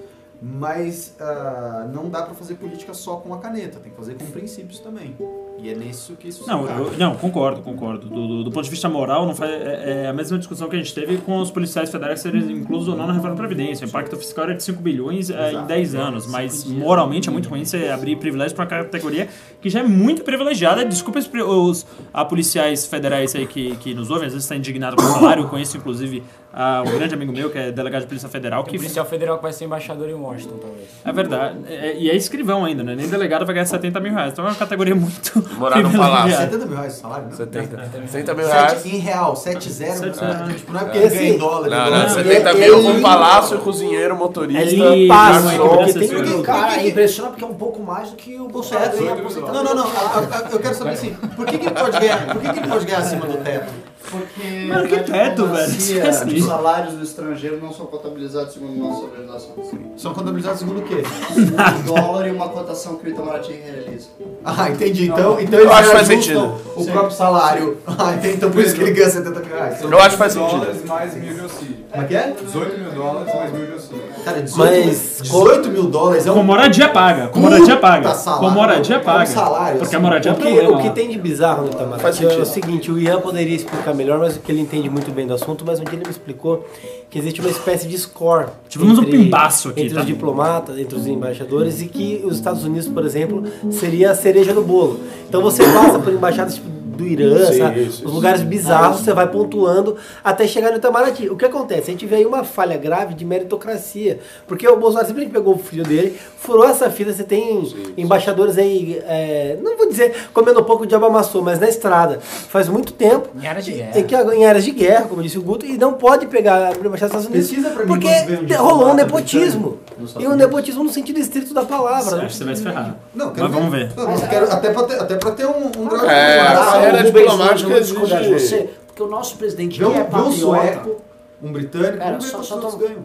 S7: mas ah, não dá para fazer política só com a caneta, tem que fazer com princípios também. E é nisso que isso se
S2: Não,
S7: encaixa.
S2: eu- não, concordo, concordo. Do, do- do ponto de vista moral, não faz, é, é a mesma discussão que a gente teve com os policiais federais serem inclusos ou não na reforma da Previdência. O impacto fiscal era de 5 bilhões eh, em 10 anos, mas moralmente é muito ruim você abrir privilégio para uma categoria que já é muito privilegiada. Desculpa os, pri- os a policiais federais aí que, que nos ouvem, às vezes está indignado com o salário. Eu conheço, inclusive, a- um grande amigo meu que é delegado de Polícia Federal.
S3: do-
S2: que
S3: O um policial federal que vai ser embaixador em Washington, talvez.
S2: É verdade. É- e é escrivão ainda, né? Nem delegado vai ganhar 70 mil reais. Então é uma categoria muito.
S4: Morar no palácio.
S2: privilegiada. É.
S7: 70 mil reais de salário, não?
S4: 70. 70 mil
S7: Sete-
S4: reais.
S7: em real,
S12: Ah,
S7: 7,0, cara. Tipo, não é porque
S12: É.
S7: ele ganha em
S12: Assim,
S7: dólar. né?
S4: Não, não, 70
S12: é
S4: mil com um palácio, cozinheiro,
S2: É
S4: motorista,
S2: lindo,
S4: garçom. tipo
S2: hein,
S5: Porque
S2: essas
S12: um
S5: tem que,
S2: coisas.
S5: cara, é impressiona porque é um pouco mais do que o Bolsonaro ganha
S7: Não,
S5: aposentado.
S7: É, não, não. a- a- Eu quero saber assim, por que, que ele pode ganhar? Por que, que ele pode ganhar acima do teto?
S10: Porque
S2: Mano, que
S10: na
S2: teto, velho?
S10: diplomacia,
S2: Esquece
S10: os
S2: disso.
S10: salários do estrangeiro não são contabilizados segundo nossa legislação.
S7: São contabilizados segundo o quê?
S10: Um dólar e uma cotação que o Itamaraty realiza.
S7: Ah, entendi. Então, então
S4: Eu
S7: eles
S4: acho que faz
S7: ajustam
S4: sentido.
S7: o próprio salário. Ah, entendi. Então por isso que ele ganha 70 mil reais.
S4: Eu acho que faz sentido.
S9: dólares mais mil de auxílio.
S7: Como é que é?
S9: 18 mil dólares mais mil de auxílio.
S7: Cara, 18,
S12: Mas-
S7: 18 mil dólares é
S2: Com
S7: um...
S2: moradia paga. Com moradia paga.
S7: salário.
S2: Com moradia
S7: Com
S2: paga.
S7: salário,
S2: Porque a
S7: assim.
S2: moradia
S12: O
S2: é
S12: que,
S2: problema.
S12: o que
S2: lá.
S12: tem de bizarro no Itamaraty é o seguinte, o Ian poderia explicar melhor, mas o que ele entende muito bem do assunto, mas um dia ele me explicou que existe uma espécie de score.
S2: Tivemos um pimbaço aqui,
S12: Entre
S2: tá?
S12: os diplomatas, entre os embaixadores, e que os Estados Unidos, por exemplo, seria a cereja do bolo. Então você passa por embaixadas tipo, do Irã,
S4: Sim,
S12: sabe?
S4: isso,
S12: os lugares
S7: Ah,
S12: bizarros, você vai pontuando até chegar no Itamaraty. O que acontece? A gente vê aí uma falha grave de meritocracia, porque o Bolsonaro sempre pegou o filho dele, furou essa fila, você tem embaixadores aí, é, não vou dizer comendo um pouco de abamaçou, mas na estrada, faz muito tempo.
S3: Em áreas de
S12: E-
S7: É.
S3: guerra.
S12: e que agora- em áreas de guerra, como disse o Guto, e não pode pegar a embaixada dos Estados Unidos,
S7: Pesquisa pra mim
S12: porque
S7: quantos ganham de
S12: rolou um
S7: soldado
S12: nepotismo,
S7: britânico nos Estados
S12: e um
S7: Unidos.
S12: nepotismo no sentido estrito da
S2: Acho
S12: palavra,
S7: né?
S2: que você vai se ferrar.
S7: Não, quero
S2: Mas vamos ver.
S7: Não, mas quero, até, pra ter, até pra ter um, um grau de
S4: É, a
S7: comparação. Um
S4: carreira
S5: O Rubens Nunes, eu
S4: diplomática
S5: vou discordar de
S4: exige-
S5: você, porque o nosso presidente
S7: Vê
S5: que
S7: um,
S5: é
S7: vê um
S5: patriota
S7: sueco, um britânico,
S5: Pera,
S7: vamos ver
S5: só-
S7: quantos
S5: só tô-
S7: outros ganham.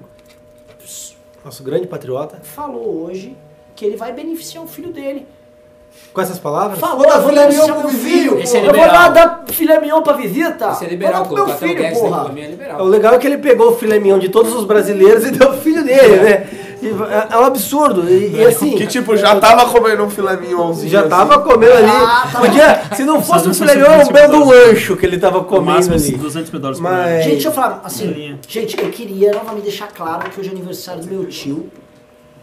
S12: nosso grande patriota,
S5: falou hoje que ele vai beneficiar o filho dele.
S12: com essas palavras.
S5: Falou,
S7: Vou dar
S5: vou
S7: filé mignon
S5: beneficiar
S7: pro
S5: meu
S7: vizinho,
S5: filho.
S7: pô. Esse é
S5: Eu vou
S3: liberal.
S5: lá dar filé mignon pra visita.
S3: Isso é
S12: Tá,
S3: liberal,
S5: vou dar pro
S3: colocou
S5: meu
S3: até o
S5: filho,
S3: Guedes na
S5: porra.
S3: economia
S12: O
S3: liberal.
S12: legal é que ele pegou o filé mignon de todos os brasileiros e deu o filho dele, né? É, é um absurdo. E, e assim.
S4: Que tipo, já tava comendo um filé mignonzinho.
S12: Já tava
S4: assim.
S12: comendo ali. Podia, se não fosse o filé mignon, era um belo lanche que ele tava comendo
S2: máximo
S12: ali.
S2: 200 medalhas por hora.
S12: Mas...
S5: Gente, deixa eu falar, assim, gente, eu queria novamente deixar claro que hoje é aniversário do meu tio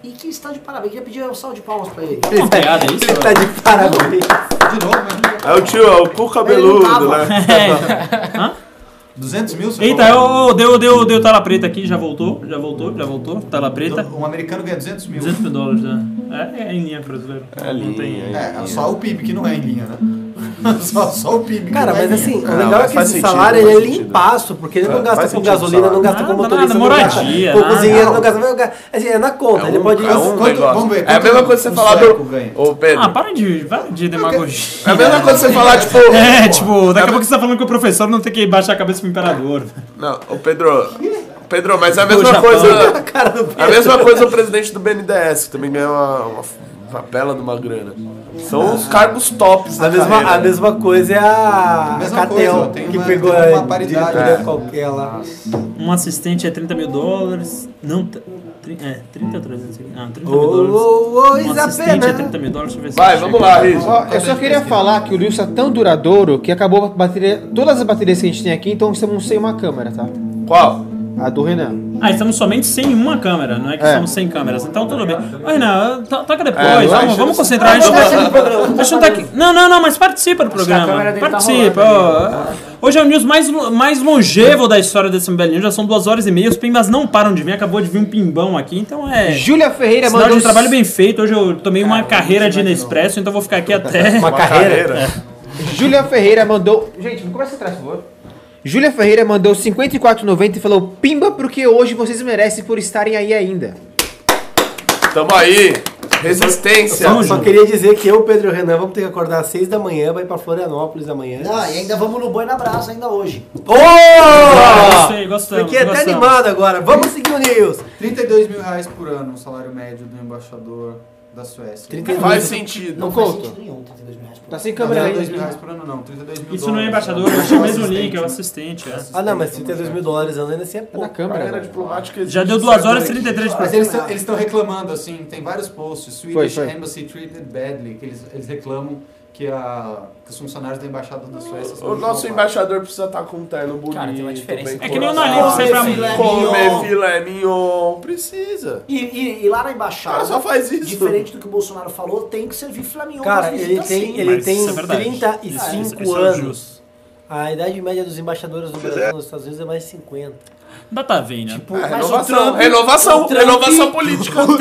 S5: e que está de parabéns. Eu queria pedir um salve de palmas pra ele.
S2: Uma piada, é isso?
S12: Ele tá de parabéns.
S4: É o tio, é o cu cabeludo,
S5: tava.
S4: né?
S2: É. Hã?
S7: 200 mil? você
S2: Eita,
S7: falou?
S2: eu, deu, deu, deu tela preta aqui, já voltou, já voltou, já voltou, tela preta.
S7: Um americano ganha 200 mil.
S2: 200 mil dólares, né? É, é em linha brasileiro. É
S4: linha,
S7: É, só o PIB que não é em linha, né? só, só o PIB. que
S12: Cara,
S7: não é em
S12: mas
S7: linha.
S12: assim, o
S4: Não,
S12: legal é
S4: mas
S12: que
S4: faz
S12: esse
S4: sentido,
S12: salário
S4: faz
S12: ele é
S4: sentido.
S12: limpaço, porque ele
S4: É,
S12: não gasta
S4: faz
S12: com
S4: sentido o
S12: gasolina, não
S4: salário.
S12: gasta com
S2: Nada,
S12: motorista,
S2: nada,
S12: não gasta
S2: moradia,
S12: com
S2: nada.
S12: cozinheiro, não gasta. não gasta- Assim, é na
S4: É
S12: conta, ele
S4: um-
S12: pode.
S4: é um
S7: quanto-
S4: negócio.
S7: vamos ver,
S4: é a mesma
S7: quanto
S4: coisa que você
S7: um
S4: falar
S7: sueco
S4: do.
S7: ganha?
S4: Ô, Pedro.
S2: Ah, para de, para de demagogia.
S4: é a mesma coisa que você falar, tipo.
S2: É, tipo, daqui a pouco você tá falando que o professor não tem que baixar a cabeça pro imperador.
S4: Não, ô Pedro. Pedro, mas é a
S2: O
S4: mesma
S2: Japão.
S4: coisa. A mesma coisa o presidente do BNDES, que também ganha uma, uma, uma bela de uma grana. São os cargos tops da
S12: A mesma,
S4: carreira.
S12: a mesma coisa é a
S7: Mesma
S12: Catel,
S7: coisa, tem
S12: que
S7: uma-
S12: pegou
S7: tem uma
S12: a
S7: paridade,
S12: diretoria
S4: É.
S7: né?
S12: qualquer lá.
S2: Um assistente é 30 mil dólares. Não, t- tri- é, 30 ou 300? Ah, 30 mil
S12: Ô,
S2: dólares.
S12: ô, ô,
S2: Um
S12: Isabela!
S2: assistente é 30 mil dólares, deixa eu ver se
S4: Vai,
S2: eu
S4: vamos
S2: chego.
S4: lá, Riz.
S1: Ó, eu só queria falar que o Lewis tá tão duradouro que acabou a bateria. Todas as baterias que a gente tem aqui, então estamos sem uma câmera, tá?
S4: Qual?
S1: A do Renan.
S2: Ah, estamos somente sem uma câmera, não é que
S1: É.
S2: estamos sem câmeras. Então tudo bem. Ô, Renan, to- toca depois,
S4: É, vai,
S2: vamos,
S4: chega-
S2: vamos concentrar. A gente, a gente não tá aqui. Não, não, não, mas participa do
S9: câmera
S2: programa.
S9: dele tá
S2: Participa. ó. Hoje é o news mais, lo- mais longevo da história desse MBL News. Já são duas horas e meia, os pimbas não param de vir. Acabou de vir um pimbão aqui, então é.
S1: Júlia Ferreira
S2: Sinal de
S1: mandou.
S2: um trabalho bem feito. Hoje eu tomei uma carreira de Nespresso, então vou ficar aqui até. É.
S4: Uma carreira?
S1: Júlia Ferreira mandou. Gente, me começa atrás, por favor. Júlia Ferreira mandou 54,90 e falou: Pimba, porque hoje vocês merecem por estarem aí ainda.
S4: Tamo aí. Resistência.
S2: Vamos
S12: Só
S2: junto.
S12: queria dizer que eu, Pedro e o Renan vamos ter que acordar às 6 da manhã pra ir pra Florianópolis amanhã.
S5: Ah, e ainda vamos no boi na brasa ainda hoje.
S12: Oh!
S2: Gostei, gostamos,
S12: Fiquei até
S2: gostamos.
S12: animado agora. Vamos seguir o News.
S7: 32 mil reais por ano, o salário médio do embaixador da Suécia. 32
S4: Faz sentido.
S5: Não faz sentido nenhum, 32 mil reais por
S1: Tá sem câmera aí.
S7: mil reais por ano, não. 32 mil
S2: Isso não é
S7: dólares.
S2: embaixador, eu achei o mesmo link, é o assistente. é.
S12: Ah, não, mas 32 mil dólares ano ainda assim é pouco.
S1: Na câmera.
S4: diplomática
S2: Já deu 2 horas e 33
S7: Mas
S2: por
S7: eles estão eles estão reclamando, assim, tem vários posts. Swedish
S1: Foi, foi.
S7: Embassy treated badly, que eles, eles reclamam que, a, que os funcionários da embaixada da Suécia... são
S4: O
S7: de
S4: nosso
S7: mau
S4: embaixador precisa estar com um terno bonito.
S16: Cara, tem uma diferença.
S4: bem
S2: É que nem o
S4: cortado.
S2: nariz, você pra
S4: Comer filé mignon. Precisa.
S5: E, e- e
S4: O
S5: lá na
S4: cara
S5: embaixada,
S4: só faz isso.
S5: diferente do que o Bolsonaro falou, tem que servir flaminhão
S12: Cara, ele
S5: assim.
S12: tem, ele
S2: mas isso
S12: tem
S2: é verdade. É, isso-
S12: 35
S2: isso é
S12: anos.
S2: justo.
S12: a idade média dos embaixadores do Brasil nos Estados Unidos é mais de Tipo, 50.
S2: Data vem, né?
S4: É,
S5: Mas o
S4: renovação.
S5: Trump-
S4: renovação.
S5: o Trump-
S4: renovação política.
S5: O
S12: É.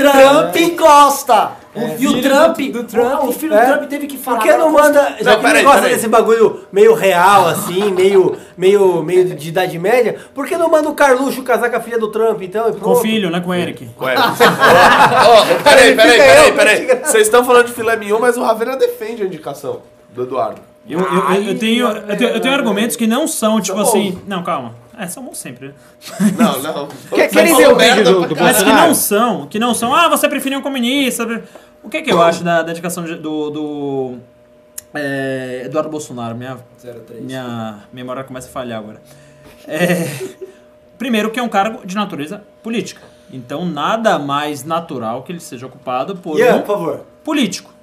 S5: Trump gosta! e o
S2: filho
S5: Trump,
S2: do- do Trump.
S5: o filho
S12: É.
S5: do Trump teve que falar.
S12: Por que não
S5: agora,
S12: manda. Já que
S4: peraí,
S12: ele gosta
S4: peraí.
S12: desse bagulho meio real, assim, meio, meio, meio de idade média, por que não manda o Carluxo casar com a filha do Trump, então? E
S2: Com o
S12: pronto?
S2: filho, né? Com o Eric.
S4: Ué, ó, ó, peraí, peraí, peraí, peraí. Vocês estão falando de filé mignon, mas o Ravena defende a indicação do Eduardo.
S2: Eu, eu, eu, eu tenho, eu, tenho, eu tenho argumentos que não são, tipo
S4: São
S2: assim.
S4: bons.
S2: Não, calma. É, são bons sempre, né?
S4: Não, não.
S1: Quer-
S4: Vocês
S1: Querem ver
S4: falam
S1: o vídeo
S4: merda
S1: do,
S4: pra
S1: do
S2: Mas que não
S1: Bolsonaro?
S2: são, que não são. Ah, você preferiu um comunista. pre- O que é que eu acho da, da indicação de- do. do é, Eduardo Bolsonaro? Minha, minha memória começa a falhar agora. É, primeiro, que é um cargo de natureza política. Então, nada mais natural que ele seja ocupado por
S12: Ian,
S2: um
S12: por favor.
S2: político.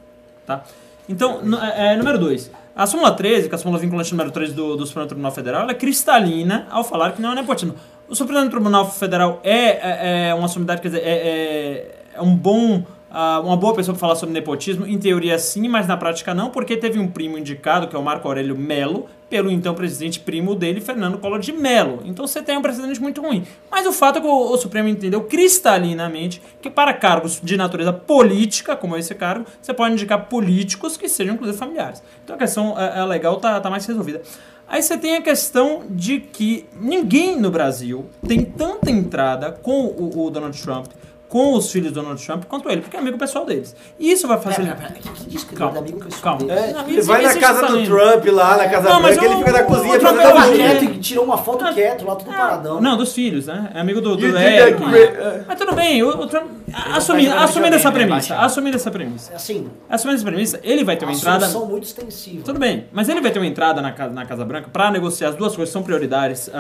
S2: Tá? Então, nu- é, é, número 2. A súmula 13, que é a súmula vinculante número 3 do, do Supremo Tribunal Federal, ela é cristalina ao falar que não é nepotismo. O Supremo Tribunal Federal é, é, é uma sumidade, quer dizer, é, é, é um bom. ah, uma boa pessoa para falar sobre nepotismo, em teoria sim, mas na prática não, porque teve um primo indicado, que é o Marco Aurélio Melo, pelo então presidente primo dele, Fernando Collor de Mello. Então você tem um precedente muito ruim. Mas o fato é que o, o Supremo entendeu cristalinamente que para cargos de natureza política, como esse cargo, você pode indicar políticos que sejam inclusive familiares. Então a questão é, é legal, tá, tá mais resolvida. Aí você tem a questão de que ninguém no Brasil tem tanta entrada com o, o Donald Trump, com os filhos do Donald Trump, quanto ele, porque é amigo pessoal deles. E isso vai fazer...
S5: Pera, pera, que- que diz que
S2: Calma,
S5: ele é amigo que eu sou
S2: calma.
S5: dele?
S12: É,
S2: Não,
S12: ele
S2: isso-
S12: vai na
S2: isso
S12: casa
S2: tá
S12: do
S2: indo.
S12: Trump lá, na Casa
S2: Não, mas
S12: Branca, ele
S2: o-
S12: fica na
S2: o
S12: cozinha um
S2: Trump
S12: fazendo
S2: é
S5: Tava
S2: Hoje-
S5: quieto e tirou uma foto
S2: Ah,
S5: quieto lá, tudo paradão.
S2: Não, dos filhos, né? É amigo do, do
S4: You did
S2: Eric.
S4: that great-
S2: Mas tudo bem, o, o Trump. Assumindo,
S16: jogando videogame,
S2: assumindo essa
S16: né,
S2: premissa.
S16: baixado.
S2: Assumindo essa premissa.
S5: Assim,
S2: Assumindo essa premissa, ele vai ter uma
S5: uma
S2: entrada.
S5: solução muito extensiva.
S2: Tudo bem, mas ele vai ter uma entrada na Casa, na casa Branca para negociar as duas coisas que são ah, prioritárias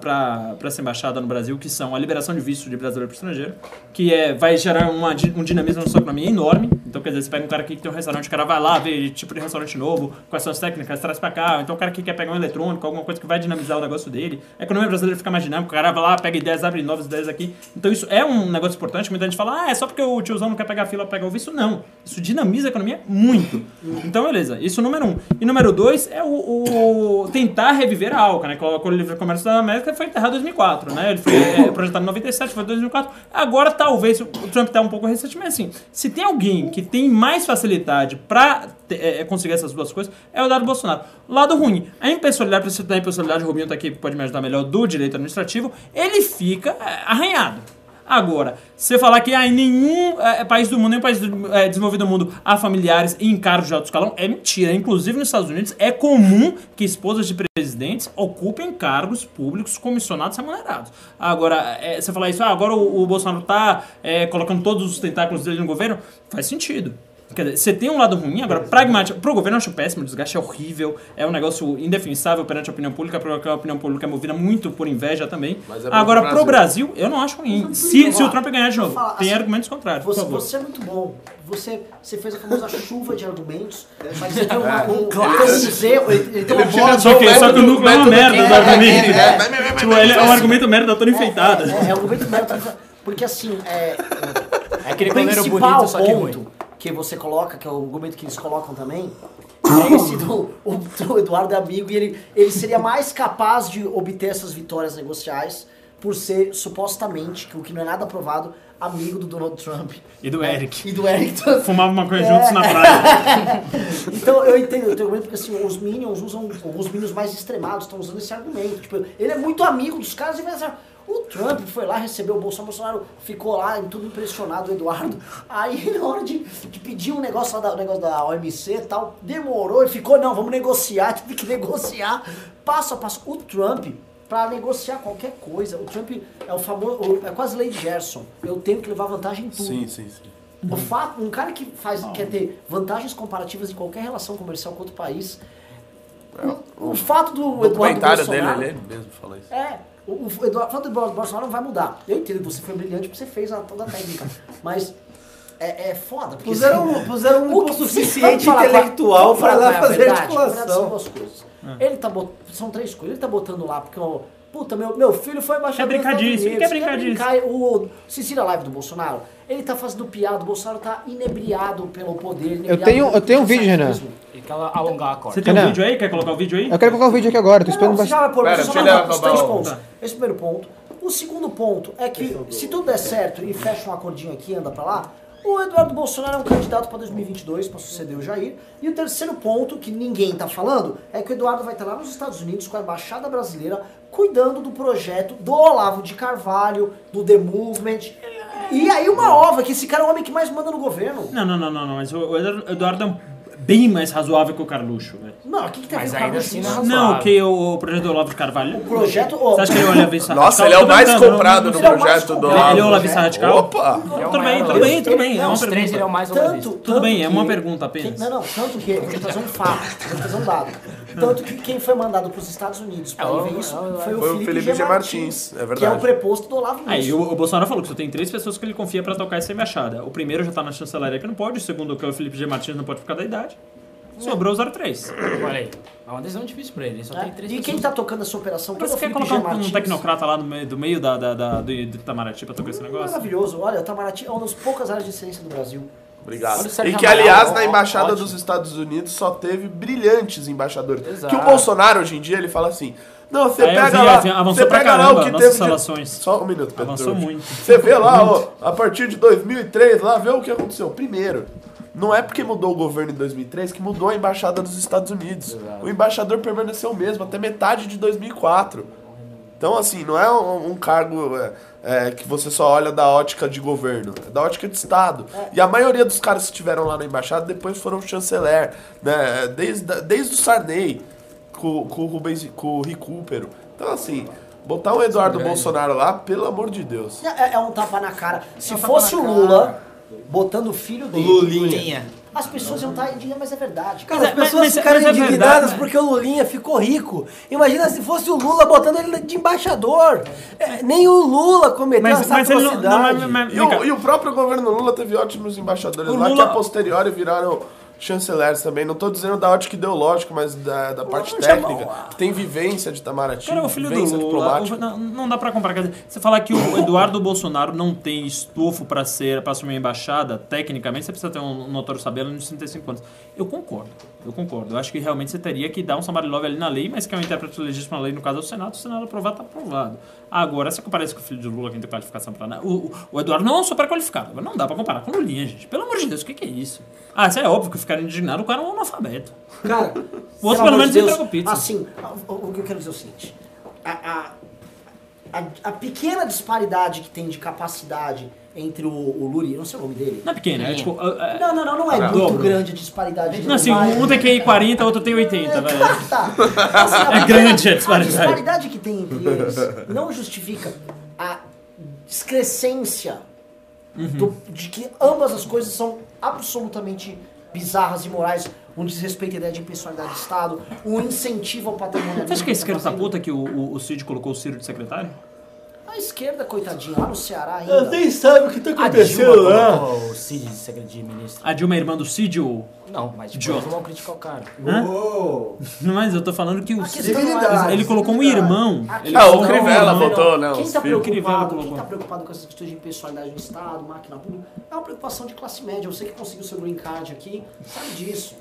S2: para essa embaixada no Brasil, que são a liberação de visto de brasileiro para estrangeiro, que é é, vai gerar uma di- um dinamismo na sua economia enorme. Então, quer dizer, você pega um cara aqui que tem um restaurante, o cara vai lá, vê tipo de restaurante novo, quais são as técnicas, traz pra cá. Ou Então, o cara que quer pegar um eletrônico, alguma coisa que vai dinamizar o negócio dele. É A economia brasileira fica mais dinâmica, o cara vai lá, pega ideias, abre novas ideias aqui. Então, isso é um negócio importante. Muita gente fala, ah, é só porque o tiozão não quer pegar fila, pega o visto. Não. Isso dinamiza a economia muito. Então, beleza. Isso é número um. E número dois é o, o tentar reviver a Alca, né? Que o Acordo de Livre Comércio da América foi enterrado em 2004, né? Ele foi é, projetado em 97, foi em 2004. Agora, talvez, o Trump tá um pouco recente, mas assim, se tem alguém que tem mais facilidade pra te- é, é, conseguir essas duas coisas, é o lado Bolsonaro. Lado ruim, a impessoalidade, pra você dar impessoalidade, o Rubinho tá aqui, pode me ajudar melhor, do direito administrativo, ele fica é, arranhado. Agora, você falar que ah, em nenhum eh, país do mundo, nenhum país do- eh, desenvolvido do mundo há familiares em cargos de alto escalão é mentira. Inclusive nos Estados Unidos é comum que esposas de presidentes ocupem cargos públicos comissionados e remunerados. Agora, eh, você falar isso, ah, agora o, o Bolsonaro tá eh, colocando todos os tentáculos dele no governo, faz sentido. Quer dizer, você tem um lado ruim, agora, pragmático. Pro governo eu acho péssimo, o desgaste é horrível, é um negócio indefensável perante a opinião pública, porque a opinião pública é movida muito por inveja também.
S6: Mas é bom
S2: agora,
S6: pro
S2: pro Brasil. eu não acho ruim. Se, se o Trump ganhar de novo,
S5: Fala,
S2: tem
S5: assim,
S2: argumentos contrários, por
S5: Você,
S2: favor.
S5: você é muito bom. Você, você fez a famosa chuva de argumentos, mas você tem uma,
S2: É.
S5: um, um, museu, ele, ele tem uma bola
S2: Só que, só que o núcleo é uma merda do argumento.
S5: É, é,
S2: Tipo,
S5: é,
S2: ele é
S5: é,
S2: um argumento merda toda enfeitada.
S5: é, é um argumento merda. Porque assim, é.
S3: É aquele
S5: o
S3: goleiro
S5: principal
S3: bonito, só que ruim.
S5: ponto que você coloca, que é o argumento que eles colocam também, é esse do o, do Eduardo é Amigo, e ele, ele seria mais capaz de obter essas vitórias negociais por ser supostamente, que o que não é nada provado, amigo do Donald Trump.
S2: E do Eric.
S5: E do Eric. Então,
S2: Fumava uma coisa
S5: É.
S2: juntos na praia.
S5: então eu entendo o teu argumento porque assim, os Minions usam, os Minions mais extremados estão usando esse argumento. Tipo, ele é muito amigo dos caras e vai assim, o Trump foi lá, recebeu o Bolsonaro, Bolsonaro ficou lá, em tudo impressionado, o Eduardo. Aí, na hora de, de pedir um negócio lá da, o negócio da OMC e tal, demorou e ficou, não, vamos negociar, teve que negociar passo a passo. O Trump, para negociar qualquer coisa, o Trump é o famoso, é quase lei de Gerson. Eu tenho que levar vantagem em tudo.
S4: Sim, sim, sim.
S5: O fato, um cara que faz, quer ter vantagens comparativas em qualquer relação comercial com outro país. O, o fato do
S4: É, O
S5: Eduardo
S4: documentário dele,
S5: Bolsonaro.
S4: ele, ele mesmo fala isso.
S5: É, o, o Eduardo, o fato do Eduardo Bolsonaro não vai mudar. Eu entendo que você foi brilhante porque você fez a, toda a técnica. mas é, é foda. Porque,
S12: Puseram
S5: assim,
S12: um- puseram um
S5: o que-
S12: suficiente
S5: vamos falar pra-
S12: intelectual
S5: vamos
S12: pra
S5: falar
S12: lá
S5: qual é a
S12: fazer
S5: verdade,
S12: articulação.
S5: a verdade são duas coisas.
S2: Hum.
S5: Ele tá bot... São três coisas. Ele tá botando lá porque o. Puta, meu, meu filho foi baixar
S2: Quer brincar disso, quer brincar disso.
S5: Aí, o Cecília Live do Bolsonaro, ele tá fazendo piada, o Bolsonaro tá inebriado pelo poder.
S17: Eu
S5: inebriado
S17: tenho,
S5: pelo
S17: eu tenho um vídeo, Renan.
S3: Ele quer alongar a corda.
S2: Você tem um
S17: Renan.
S2: vídeo aí? Quer colocar o vídeo aí?
S17: Eu quero colocar o vídeo aqui agora, tô esperando
S5: Você já vai
S17: bastante.
S5: pôr, você só vai pôr os três pontos.
S17: Tá.
S5: Esse é o primeiro ponto. O segundo ponto é que, se tudo der certo e fecha um acordinho aqui e anda pra lá, o Eduardo Bolsonaro é um candidato pra 2022, pra suceder o Jair. E o terceiro ponto, que ninguém tá falando, é que o Eduardo vai estar lá nos Estados Unidos com a Embaixada Brasileira, cuidando do projeto do Olavo de Carvalho, do The Movement. E aí uma ova, que esse cara é o homem que mais manda no governo.
S2: Não, não, não, não, não, mas o o Eduardo é um- bem mais razoável que o Carlucho, velho.
S5: Não, o que, tá que tem a ver
S3: Mas
S5: com o
S3: ainda
S5: Carlos
S3: assim
S5: Júnior?
S2: Não, que o, o projeto do Olavo de Carvalho. O
S5: projeto-
S2: Você acha que ele olha vista
S4: Nossa,
S2: radical?
S4: ele é o
S2: Tô
S4: mais
S2: brincando,
S4: comprado
S2: não-
S4: no
S2: ele é o mais
S4: projeto do
S2: comprado. Ele é o
S4: Olavo.
S2: Olavista Radical?
S4: Opa!
S2: Tudo bem, tudo bem, tudo bem. É uma
S5: Os três,
S2: pergunta.
S5: ele é o mais olavista. Tanto-
S2: Tudo bem, é
S5: tanto
S2: uma
S5: que-
S2: pergunta apenas.
S5: Não, não, tanto que, eu vou trazer um fato, vou trazer um dado. Tanto que quem foi mandado para os Estados Unidos para
S2: É, o-
S5: ver isso
S2: é, o-
S5: foi,
S4: foi
S5: o Felipe, G. Martins,
S4: é
S5: que é o
S4: verdade.
S5: preposto do Olavo
S2: Aí
S5: Nunes.
S2: o, o Bolsonaro falou que só tem três pessoas que ele confia pra tocar essa embaixada. O primeiro já tá na chancelaria que não pode, o segundo que é o Felipe G. Martins não pode ficar da idade. Sobrou 03.
S3: Olha aí. É uma decisão difícil pra ele. ele Só
S5: né?
S3: tem três
S5: E
S3: pessoas.
S5: quem tá tocando essa operação?
S2: Mas
S5: quem é o
S2: você quer
S5: Felipe
S2: colocar
S5: G.
S2: um,
S5: Martins?
S2: um tecnocrata lá no meio, do, meio da, da, da- do, do Itamaraty pra tocar esse negócio?
S5: Maravilhoso, olha, o Itamaraty é uma das poucas áreas de excelência do Brasil.
S4: Obrigado.
S5: Olha o Sérgio
S4: E que,
S5: Amaral,
S4: aliás,
S5: ó,
S4: na Embaixada
S5: ótimo.
S4: dos Estados Unidos só teve brilhantes embaixadores.
S5: Exato.
S4: Que o Bolsonaro, hoje em dia, ele fala assim... Não, você
S2: É, eu
S4: pega
S2: vi,
S4: lá,
S2: eu vi, avançou
S4: você
S2: pra
S4: pega lá
S2: caramba
S4: o que
S2: nossas
S4: teve de-
S2: relações.
S4: Só um minuto, Pedro.
S2: Avançou
S4: Turco.
S2: muito.
S4: Você vê lá, ó,
S2: Muito.
S4: a partir de 2003, lá, vê o que aconteceu. Primeiro, não é porque mudou o governo em 2003 que mudou a embaixada dos Estados Unidos. O embaixador permaneceu o mesmo até metade de 2004. Então, assim, não é um, um cargo é, é, que você só olha da ótica de governo, é da ótica de Estado. E a maioria dos caras que estiveram lá na embaixada depois foram chanceler, né? Desde, desde o Sarney, com, com o Rubens, com o Recupero. Então, assim, botar o Eduardo Bolsonaro lá, pelo amor de Deus.
S5: É, é um tapa na cara. Se fosse o Lula botando o filho dele
S4: Lulinha.
S5: as pessoas iam estar indignadas, mas é verdade.
S8: Cara, as pessoas ficaram indignadas porque o Lulinha ficou rico. Imagina se fosse o Lula botando ele de embaixador. É, nem o Lula cometeu
S4: Mas-
S8: essa
S4: mas ele não-
S8: atrocidade.
S4: não, mas- mas- E o, e o próprio governo Lula teve ótimos embaixadores
S8: O
S4: lá que
S8: Lula-
S4: a posteriori viraram chanceleres também. Não tô dizendo da ótica ideológica, mas da, da parte
S2: já-
S4: técnica. Que tem vivência de Itamaraty,
S2: Cara, o filho do
S4: vivência
S2: Lula,
S4: diplomática.
S2: o- não, não dá pra comparar. Quer dizer, Você falar que o Eduardo Bolsonaro não tem estofo pra ser para assumir a embaixada, tecnicamente você precisa ter um notório sabelo nos 35 anos. Eu concordo, eu concordo. Eu acho que realmente você teria que dar um somebody love ali na lei, mas que é um intérprete legítimo na lei, no caso é o Senado, se o Senado aprovar, tá aprovado. Agora, se comparece com o filho do Lula, que não tem qualificação pra nada. O, o- o Eduardo não é um super qualificado, mas não dá pra comparar com o Lulinha, gente. Pelo amor de Deus, o que, que é isso? Ah, isso é óbvio que ficar indignado, o cara é um analfabeto.
S5: Cara,
S2: o outro
S5: amor
S2: pelo
S5: de
S2: menos
S5: Deus,
S2: entrega o pizza.
S5: Assim, o, o que eu quero dizer é o seguinte: a, a, a, a pequena disparidade que tem de capacidade entre o, o Luri, eu não sei o nome dele.
S2: Não é pequena, é tipo. é- é-
S5: Não, não, não, não é
S2: Ah,
S5: muito
S2: dobro.
S5: grande a disparidade. É,
S2: Não, assim, um tem QI 40, outro tem 80, velho.
S5: Assim, a
S2: É grande a
S5: A
S2: disparidade.
S5: disparidade que tem entre eles não justifica a excrescência do- de que ambas as coisas são absolutamente bizarras e morais. Um desrespeito à ideia de impessoalidade de Estado, um incentivo ao patrimônio.
S2: Você acha que é esse cara da puta que o, o, o Cid colocou o Ciro de secretário?
S5: A esquerda, coitadinha, lá no Ceará ainda.
S8: Eu nem sabe o que tá
S5: A Dilma
S8: acontecendo lá.
S5: colocou-
S3: O Cid, segredo de ministro.
S2: A Dilma é irmã do Cid ou...
S3: Não, mas tipo,
S2: Idiota.
S3: eles vão criticar o cara.
S2: Hã? Mas eu tô falando que o Cid...
S5: Civilidade.
S2: Ele colocou um irmão.
S5: Aqui
S2: Ele
S5: não,
S2: colocou um
S5: não,
S2: irmão.
S5: não. Ah,
S2: né,
S5: Quem tá, preocupado, quem tá preocupado com essas questões de impessoalidade no Estado, máquina pública, é uma preocupação de classe média. Você que conseguiu seu green card aqui, sabe disso.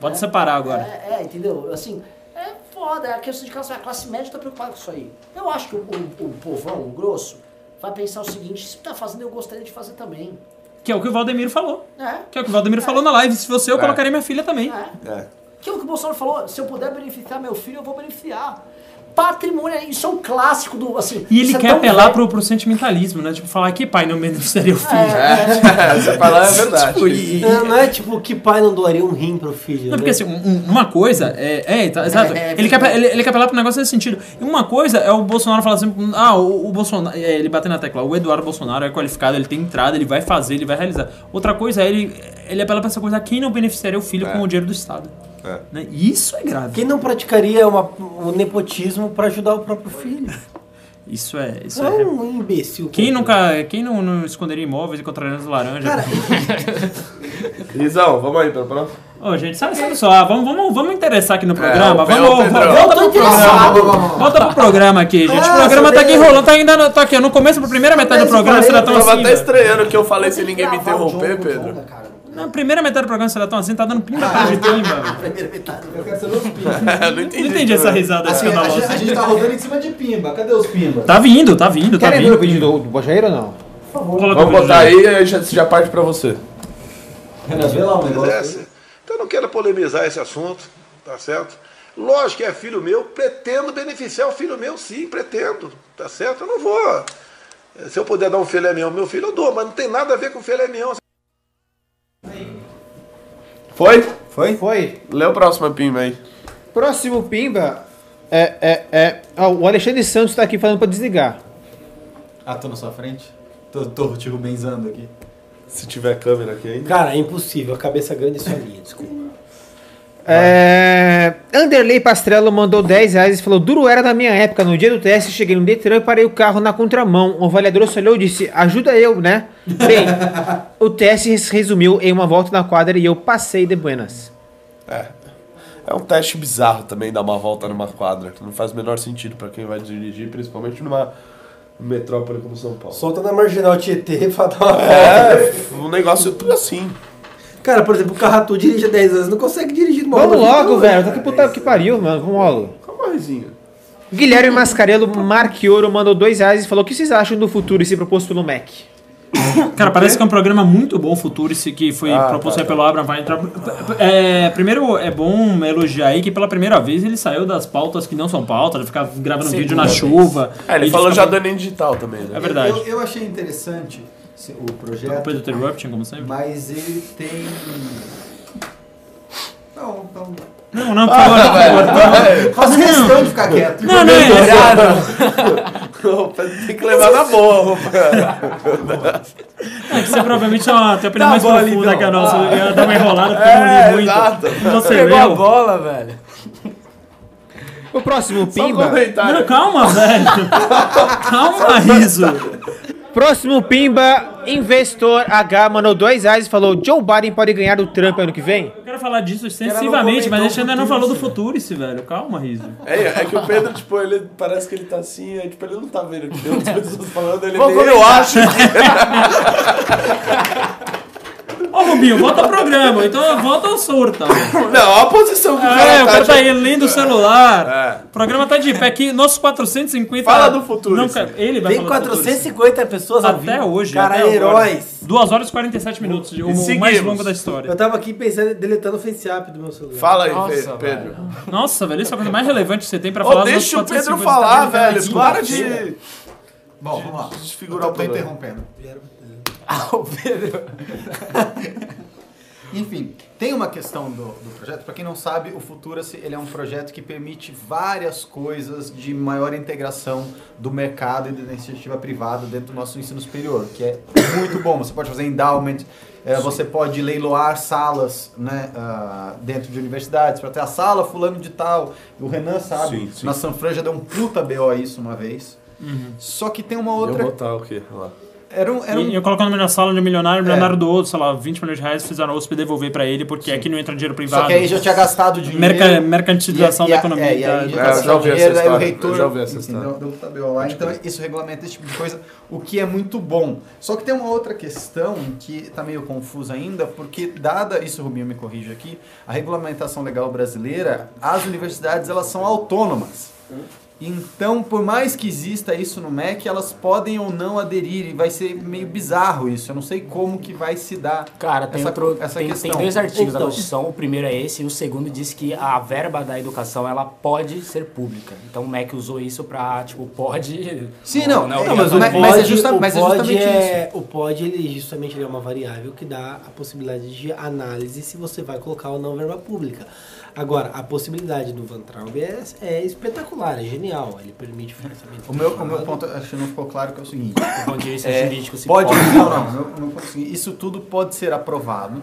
S2: Pode separar agora.
S5: É, é, entendeu? Assim, é foda. É a questão de classe A classe média tá preocupada com isso aí. Eu acho que o, o, o povão, o grosso, vai pensar o seguinte, se tá fazendo, eu gostaria de fazer também.
S2: Que é o que o Valdemiro falou.
S5: É.
S2: Que é o que o Valdemiro falou na live. Se fosse eu,
S5: É.
S2: colocaria minha filha também.
S4: É.
S5: Aquilo que o Bolsonaro falou, se eu puder beneficiar meu filho, eu vou beneficiar. Patrimônio, isso é um clássico do, assim...
S2: E
S5: isso
S2: ele
S5: é
S2: quer
S5: tão
S2: apelar
S5: velho.
S2: pro, pro sentimentalismo, né? Tipo, falar que pai não beneficiaria o filho.
S12: É, você falar é verdade.
S2: Tipo, e-
S12: Não, não é tipo que pai não doaria um rim pro filho.
S2: Não,
S12: né?
S2: porque assim, um- um- uma coisa é. É, tá, exato.
S12: É, é
S2: ele, quer,
S12: verdade.
S2: ele, ele quer apelar pro negócio nesse sentido. E uma coisa é o Bolsonaro falar assim: ah, o, o Bolsonaro. é, ele bate na tecla, o Eduardo Bolsonaro é qualificado, ele tem entrada, ele vai fazer, ele vai realizar. Outra coisa é ele, ele apela pra essa coisa: quem não beneficiaria o filho
S12: É.
S2: com o dinheiro do Estado? Né? Isso é grave.
S12: Quem não praticaria uma, um nepotismo pra ajudar o próprio filho?
S2: Isso é. Isso
S12: é
S2: é.
S12: um imbecil.
S2: Quem nunca. Quem não, não esconderia imóveis e contraria as laranjas?
S4: Rizão, vamos aí pelo próximo.
S2: Ô, gente, sabe, sabe só, ah, vamos, vamos, vamos interessar aqui no
S4: É,
S2: programa.
S4: o Pe-
S2: vamos,
S4: o
S2: vamos-
S4: Pedrão.
S2: volta
S4: Eu
S2: pro
S4: tô interessado.
S2: programa. Volta pro programa aqui, gente.
S4: Ah,
S2: o programa tá aqui
S4: sabia.
S2: enrolando, tá ainda no, tá aqui, no começo da primeira metade do programa, será tão
S4: tava
S2: assim.
S4: até
S2: velho.
S4: estranhando que eu falei sem ninguém me
S5: um
S4: interromper, Pedro.
S15: um.
S2: Na primeira metade do programa, será tão assim, tá dando pinta atrás de timba.
S15: Ah, Primeira metade. Eu quero saber os
S4: Eu não entendi.
S2: entendi essa risada
S15: Assim, a,
S2: escandalosa.
S15: gente, a gente tá rodando em cima de pimba. Cadê os pimba?
S2: Tá vindo, tá vindo, tá
S17: Querem ver o
S2: vindo.
S17: vídeo do, do Bojaeiro ou não?
S4: Vamos botar aí e já, já parte pra você.
S8: um
S12: um
S18: Dessa. é Então eu não quero polemizar esse assunto, tá certo? Lógico que é filho meu, pretendo beneficiar o filho meu, sim, pretendo, tá certo? Eu não vou. Se eu puder dar um filé mignon ao meu filho, eu dou, mas não tem nada a ver com filé mignon.
S4: Foi?
S17: Foi? Foi.
S4: Lê o próximo pimba aí.
S17: Próximo Pimba é. é, é ó, o Alexandre Santos tá aqui falando pra desligar.
S15: Ah, tô na sua frente? Tô, tô te rubenzando aqui.
S4: Se tiver câmera aqui ainda.
S12: Cara, é impossível. A cabeça grande é sua minha, desculpa.
S17: É, Anderley Pastrello mandou 10 reais e falou: Duro era na minha época. No dia do teste, cheguei no Detran e parei o carro na contramão. O avaliador só olhou e disse: Ajuda eu, né? Bem, o teste se resumiu em uma volta na quadra e eu passei de buenas.
S4: É. É um teste bizarro também dar uma volta numa quadra, que não faz o menor sentido pra quem vai dirigir, principalmente numa metrópole como São Paulo.
S12: Solta na marginal Tietê pra dar uma
S4: É, um negócio tudo assim.
S12: Cara, por exemplo, o Carratu dirige há 10 anos, não consegue dirigir uma
S17: Vamos
S12: bola de
S17: logo,
S4: é
S12: rua.
S17: velho. Tá que puta que pariu, mano. Vamos logo.
S4: Calma, Rizinho.
S17: Guilherme Mascarello Marquioro mandou 2 reais e falou: O que vocês acham do futuro se proposto pelo Mac?
S2: Cara, parece que é um programa muito bom, Futurice, que foi
S17: Ah,
S2: proposto
S17: tá,
S2: aí pelo Abraham Weintraub. É, primeiro, é bom elogiar aí que pela primeira vez ele saiu das pautas que não são pautas, de ficar gravando
S4: Segunda
S2: vídeo na
S4: vez.
S2: chuva.
S4: É, ele
S2: e de
S4: falou já
S2: ficar-
S4: do Enem Digital também, né?
S2: É verdade.
S15: Eu, eu achei interessante se- o projeto.
S2: Culpa do Interrupting, como sempre.
S15: Mas ele tem. Não, não.
S2: Não, tá não,
S15: Ah,
S2: pior,
S15: velho.
S4: Ah, é.
S2: pior, pior.
S15: Faz
S2: Não.
S15: questão de ficar quieto.
S2: Não, não, é.
S15: Obrigado.
S4: Tem que levar na boa, roupa.
S2: É que você provavelmente é uma tem a opinião
S4: Dá
S2: mais
S4: a bola,
S2: profunda
S4: então.
S2: que a nossa.
S4: Ah.
S2: Ela dá uma enrolada porque
S4: É,
S2: eu não li muito.
S4: exato.
S2: Você
S4: Pegou
S2: leu?
S4: a
S2: bola, velho.
S17: O próximo
S2: Só um
S17: Pimba.
S2: comentário. Não, calma, velho. calma, riso.
S17: Próximo Pimba, investor H mandou dois reais e falou: Joe Biden pode ganhar o Trump ano que vem?
S2: Eu quero falar disso extensivamente, mas a gente ainda não falou do futuro, esse velho. Calma, riso.
S4: É, é que o Pedro, tipo, ele parece que ele tá assim, é, tipo, ele não tá vendo o que tem outras pessoas falando, ele assim. é
S2: Vou
S4: meio-
S2: comentar. Ô, Rubinho, volta ao programa. Então volta ao surta.
S4: Não, olha a posição que o cara
S2: É, o
S4: tá,
S2: cara tá
S4: tipo-
S2: aí lendo o celular. O programa tá de pé aqui. Nossos 450...
S4: Fala do futuro,
S2: Não,
S4: sim.
S2: cara, ele vai
S4: Tem
S2: falar do futuro.
S8: 450 pessoas ao
S2: Até
S8: vivo.
S2: hoje.
S8: Cara,
S2: até agora.
S8: heróis.
S2: 2 horas e 47 minutos. O mais longo da história.
S12: Eu tava aqui pensando, em deletando o FaceApp do meu celular.
S4: Fala aí,
S12: Nossa,
S4: Pe- Pedro.
S2: Nossa, velho, isso é a coisa mais relevante que você tem pra
S4: Ô,
S2: falar. dos
S4: deixa o
S2: 450
S4: Pedro falar,
S2: tá
S4: velho.
S2: aqui.
S4: Para de.
S7: Bom, vamos lá.
S4: Desfigurar
S7: Eu
S4: o
S7: tô
S4: problema.
S7: interrompendo. Ah, o Pedro. Enfim, tem uma questão do, do projeto. Para quem não sabe, o Futura-se ele é um projeto que permite várias coisas de maior integração do mercado e da iniciativa privada dentro do nosso ensino superior, que é muito bom. Você pode fazer endowment, eh, você pode leiloar salas né, ah, dentro de universidades para ter a sala fulano de tal. O Renan sabe,
S4: Sim, sim.
S7: na Sanfran já deu um puta BO isso uma vez. Só que tem uma
S4: Eu
S7: outra
S4: vou botar o quê? Lá.
S7: Era um- era um- É.
S2: E eu coloco o nome na sala de um milionário, o milionário do outro, sei lá, 20 milhões de reais, fizeram a OSP devolver pra ele, porque aqui não entra dinheiro privado.
S7: Só que aí já tinha gastado dinheiro.
S2: Merca- mercantilização
S7: E- e-
S2: da economia.
S7: É, e aí
S2: da-
S7: já
S2: da-
S7: gastado dinheiro, aí o reitor, enfim,
S4: história.
S7: deu- deu um tabela lá. Então isso regulamenta esse tipo de coisa, o que é muito bom. Só que tem uma outra questão que tá meio confusa ainda, porque dada, isso o Rubinho me corrige aqui, a regulamentação legal brasileira, as universidades elas são autônomas. Então, por mais que exista isso no MEC, elas podem ou não aderir. E vai ser meio bizarro isso. Eu não sei como que vai se dar
S3: Cara, tem, um
S7: essa,
S3: outro-
S7: essa
S3: tem- tem
S7: questão.
S3: dois artigos da
S7: Então,
S3: Constituição. O primeiro é esse, e o segundo diz que a verba da educação ela pode ser pública. Então o MEC usou isso pra, tipo, pode.
S7: Sim, não,
S3: é
S7: não, mas o
S3: obrigatório.
S7: POD Mas é justa- mas é
S12: pod
S7: justamente
S12: é- O pod, ele justamente ele é uma variável que dá a possibilidade de análise se você vai colocar ou não verba pública. Agora, a possibilidade do Van Traub é, é espetacular, é genial. Ele permite o financiamento.
S7: O meu, o meu
S12: privado.
S7: ponto, acho que não ficou claro, que é o seguinte.
S12: Do ponto de vista jurídico, se
S7: pode.
S12: pode.
S7: Não, não, meu- meu ponto é o seguinte, isso tudo pode ser aprovado,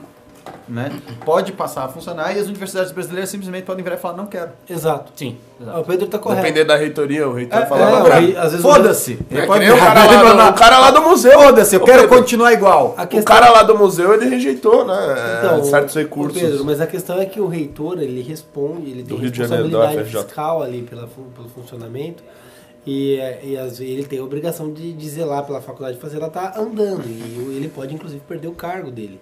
S7: né? Pode passar a funcionar e as universidades brasileiras simplesmente podem virar e falar, não quero.
S12: Exato.
S3: Sim.
S12: O Pedro tá correto.
S4: Depender da reitoria, o reitor
S7: É,
S4: falava
S7: é,
S4: pra
S7: o rei- às vezes o- Foda-se.
S4: É que
S7: Pode-
S4: nem o cara,
S7: Ele
S4: lá
S7: mandou-
S4: do, o cara lá do museu.
S7: Foda-se, eu
S4: Ô,
S7: quero
S4: Pedro,
S7: continuar igual.
S4: O cara lá do museu, ele rejeitou, né?
S12: Então,
S4: certos
S12: ô,
S4: recursos.
S12: Pedro, mas a questão é que o reitor, ele responde, ele tem
S4: Do Rio de Janeiro, da
S12: responsabilidade
S4: UFRJ.
S12: fiscal ali pela, fun- pelo funcionamento. E, é, e às vezes ele tem a obrigação de, de zelar pela faculdade, fazer ela tá andando. E o- ele pode, inclusive, perder o cargo dele.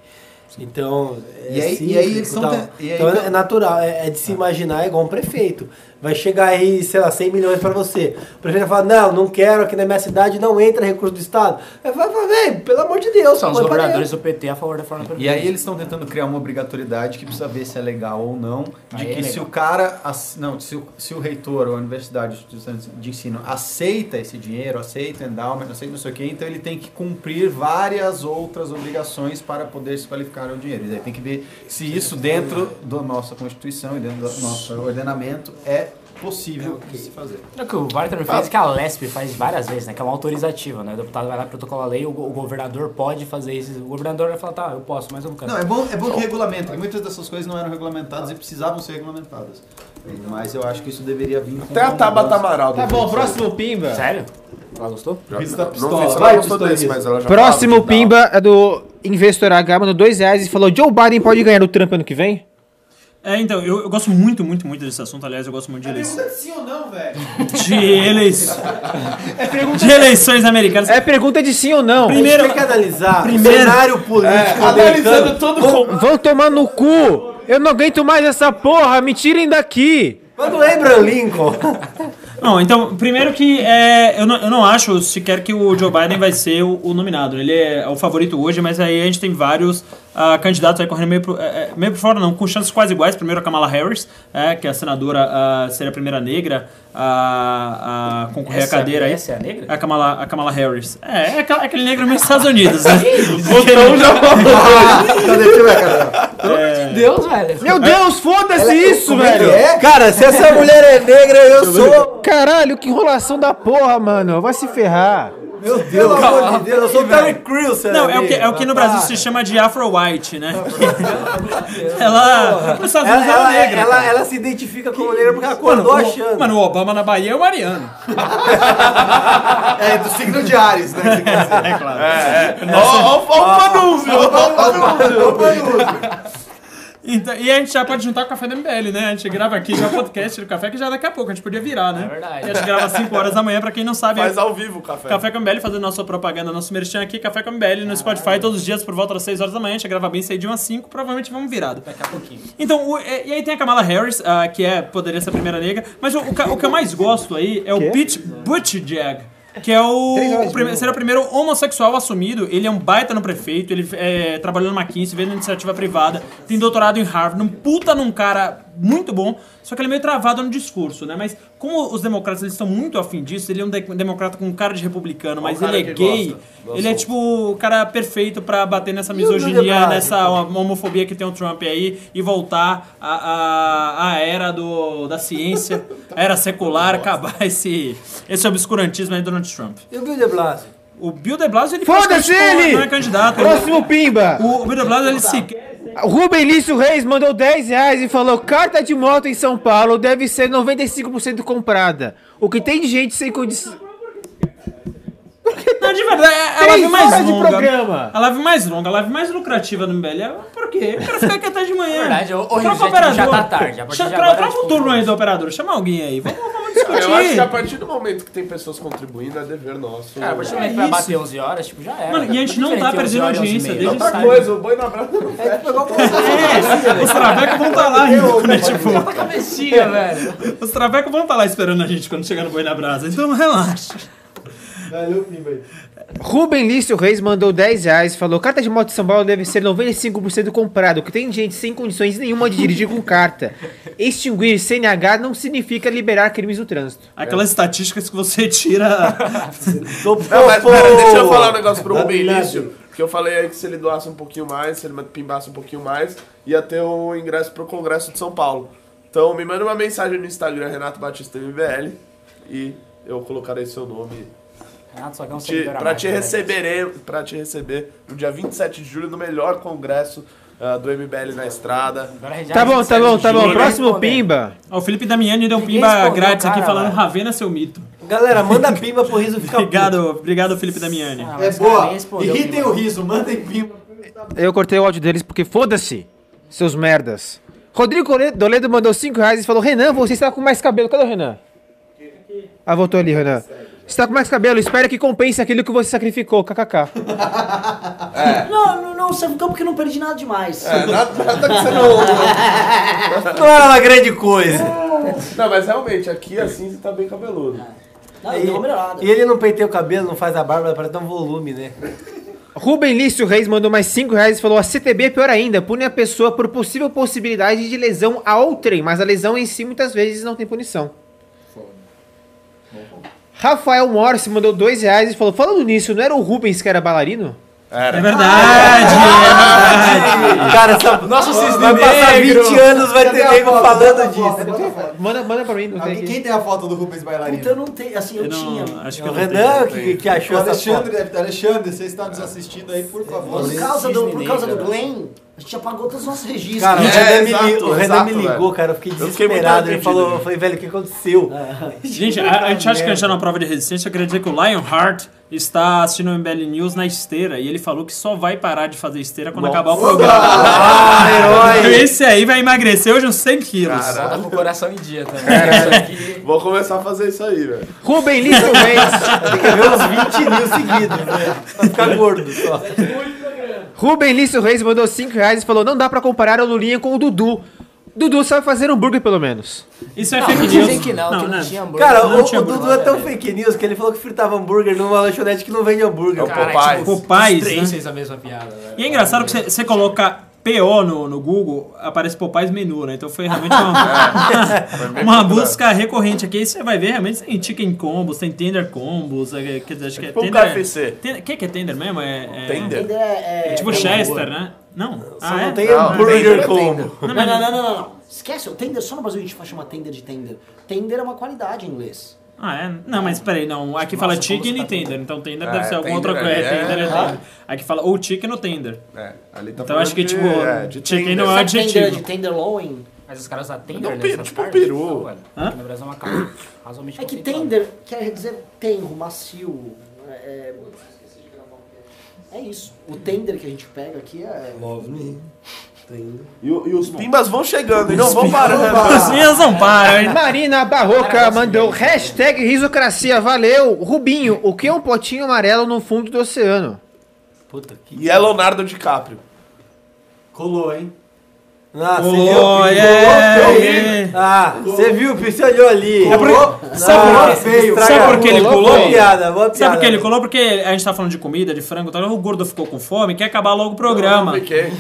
S12: Então, é
S7: E aí- e aí
S12: cíclico
S7: eles são
S12: tal.
S7: te- e aí-
S12: então, é natural, é, é de se imaginar igual um prefeito. Vai chegar aí, sei lá, 100 milhões para você. O prefeito vai falar, não, não quero, aqui na minha cidade não entra recurso do Estado. Aí vai falar, velho, pelo amor de Deus.
S3: São os
S12: põe pra
S3: governadores
S12: dentro."
S3: do PT a favor da forma
S7: E aí eles estão tentando criar uma obrigatoriedade que precisa ver se é legal ou não, de
S3: Aí é
S7: que se
S3: legal.
S7: o cara, ass- não, se o, se o reitor ou a universidade, instituição de ensino aceita esse dinheiro, aceita endowment, aceita não sei o quê, então ele tem que cumprir várias outras obrigações para poder se qualificar ao dinheiro. E aí tem que ver se isso dentro da nossa Constituição e dentro do nosso ordenamento é possível de se fazer. Tá.
S3: É O que o Bartram faz,
S7: Ah.
S3: que a LESP faz várias vezes, né? Que é uma autorizativa, né? O deputado vai lá, protocola a lei, o, go- o governador pode fazer isso. O governador vai falar, tá, eu posso, mas eu não quero.
S7: Não, é bom, é bom que regulamenta, porque muitas dessas coisas não eram regulamentadas e precisavam ser regulamentadas. Mas eu acho que isso deveria vir com um
S4: Até a Tabata Amaral.
S7: Tá bom, próximo
S17: Pimba.
S3: Sério? Ela gostou?
S4: Já,
S7: Risco da
S4: não,
S7: pistola.
S4: risco da
S7: Vai,
S4: pistola desse,
S7: pistola.
S4: mas ela já
S17: Próximo
S4: falava que dá.
S17: Pimba é do investor H mandou dois reais e falou: Joe Biden pode ganhar o Trump ano que vem?
S2: É, então, eu, eu gosto muito, muito, muito desse assunto. Aliás, eu gosto muito de eleições.
S15: É Sim ou não, velho?
S2: De eleições.
S15: É pergunta
S2: De eleições americanas. É
S17: pergunta de sim ou não.
S2: Primeiro,
S12: A gente tem que analisar
S2: primeiro-
S12: o cenário político
S2: É,
S12: americano.
S2: analisando todo
S17: Vão-
S2: com-
S17: Vão tomar no cu! Eu não aguento mais essa porra, me tirem daqui!
S12: Quando lembra Lincoln?
S2: Não, então, primeiro que é, eu, não, eu não acho sequer que o Joe Biden vai ser o, o nominado. Ele é o favorito hoje, mas aí a gente tem vários ah, candidatos aí correndo meio por, é, é, eh, meio por fora, não, com chances quase iguais. Primeiro a Kamala Harris, é, que é a senadora, ah, seria a primeira negra a, a concorrer
S10: Essa-
S2: à cadeira aí.
S10: essa é a negra?
S2: A Kamala, a Kamala Harris. É, é aquela- é aquele negro nos Estados Unidos, né?
S10: O Tom já falou. Cadê? Deixa eu ver,
S2: É.
S19: Deus, velho.
S1: Meu Deus, foda-se
S19: Ela-
S1: isso,
S19: como é que
S1: velho.
S19: é?
S1: Cara, se essa mulher é negra, eu
S19: Deixa eu ver.
S1: sou. Caralho, que enrolação da porra, mano. Vai se ferrar.
S12: Meu Deus,
S1: Pelo amor de
S12: Deus, eu sou o Terry Crews,
S2: Não, é o que, é o que no Brasil se chama de Afro-White, né? ela. Nos Estados
S12: Ela,
S2: Unidos ela
S12: ela,
S2: é negra.
S12: ela-
S2: cara.
S12: ela se identifica como negra porque ela acordou
S2: Mano, o-
S12: achando.
S2: Mano, o Obama na Bahia é o ariano.
S20: É, do signo de Ares, né?
S2: É claro.
S9: Ó, ó, ó o panúncio, ó, ó o panúncio.
S2: Então, e a gente já pode juntar com o café do MBL, né? A gente grava aqui já o podcast do café, que já daqui a pouco a gente podia virar, né? É verdade. a gente grava às 5 horas da manhã, pra quem não sabe.
S4: Faz ao vivo o café.
S2: Café com MBL, fazendo nossa propaganda, nosso merchan aqui, Café com MBL no Spotify todos os dias por volta das 6 horas da manhã. A gente grava bem cedinho às 5, provavelmente vamos virado. Daqui a pouquinho. Então, o- é- e aí tem a Kamala Harris, ah, que é, poderia ser a primeira negra, mas o, o ca- o que eu mais gosto aí é o
S1: Quê?
S2: Pete Buttigieg. Que é o.
S1: Três horas
S2: o prime-
S1: de
S2: será o primeiro homossexual assumido. Ele é um baita no prefeito, ele é, trabalhou numa 15, veio na iniciativa privada, tem doutorado em Harvard, um puta num cara muito bom, só que ele é meio travado no discurso, né? Mas como os democratas eles estão muito afim disso, ele é um de- democrata com cara de republicano, mas
S4: cara
S2: ele é
S4: que
S2: gay,
S4: gosta do
S2: ele é
S4: assunto.
S2: tipo o cara perfeito pra bater nessa
S4: o
S2: misoginia,
S4: Bilderberg,
S2: nessa homofobia que tem o Trump aí e voltar à, à, à era do, da ciência, a era secular, acabar esse, esse obscurantismo aí do Donald Trump.
S19: E o Bill de Blasio?
S2: O Bill de Blasio, ele
S1: Foda-se
S2: praticamente
S1: ele!
S2: Não é candidato.
S1: Próximo pimba.
S2: O Bill de Blasio, ele se
S1: Rubem Lício Reis mandou 10 reais e falou: carta de moto em São Paulo deve ser 95% comprada. O que tem de gente sem condição.
S2: Não, de verdade, é a live
S1: Três
S2: mais
S1: horas de
S2: longa.
S1: programa.
S2: A live mais longa, a live mais lucrativa do MBL. É, Por quê? Eu quero ficar aqui até de
S7: É
S2: manhã.
S3: Verdade, ô, ô,
S2: Troca
S3: gente,
S2: o operador.
S3: já tá tarde, a partir
S2: Chama-
S3: de
S2: tra-
S3: agora,
S2: Troca o
S3: tipo,
S2: turno aí do operador, chama alguém aí. Vamos, vamos
S4: Tipo,
S2: discutir.
S3: Eu acho que a
S4: partir do momento que tem pessoas contribuindo, é dever nosso.
S3: Cara, a partir do momento que vai bater 11 horas, tipo, já era.
S2: É Mano, e a gente não tá perdendo audiência, desde
S4: Outra coisa, o boi na brasa não fecha.
S2: É, os travecos vão estar lá ainda, né? Tipo,
S3: cabecinha, velho.
S2: Os travecos vão estar lá esperando a gente quando chegar no Boi na Brasa, então relaxa.
S1: Rubem Lício Reis mandou 10 reais e falou: carta de moto em São Paulo deve ser 95% comprada. O que tem de gente sem condições nenhuma de dirigir com carta. Extinguir CNH não significa liberar crimes no trânsito.
S2: Aquelas estatísticas que você tira.
S4: Não, mas pera, deixa eu falar um negócio pro Rubem Lício. Que eu falei aí que se ele doasse um pouquinho mais, se ele pimbasse um pouquinho mais, ia ter o ingresso pro Congresso de São Paulo. Então me manda uma mensagem no Instagram, Renato Batista MBL, e eu colocarei seu nome.
S3: Renato
S2: é
S1: um
S3: Sogão,
S2: um
S4: Te, pra,
S1: né?
S2: né,
S4: te receberei, pra te receber no dia 27 de julho no melhor congresso ah, do MBL na estrada.
S1: Tá bom, tá bom, tá
S2: né?
S1: bom. Próximo pimba.
S2: Ó, o Felipe Damiani deu um
S1: Ninguém
S2: pimba
S1: respondeu,
S2: grátis aqui
S1: cara,
S2: falando
S1: velho.
S2: Ravena seu mito.
S12: Galera, manda pimba pro riso ficar
S2: Obrigado, obrigado Felipe Damiani.
S1: Ah,
S7: É boa. Irritem o riso, mandem pimba.
S1: Eu cortei o áudio deles porque foda-se, seus merdas. Rodrigo Ole- Doledo mandou 5 reais e falou: Renan, você está com mais cabelo. Cadê o Renan? Ah, voltou ali, Renan. Você está com mais cabelo, espero que compense aquilo que você sacrificou, kkk.
S5: Não, não, não, serve então porque eu não perdi nada demais.
S4: É, nada, nada que você não.
S12: Não era uma grande coisa.
S4: Não, mas realmente, aqui assim você tá bem cabeludo.
S5: Não, deu uma melhorada.
S12: E, e ele não penteia o cabelo, não faz a barba, parece dar um volume, né?
S1: Rubem Lício Reis mandou mais 5 reais e falou: A CTB é pior ainda, pune a pessoa por possível possibilidade de lesão a outrem, mas a lesão em si muitas vezes não tem punição. Rafael Morse mandou 2 reais e falou: Falando nisso, não era o Rubens que era bailarino?
S2: É verdade, é verdade.
S12: Cara, essa-
S2: Nossa,
S12: cisne vai passar negro. 20 anos, vai ter nego falando disso.
S1: Manda, manda pra mim, não
S7: tem Quem tem a foto do Rubens Bailarino?
S5: Então não tem, assim, eu, tinha.
S7: É
S2: Acho que
S7: o
S2: eu não
S7: Renan
S2: tenho. né?
S7: que, que achou
S5: O
S7: essa
S5: Alexandre
S7: foto. Alexandre, você está nos assistindo aí, por favor.
S5: Por causa, do, por causa do Glenn, a gente apagou todos os nossos registros.
S12: Cara, o
S5: É,
S12: Renan, me,
S5: exato,
S12: li- o Renan
S5: exato,
S12: me
S5: velho.
S12: ligou, cara, eu fiquei
S5: Eu
S4: fiquei muito
S12: desesperado. ele
S4: arrependido,
S12: falou, eu
S4: né?
S12: falei, velho, o que aconteceu?
S2: É. Gente, a, a gente acha que a gente tá numa prova de resistência. Eu queria dizer que o Lionheart está assistindo o MBL News na esteira e ele falou que só vai parar de fazer esteira quando acabar o programa.
S3: Ah, herói!
S2: Então Esse aí vai emagrecer hoje uns 100 quilos.
S3: Tá com o coração em dia também.
S4: É. Vou começar a fazer isso aí, velho.
S1: Rubem Lício Reis.
S12: Tem que ver uns 20 mil seguidos, né? Pra ficar gordo só.
S1: Rubem Lício Reis mandou 5 reais e falou: Não dá pra comparar o Lulinha com o Dudu. Dudu sabe fazer hambúrguer pelo menos.
S2: Isso
S12: é
S2: Não,
S12: fake
S2: fake dizem
S12: news.
S2: news. que não, Não, que não né? tinha hambúrguer.
S12: Cara,
S2: Não
S12: o,
S2: tinha
S12: o Dudu é
S2: hambúrguer.
S12: tão fake news que ele falou que fritava hambúrguer numa
S3: É
S12: lanchonete que não vende hambúrguer.
S2: Cara, é tipo Popeyes. Popeyes,
S3: Os três
S2: né?
S3: fez a mesma piada, velho.
S2: E é engraçado que você- você coloca PO no, no Google, aparece Popeyes menu, né? Então foi realmente uma,
S4: bem
S2: uma
S4: procurado.
S2: busca recorrente aqui. Aí você vai ver, realmente tem chicken combos, tem tender combos, é, quer dizer, acho que é
S4: tipo um
S2: tender...
S4: KFC.
S2: Tender- O que que é tender mesmo? É, é-
S4: Tender? Tender
S2: é,
S4: é-
S2: tipo
S4: é
S2: Chester,
S4: hambúrguer.
S2: né? Não.
S4: Só
S2: ah,
S4: não
S2: é?
S4: tem
S2: Não,
S4: hambúrguer
S2: tender é
S4: combo.
S2: tender.
S5: um Não,
S2: mas-
S5: não, não, não, não, não. Esquece, o tender, só no Brasil a gente chama tender de tender. Tender é uma qualidade em inglês.
S2: Ah, é? Não, mas peraí, não. Aqui
S5: Nossa,
S2: fala
S5: como
S2: chicken
S5: você
S2: e
S5: tá
S2: tender, então tender
S5: Ah,
S2: deve ser
S5: é,
S2: alguma outra
S5: tender
S2: coisa.
S5: ali,
S2: É, tender é,
S5: é.
S2: tender. Aqui fala ou chicken ou tender.
S4: É, ali
S3: tá
S2: Então acho que, tipo, chicken não é um
S5: Sabe Tender
S2: adjetivo.
S5: de tenderloin.
S3: Mas os caras usam
S5: Não,
S3: tender,
S5: peru,
S3: né?
S5: tipo
S3: peru.
S2: Hã?
S3: No Brasil é uma carne razoavelmente tipo.
S5: É que
S3: conceituada.
S5: tender quer dizer tenro, macio. É, é isso. O tender que a gente pega aqui é.
S4: Love me. E, o- e os pimbas vão chegando, hein? não
S1: Os
S4: vão
S1: pimbas
S4: parando.
S1: vão parar. né? Os pimbas
S2: não param, hein?
S1: Marina Barroca mandou hashtag risocracia, valeu. Rubinho, o que é um potinho amarelo no fundo do oceano?
S4: Puta que... E é Leonardo DiCaprio.
S7: Colou, hein?
S12: Ah,
S4: Colou,
S12: você viu? o Pi?
S4: é,
S12: Colou
S4: é.
S12: feio. Ah, você viu? o Pi? Você olhou ali.
S2: É porque-
S12: Colou-
S2: sabe
S12: Ah,
S2: por quê?
S12: feio,
S2: Sabe por que ele colou?
S12: Boa piada, boa
S2: Sabe por que
S12: piada.
S2: ele colou? Porque a gente tá falando de comida, de frango e tal. O gordo ficou com fome, quer acabar logo o programa. Quer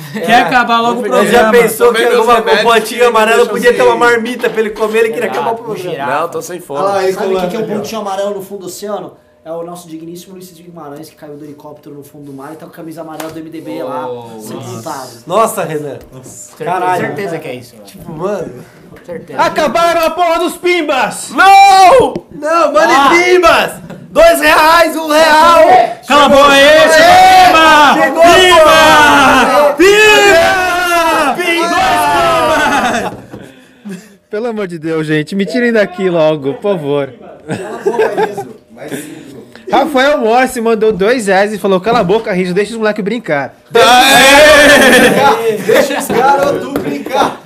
S2: acabar logo o
S12: É. Ele
S2: programa.
S12: já pensou que alguma potinha amarela podia ter uma marmita pra ele comer, ele queria
S5: Exato,
S12: acabar o programa. tá
S4: Não, tô sem fome.
S5: Olha lá, Sabe o que, que é um
S12: colando,
S5: pontinho amarelo no fundo do oceano? É o nosso digníssimo Luiz Cid Guimarães que caiu do helicóptero no fundo do mar e tá com a camisa amarela do MDB lá, sem vontade.
S12: Nossa, Renan. Caralho.
S5: Certeza que é isso.
S12: Tipo, mano.
S5: Certeza.
S1: Acabaram a porra dos pimbas!
S12: Não! Não, mano,
S1: Ah.
S12: pimbas! Dois reais, um real!
S2: Cala a boca aí,
S12: chegou Pimba!
S1: Pimba! Pelo amor de Deus, gente, me tirem daqui logo, por favor. Rafael Morse mandou dois reais e falou: Cala a boca, Rijo, deixa os moleques brincar.
S7: Deixa os garotos brincar.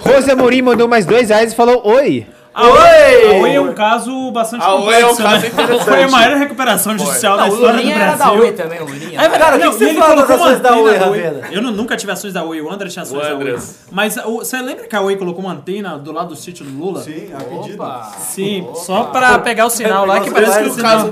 S1: Rosa Morim mandou mais dois reais e falou: Oi.
S2: Aoi! Aoi é um caso bastante
S1: Aoi
S2: complexo,
S1: é um caso
S2: né?
S1: interessante.
S2: Foi a maior recuperação judicial da
S3: Não, o
S2: história
S3: Lulinha
S2: do
S3: era
S2: Brasil.
S3: da Oi também, o Lulinha.
S2: É verdade,
S3: Cara, o que
S2: não,
S3: que você
S2: e ele
S3: fala das
S2: colocou uma
S3: ações da
S2: antena
S3: Oi,
S2: Oi.
S3: Ravena?
S2: Eu não- nunca tive ações da Oi, o André tinha ações
S3: O
S2: da Oi.
S3: Andras.
S2: Mas o- você lembra que a Oi colocou uma antena do lado do sítio do Lula? Sim,
S7: acredito.
S2: Sim, só pra pegar o sinal
S3: É,
S2: lá que parece que o sinal...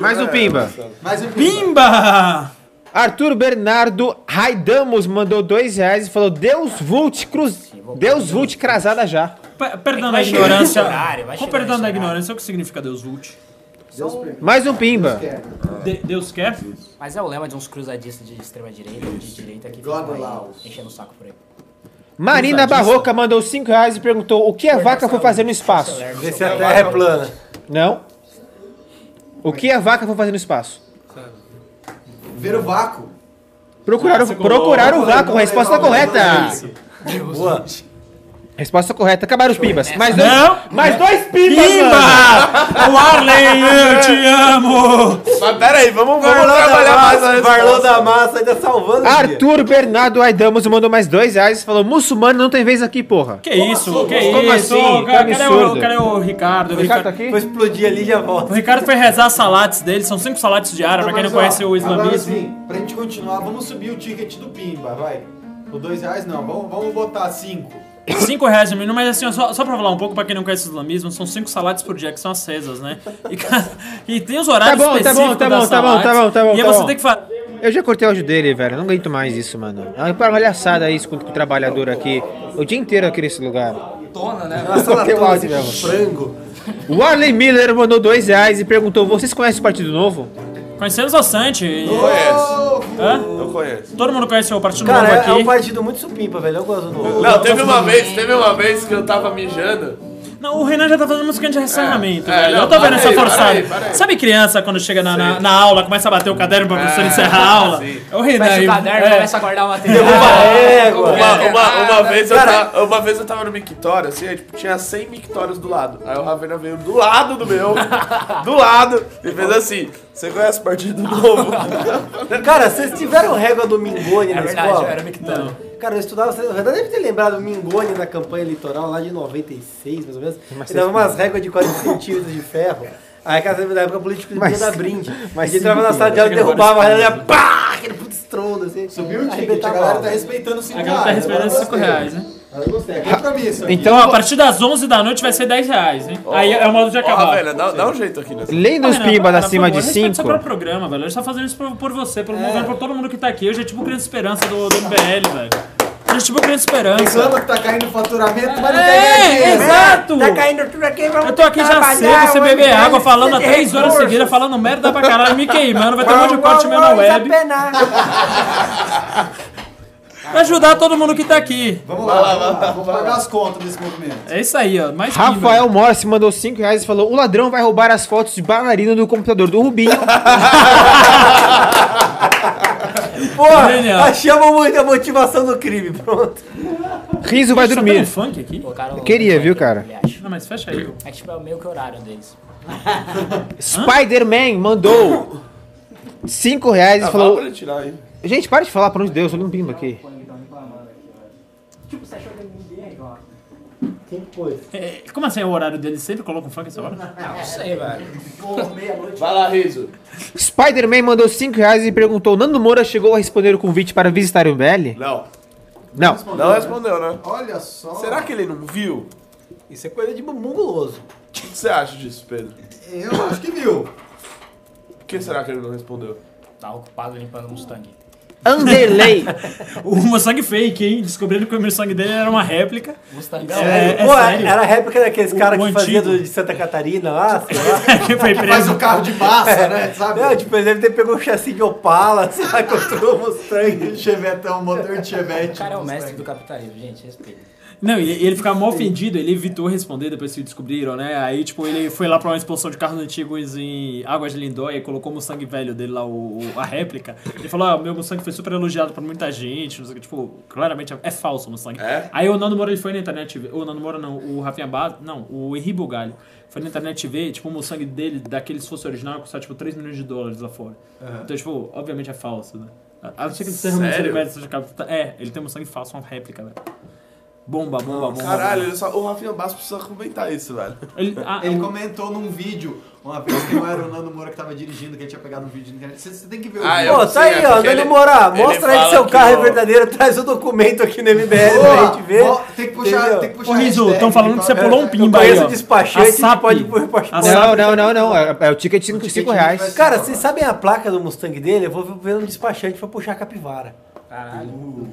S1: Mais
S2: né?
S1: um Pimba.
S7: Mais um
S2: Pimba!
S1: Arthur Bernardo Raidamos mandou dois reais e falou: Deus vult cruz. Deus vult crasada já.
S2: Pe- Perdão da
S1: Vai chegar nesse
S2: ignorância.
S1: horário, vai
S2: Com
S1: chegar
S2: perdão da ignorância, é o que significa Deus Vult?
S1: Mais um Pimba.
S2: De- Deus quer?
S3: Mas é o lema de uns cruzadistas de extrema direita, de direita que ficam aí enchendo o saco por aí.
S1: Marina Barroca mandou cinco reais e perguntou: O que a vaca foi fazer no espaço?
S12: Vê se a terra é plana.
S1: Não. O que a vaca foi fazer no espaço?
S7: Ver o vácuo.
S1: Procurar o,
S7: Você colocou-
S1: procurar o
S7: colocou-
S1: vácuo. Resposta
S7: colocou-
S1: correta.
S12: Boa.
S1: Resposta correta. Acabaram os pimbas. Mais dois,
S2: Não.
S1: mais dois pimbas.
S2: Pimba!
S1: mano.
S2: O Arlen, eu te amo!
S4: Mas peraí, vamos, vamos
S12: Varlão da
S4: trabalhar mais
S12: Massa,
S4: a
S12: Varlão
S4: resposta.
S12: da Massa ainda salvando o dia.
S1: Arthur Bernardo Aidamos mandou mais dois reais e falou: Muçulmano não tem vez aqui, porra.
S2: Que isso? que
S1: Como
S2: isso?
S1: assim?
S2: Cara, um
S1: Que
S2: cadê,
S1: absurdo.
S2: o, cadê o Ricardo?
S1: O Ricardo tá aqui?
S2: Vou
S12: explodir ali e já volta.
S2: O Ricardo foi rezar as salates dele, são cinco salates diárias, pra quem não
S7: Então, Mas, ó,
S2: conhece o
S7: Agora
S2: islamismo.
S7: sim, pra gente continuar, vamos subir o ticket do Pimba, vai. O dois reais não, vamos, vamos botar cinco.
S2: Cinco reais no mínimo, mas assim, ó, só, só pra falar um pouco, pra quem não conhece o islamismo, são cinco salates por dia que são acesas, né? E, ca- e tem os horários
S1: Tá bom, tá
S2: específicos
S1: bom, tá
S2: das
S1: bom, tá bom,
S2: salates,
S1: tá bom, tá bom,
S2: E aí
S1: tá
S2: você
S1: bom.
S2: tem que fazer...
S1: Eu já cortei o áudio dele, velho. Não aguento mais isso, mano. É uma palhaçada isso com o trabalhador aqui. O dia inteiro aqui nesse lugar.
S3: Tona, né?
S1: Eu cortei o áudio mesmo.
S12: um Frango.
S1: O Arley Miller mandou dois reais e perguntou: Vocês conhecem o Partido Novo?
S2: Conhecemos bastante. e-
S4: Não conheço.
S2: Hã?
S4: Não conheço.
S2: Todo mundo conhece o Partido
S12: Cara,
S2: Novo
S12: é,
S2: aqui.
S12: é um partido muito supimpa, velho. Eu gosto do novo.
S4: Não, teve uma vez, teve uma vez que eu tava mijando.
S2: Não, o Renan já tá fazendo música de encerramento,
S4: É,
S2: velho.
S4: não,
S2: eu tô vendo
S4: para
S2: essa
S4: aí, para
S2: forçada.
S4: aí, para aí.
S2: Sabe criança quando chega na, na, na aula, começa a bater o caderno pra professor encerrar a aula? É o Renan.
S3: Fecha o
S2: aí.
S3: caderno,
S2: É.
S3: começa a guardar o material. é?
S4: Uma, uma,
S3: Ah,
S4: uma vez eu tava, uma vez eu tava no mictório, assim, aí, tipo, tinha 100 mictórios do lado. Aí o Ravena veio do lado do meu, do lado, e fez assim, você conhece o Partido Novo?
S12: Cara, vocês tiveram régua do Mingoni
S4: É
S12: na
S4: verdade,
S12: escola?
S4: eu era mictano.
S12: Cara, eu estudava, você na verdade deve ter lembrado o Mingoni na campanha eleitoral lá de 96, mais ou menos.
S1: Mas
S12: Ele dava
S1: vocês-
S12: umas réguas de 40 centímetros de ferro. Aí, cara, na época, o político
S1: Mas-
S12: podia dar brinde.
S1: mas
S12: Ele entrava na
S1: sim,
S12: sala de aula e
S1: chega agora
S12: derrubava a
S1: esse
S12: réguia,
S1: cara.
S12: pá, aquele puto estrondo, assim.
S7: Subiu o ticket, a
S12: Arrebentava
S7: galera
S12: aula.
S7: tá respeitando cinco
S12: A
S7: reais.
S12: galera tá
S7: agora
S12: respeitando
S7: eu
S12: cinco
S7: gostei.
S12: reais,
S2: né?
S7: Agora eu gostei, é compromisso. aqui.
S2: Então, a partir das 11 da noite vai ser 10 reais, hein? Aí é o modo de
S4: Ó,
S2: acabar.
S4: Ravena, dá, dá um jeito aqui nessa.
S1: Lendo os
S2: Renan,
S1: pimbas
S2: Renan,
S1: acima
S2: por
S1: de
S2: favor, respeita seu
S1: 5.
S2: próprio programa, velho. A gente tá fazendo isso por, por você, pelo governo, por todo mundo que tá aqui. Hoje é tipo criança esperança do, do MBL, velho. gente tipo Grande Esperança.
S7: Reclama que tá caindo o faturamento, mas não tá ganhando
S2: É,
S9: né?
S7: dinheiro.
S2: exato!
S7: Tá
S12: caindo tudo aqui, é
S2: Eu tô aqui já cedo, você beber água, falando há três horas seguidas, falando merda pra caralho, me queimando, vai ter um monte de corte meu na
S12: é
S2: web. Pra ajudar todo mundo que tá aqui.
S7: Vamos lá, vamos lá, vamos pagar as contas desse movimento.
S2: É isso aí, ó. Mais
S1: Rafael Morse mandou 5 reais e falou: O ladrão vai roubar as fotos de bailarina do computador do Rubinho.
S12: Pô, achamos muito a motivação do crime, pronto.
S1: Riso vai dormir.
S3: Colocaram o-
S1: Queria, viu, cara?
S2: Não, mas fecha aí.
S3: É que tipo, é meio que o horário deles.
S1: Spider-Man mandou 5 reais e
S4: Ah, fala
S1: falou:
S4: pra ele tirar aí.
S1: Gente, para de falar, pelo amor de Deus, eu não pimba aqui.
S21: tá Tipo, você achou que ninguém é igual.
S22: Quem foi?
S2: como assim é o horário deles? Sempre coloca um funk essa hora?
S21: Não,
S3: não sei, velho.
S23: Vai lá, Riso.
S1: Spider-Man mandou 5 reais e perguntou: Nando Moura chegou a responder o convite para visitar o MBL?
S4: Não.
S1: Não.
S4: Não respondeu, né?
S7: Olha só.
S4: Será que ele não viu?
S22: Isso é coisa de mongoloso.
S4: O que você acha disso, Pedro?
S7: Eu acho que viu.
S4: Por que será que ele não respondeu?
S3: Tá ocupado limpando o Mustang.
S1: Anderley.
S2: o Mustang fake, hein? Descobriram que o Mustang dele era uma réplica.
S3: Mustang
S2: é, é
S12: Pô,
S2: sério.
S12: era a réplica daqueles
S2: O-
S12: caras
S2: o
S12: que fazia
S2: antigo.
S12: do- de Santa Catarina lá, sei lá.
S2: que foi
S12: preso.
S7: faz o carro de massa, né, sabe?
S12: Não, tipo, ele deve ter pegado um chassi de Opala, sei lá, encontrou um Mustang.
S7: Chevetão, motor de Chevette.
S3: O cara é o mestre do capitalismo, gente, respeita.
S2: Não, e e ele ficava mó ofendido, ele evitou responder depois que descobriram, né? Aí, tipo, ele foi lá pra uma exposição de carros antigos em Águas de Lindóia e colocou o Mustang velho dele lá, o, o- a réplica. Ele falou, ah, meu Mustang foi super elogiado por muita gente, não sei o que, tipo, claramente é, é falso o Mustang.
S4: É?
S2: Aí o Nando Moura, ele foi na internet ver, o Nando Moura não, o Rafinha Bas, não, o Henri Bugalho, foi na internet ver, tipo, o Mustang dele, daquele se fosse original, custar, tipo, 3 milhões de dólares lá fora.
S4: Aham.
S2: Então, tipo, obviamente é falso, né? A a não ser que ele seja um Mustang
S4: Sério?
S2: velho, seja capitão- É, ele tem um Mustang falso, uma réplica, velho. Bomba, bomba, bomba.
S4: Caralho,
S2: bomba.
S4: ele só, o Rafinha Basso precisa comentar isso, velho.
S2: Ele, ah,
S12: é
S7: Ele comentou num vídeo uma vez que não era o Nando Moura que tava dirigindo, que ele tinha pegado um vídeo na internet. Você- Você tem que ver o
S4: Ah,
S7: vídeo.
S4: eu
S12: Pô,
S9: é
S12: tá aí, ó, Nando Moura, mostra aí que seu carro é verdadeiro, traz o documento aqui no MBL pra
S7: Boa,
S12: gente ver.
S7: ó, tem que puxar-
S12: entendeu?
S7: tem que
S2: Ô, Riso, estão falando que você pulou um pimba
S12: Eu
S2: aí,
S12: conheço
S2: ó.
S12: despachante,
S2: A SAP.
S12: pode pôr
S2: A
S1: Não, não, não, não. É, é o ticket 5 reais.
S12: Cara, vocês sabem a placa do Mustang dele? Eu vou ver um despachante pra puxar a capivara.
S7: Caralho.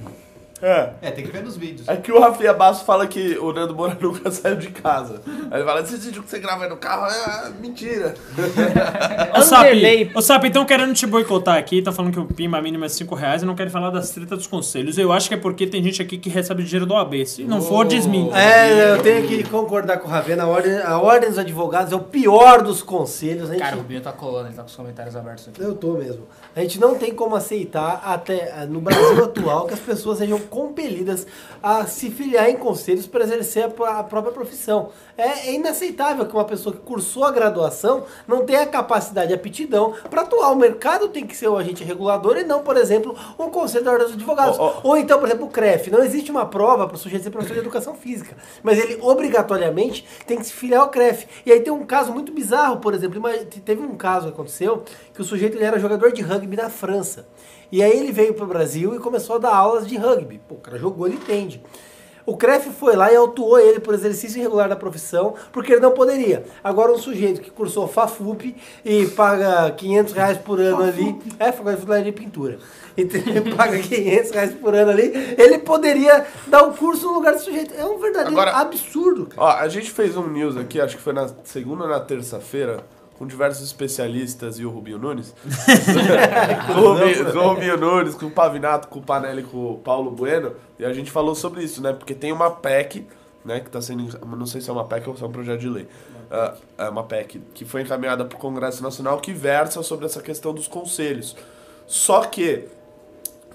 S4: É.
S7: É, tem que ver nos vídeos.
S4: É que o Rafinha Basso fala que o Nando Moura nunca saiu de casa. Aí ele fala, esse vídeo que você grava aí no carro é mentira.
S2: Ô, Sap,
S4: Anderley.
S2: ô, Sap, então querendo te boicotar aqui, tá falando que o pimba mínimo é 5 reais e não querem falar das tretas dos conselhos. Eu acho que é porque tem gente aqui que recebe dinheiro do AB. Se não for, desminta.
S12: É, eu tenho que concordar com o Ravena. A ordem, a ordem dos advogados é o pior dos conselhos. A gente,
S3: Cara, o Binho tá colando, ele tá com os comentários abertos aqui.
S12: eu tô mesmo. A gente não tem como aceitar, até ah, no Brasil atual, que as pessoas sejam compelidas a se filiar em conselhos para exercer a, pró- a própria profissão. É, é inaceitável que uma pessoa que cursou a graduação não tenha a capacidade e aptidão para atuar. O mercado tem que ser o agente regulador e não, por exemplo, um conselho da ordem dos advogados. Ou então, por exemplo, o CREF. Não existe uma prova para o sujeito ser professor de educação física, mas ele obrigatoriamente tem que se filiar ao CREF. E aí tem um caso muito bizarro, por exemplo, ima- te- teve um caso que aconteceu que o sujeito ele era jogador de rugby na França. E aí ele veio para o Brasil e começou a dar aulas de rugby. Pô, o cara jogou, ele entende. O CREF foi lá e autuou ele por exercício irregular da profissão, porque ele não poderia. Agora, um sujeito que cursou FAFUP e paga 500 reais por ano ali. É, faculdade de Funilaria e pintura. Então, paga 500 reais por ano ali. Ele poderia dar o curso no lugar do sujeito. É um verdadeiro absurdo.
S4: Ó, a gente fez um news aqui, acho que foi na segunda ou na terça-feira, com diversos especialistas e o Rubinho Nunes. com, o Rubinho, com o Rubinho Nunes, com o Pavinato, com o Panelli, com o Paulo Bueno. E a gente falou sobre isso, né? Porque tem uma PEC, né? Que tá sendo. Não sei se é uma PEC ou se é um projeto de lei. Ah, é uma PEC que foi encaminhada para o Congresso Nacional que versa sobre essa questão dos conselhos. Só que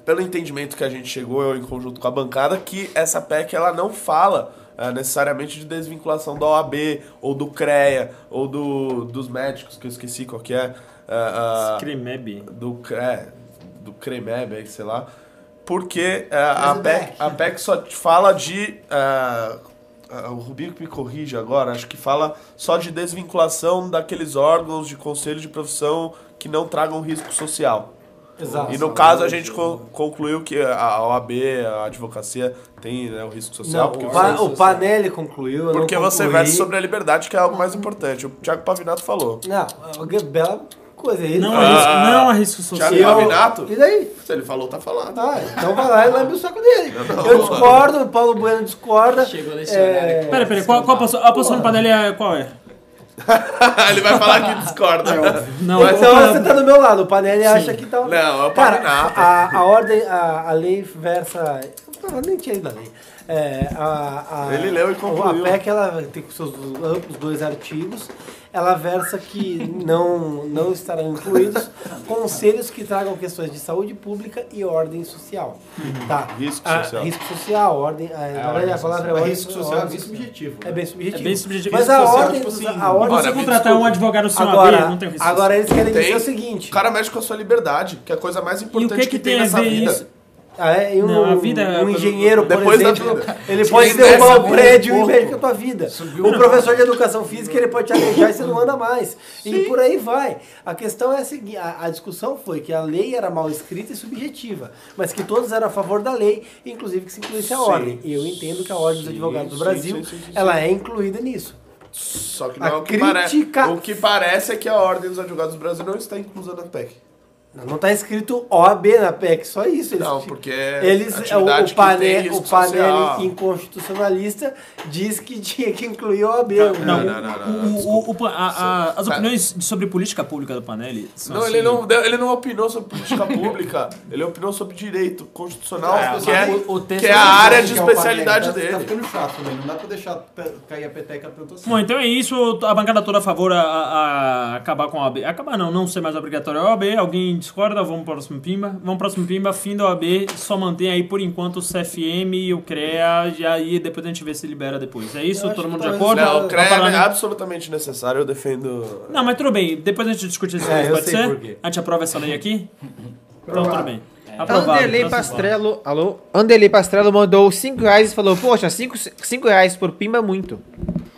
S4: pelo entendimento que a gente chegou, eu em conjunto com a bancada, que essa PEC ela não fala ah, necessariamente de desvinculação da OAB, ou do CREA, ou do, dos médicos, que eu esqueci qual que é. ah, ah,
S2: Cremeb.
S4: Do, CRE- é, do CREMEB, aí, sei lá. Porque ah, a, PEC, a PEC só te fala de... ah, ah, o Rubinho que me corrige agora, acho que fala só de desvinculação daqueles órgãos de conselho de profissão que não tragam risco social.
S12: Exato.
S4: E no caso a gente co- concluiu que a OAB, a advocacia, tem né, o risco social.
S12: Não,
S4: porque
S12: o,
S4: você-
S12: pa, o Panelli concluiu. eu não
S4: porque você
S12: concluí.
S4: versa sobre a liberdade, que é algo mais importante. O Thiago Pavinato falou.
S12: Não, a- a- bela coisa aí.
S2: Não arrisco- não arrisco social.
S12: E eu-
S2: Thiago
S4: Pavinato?
S12: E daí?
S4: Se ele falou, tá falado.
S12: Ah, então vai lá e lambe o saco dele.
S4: não,
S12: eu
S4: não.
S12: discordo, o Paulo Bueno discorda. É, Chegou
S2: nesse horário. Pera, pera, qual, qual a posição- a posição do Padelha é- qual é?
S4: ele vai falar que discorda.
S2: Não,
S4: Mas-
S12: então você tá do meu lado, o Panelli
S4: Sim.
S12: acha que tá.
S4: Não, é o
S12: Cara,
S4: Pavinato.
S12: a, a ordem, a, a lei versa. Eu nem tinha lido a lei. É, a, a-
S4: Ele leu e concluiu.
S12: A PEC ela tem com seus amplos dois artigos. Ela versa que não, não estarão incluídos conselhos que tragam questões de saúde pública e ordem social. Tá.
S4: Uhum. Risco
S12: Ah,
S4: social.
S12: risco social, ordem. a- na verdade, a palavra é ordem
S7: risco social é
S12: ordem
S7: bem subjetivo.
S4: né?
S12: É bem subjetivo.
S2: É bem subjetivo.
S12: Mas
S2: Risco
S12: a
S2: social,
S12: ordem,
S2: tipo
S12: dos-
S2: assim,
S12: a ordem é
S2: Olha, se contratar um advogado sem
S12: agora,
S2: AB, não tem risco.
S12: Agora eles querem dizer
S4: Tem.
S12: o seguinte.
S4: O cara mexe com a sua liberdade, que é a coisa mais importante
S12: que
S4: que,
S12: que
S4: tem,
S12: tem a
S4: nessa
S12: ver
S4: vida.
S12: isso? Ah, é? E um,
S2: Não, a vida-
S12: um engenheiro, por
S4: Depois da
S12: exemplo,
S4: vida.
S12: ele
S4: Sim,
S12: pode
S4: sim.
S12: derrubar
S4: Essa
S12: o
S4: vida,
S12: prédio e
S4: um pouco.
S12: mexe com a tua vida. O professor de educação física ele pode te aleijar e você não anda mais. E por aí vai. A questão é a seguinte, a, a discussão foi que a lei era mal escrita e subjetiva, mas que todos eram a favor da lei, inclusive que se incluísse a
S4: Sim.
S12: ordem. E eu entendo que a Ordem dos Advogados do
S4: sim,
S12: Brasil,
S4: sim, sim, sim,
S12: ela
S4: sim.
S12: é incluída nisso.
S4: Só que
S12: A
S4: não é o que parece.
S12: crítica-
S4: O que parece é que a Ordem dos Advogados do Brasil não está inclusa na PEC.
S12: Não está escrito OAB na PEC, só isso. Eles,
S4: Não, porque é
S12: eles é o,
S4: atividade
S12: o,
S4: que tem
S12: pane, o
S4: risco
S12: panel
S4: social.
S12: inconstitucionalista diz que tinha que incluir o OAB.
S2: Não,
S4: não, não, não,
S2: o- o- o- a- a- as opiniões de- sobre política pública do Panelli são
S4: Não,
S2: assim,
S4: ele não, deu- ele não opinou sobre política pública, ele opinou sobre direito constitucional,
S7: É,
S4: que, é,
S7: o- o texto
S4: que é
S7: não
S4: a
S7: diz
S4: área
S7: que
S4: de
S7: é o Panelli,
S4: especialidade
S7: tá-
S2: então.
S7: Tá
S4: dele.
S7: ficando chato, velho. Não dá pra deixar pe- cair a peteca tanto assim.
S2: Bom, então é isso. A bancada toda a favor a, a- a acabar com a OAB. Acabar não, não ser mais obrigatória a OAB. Alguém discorda? Vamos pro próximo Pimba. Vamos pro próximo Pimba. Fim da OAB. Só mantém aí por enquanto o CFM e o CREA. E aí depois a gente vê se libera depois. É isso? Todo mundo de acordo?
S4: Não, o
S2: Tá
S4: CREA
S2: falando-
S4: é absolutamente necessário, eu defendo.
S2: Não, mas tudo bem. Depois a gente discute isso.
S4: É, eu
S2: pode
S4: sei por
S2: ser?
S4: quê.
S2: A gente aprova essa lei aqui? Então tudo bem.
S4: É.
S2: Aprovado. então, tá
S1: Anderley
S2: Próximo voto.
S1: Pastrello, alô? Anderley Pastrello mandou 5 reais e falou, poxa, 5 reais por pimba é muito.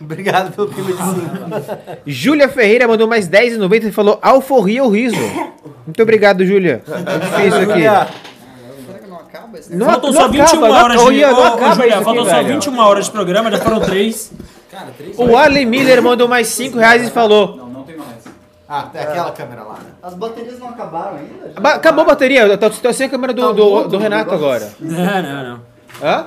S12: Obrigado pelo pimba de 5.
S1: Júlia Ferreira mandou mais 10,90 e falou alforria ou riso. Muito obrigado, Júlia. É difícil aqui.
S10: Será que não acaba esse
S1: Não
S10: negócio?
S2: Faltam
S1: Não
S2: só 21
S1: acaba, não
S2: horas de.
S1: acaba,
S2: Ô,
S1: não
S2: ô,
S1: acaba isso
S2: Julia,
S1: aqui,
S2: faltam só
S1: velho.
S2: 21 horas de programa, já foram 3.
S1: O Allen Miller mandou mais 5 reais e falou...
S7: Não, não tem mais. Ah, é aquela câmera lá. né?
S10: As baterias não acabaram ainda?
S1: "Ba- Acabou a bateria, eu tô, tô sem a câmera do,
S12: Tá
S1: do- do Renato agora.
S2: Não, não, não.
S1: Hã?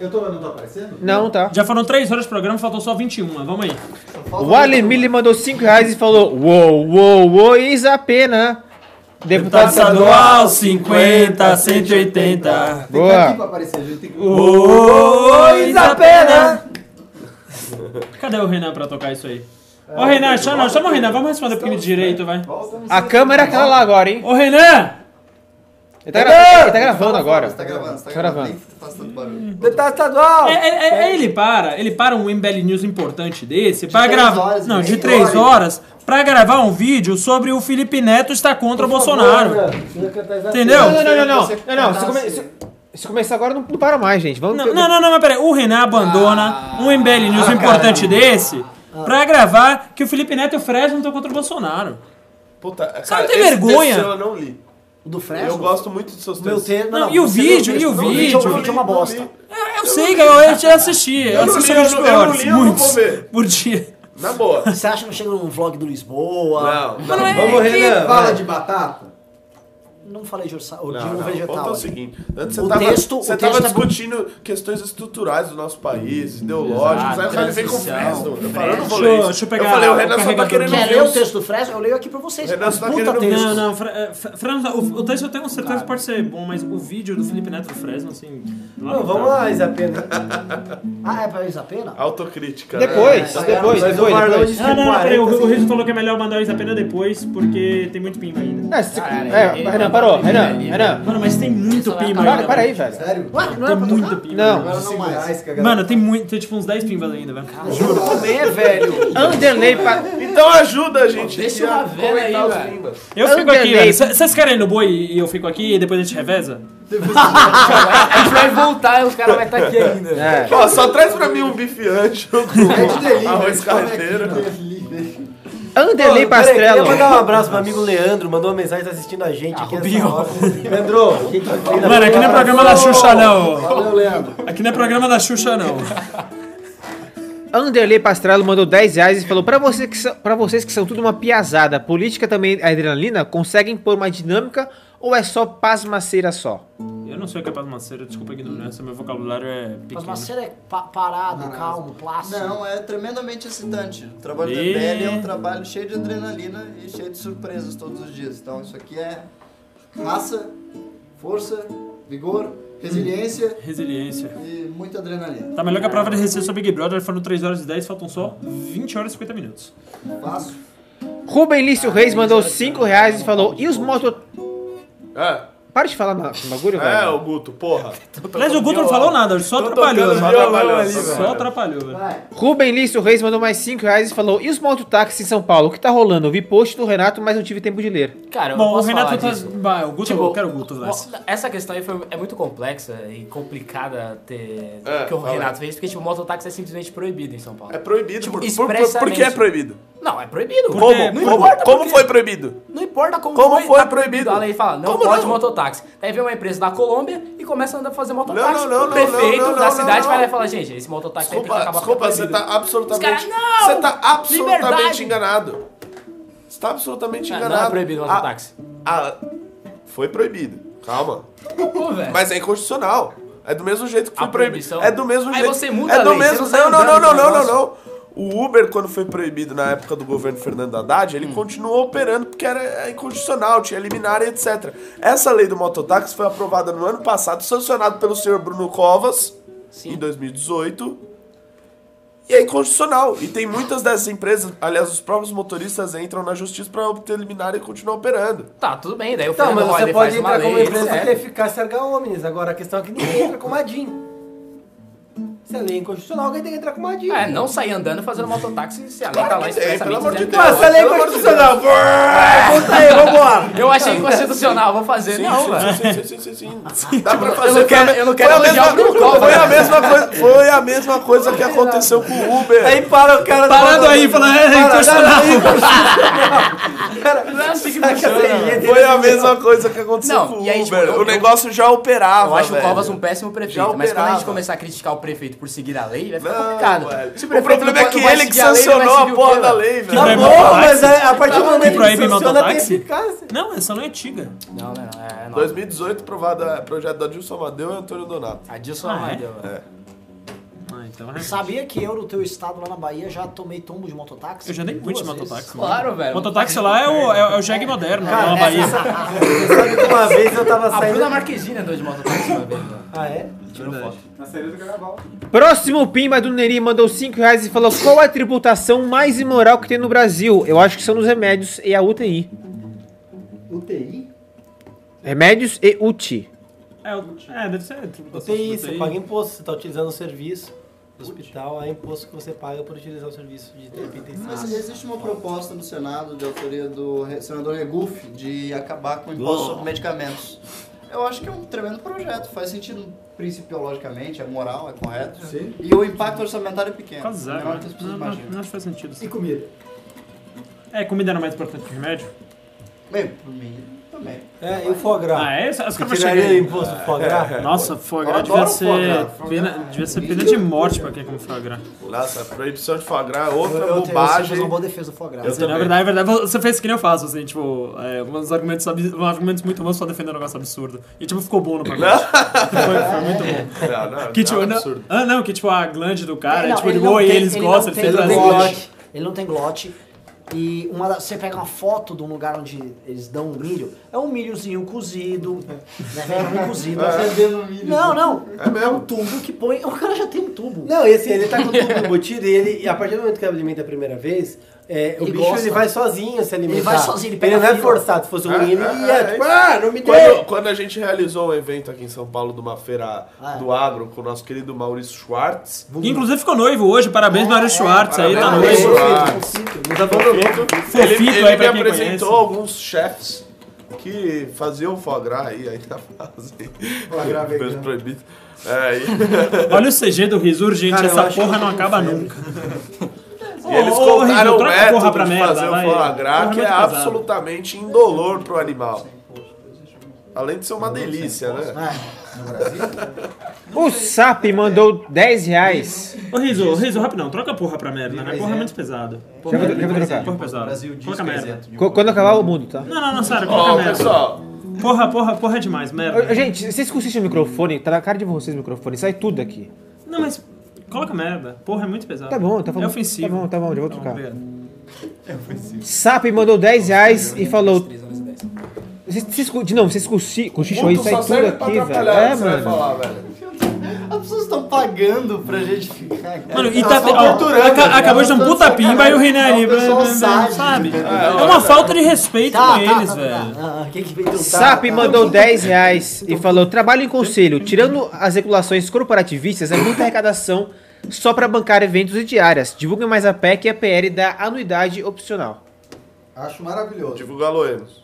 S7: Eu tô, não tô aparecendo?
S1: Não, tá.
S2: Já foram 3 horas de programa, faltou só 21. Vamos aí.
S1: O Allen Miller mandou 5 reais e falou: Uou, uou, uou, isso é a pena. Deputado Tá estadual.
S2: 50, 180.
S7: Tem que
S1: Boa.
S7: ir aqui pra aparecer, a gente tem que...
S2: Pois
S12: a pena.
S2: Cadê o Renan pra tocar isso aí? Ô Renan, chama, chama o Renan, vamos responder um pouquinho de direito, vai.
S1: A câmera é aquela lá agora, hein?
S2: Ô Renan!
S1: Ele tá, gra- ele tá gravando agora. Tá
S10: gravando, você tá
S1: gravando.
S10: Faz tanto barulho.
S12: Deputado estadual.
S2: É, é- é- ele para, ele para um MBL News importante desse pra
S10: três
S2: gravar.
S10: horas,
S2: Não, de
S10: três
S2: 3
S10: horas.
S2: horas pra gravar um vídeo sobre o Felipe Neto estar contra o Bolsonaro. Entendeu?
S1: Não, não, não, não, não. Não,
S12: tá
S4: é
S1: não, Se, come- se- se começar agora, não, não para mais, gente. Vamos. Ah,
S2: Não, não, não, não, mas peraí. O Renan abandona um MBL News importante desse pra gravar que o Felipe Neto e o Fresno estão contra o Bolsonaro.
S4: Puta, cara,
S2: não tem
S4: esse
S2: vergonha?
S4: texto Eu não li.
S12: O do Fresno?
S4: Eu gosto muito dos seus
S12: Meu
S4: textos.
S12: te-
S2: Não, e o
S12: você
S2: vídeo,
S12: leu
S2: e o
S12: texto? Não,
S2: vídeo.
S12: O vídeo é uma bosta.
S2: Eu sei,
S12: é
S2: cara, eu já assisti. Eu,
S4: Eu não
S2: assisto
S4: li, eu
S2: vídeos
S4: não- eu não
S2: piores,
S4: li, eu não
S2: muitos,
S4: vou ver.
S2: por dia.
S4: Na boa.
S5: Você acha que não chega num vlog do Lisboa?
S4: Não, não.
S2: não é
S12: Vamos, Renan.
S7: Fala
S12: vai.
S7: de batata.
S5: Não, falei jorça- ou de
S4: Não,
S5: um
S4: não, o ponto é
S5: vegetal.
S4: o seguinte, antes
S5: O
S4: você tava,
S5: texto-
S4: você
S5: o
S4: tava
S5: texto é bom.
S4: discutindo questões estruturais do nosso país, ideológicas, aí o cara vem com
S10: transição,
S4: Fresno, eu falei, eu não vou
S2: Deixa eu-
S4: ler isso.
S2: deixa eu pegar
S4: eu falei,
S2: o
S4: o Renan só tá
S2: carregador.
S4: querendo
S5: Quer
S4: ver
S5: ler o
S4: os-
S5: texto do Fresno? Eu leio aqui pra vocês.
S4: Renan, você tá
S5: Puta
S4: querendo
S5: texto.
S2: Não, não, Fre- eh, Fre- Fresno, o, o texto eu tenho certeza que pode ser bom, mas o vídeo do Felipe Neto e Fresno, assim.
S12: Não, vamos lá, Isapena.
S5: Ah, é pra eles a pena?
S4: Autocrítica.
S1: Depois,
S4: né?
S1: depois,
S12: Mas o
S1: depois,
S12: Marlon
S1: depois.
S12: disse
S2: Ah,
S12: que
S2: não, não, peraí, o,
S12: 40,
S2: o
S12: assim,
S2: Rizzo falou que é melhor mandar o Isapena depois, porque tem muito pimba ainda.
S1: É, se- é, Renan, parou. Renan, Renan.
S2: Mano, mas tem muito pimba ainda.
S1: Para, para aí, velho.
S7: Sério?
S5: Ué, não é
S2: Tem
S5: pra
S2: muito pimba.
S1: Não.
S7: Não mais.
S2: Mano, tem muito, tem tipo uns 10 pimbas ainda, velho.
S1: Anderley. Pa-
S4: Então ajuda a gente.
S9: Deixa
S4: aqui a
S9: uma vela aí,
S4: comentar os
S9: velho.
S4: limbas.
S2: Eu fico
S1: Anderley.
S2: aqui, velho. C- Vocês querem ir no boi e eu fico aqui e depois a gente reveza?
S9: A gente vai tá voltar e os caras vão estar aqui ainda.
S1: É.
S4: Ó, só traz pra mim um bife ancho com arroz
S2: é
S10: é
S4: carreteiro.
S1: Anderley
S12: Pô, peraí,
S1: Pastrello.
S12: Queria mandar um abraço pro amigo Leandro, mandou uma mensagem, tá assistindo a gente aqui. essa hora. Leandro, o que que você tem na
S2: Mano, aqui não é
S12: sua-
S2: programa da Xuxa, não.
S12: Valeu, Leandro.
S2: Aqui não é programa da Xuxa, não.
S17: Anderley Pastrello mandou 10 reais e falou: pra, você que são- pra vocês que são tudo uma piazada, política também é adrenalina, conseguem pôr uma dinâmica ou é só pasmaceira só?
S2: Eu não sei o que é pasmaceira, desculpa a ignorância, meu vocabulário é pequeno.
S5: Mas Maceira é pa- parado, calmo, plástico.
S10: Não, é tremendamente excitante. O trabalho da
S2: E-
S10: pele é um trabalho cheio de adrenalina e cheio de surpresas todos os dias. Então isso aqui é raça, força, vigor, resiliência
S2: Resiliência.
S10: e muita adrenalina.
S2: Tá melhor que a prova de receita sobre Big Brother, foram 3 horas e 10, faltam só 20 horas e 50 minutos.
S10: Fácil.
S17: Ruben Lício Reis mandou 5 reais e falou: e os moto. Para de falar na- no bagulho, velho.
S4: É, o Guto, porra.
S2: Aliás, o Guto não falou nada, ele só atrapalhou.
S17: tocando
S2: Só
S17: violão
S2: atrapalhou
S17: ali,
S2: ali, Só
S17: velho.
S2: atrapalhou, velho.
S17: Ruben Lício Reis mandou mais 5 reais e falou: E os mototáxis em São Paulo? O que tá rolando? Eu vi post do Renato, mas não tive tempo de ler.
S3: Cara, eu
S2: Bom, o
S3: posso
S2: Renato
S3: falar
S2: tá.
S3: disso.
S2: Bah, o Guto,
S3: Tipo,
S2: eu quero o Guto nessa.
S3: Essa questão aí foi, é muito complexa e complicada ter,
S4: É,
S3: que o
S4: fala
S3: Renato
S4: aí.
S3: fez, porque tipo, mototáxi é simplesmente proibido em São Paulo.
S4: É proibido.
S3: Tipo,
S4: por, por- por-
S3: expressamente.
S4: por que é proibido?
S3: Não, é proibido.
S4: Como?
S3: Porque- Não
S4: Como,
S3: importa
S4: como
S3: porque-
S4: foi proibido?
S3: Não importa como,
S4: Como foi
S3: tá
S4: proibido?
S3: A lei fala, não
S4: Como
S3: pode
S4: não?
S3: mototáxi. Daí vem uma empresa da Colômbia e começa a andar fazer mototáxi.
S4: Não, não, não,
S3: o
S4: não,
S3: prefeito
S4: não, não,
S3: da
S4: não,
S3: cidade
S4: não.
S3: vai lá e fala, gente, esse mototáxi aí tem que
S4: Desculpa,
S3: acabar
S4: desculpa,
S3: porque é
S4: você
S3: proibido."
S4: tá absolutamente.
S3: Os caras, não!
S4: Você tá absolutamente
S3: Liberdade!
S4: enganado. Você tá absolutamente
S3: Ah, não é
S4: enganado.
S3: proibido o
S4: A-
S3: mototáxi.
S4: a- Foi proibido. Calma.
S3: Pô, velho.
S4: Mas é inconstitucional. É do mesmo jeito que foi proibido.
S3: proibição.
S4: É do mesmo
S3: Aí
S4: jeito.
S3: você muda
S4: é
S3: a
S4: do
S3: lei, você
S4: mesmo.
S3: não sai
S4: Não, não, não,
S3: andando
S4: não,
S3: com o
S4: não, não,
S3: negócio.
S4: O Uber, quando foi proibido na época do governo Fernando Haddad,
S3: Hum.
S4: ele continuou operando porque era é, inconstitucional, tinha liminar e etc. Essa lei do mototáxi foi aprovada no ano passado, sancionada pelo senhor Bruno Covas, em 2018. E é inconstitucional. E tem muitas dessas empresas, aliás, os próprios motoristas entram na justiça para obter liminar e continuar operando.
S3: Tá, tudo bem, daí o
S12: Então, mas
S3: Fernando
S12: você
S3: Holliday
S12: pode
S3: faz
S12: entrar
S3: uma
S12: como
S3: lei, né?
S12: empresa
S3: etc.
S12: que eficácia erga homens. Agora a questão é que ninguém entra com madinho. Se a lei é inconstitucional, alguém tem que entrar com madinho.
S3: É, não sair andando fazendo mototáxi se a lei tá lá
S12: que tem, pelo
S3: expressamente
S12: amor de
S3: dizendo que
S12: Deus,
S3: não.
S12: Mas a lei é pelo amor de constitucional. Deus. Vai, conta aí, vambora.
S3: Eu achei inconstitucional, vou fazer.
S4: Sim,
S3: não,
S4: sim,
S3: velho.
S4: sim, sim, sim, sim, sim, sim. Dá pra fazer.
S3: Eu não quero- eu não quero
S4: foi a
S3: elogiar o
S4: mesma,
S3: Bruno Covas.
S4: foi a mesma coisa, foi a mesma coisa que aconteceu com o Uber.
S12: Aí para o cara
S2: Parado aí, falando, é inconstitucional.
S3: Não é assim que funciona.
S4: Foi a mesma coisa que aconteceu
S3: Não,
S4: com o
S3: e
S4: Uber.
S3: aí, tipo, eu-
S4: o negócio já operava.
S3: Eu acho o
S4: velho.
S3: Covas um péssimo
S4: Já
S3: prefeito, mas quando a gente
S4: operava.
S3: começar a criticar o prefeito por seguir a lei, vai ficar
S4: Não,
S3: complicado.
S4: velho.
S3: Se
S4: O
S3: prefeito
S4: problema
S3: não
S4: é que
S3: vai
S4: ele que
S3: seguir a lei,
S4: sancionou
S3: vai
S4: a
S3: seguir o
S4: porra
S3: quê,
S4: da
S3: velho?
S4: lei,
S2: Que
S4: velho.
S2: proíbe
S12: bom,
S2: mototáxi.
S12: mas é- a partir do momento
S2: que
S12: que
S2: proíbe
S12: sanciona, tem
S2: mototáxi.
S12: eficácia.
S2: Não, essa não é antiga.
S3: Não, não, não, é nova.
S4: 2018, aprovado projeto da Dilson Amadeu e Antônio Donato.
S3: Adilson
S2: Ah, é?
S3: Amadeu.
S4: É.
S2: Ah, então
S12: é
S5: Sabia que eu, no teu estado, lá na Bahia, já tomei tombo de mototáxi?
S2: Eu já dei muito de
S5: Duas
S2: mototáxi.
S5: vezes.
S2: mano.
S3: Claro, velho.
S2: Mototáxi lá é o, é, o- é o jegue moderno,
S12: Cara,
S2: lá na Bahia.
S12: Você sabe que uma vez eu tava
S3: A
S12: saindo...
S3: Bruna Marquezine andou de mototáxi uma vez, mano.
S12: Ah, é?
S3: Tirou foto.
S24: Na saída do carnaval.
S17: Próximo Pimba do Neri mandou 5 reais e falou: Qual a tributação mais imoral que tem no Brasil? Eu acho que são nos remédios e a UTI.
S5: UTI?
S17: Remédios e UTI.
S2: É, o- é, deve ser. tributação
S12: UTI, você
S2: sobre
S12: paga imposto, você tá utilizando o serviço do hospital, é imposto que você paga por utilizar o serviço de
S10: Mas
S5: é
S12: repente
S10: existe uma proposta no Senado, de autoria do re- senador Regufe, de acabar com o imposto sobre medicamentos. Eu acho que é um tremendo projeto, faz sentido principiologicamente, é moral, é correto.
S15: Sim.
S10: E o impacto orçamentário é pequeno.
S2: Quase zero.
S10: menor do que as
S2: né? Não,
S10: pessoas
S2: não,
S10: imaginam.
S2: não acho que faz sentido.
S15: E comida?
S2: É, comida era mais importante que remédio?
S10: Bem, por mim, também.
S12: É, e o foie gras?
S2: Ah, é? Os caras vão
S12: Tiraria
S2: chegar.
S12: o imposto do foie gras?
S2: Nossa, foie
S4: Eu
S2: gras devia
S4: adoro foie
S2: ser,
S4: gras.
S2: pena, devia ser pena de morte pra quem come foie gras.
S4: Nossa, a proibição de foie gras é outra
S5: Eu, eu, eu sei
S4: bobagem.
S5: fazer uma boa defesa do foie gras.
S4: Eu
S2: Assim, na
S4: também.
S2: verdade, na verdade, você fez que nem eu faço, assim, tipo, é, uns argumentos, abs- uns argumentos muito bons só defendendo um negócio absurdo. E, tipo, ficou bom no pacote. foi, foi muito bom.
S4: Não, não,
S2: Que,
S4: não,
S2: tipo,
S4: é um
S2: não-
S4: absurdo.
S2: ah, não, que, tipo, a glande do cara,
S5: não,
S2: é, tipo, ele,
S5: não
S2: oi,
S5: tem-
S2: eles
S5: ele
S2: gostam,
S5: não
S2: ele
S5: tem-
S2: fez
S5: ele não tem
S2: brasileiro.
S5: glote. Ele não tem glote. E uma da- você pega uma foto de um lugar onde eles dão um milho, é um milhozinho cozido, né? Vem um cozido.
S7: É.
S5: Não, não. É, um tubo que põe. O cara já tem um tubo.
S12: Não, e assim, ele tá com tudo embutido e ele, e a partir do momento que ele alimenta a primeira vez, é, o
S5: Ele
S12: bicho
S5: gosta.
S12: ele vai sozinho se alimentar.
S5: Ele vai sozinho, ele pega
S12: não
S5: a
S12: é
S5: fila.
S12: forçado, se fosse ruim, ele ia,
S5: é
S12: tipo, ah, não me deu.
S4: é, Quando, quando a gente realizou um evento aqui em São Paulo de uma feira
S5: Ah, é.
S4: do agro com o nosso querido Maurício Schwartz.
S2: Que, Inclusive ficou noivo hoje,
S5: É,
S2: parabéns, Mário Schwartz, aí, tá
S4: parabéns,
S2: noivo.
S4: Schwartz.
S12: é
S4: Ele,
S2: tá Fofito
S4: ele
S2: aí
S4: me
S2: pra quem
S4: apresentou
S2: conhece.
S4: alguns chefs que faziam foie gras aí, ainda fazem.
S15: Foie gras vegano.
S4: Meus proibidos. É, e-
S2: Olha o CG do Riz, urgente,
S15: Cara, eu
S2: essa
S15: acho que
S2: porra
S15: eu tô
S2: não
S15: com
S2: acaba
S15: febre.
S2: nunca.
S4: E eles
S2: Ô, ô,
S4: contaram
S2: Rizzo,
S4: o
S2: troca a
S4: método
S2: porra pra
S4: de
S2: merda,
S4: fazer o
S2: vai.
S4: foie gras, é
S2: Porra, é
S4: que é
S2: muito pesado.
S4: absolutamente indolor pro animal.
S25: Além de ser uma delícia, né?
S7: No Brasil?
S1: O SAP mandou 10 reais.
S2: Ô, Riso, Riso, rapidão, troca a porra pra merda, né? Porra é muito pesada. Porra,
S1: vou- já vou
S2: porra
S1: trocar.
S2: pesada.
S1: Brasil diz
S2: Coloca
S1: que é
S2: merda.
S1: Qu- Quando acabar o mundo, tá?
S2: Não, não, não, sério,
S1: Ó,
S2: coloca merda.
S1: pessoal.
S2: Porra, porra, porra é demais, merda.
S1: Ô, Gente, vocês consistem o microfone, tá na cara de vocês o microfone, sai tudo aqui.
S2: Não, mas coloca merda. Porra é muito pesada.
S1: Tá bom, tá bom.
S2: É ofensivo.
S1: Tá bom, tá bom, já vou
S2: Tá
S1: trocar.
S2: obrigado.
S1: SAP mandou 10 reais e falou. Vocês, vocês, cu- de novo, vocês cursi- cochicham aí,
S25: Mundo
S1: sai
S25: só
S1: tudo
S25: serve pra
S1: aqui, velho.
S25: atrapalhar,
S1: É,
S25: você vai falar,
S1: mano.
S25: velho.
S10: As pessoas estão pagando pra gente ficar. cara.
S9: É,
S2: Mano, e
S10: Elas
S2: tá,
S10: tão
S2: ó,
S10: torturando,
S2: aca-
S10: cara.
S2: acabou de dar um
S10: Elas tão
S2: puta pimba e o René
S9: um
S2: ali,
S10: sacanagem,
S2: né?
S10: o pessoal
S2: blá, blá, blá,
S10: sabe.
S2: sabe?
S10: É,
S2: É uma falta de respeito com
S5: tá,
S2: eles, velho.
S5: Ah,
S1: SAP mandou 10 reais e falou: trabalho em conselho, tirando as regulações corporativistas, é muita arrecadação só pra bancar eventos e diárias. Divulguem mais a PEC e a PL da anuidade opcional.
S7: Acho maravilhoso.
S25: Divulga Loenos.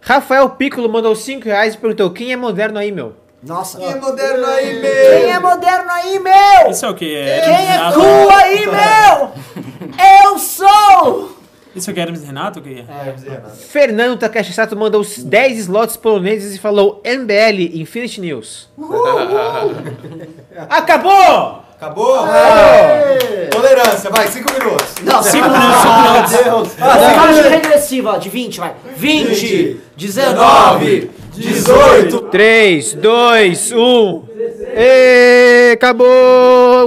S1: Rafael Piccolo mandou 5 reais e perguntou: quem é moderno aí, meu?
S5: Nossa.
S7: Quem é moderno aí, meu?
S9: Quem é moderno aí, meu?
S2: Isso é o que?
S9: Quem é cool aí, meu? Eu sou!
S2: Isso é o Guilherme Renato? O que é?
S7: É, Renato.
S1: Fernando Takeshi Sato mandou os 10 slots poloneses e falou MBL Infinity News. Acabou!
S7: Acabou? Tolerância, vai, 5 minutos.
S5: Não,
S7: Cinco
S5: cinco
S7: minutos.
S5: minutos, cinco
S7: Meu Deus.
S5: minutos. Ah, você fala de regressiva, de 20, vai. 20, 19,
S1: 18. 3, 2, 1. Ê, acabou!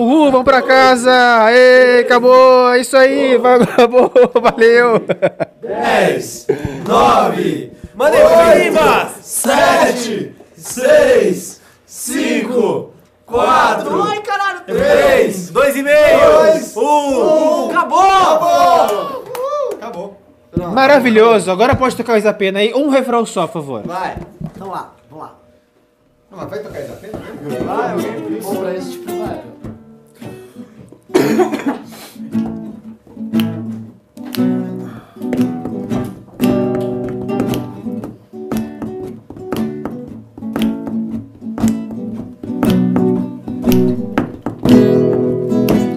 S1: Uhul, vamos pra casa! Ê, acabou! É isso aí! vai- Acabou! Valeu!
S4: 10, 9,
S1: Mandei
S4: Oito, sete, seis, cinco, quatro,
S9: Ai, caralho!
S4: três,
S1: dois e
S4: meio,
S9: um.
S4: um,
S9: Acabou!
S4: acabou!
S1: Maravilhoso! Agora pode tocar o Isapena aí. Um refrão só, por favor.
S5: Vai. Então lá, vamos lá.
S7: Não, mas vai tocar isso apenas?
S5: Vai, eu vou pra esse tipo, vai.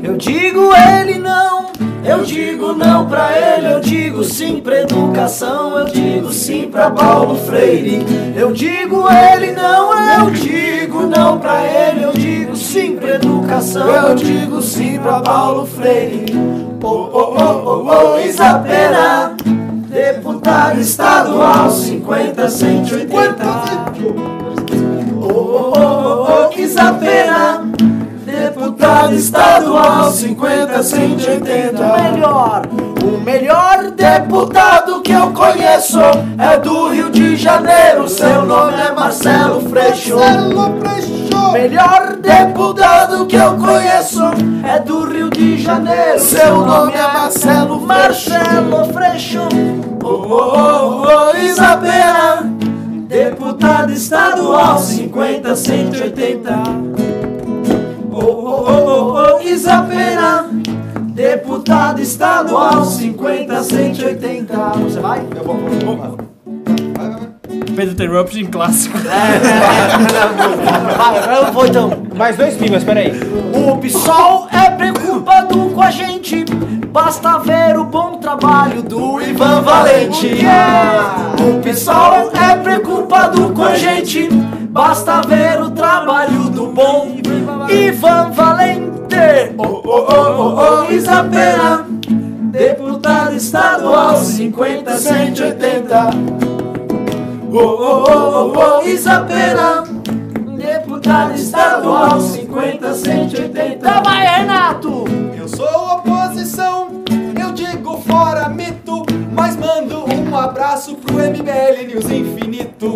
S9: Eu digo ele não, eu digo não pra ele, eu digo sim pra educação, eu digo sim pra Paulo Freire. Eu digo ele não, eu digo não pra ele, eu digo sim pra educação, eu digo sim pra Paulo Freire. Oh, oh, oh, oh, oh, Isabela, deputado estadual 50, 180. Oh, oh, oh, oh, oh, Isabela. Deputado estadual 50, 180 Melhor, o melhor deputado que eu conheço É do Rio de Janeiro, seu nome é Marcelo Freixo Marcelo Freixo Melhor deputado que eu conheço É do Rio de Janeiro, seu nome é Marcelo Marcelo Freixo Oh, oh, oh, oh Isabela Deputado estadual 50, 180 oh, oh, oh, Isabela, deputado estadual 50, 180. Você vai? Eu vou.
S2: Pedro Interruption clássico.
S9: Vai, eu vou então.
S1: Mais dois pimas, peraí.
S9: O PSOL é preocupado com a gente. Basta ver o bom trabalho do Ivan Valente. O PSOL é preocupado com a gente. Basta ver o trabalho do bom Ivan Valente. Oh, oh, oh, oh, oh Isabela. Deputado estadual 50, 180. Oh, oh, oh, oh, oh Isabela. Deputado estadual 50, 180. Vai, Renato!
S7: Eu sou oposição, eu digo fora mito, mas mando um abraço pro MBL News Infinito.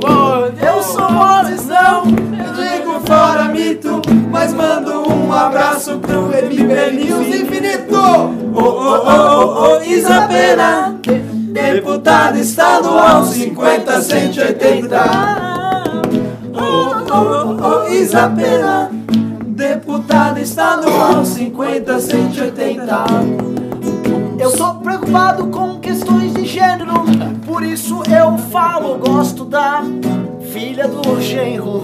S9: Eu sou oposição, eu digo fora mito, mas mando um abraço pro MBL News Infinito. Oh, oh, oh, oh, oh Isabela, deputado estadual 50, 180. Oh, oh, oh, oh Isabela, deputado estadual 50, 180. Eu sou preocupado com questões de gênero, por isso eu falo, gosto da filha do genro.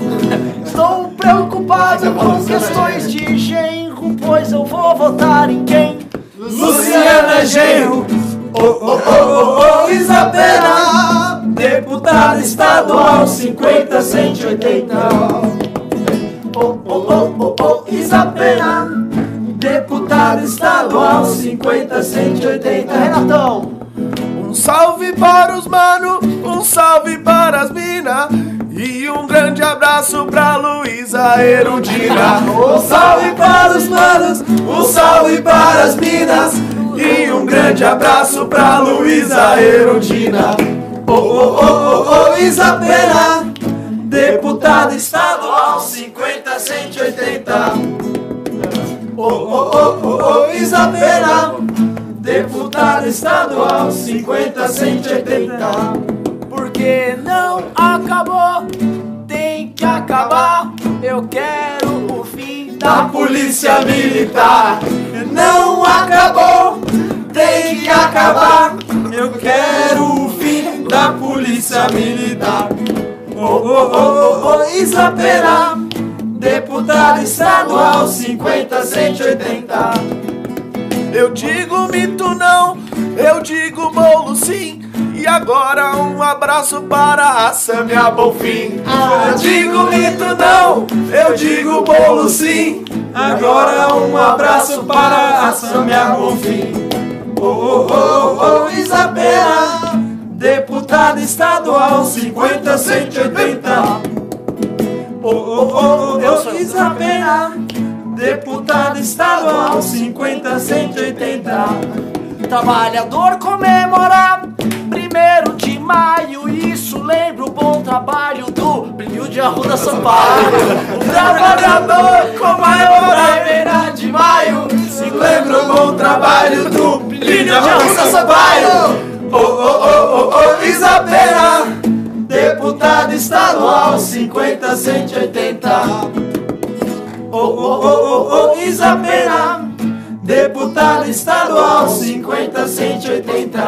S9: Estou preocupado com questões de genro, pois eu vou votar em quem?
S7: Luciana Genro.
S9: Oh, oh, oh, oh, oh Isabela, deputado estadual 50, 180 Oh, oh, oh, oh, oh, Isapena Deputado estadual 50, 180 Renatão
S26: Um salve para os mano, um salve para as mina E um grande abraço pra Luísa Erundina
S9: Um salve para os manos,
S26: um salve para as minas E um grande abraço pra Luísa Erundina
S9: Oh, oh, oh, oh, oh Isapena Deputado estadual 50, 180 Oh, oh, oh, oh, oh Isapena Deputado estadual 50, 180
S27: Porque não acabou, tem que acabar. Eu quero o fim
S9: da Polícia Militar Não acabou, tem que acabar Eu quero o fim da Polícia Militar Oh, oh, oh, oh, oh Isapena Deputado estadual 50, 180
S26: Eu digo mito não, eu digo bolo sim. E agora um abraço para a Samia Bonfim.
S9: Eu digo mito não, eu digo bolo sim. Agora um abraço para a Samia Bonfim. Oh, oh, oh, oh, Isabela, deputada estadual 50, 180. Oh, oh, oh, oh, eu Isabela, deputada estadual 50, 180.
S27: Trabalhador comemora primeiro de maio. Isso lembra o bom trabalho do Brilho de Arruda Sampaio.
S9: O trabalhador comemora primeiro de maio. Se lembra o bom trabalho do Brilho de Arruda Sampaio. Oh, oh, oh, oh, oh, Isabela, deputado estadual 50, 180. Oh, oh, oh, oh, oh, Isabela. Deputado estadual 50, 180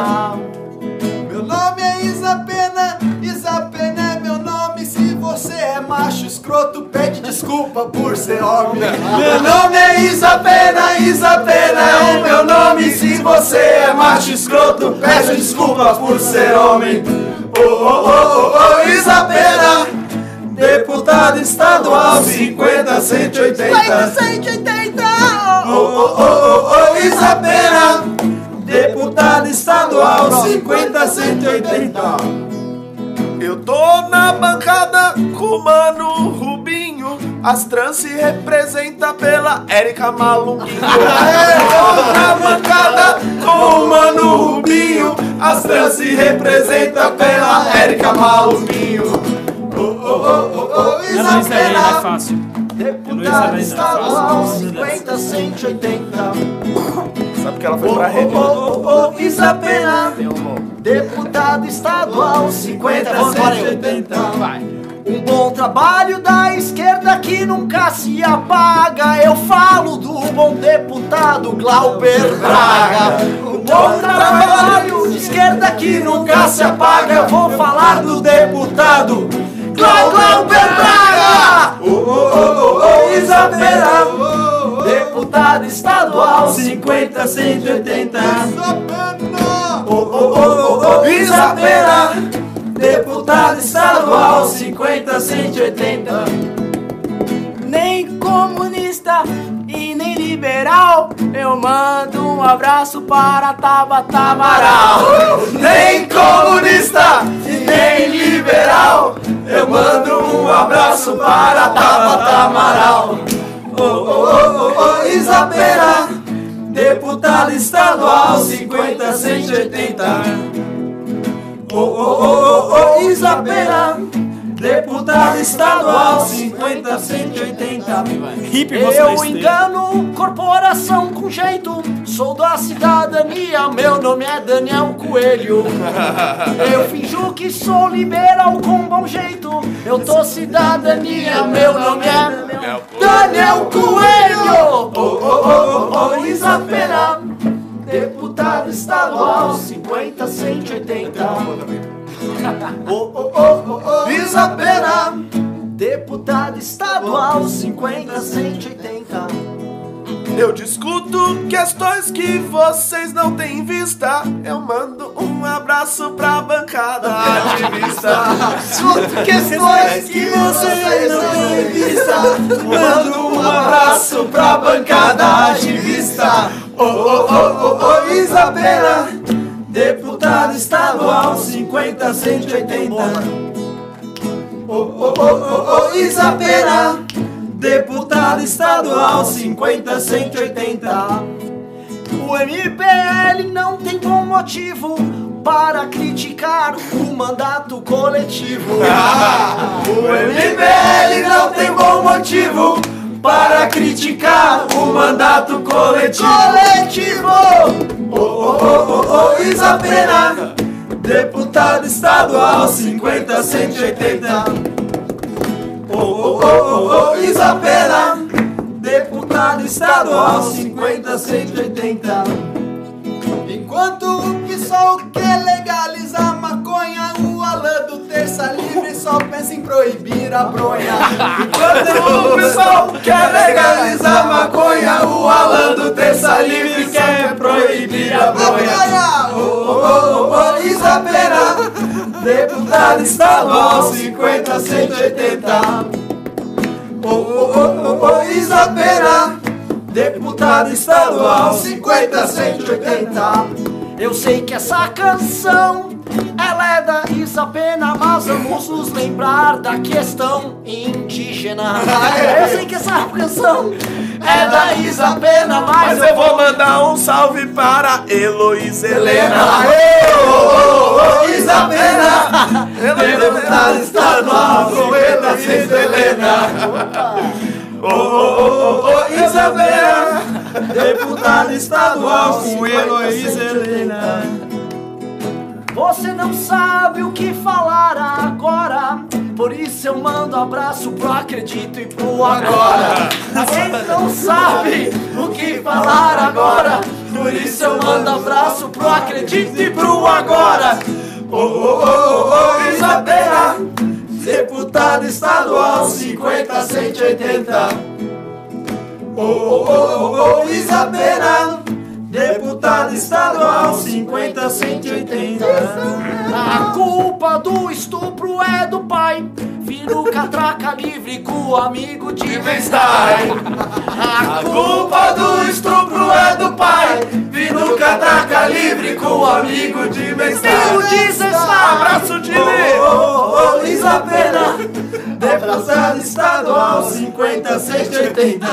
S28: Meu nome é Isapena, Isapena é meu nome Se você é macho escroto, pede desculpa por ser homem
S9: Meu nome é Isapena, Isapena é meu nome Se você é macho escroto, peço desculpa por ser homem Oh, oh, oh, oh, oh Isapena Deputado estadual 50, 180
S28: 180
S9: Oh, oh, oh, oh, oh, Isabela, deputada estadual 50, 180.
S26: Eu tô na bancada com o mano Rubinho. As trans se representa pela Érica
S4: é
S26: Malunguinho. Eu tô na bancada com o mano Rubinho.
S9: As trans se representa pela Érica Malunguinho. Oh, oh, oh, oh, oh,
S2: Ela não está aí, não é
S9: Isabela.
S2: fácil.
S9: Deputado estadual 50, 180.
S4: Sabe que ela foi pra
S9: Oh,
S4: rede.
S9: oh, oh, Isabela, deputado estadual 50,
S27: Vamos embora, eu.
S9: 180.
S27: Um bom trabalho da esquerda que nunca se apaga. Eu falo do bom deputado Glauber Braga.
S9: Um bom trabalho de esquerda que nunca se apaga. Eu vou falar do deputado Glau- Glauber Braga. Oh, oh, oh, oh, oh Isabela, deputado estadual 50, 180. Oh, oh, oh, oh, oh Isabela, deputado estadual 50, 180.
S27: Nem comunista e nem liberal. Eu mando um abraço para Tabata Amaral.
S9: Nem comunista e nem liberal. Eu mando um abraço para Tabata Amaral. Oh, oh, oh, oh, oh Isabela, deputado estadual 50, 180. Oh, oh, oh, oh, oh Isabela, deputado estadual 50, 180.
S2: Hippie gosta
S5: é
S27: Eu
S2: desse daí.
S27: engano corporação com jeito. Sou da cidadania, meu nome é Daniel Coelho. Eu finjo que sou liberal com bom jeito. Eu tô cidadania, meu nome é Daniel Coelho.
S9: Oh, oh, oh, oh, oh Isabela, deputado estadual 50, 180. Oh, oh, oh, oh, oh Isabela, deputado estadual 50, 180.
S4: Eu discuto questões que vocês não têm em vista. Eu mando um abraço pra bancada ativista.
S9: Discuto questões que vocês não têm em vista. Mando um abraço pra bancada ativista. Ô, ô, ô, ô, ô, Isabela, deputado estadual 50, 180. Ô, ô, ô, ô, ô, Isabela, deputado estadual 50, 180.
S5: O MPL não tem bom motivo para criticar o mandato coletivo.
S9: Ah. O MBL não tem bom motivo para criticar o mandato coletivo. Coletivo! Ô, ô, ô, ô, ô, Isabela, deputado estadual 50, 180. Ô, ô, ô, ô, ô, Isabela, deputado estadual 50, 180.
S7: Enquanto o PSOL quer legalizar a maconha, o Alan do Terça Livre só pensa em proibir a bronha.
S9: Quando o pessoal quer legalizar a maconha, o Alan do Terça Livre quer proibir a bronha. Ô, ô, ô, ô, Isabela, deputado estadual 50, 180. Ô, ô, ô, ô, ô, Isabela, deputado estadual 50, 180.
S5: Eu sei que essa canção ela é da Isapena, mas vamos nos lembrar da questão indígena.
S9: É, Ah,
S5: Eu
S9: assim
S5: sei que essa canção é da Isapena, mas,
S4: Mas eu vou mandar um salve para Heloísa Helena.
S9: Aê, ô, ô, ô, Isabela, deputado estadual 50, 180. Ô, ô, ô, ô, ô, Isabela, deputado estadual 50, 180.
S5: Você não sabe o que falar agora. Por isso eu mando um abraço pro acredito e pro agora. Você não sabe o que falar agora. Por isso eu mando abraço pro acredito e pro agora.
S9: Ô, ô, ô, ô, Isabela, deputado estadual 50, 180. Ô, ô, ô, ô, ô, Isabela, deputado estadual 50, 180.
S5: A culpa do estupro é do pai. Filho catraca livre com o amigo de
S9: Wittgenstein. A culpa do estupro é do pai. Vi no catraca livre com o amigo de Oh, Menstar.
S5: Amigo de Menstar.
S9: Abraço de Ô, ô, ô, Isabela. Deputado estadual 50, 180.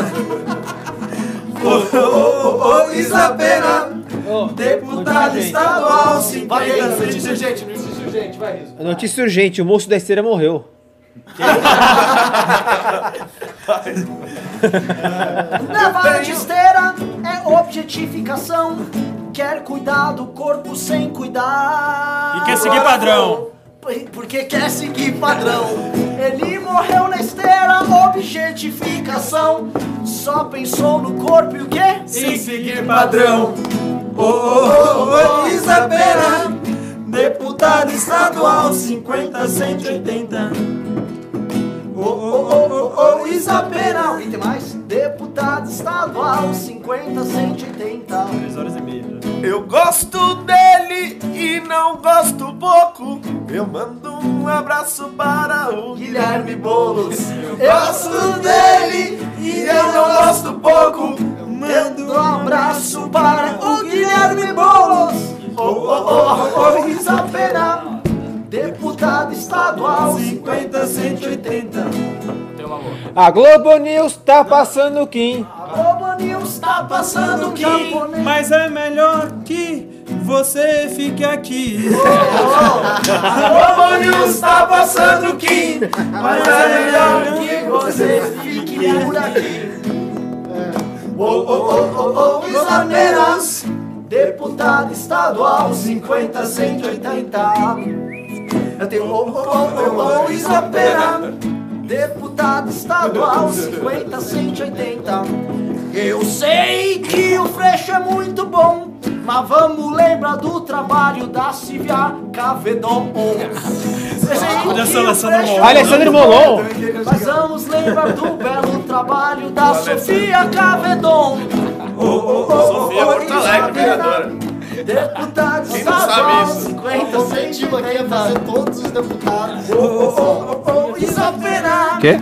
S9: Ô, ô, ô, ô, Isabela. Deputado estadual 50, 180.
S29: Gente, vai, Notícia urgente, o moço da esteira morreu.
S5: Levar de esteira é objetificação. Quer cuidar do corpo sem cuidar.
S12: E quer seguir padrão.
S5: Por- Porque quer seguir padrão. Ele morreu na esteira, objetificação. Só pensou no corpo e o quê?
S9: Sem seguir padrão. Ô, ô, ô, ô, Isabela, deputado estadual 50, 180. Ô, ô, ô, ô, ô, Isabela.
S5: E tem mais? Deputado estadual 50, 180. 3 horas e meia.
S2: né?
S4: Eu gosto dele e não gosto pouco. Eu mando um abraço para o um Guilherme Boulos. Eu
S9: Gosto dele e eu não gosto pouco. Mando um abraço para o Guilherme Boulos. Oh, Ô, ô, ô, ô, Isabela, oh, deputado estadual 50, 180.
S1: A Globo News tá passando o Kim.
S5: Globo News tá passando
S4: que
S5: japonês.
S12: Mas é melhor que você fique aqui.
S9: A Globo News tá passando Kim, mas é melhor que você fique por aqui. Ô, ô, ô, ô, ô, Isabela, deputado estadual 50, 180. Eu tenho ô, ô, ô, ô, ô, Isabela,
S5: Deputado estadual 50, 180. Eu sei que o freixo é muito bom, mas vamos lembrar do trabalho da Silvia Cavedon. Eu sei que
S12: Olha
S5: o
S12: só, Alessandro
S5: Freixo
S12: Molon. Alessandro
S5: é muito
S12: Molon.
S5: bom, Mas vamos lembrar do belo trabalho da Sofia Cavedon.
S4: Ô, ô, ô, Sofia Porto Alegre, vereadora.
S9: Deputados
S4: Quem não sabe isso?
S9: 50 centímetros aqui é fazer todos os deputados. Ô, ô, ô, ô, Isapena.
S3: Quê?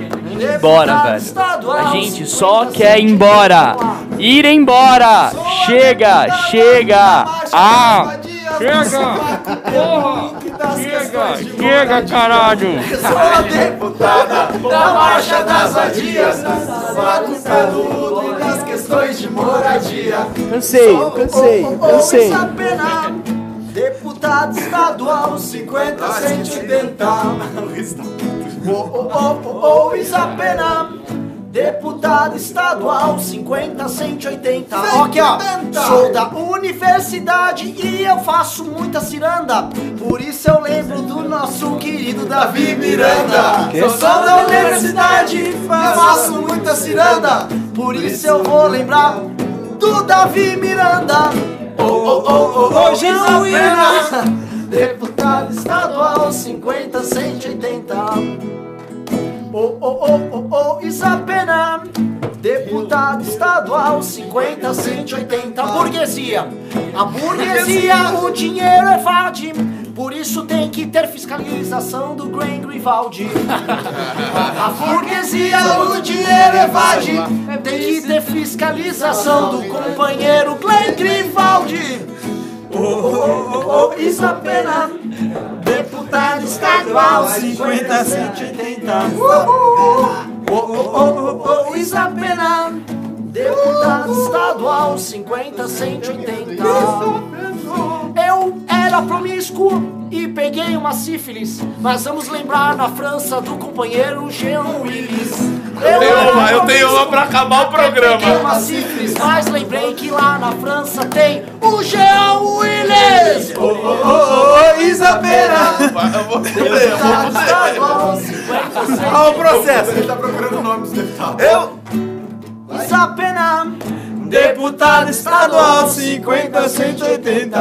S3: Bora, velho. A gente só quer ir embora. Ir embora. Chega, chega. Ah, chega.
S9: Porra! Chega!
S3: Chega, caralho.
S9: Sou a deputada da Marcha das Vadias, faculta do Lula e das questões de moradia.
S3: Cansei, eu cansei, eu cansei.
S9: Isapena, deputado estadual, 50 centidental. Ô, ô, ô, ô, Isapena. Deputado estadual 50 180 Aqui ó, sou da universidade e eu faço muita ciranda Por isso eu lembro do nosso querido Davi Miranda
S5: Quê?
S9: Eu sou da universidade e faço muita ciranda Por isso eu vou lembrar do Davi Miranda Ô, ô, ô, ô, ô, Isabela Deputado estadual 50 180 Ô, ô, ô, ô, ô, Isapena Deputado estadual 50, 180 Burguesia A burguesia, o dinheiro evade Por isso tem que ter fiscalização do Grand Grivaldi A burguesia, o dinheiro evade Tem que ter fiscalização do companheiro Glenn Grivaldi Ô, ô, ô, ô, Isapena Deputado estadual 50, 180 Ô, ô, ô, ô, Isapena Deputado estadual 50, 180 Eu era promíscuo e peguei uma sífilis Mas vamos lembrar na França do companheiro Jean Willis
S4: Eu tenho
S9: era
S4: uma, eu tenho uma
S9: promíscuo,
S4: pra acabar o
S9: Peguei é uma
S4: programa.
S9: sífilis, mas lembrei que lá na França tem o Jean Willis! Ô, ô,
S4: ô, ô, Isabela!
S9: Deputado estadual 50, 180
S4: Olha o processo.
S9: Ele tá procurando o nome dos deputados. Eu! Isapena,
S4: Deputado estadual 50, 180.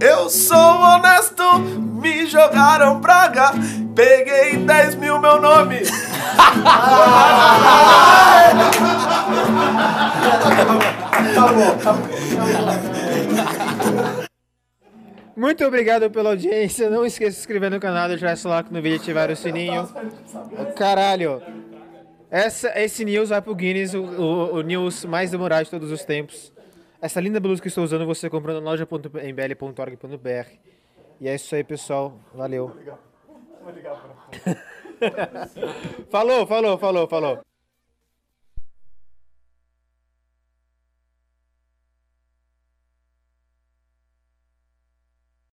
S4: Eu sou honesto, me jogaram praga. Peguei 10 mil, meu nome.
S1: Muito obrigado pela audiência. Não esqueça de se inscrever no canal, deixar esse like no vídeo, ativar o sininho. Caralho. Essa, esse news vai pro Guinness, o, o- o news mais demorado de todos os tempos. Essa linda blusa que estou usando, você comprando na loja.mbl.org.br. E é isso aí, pessoal. Valeu. Falou, falou, falou, falou.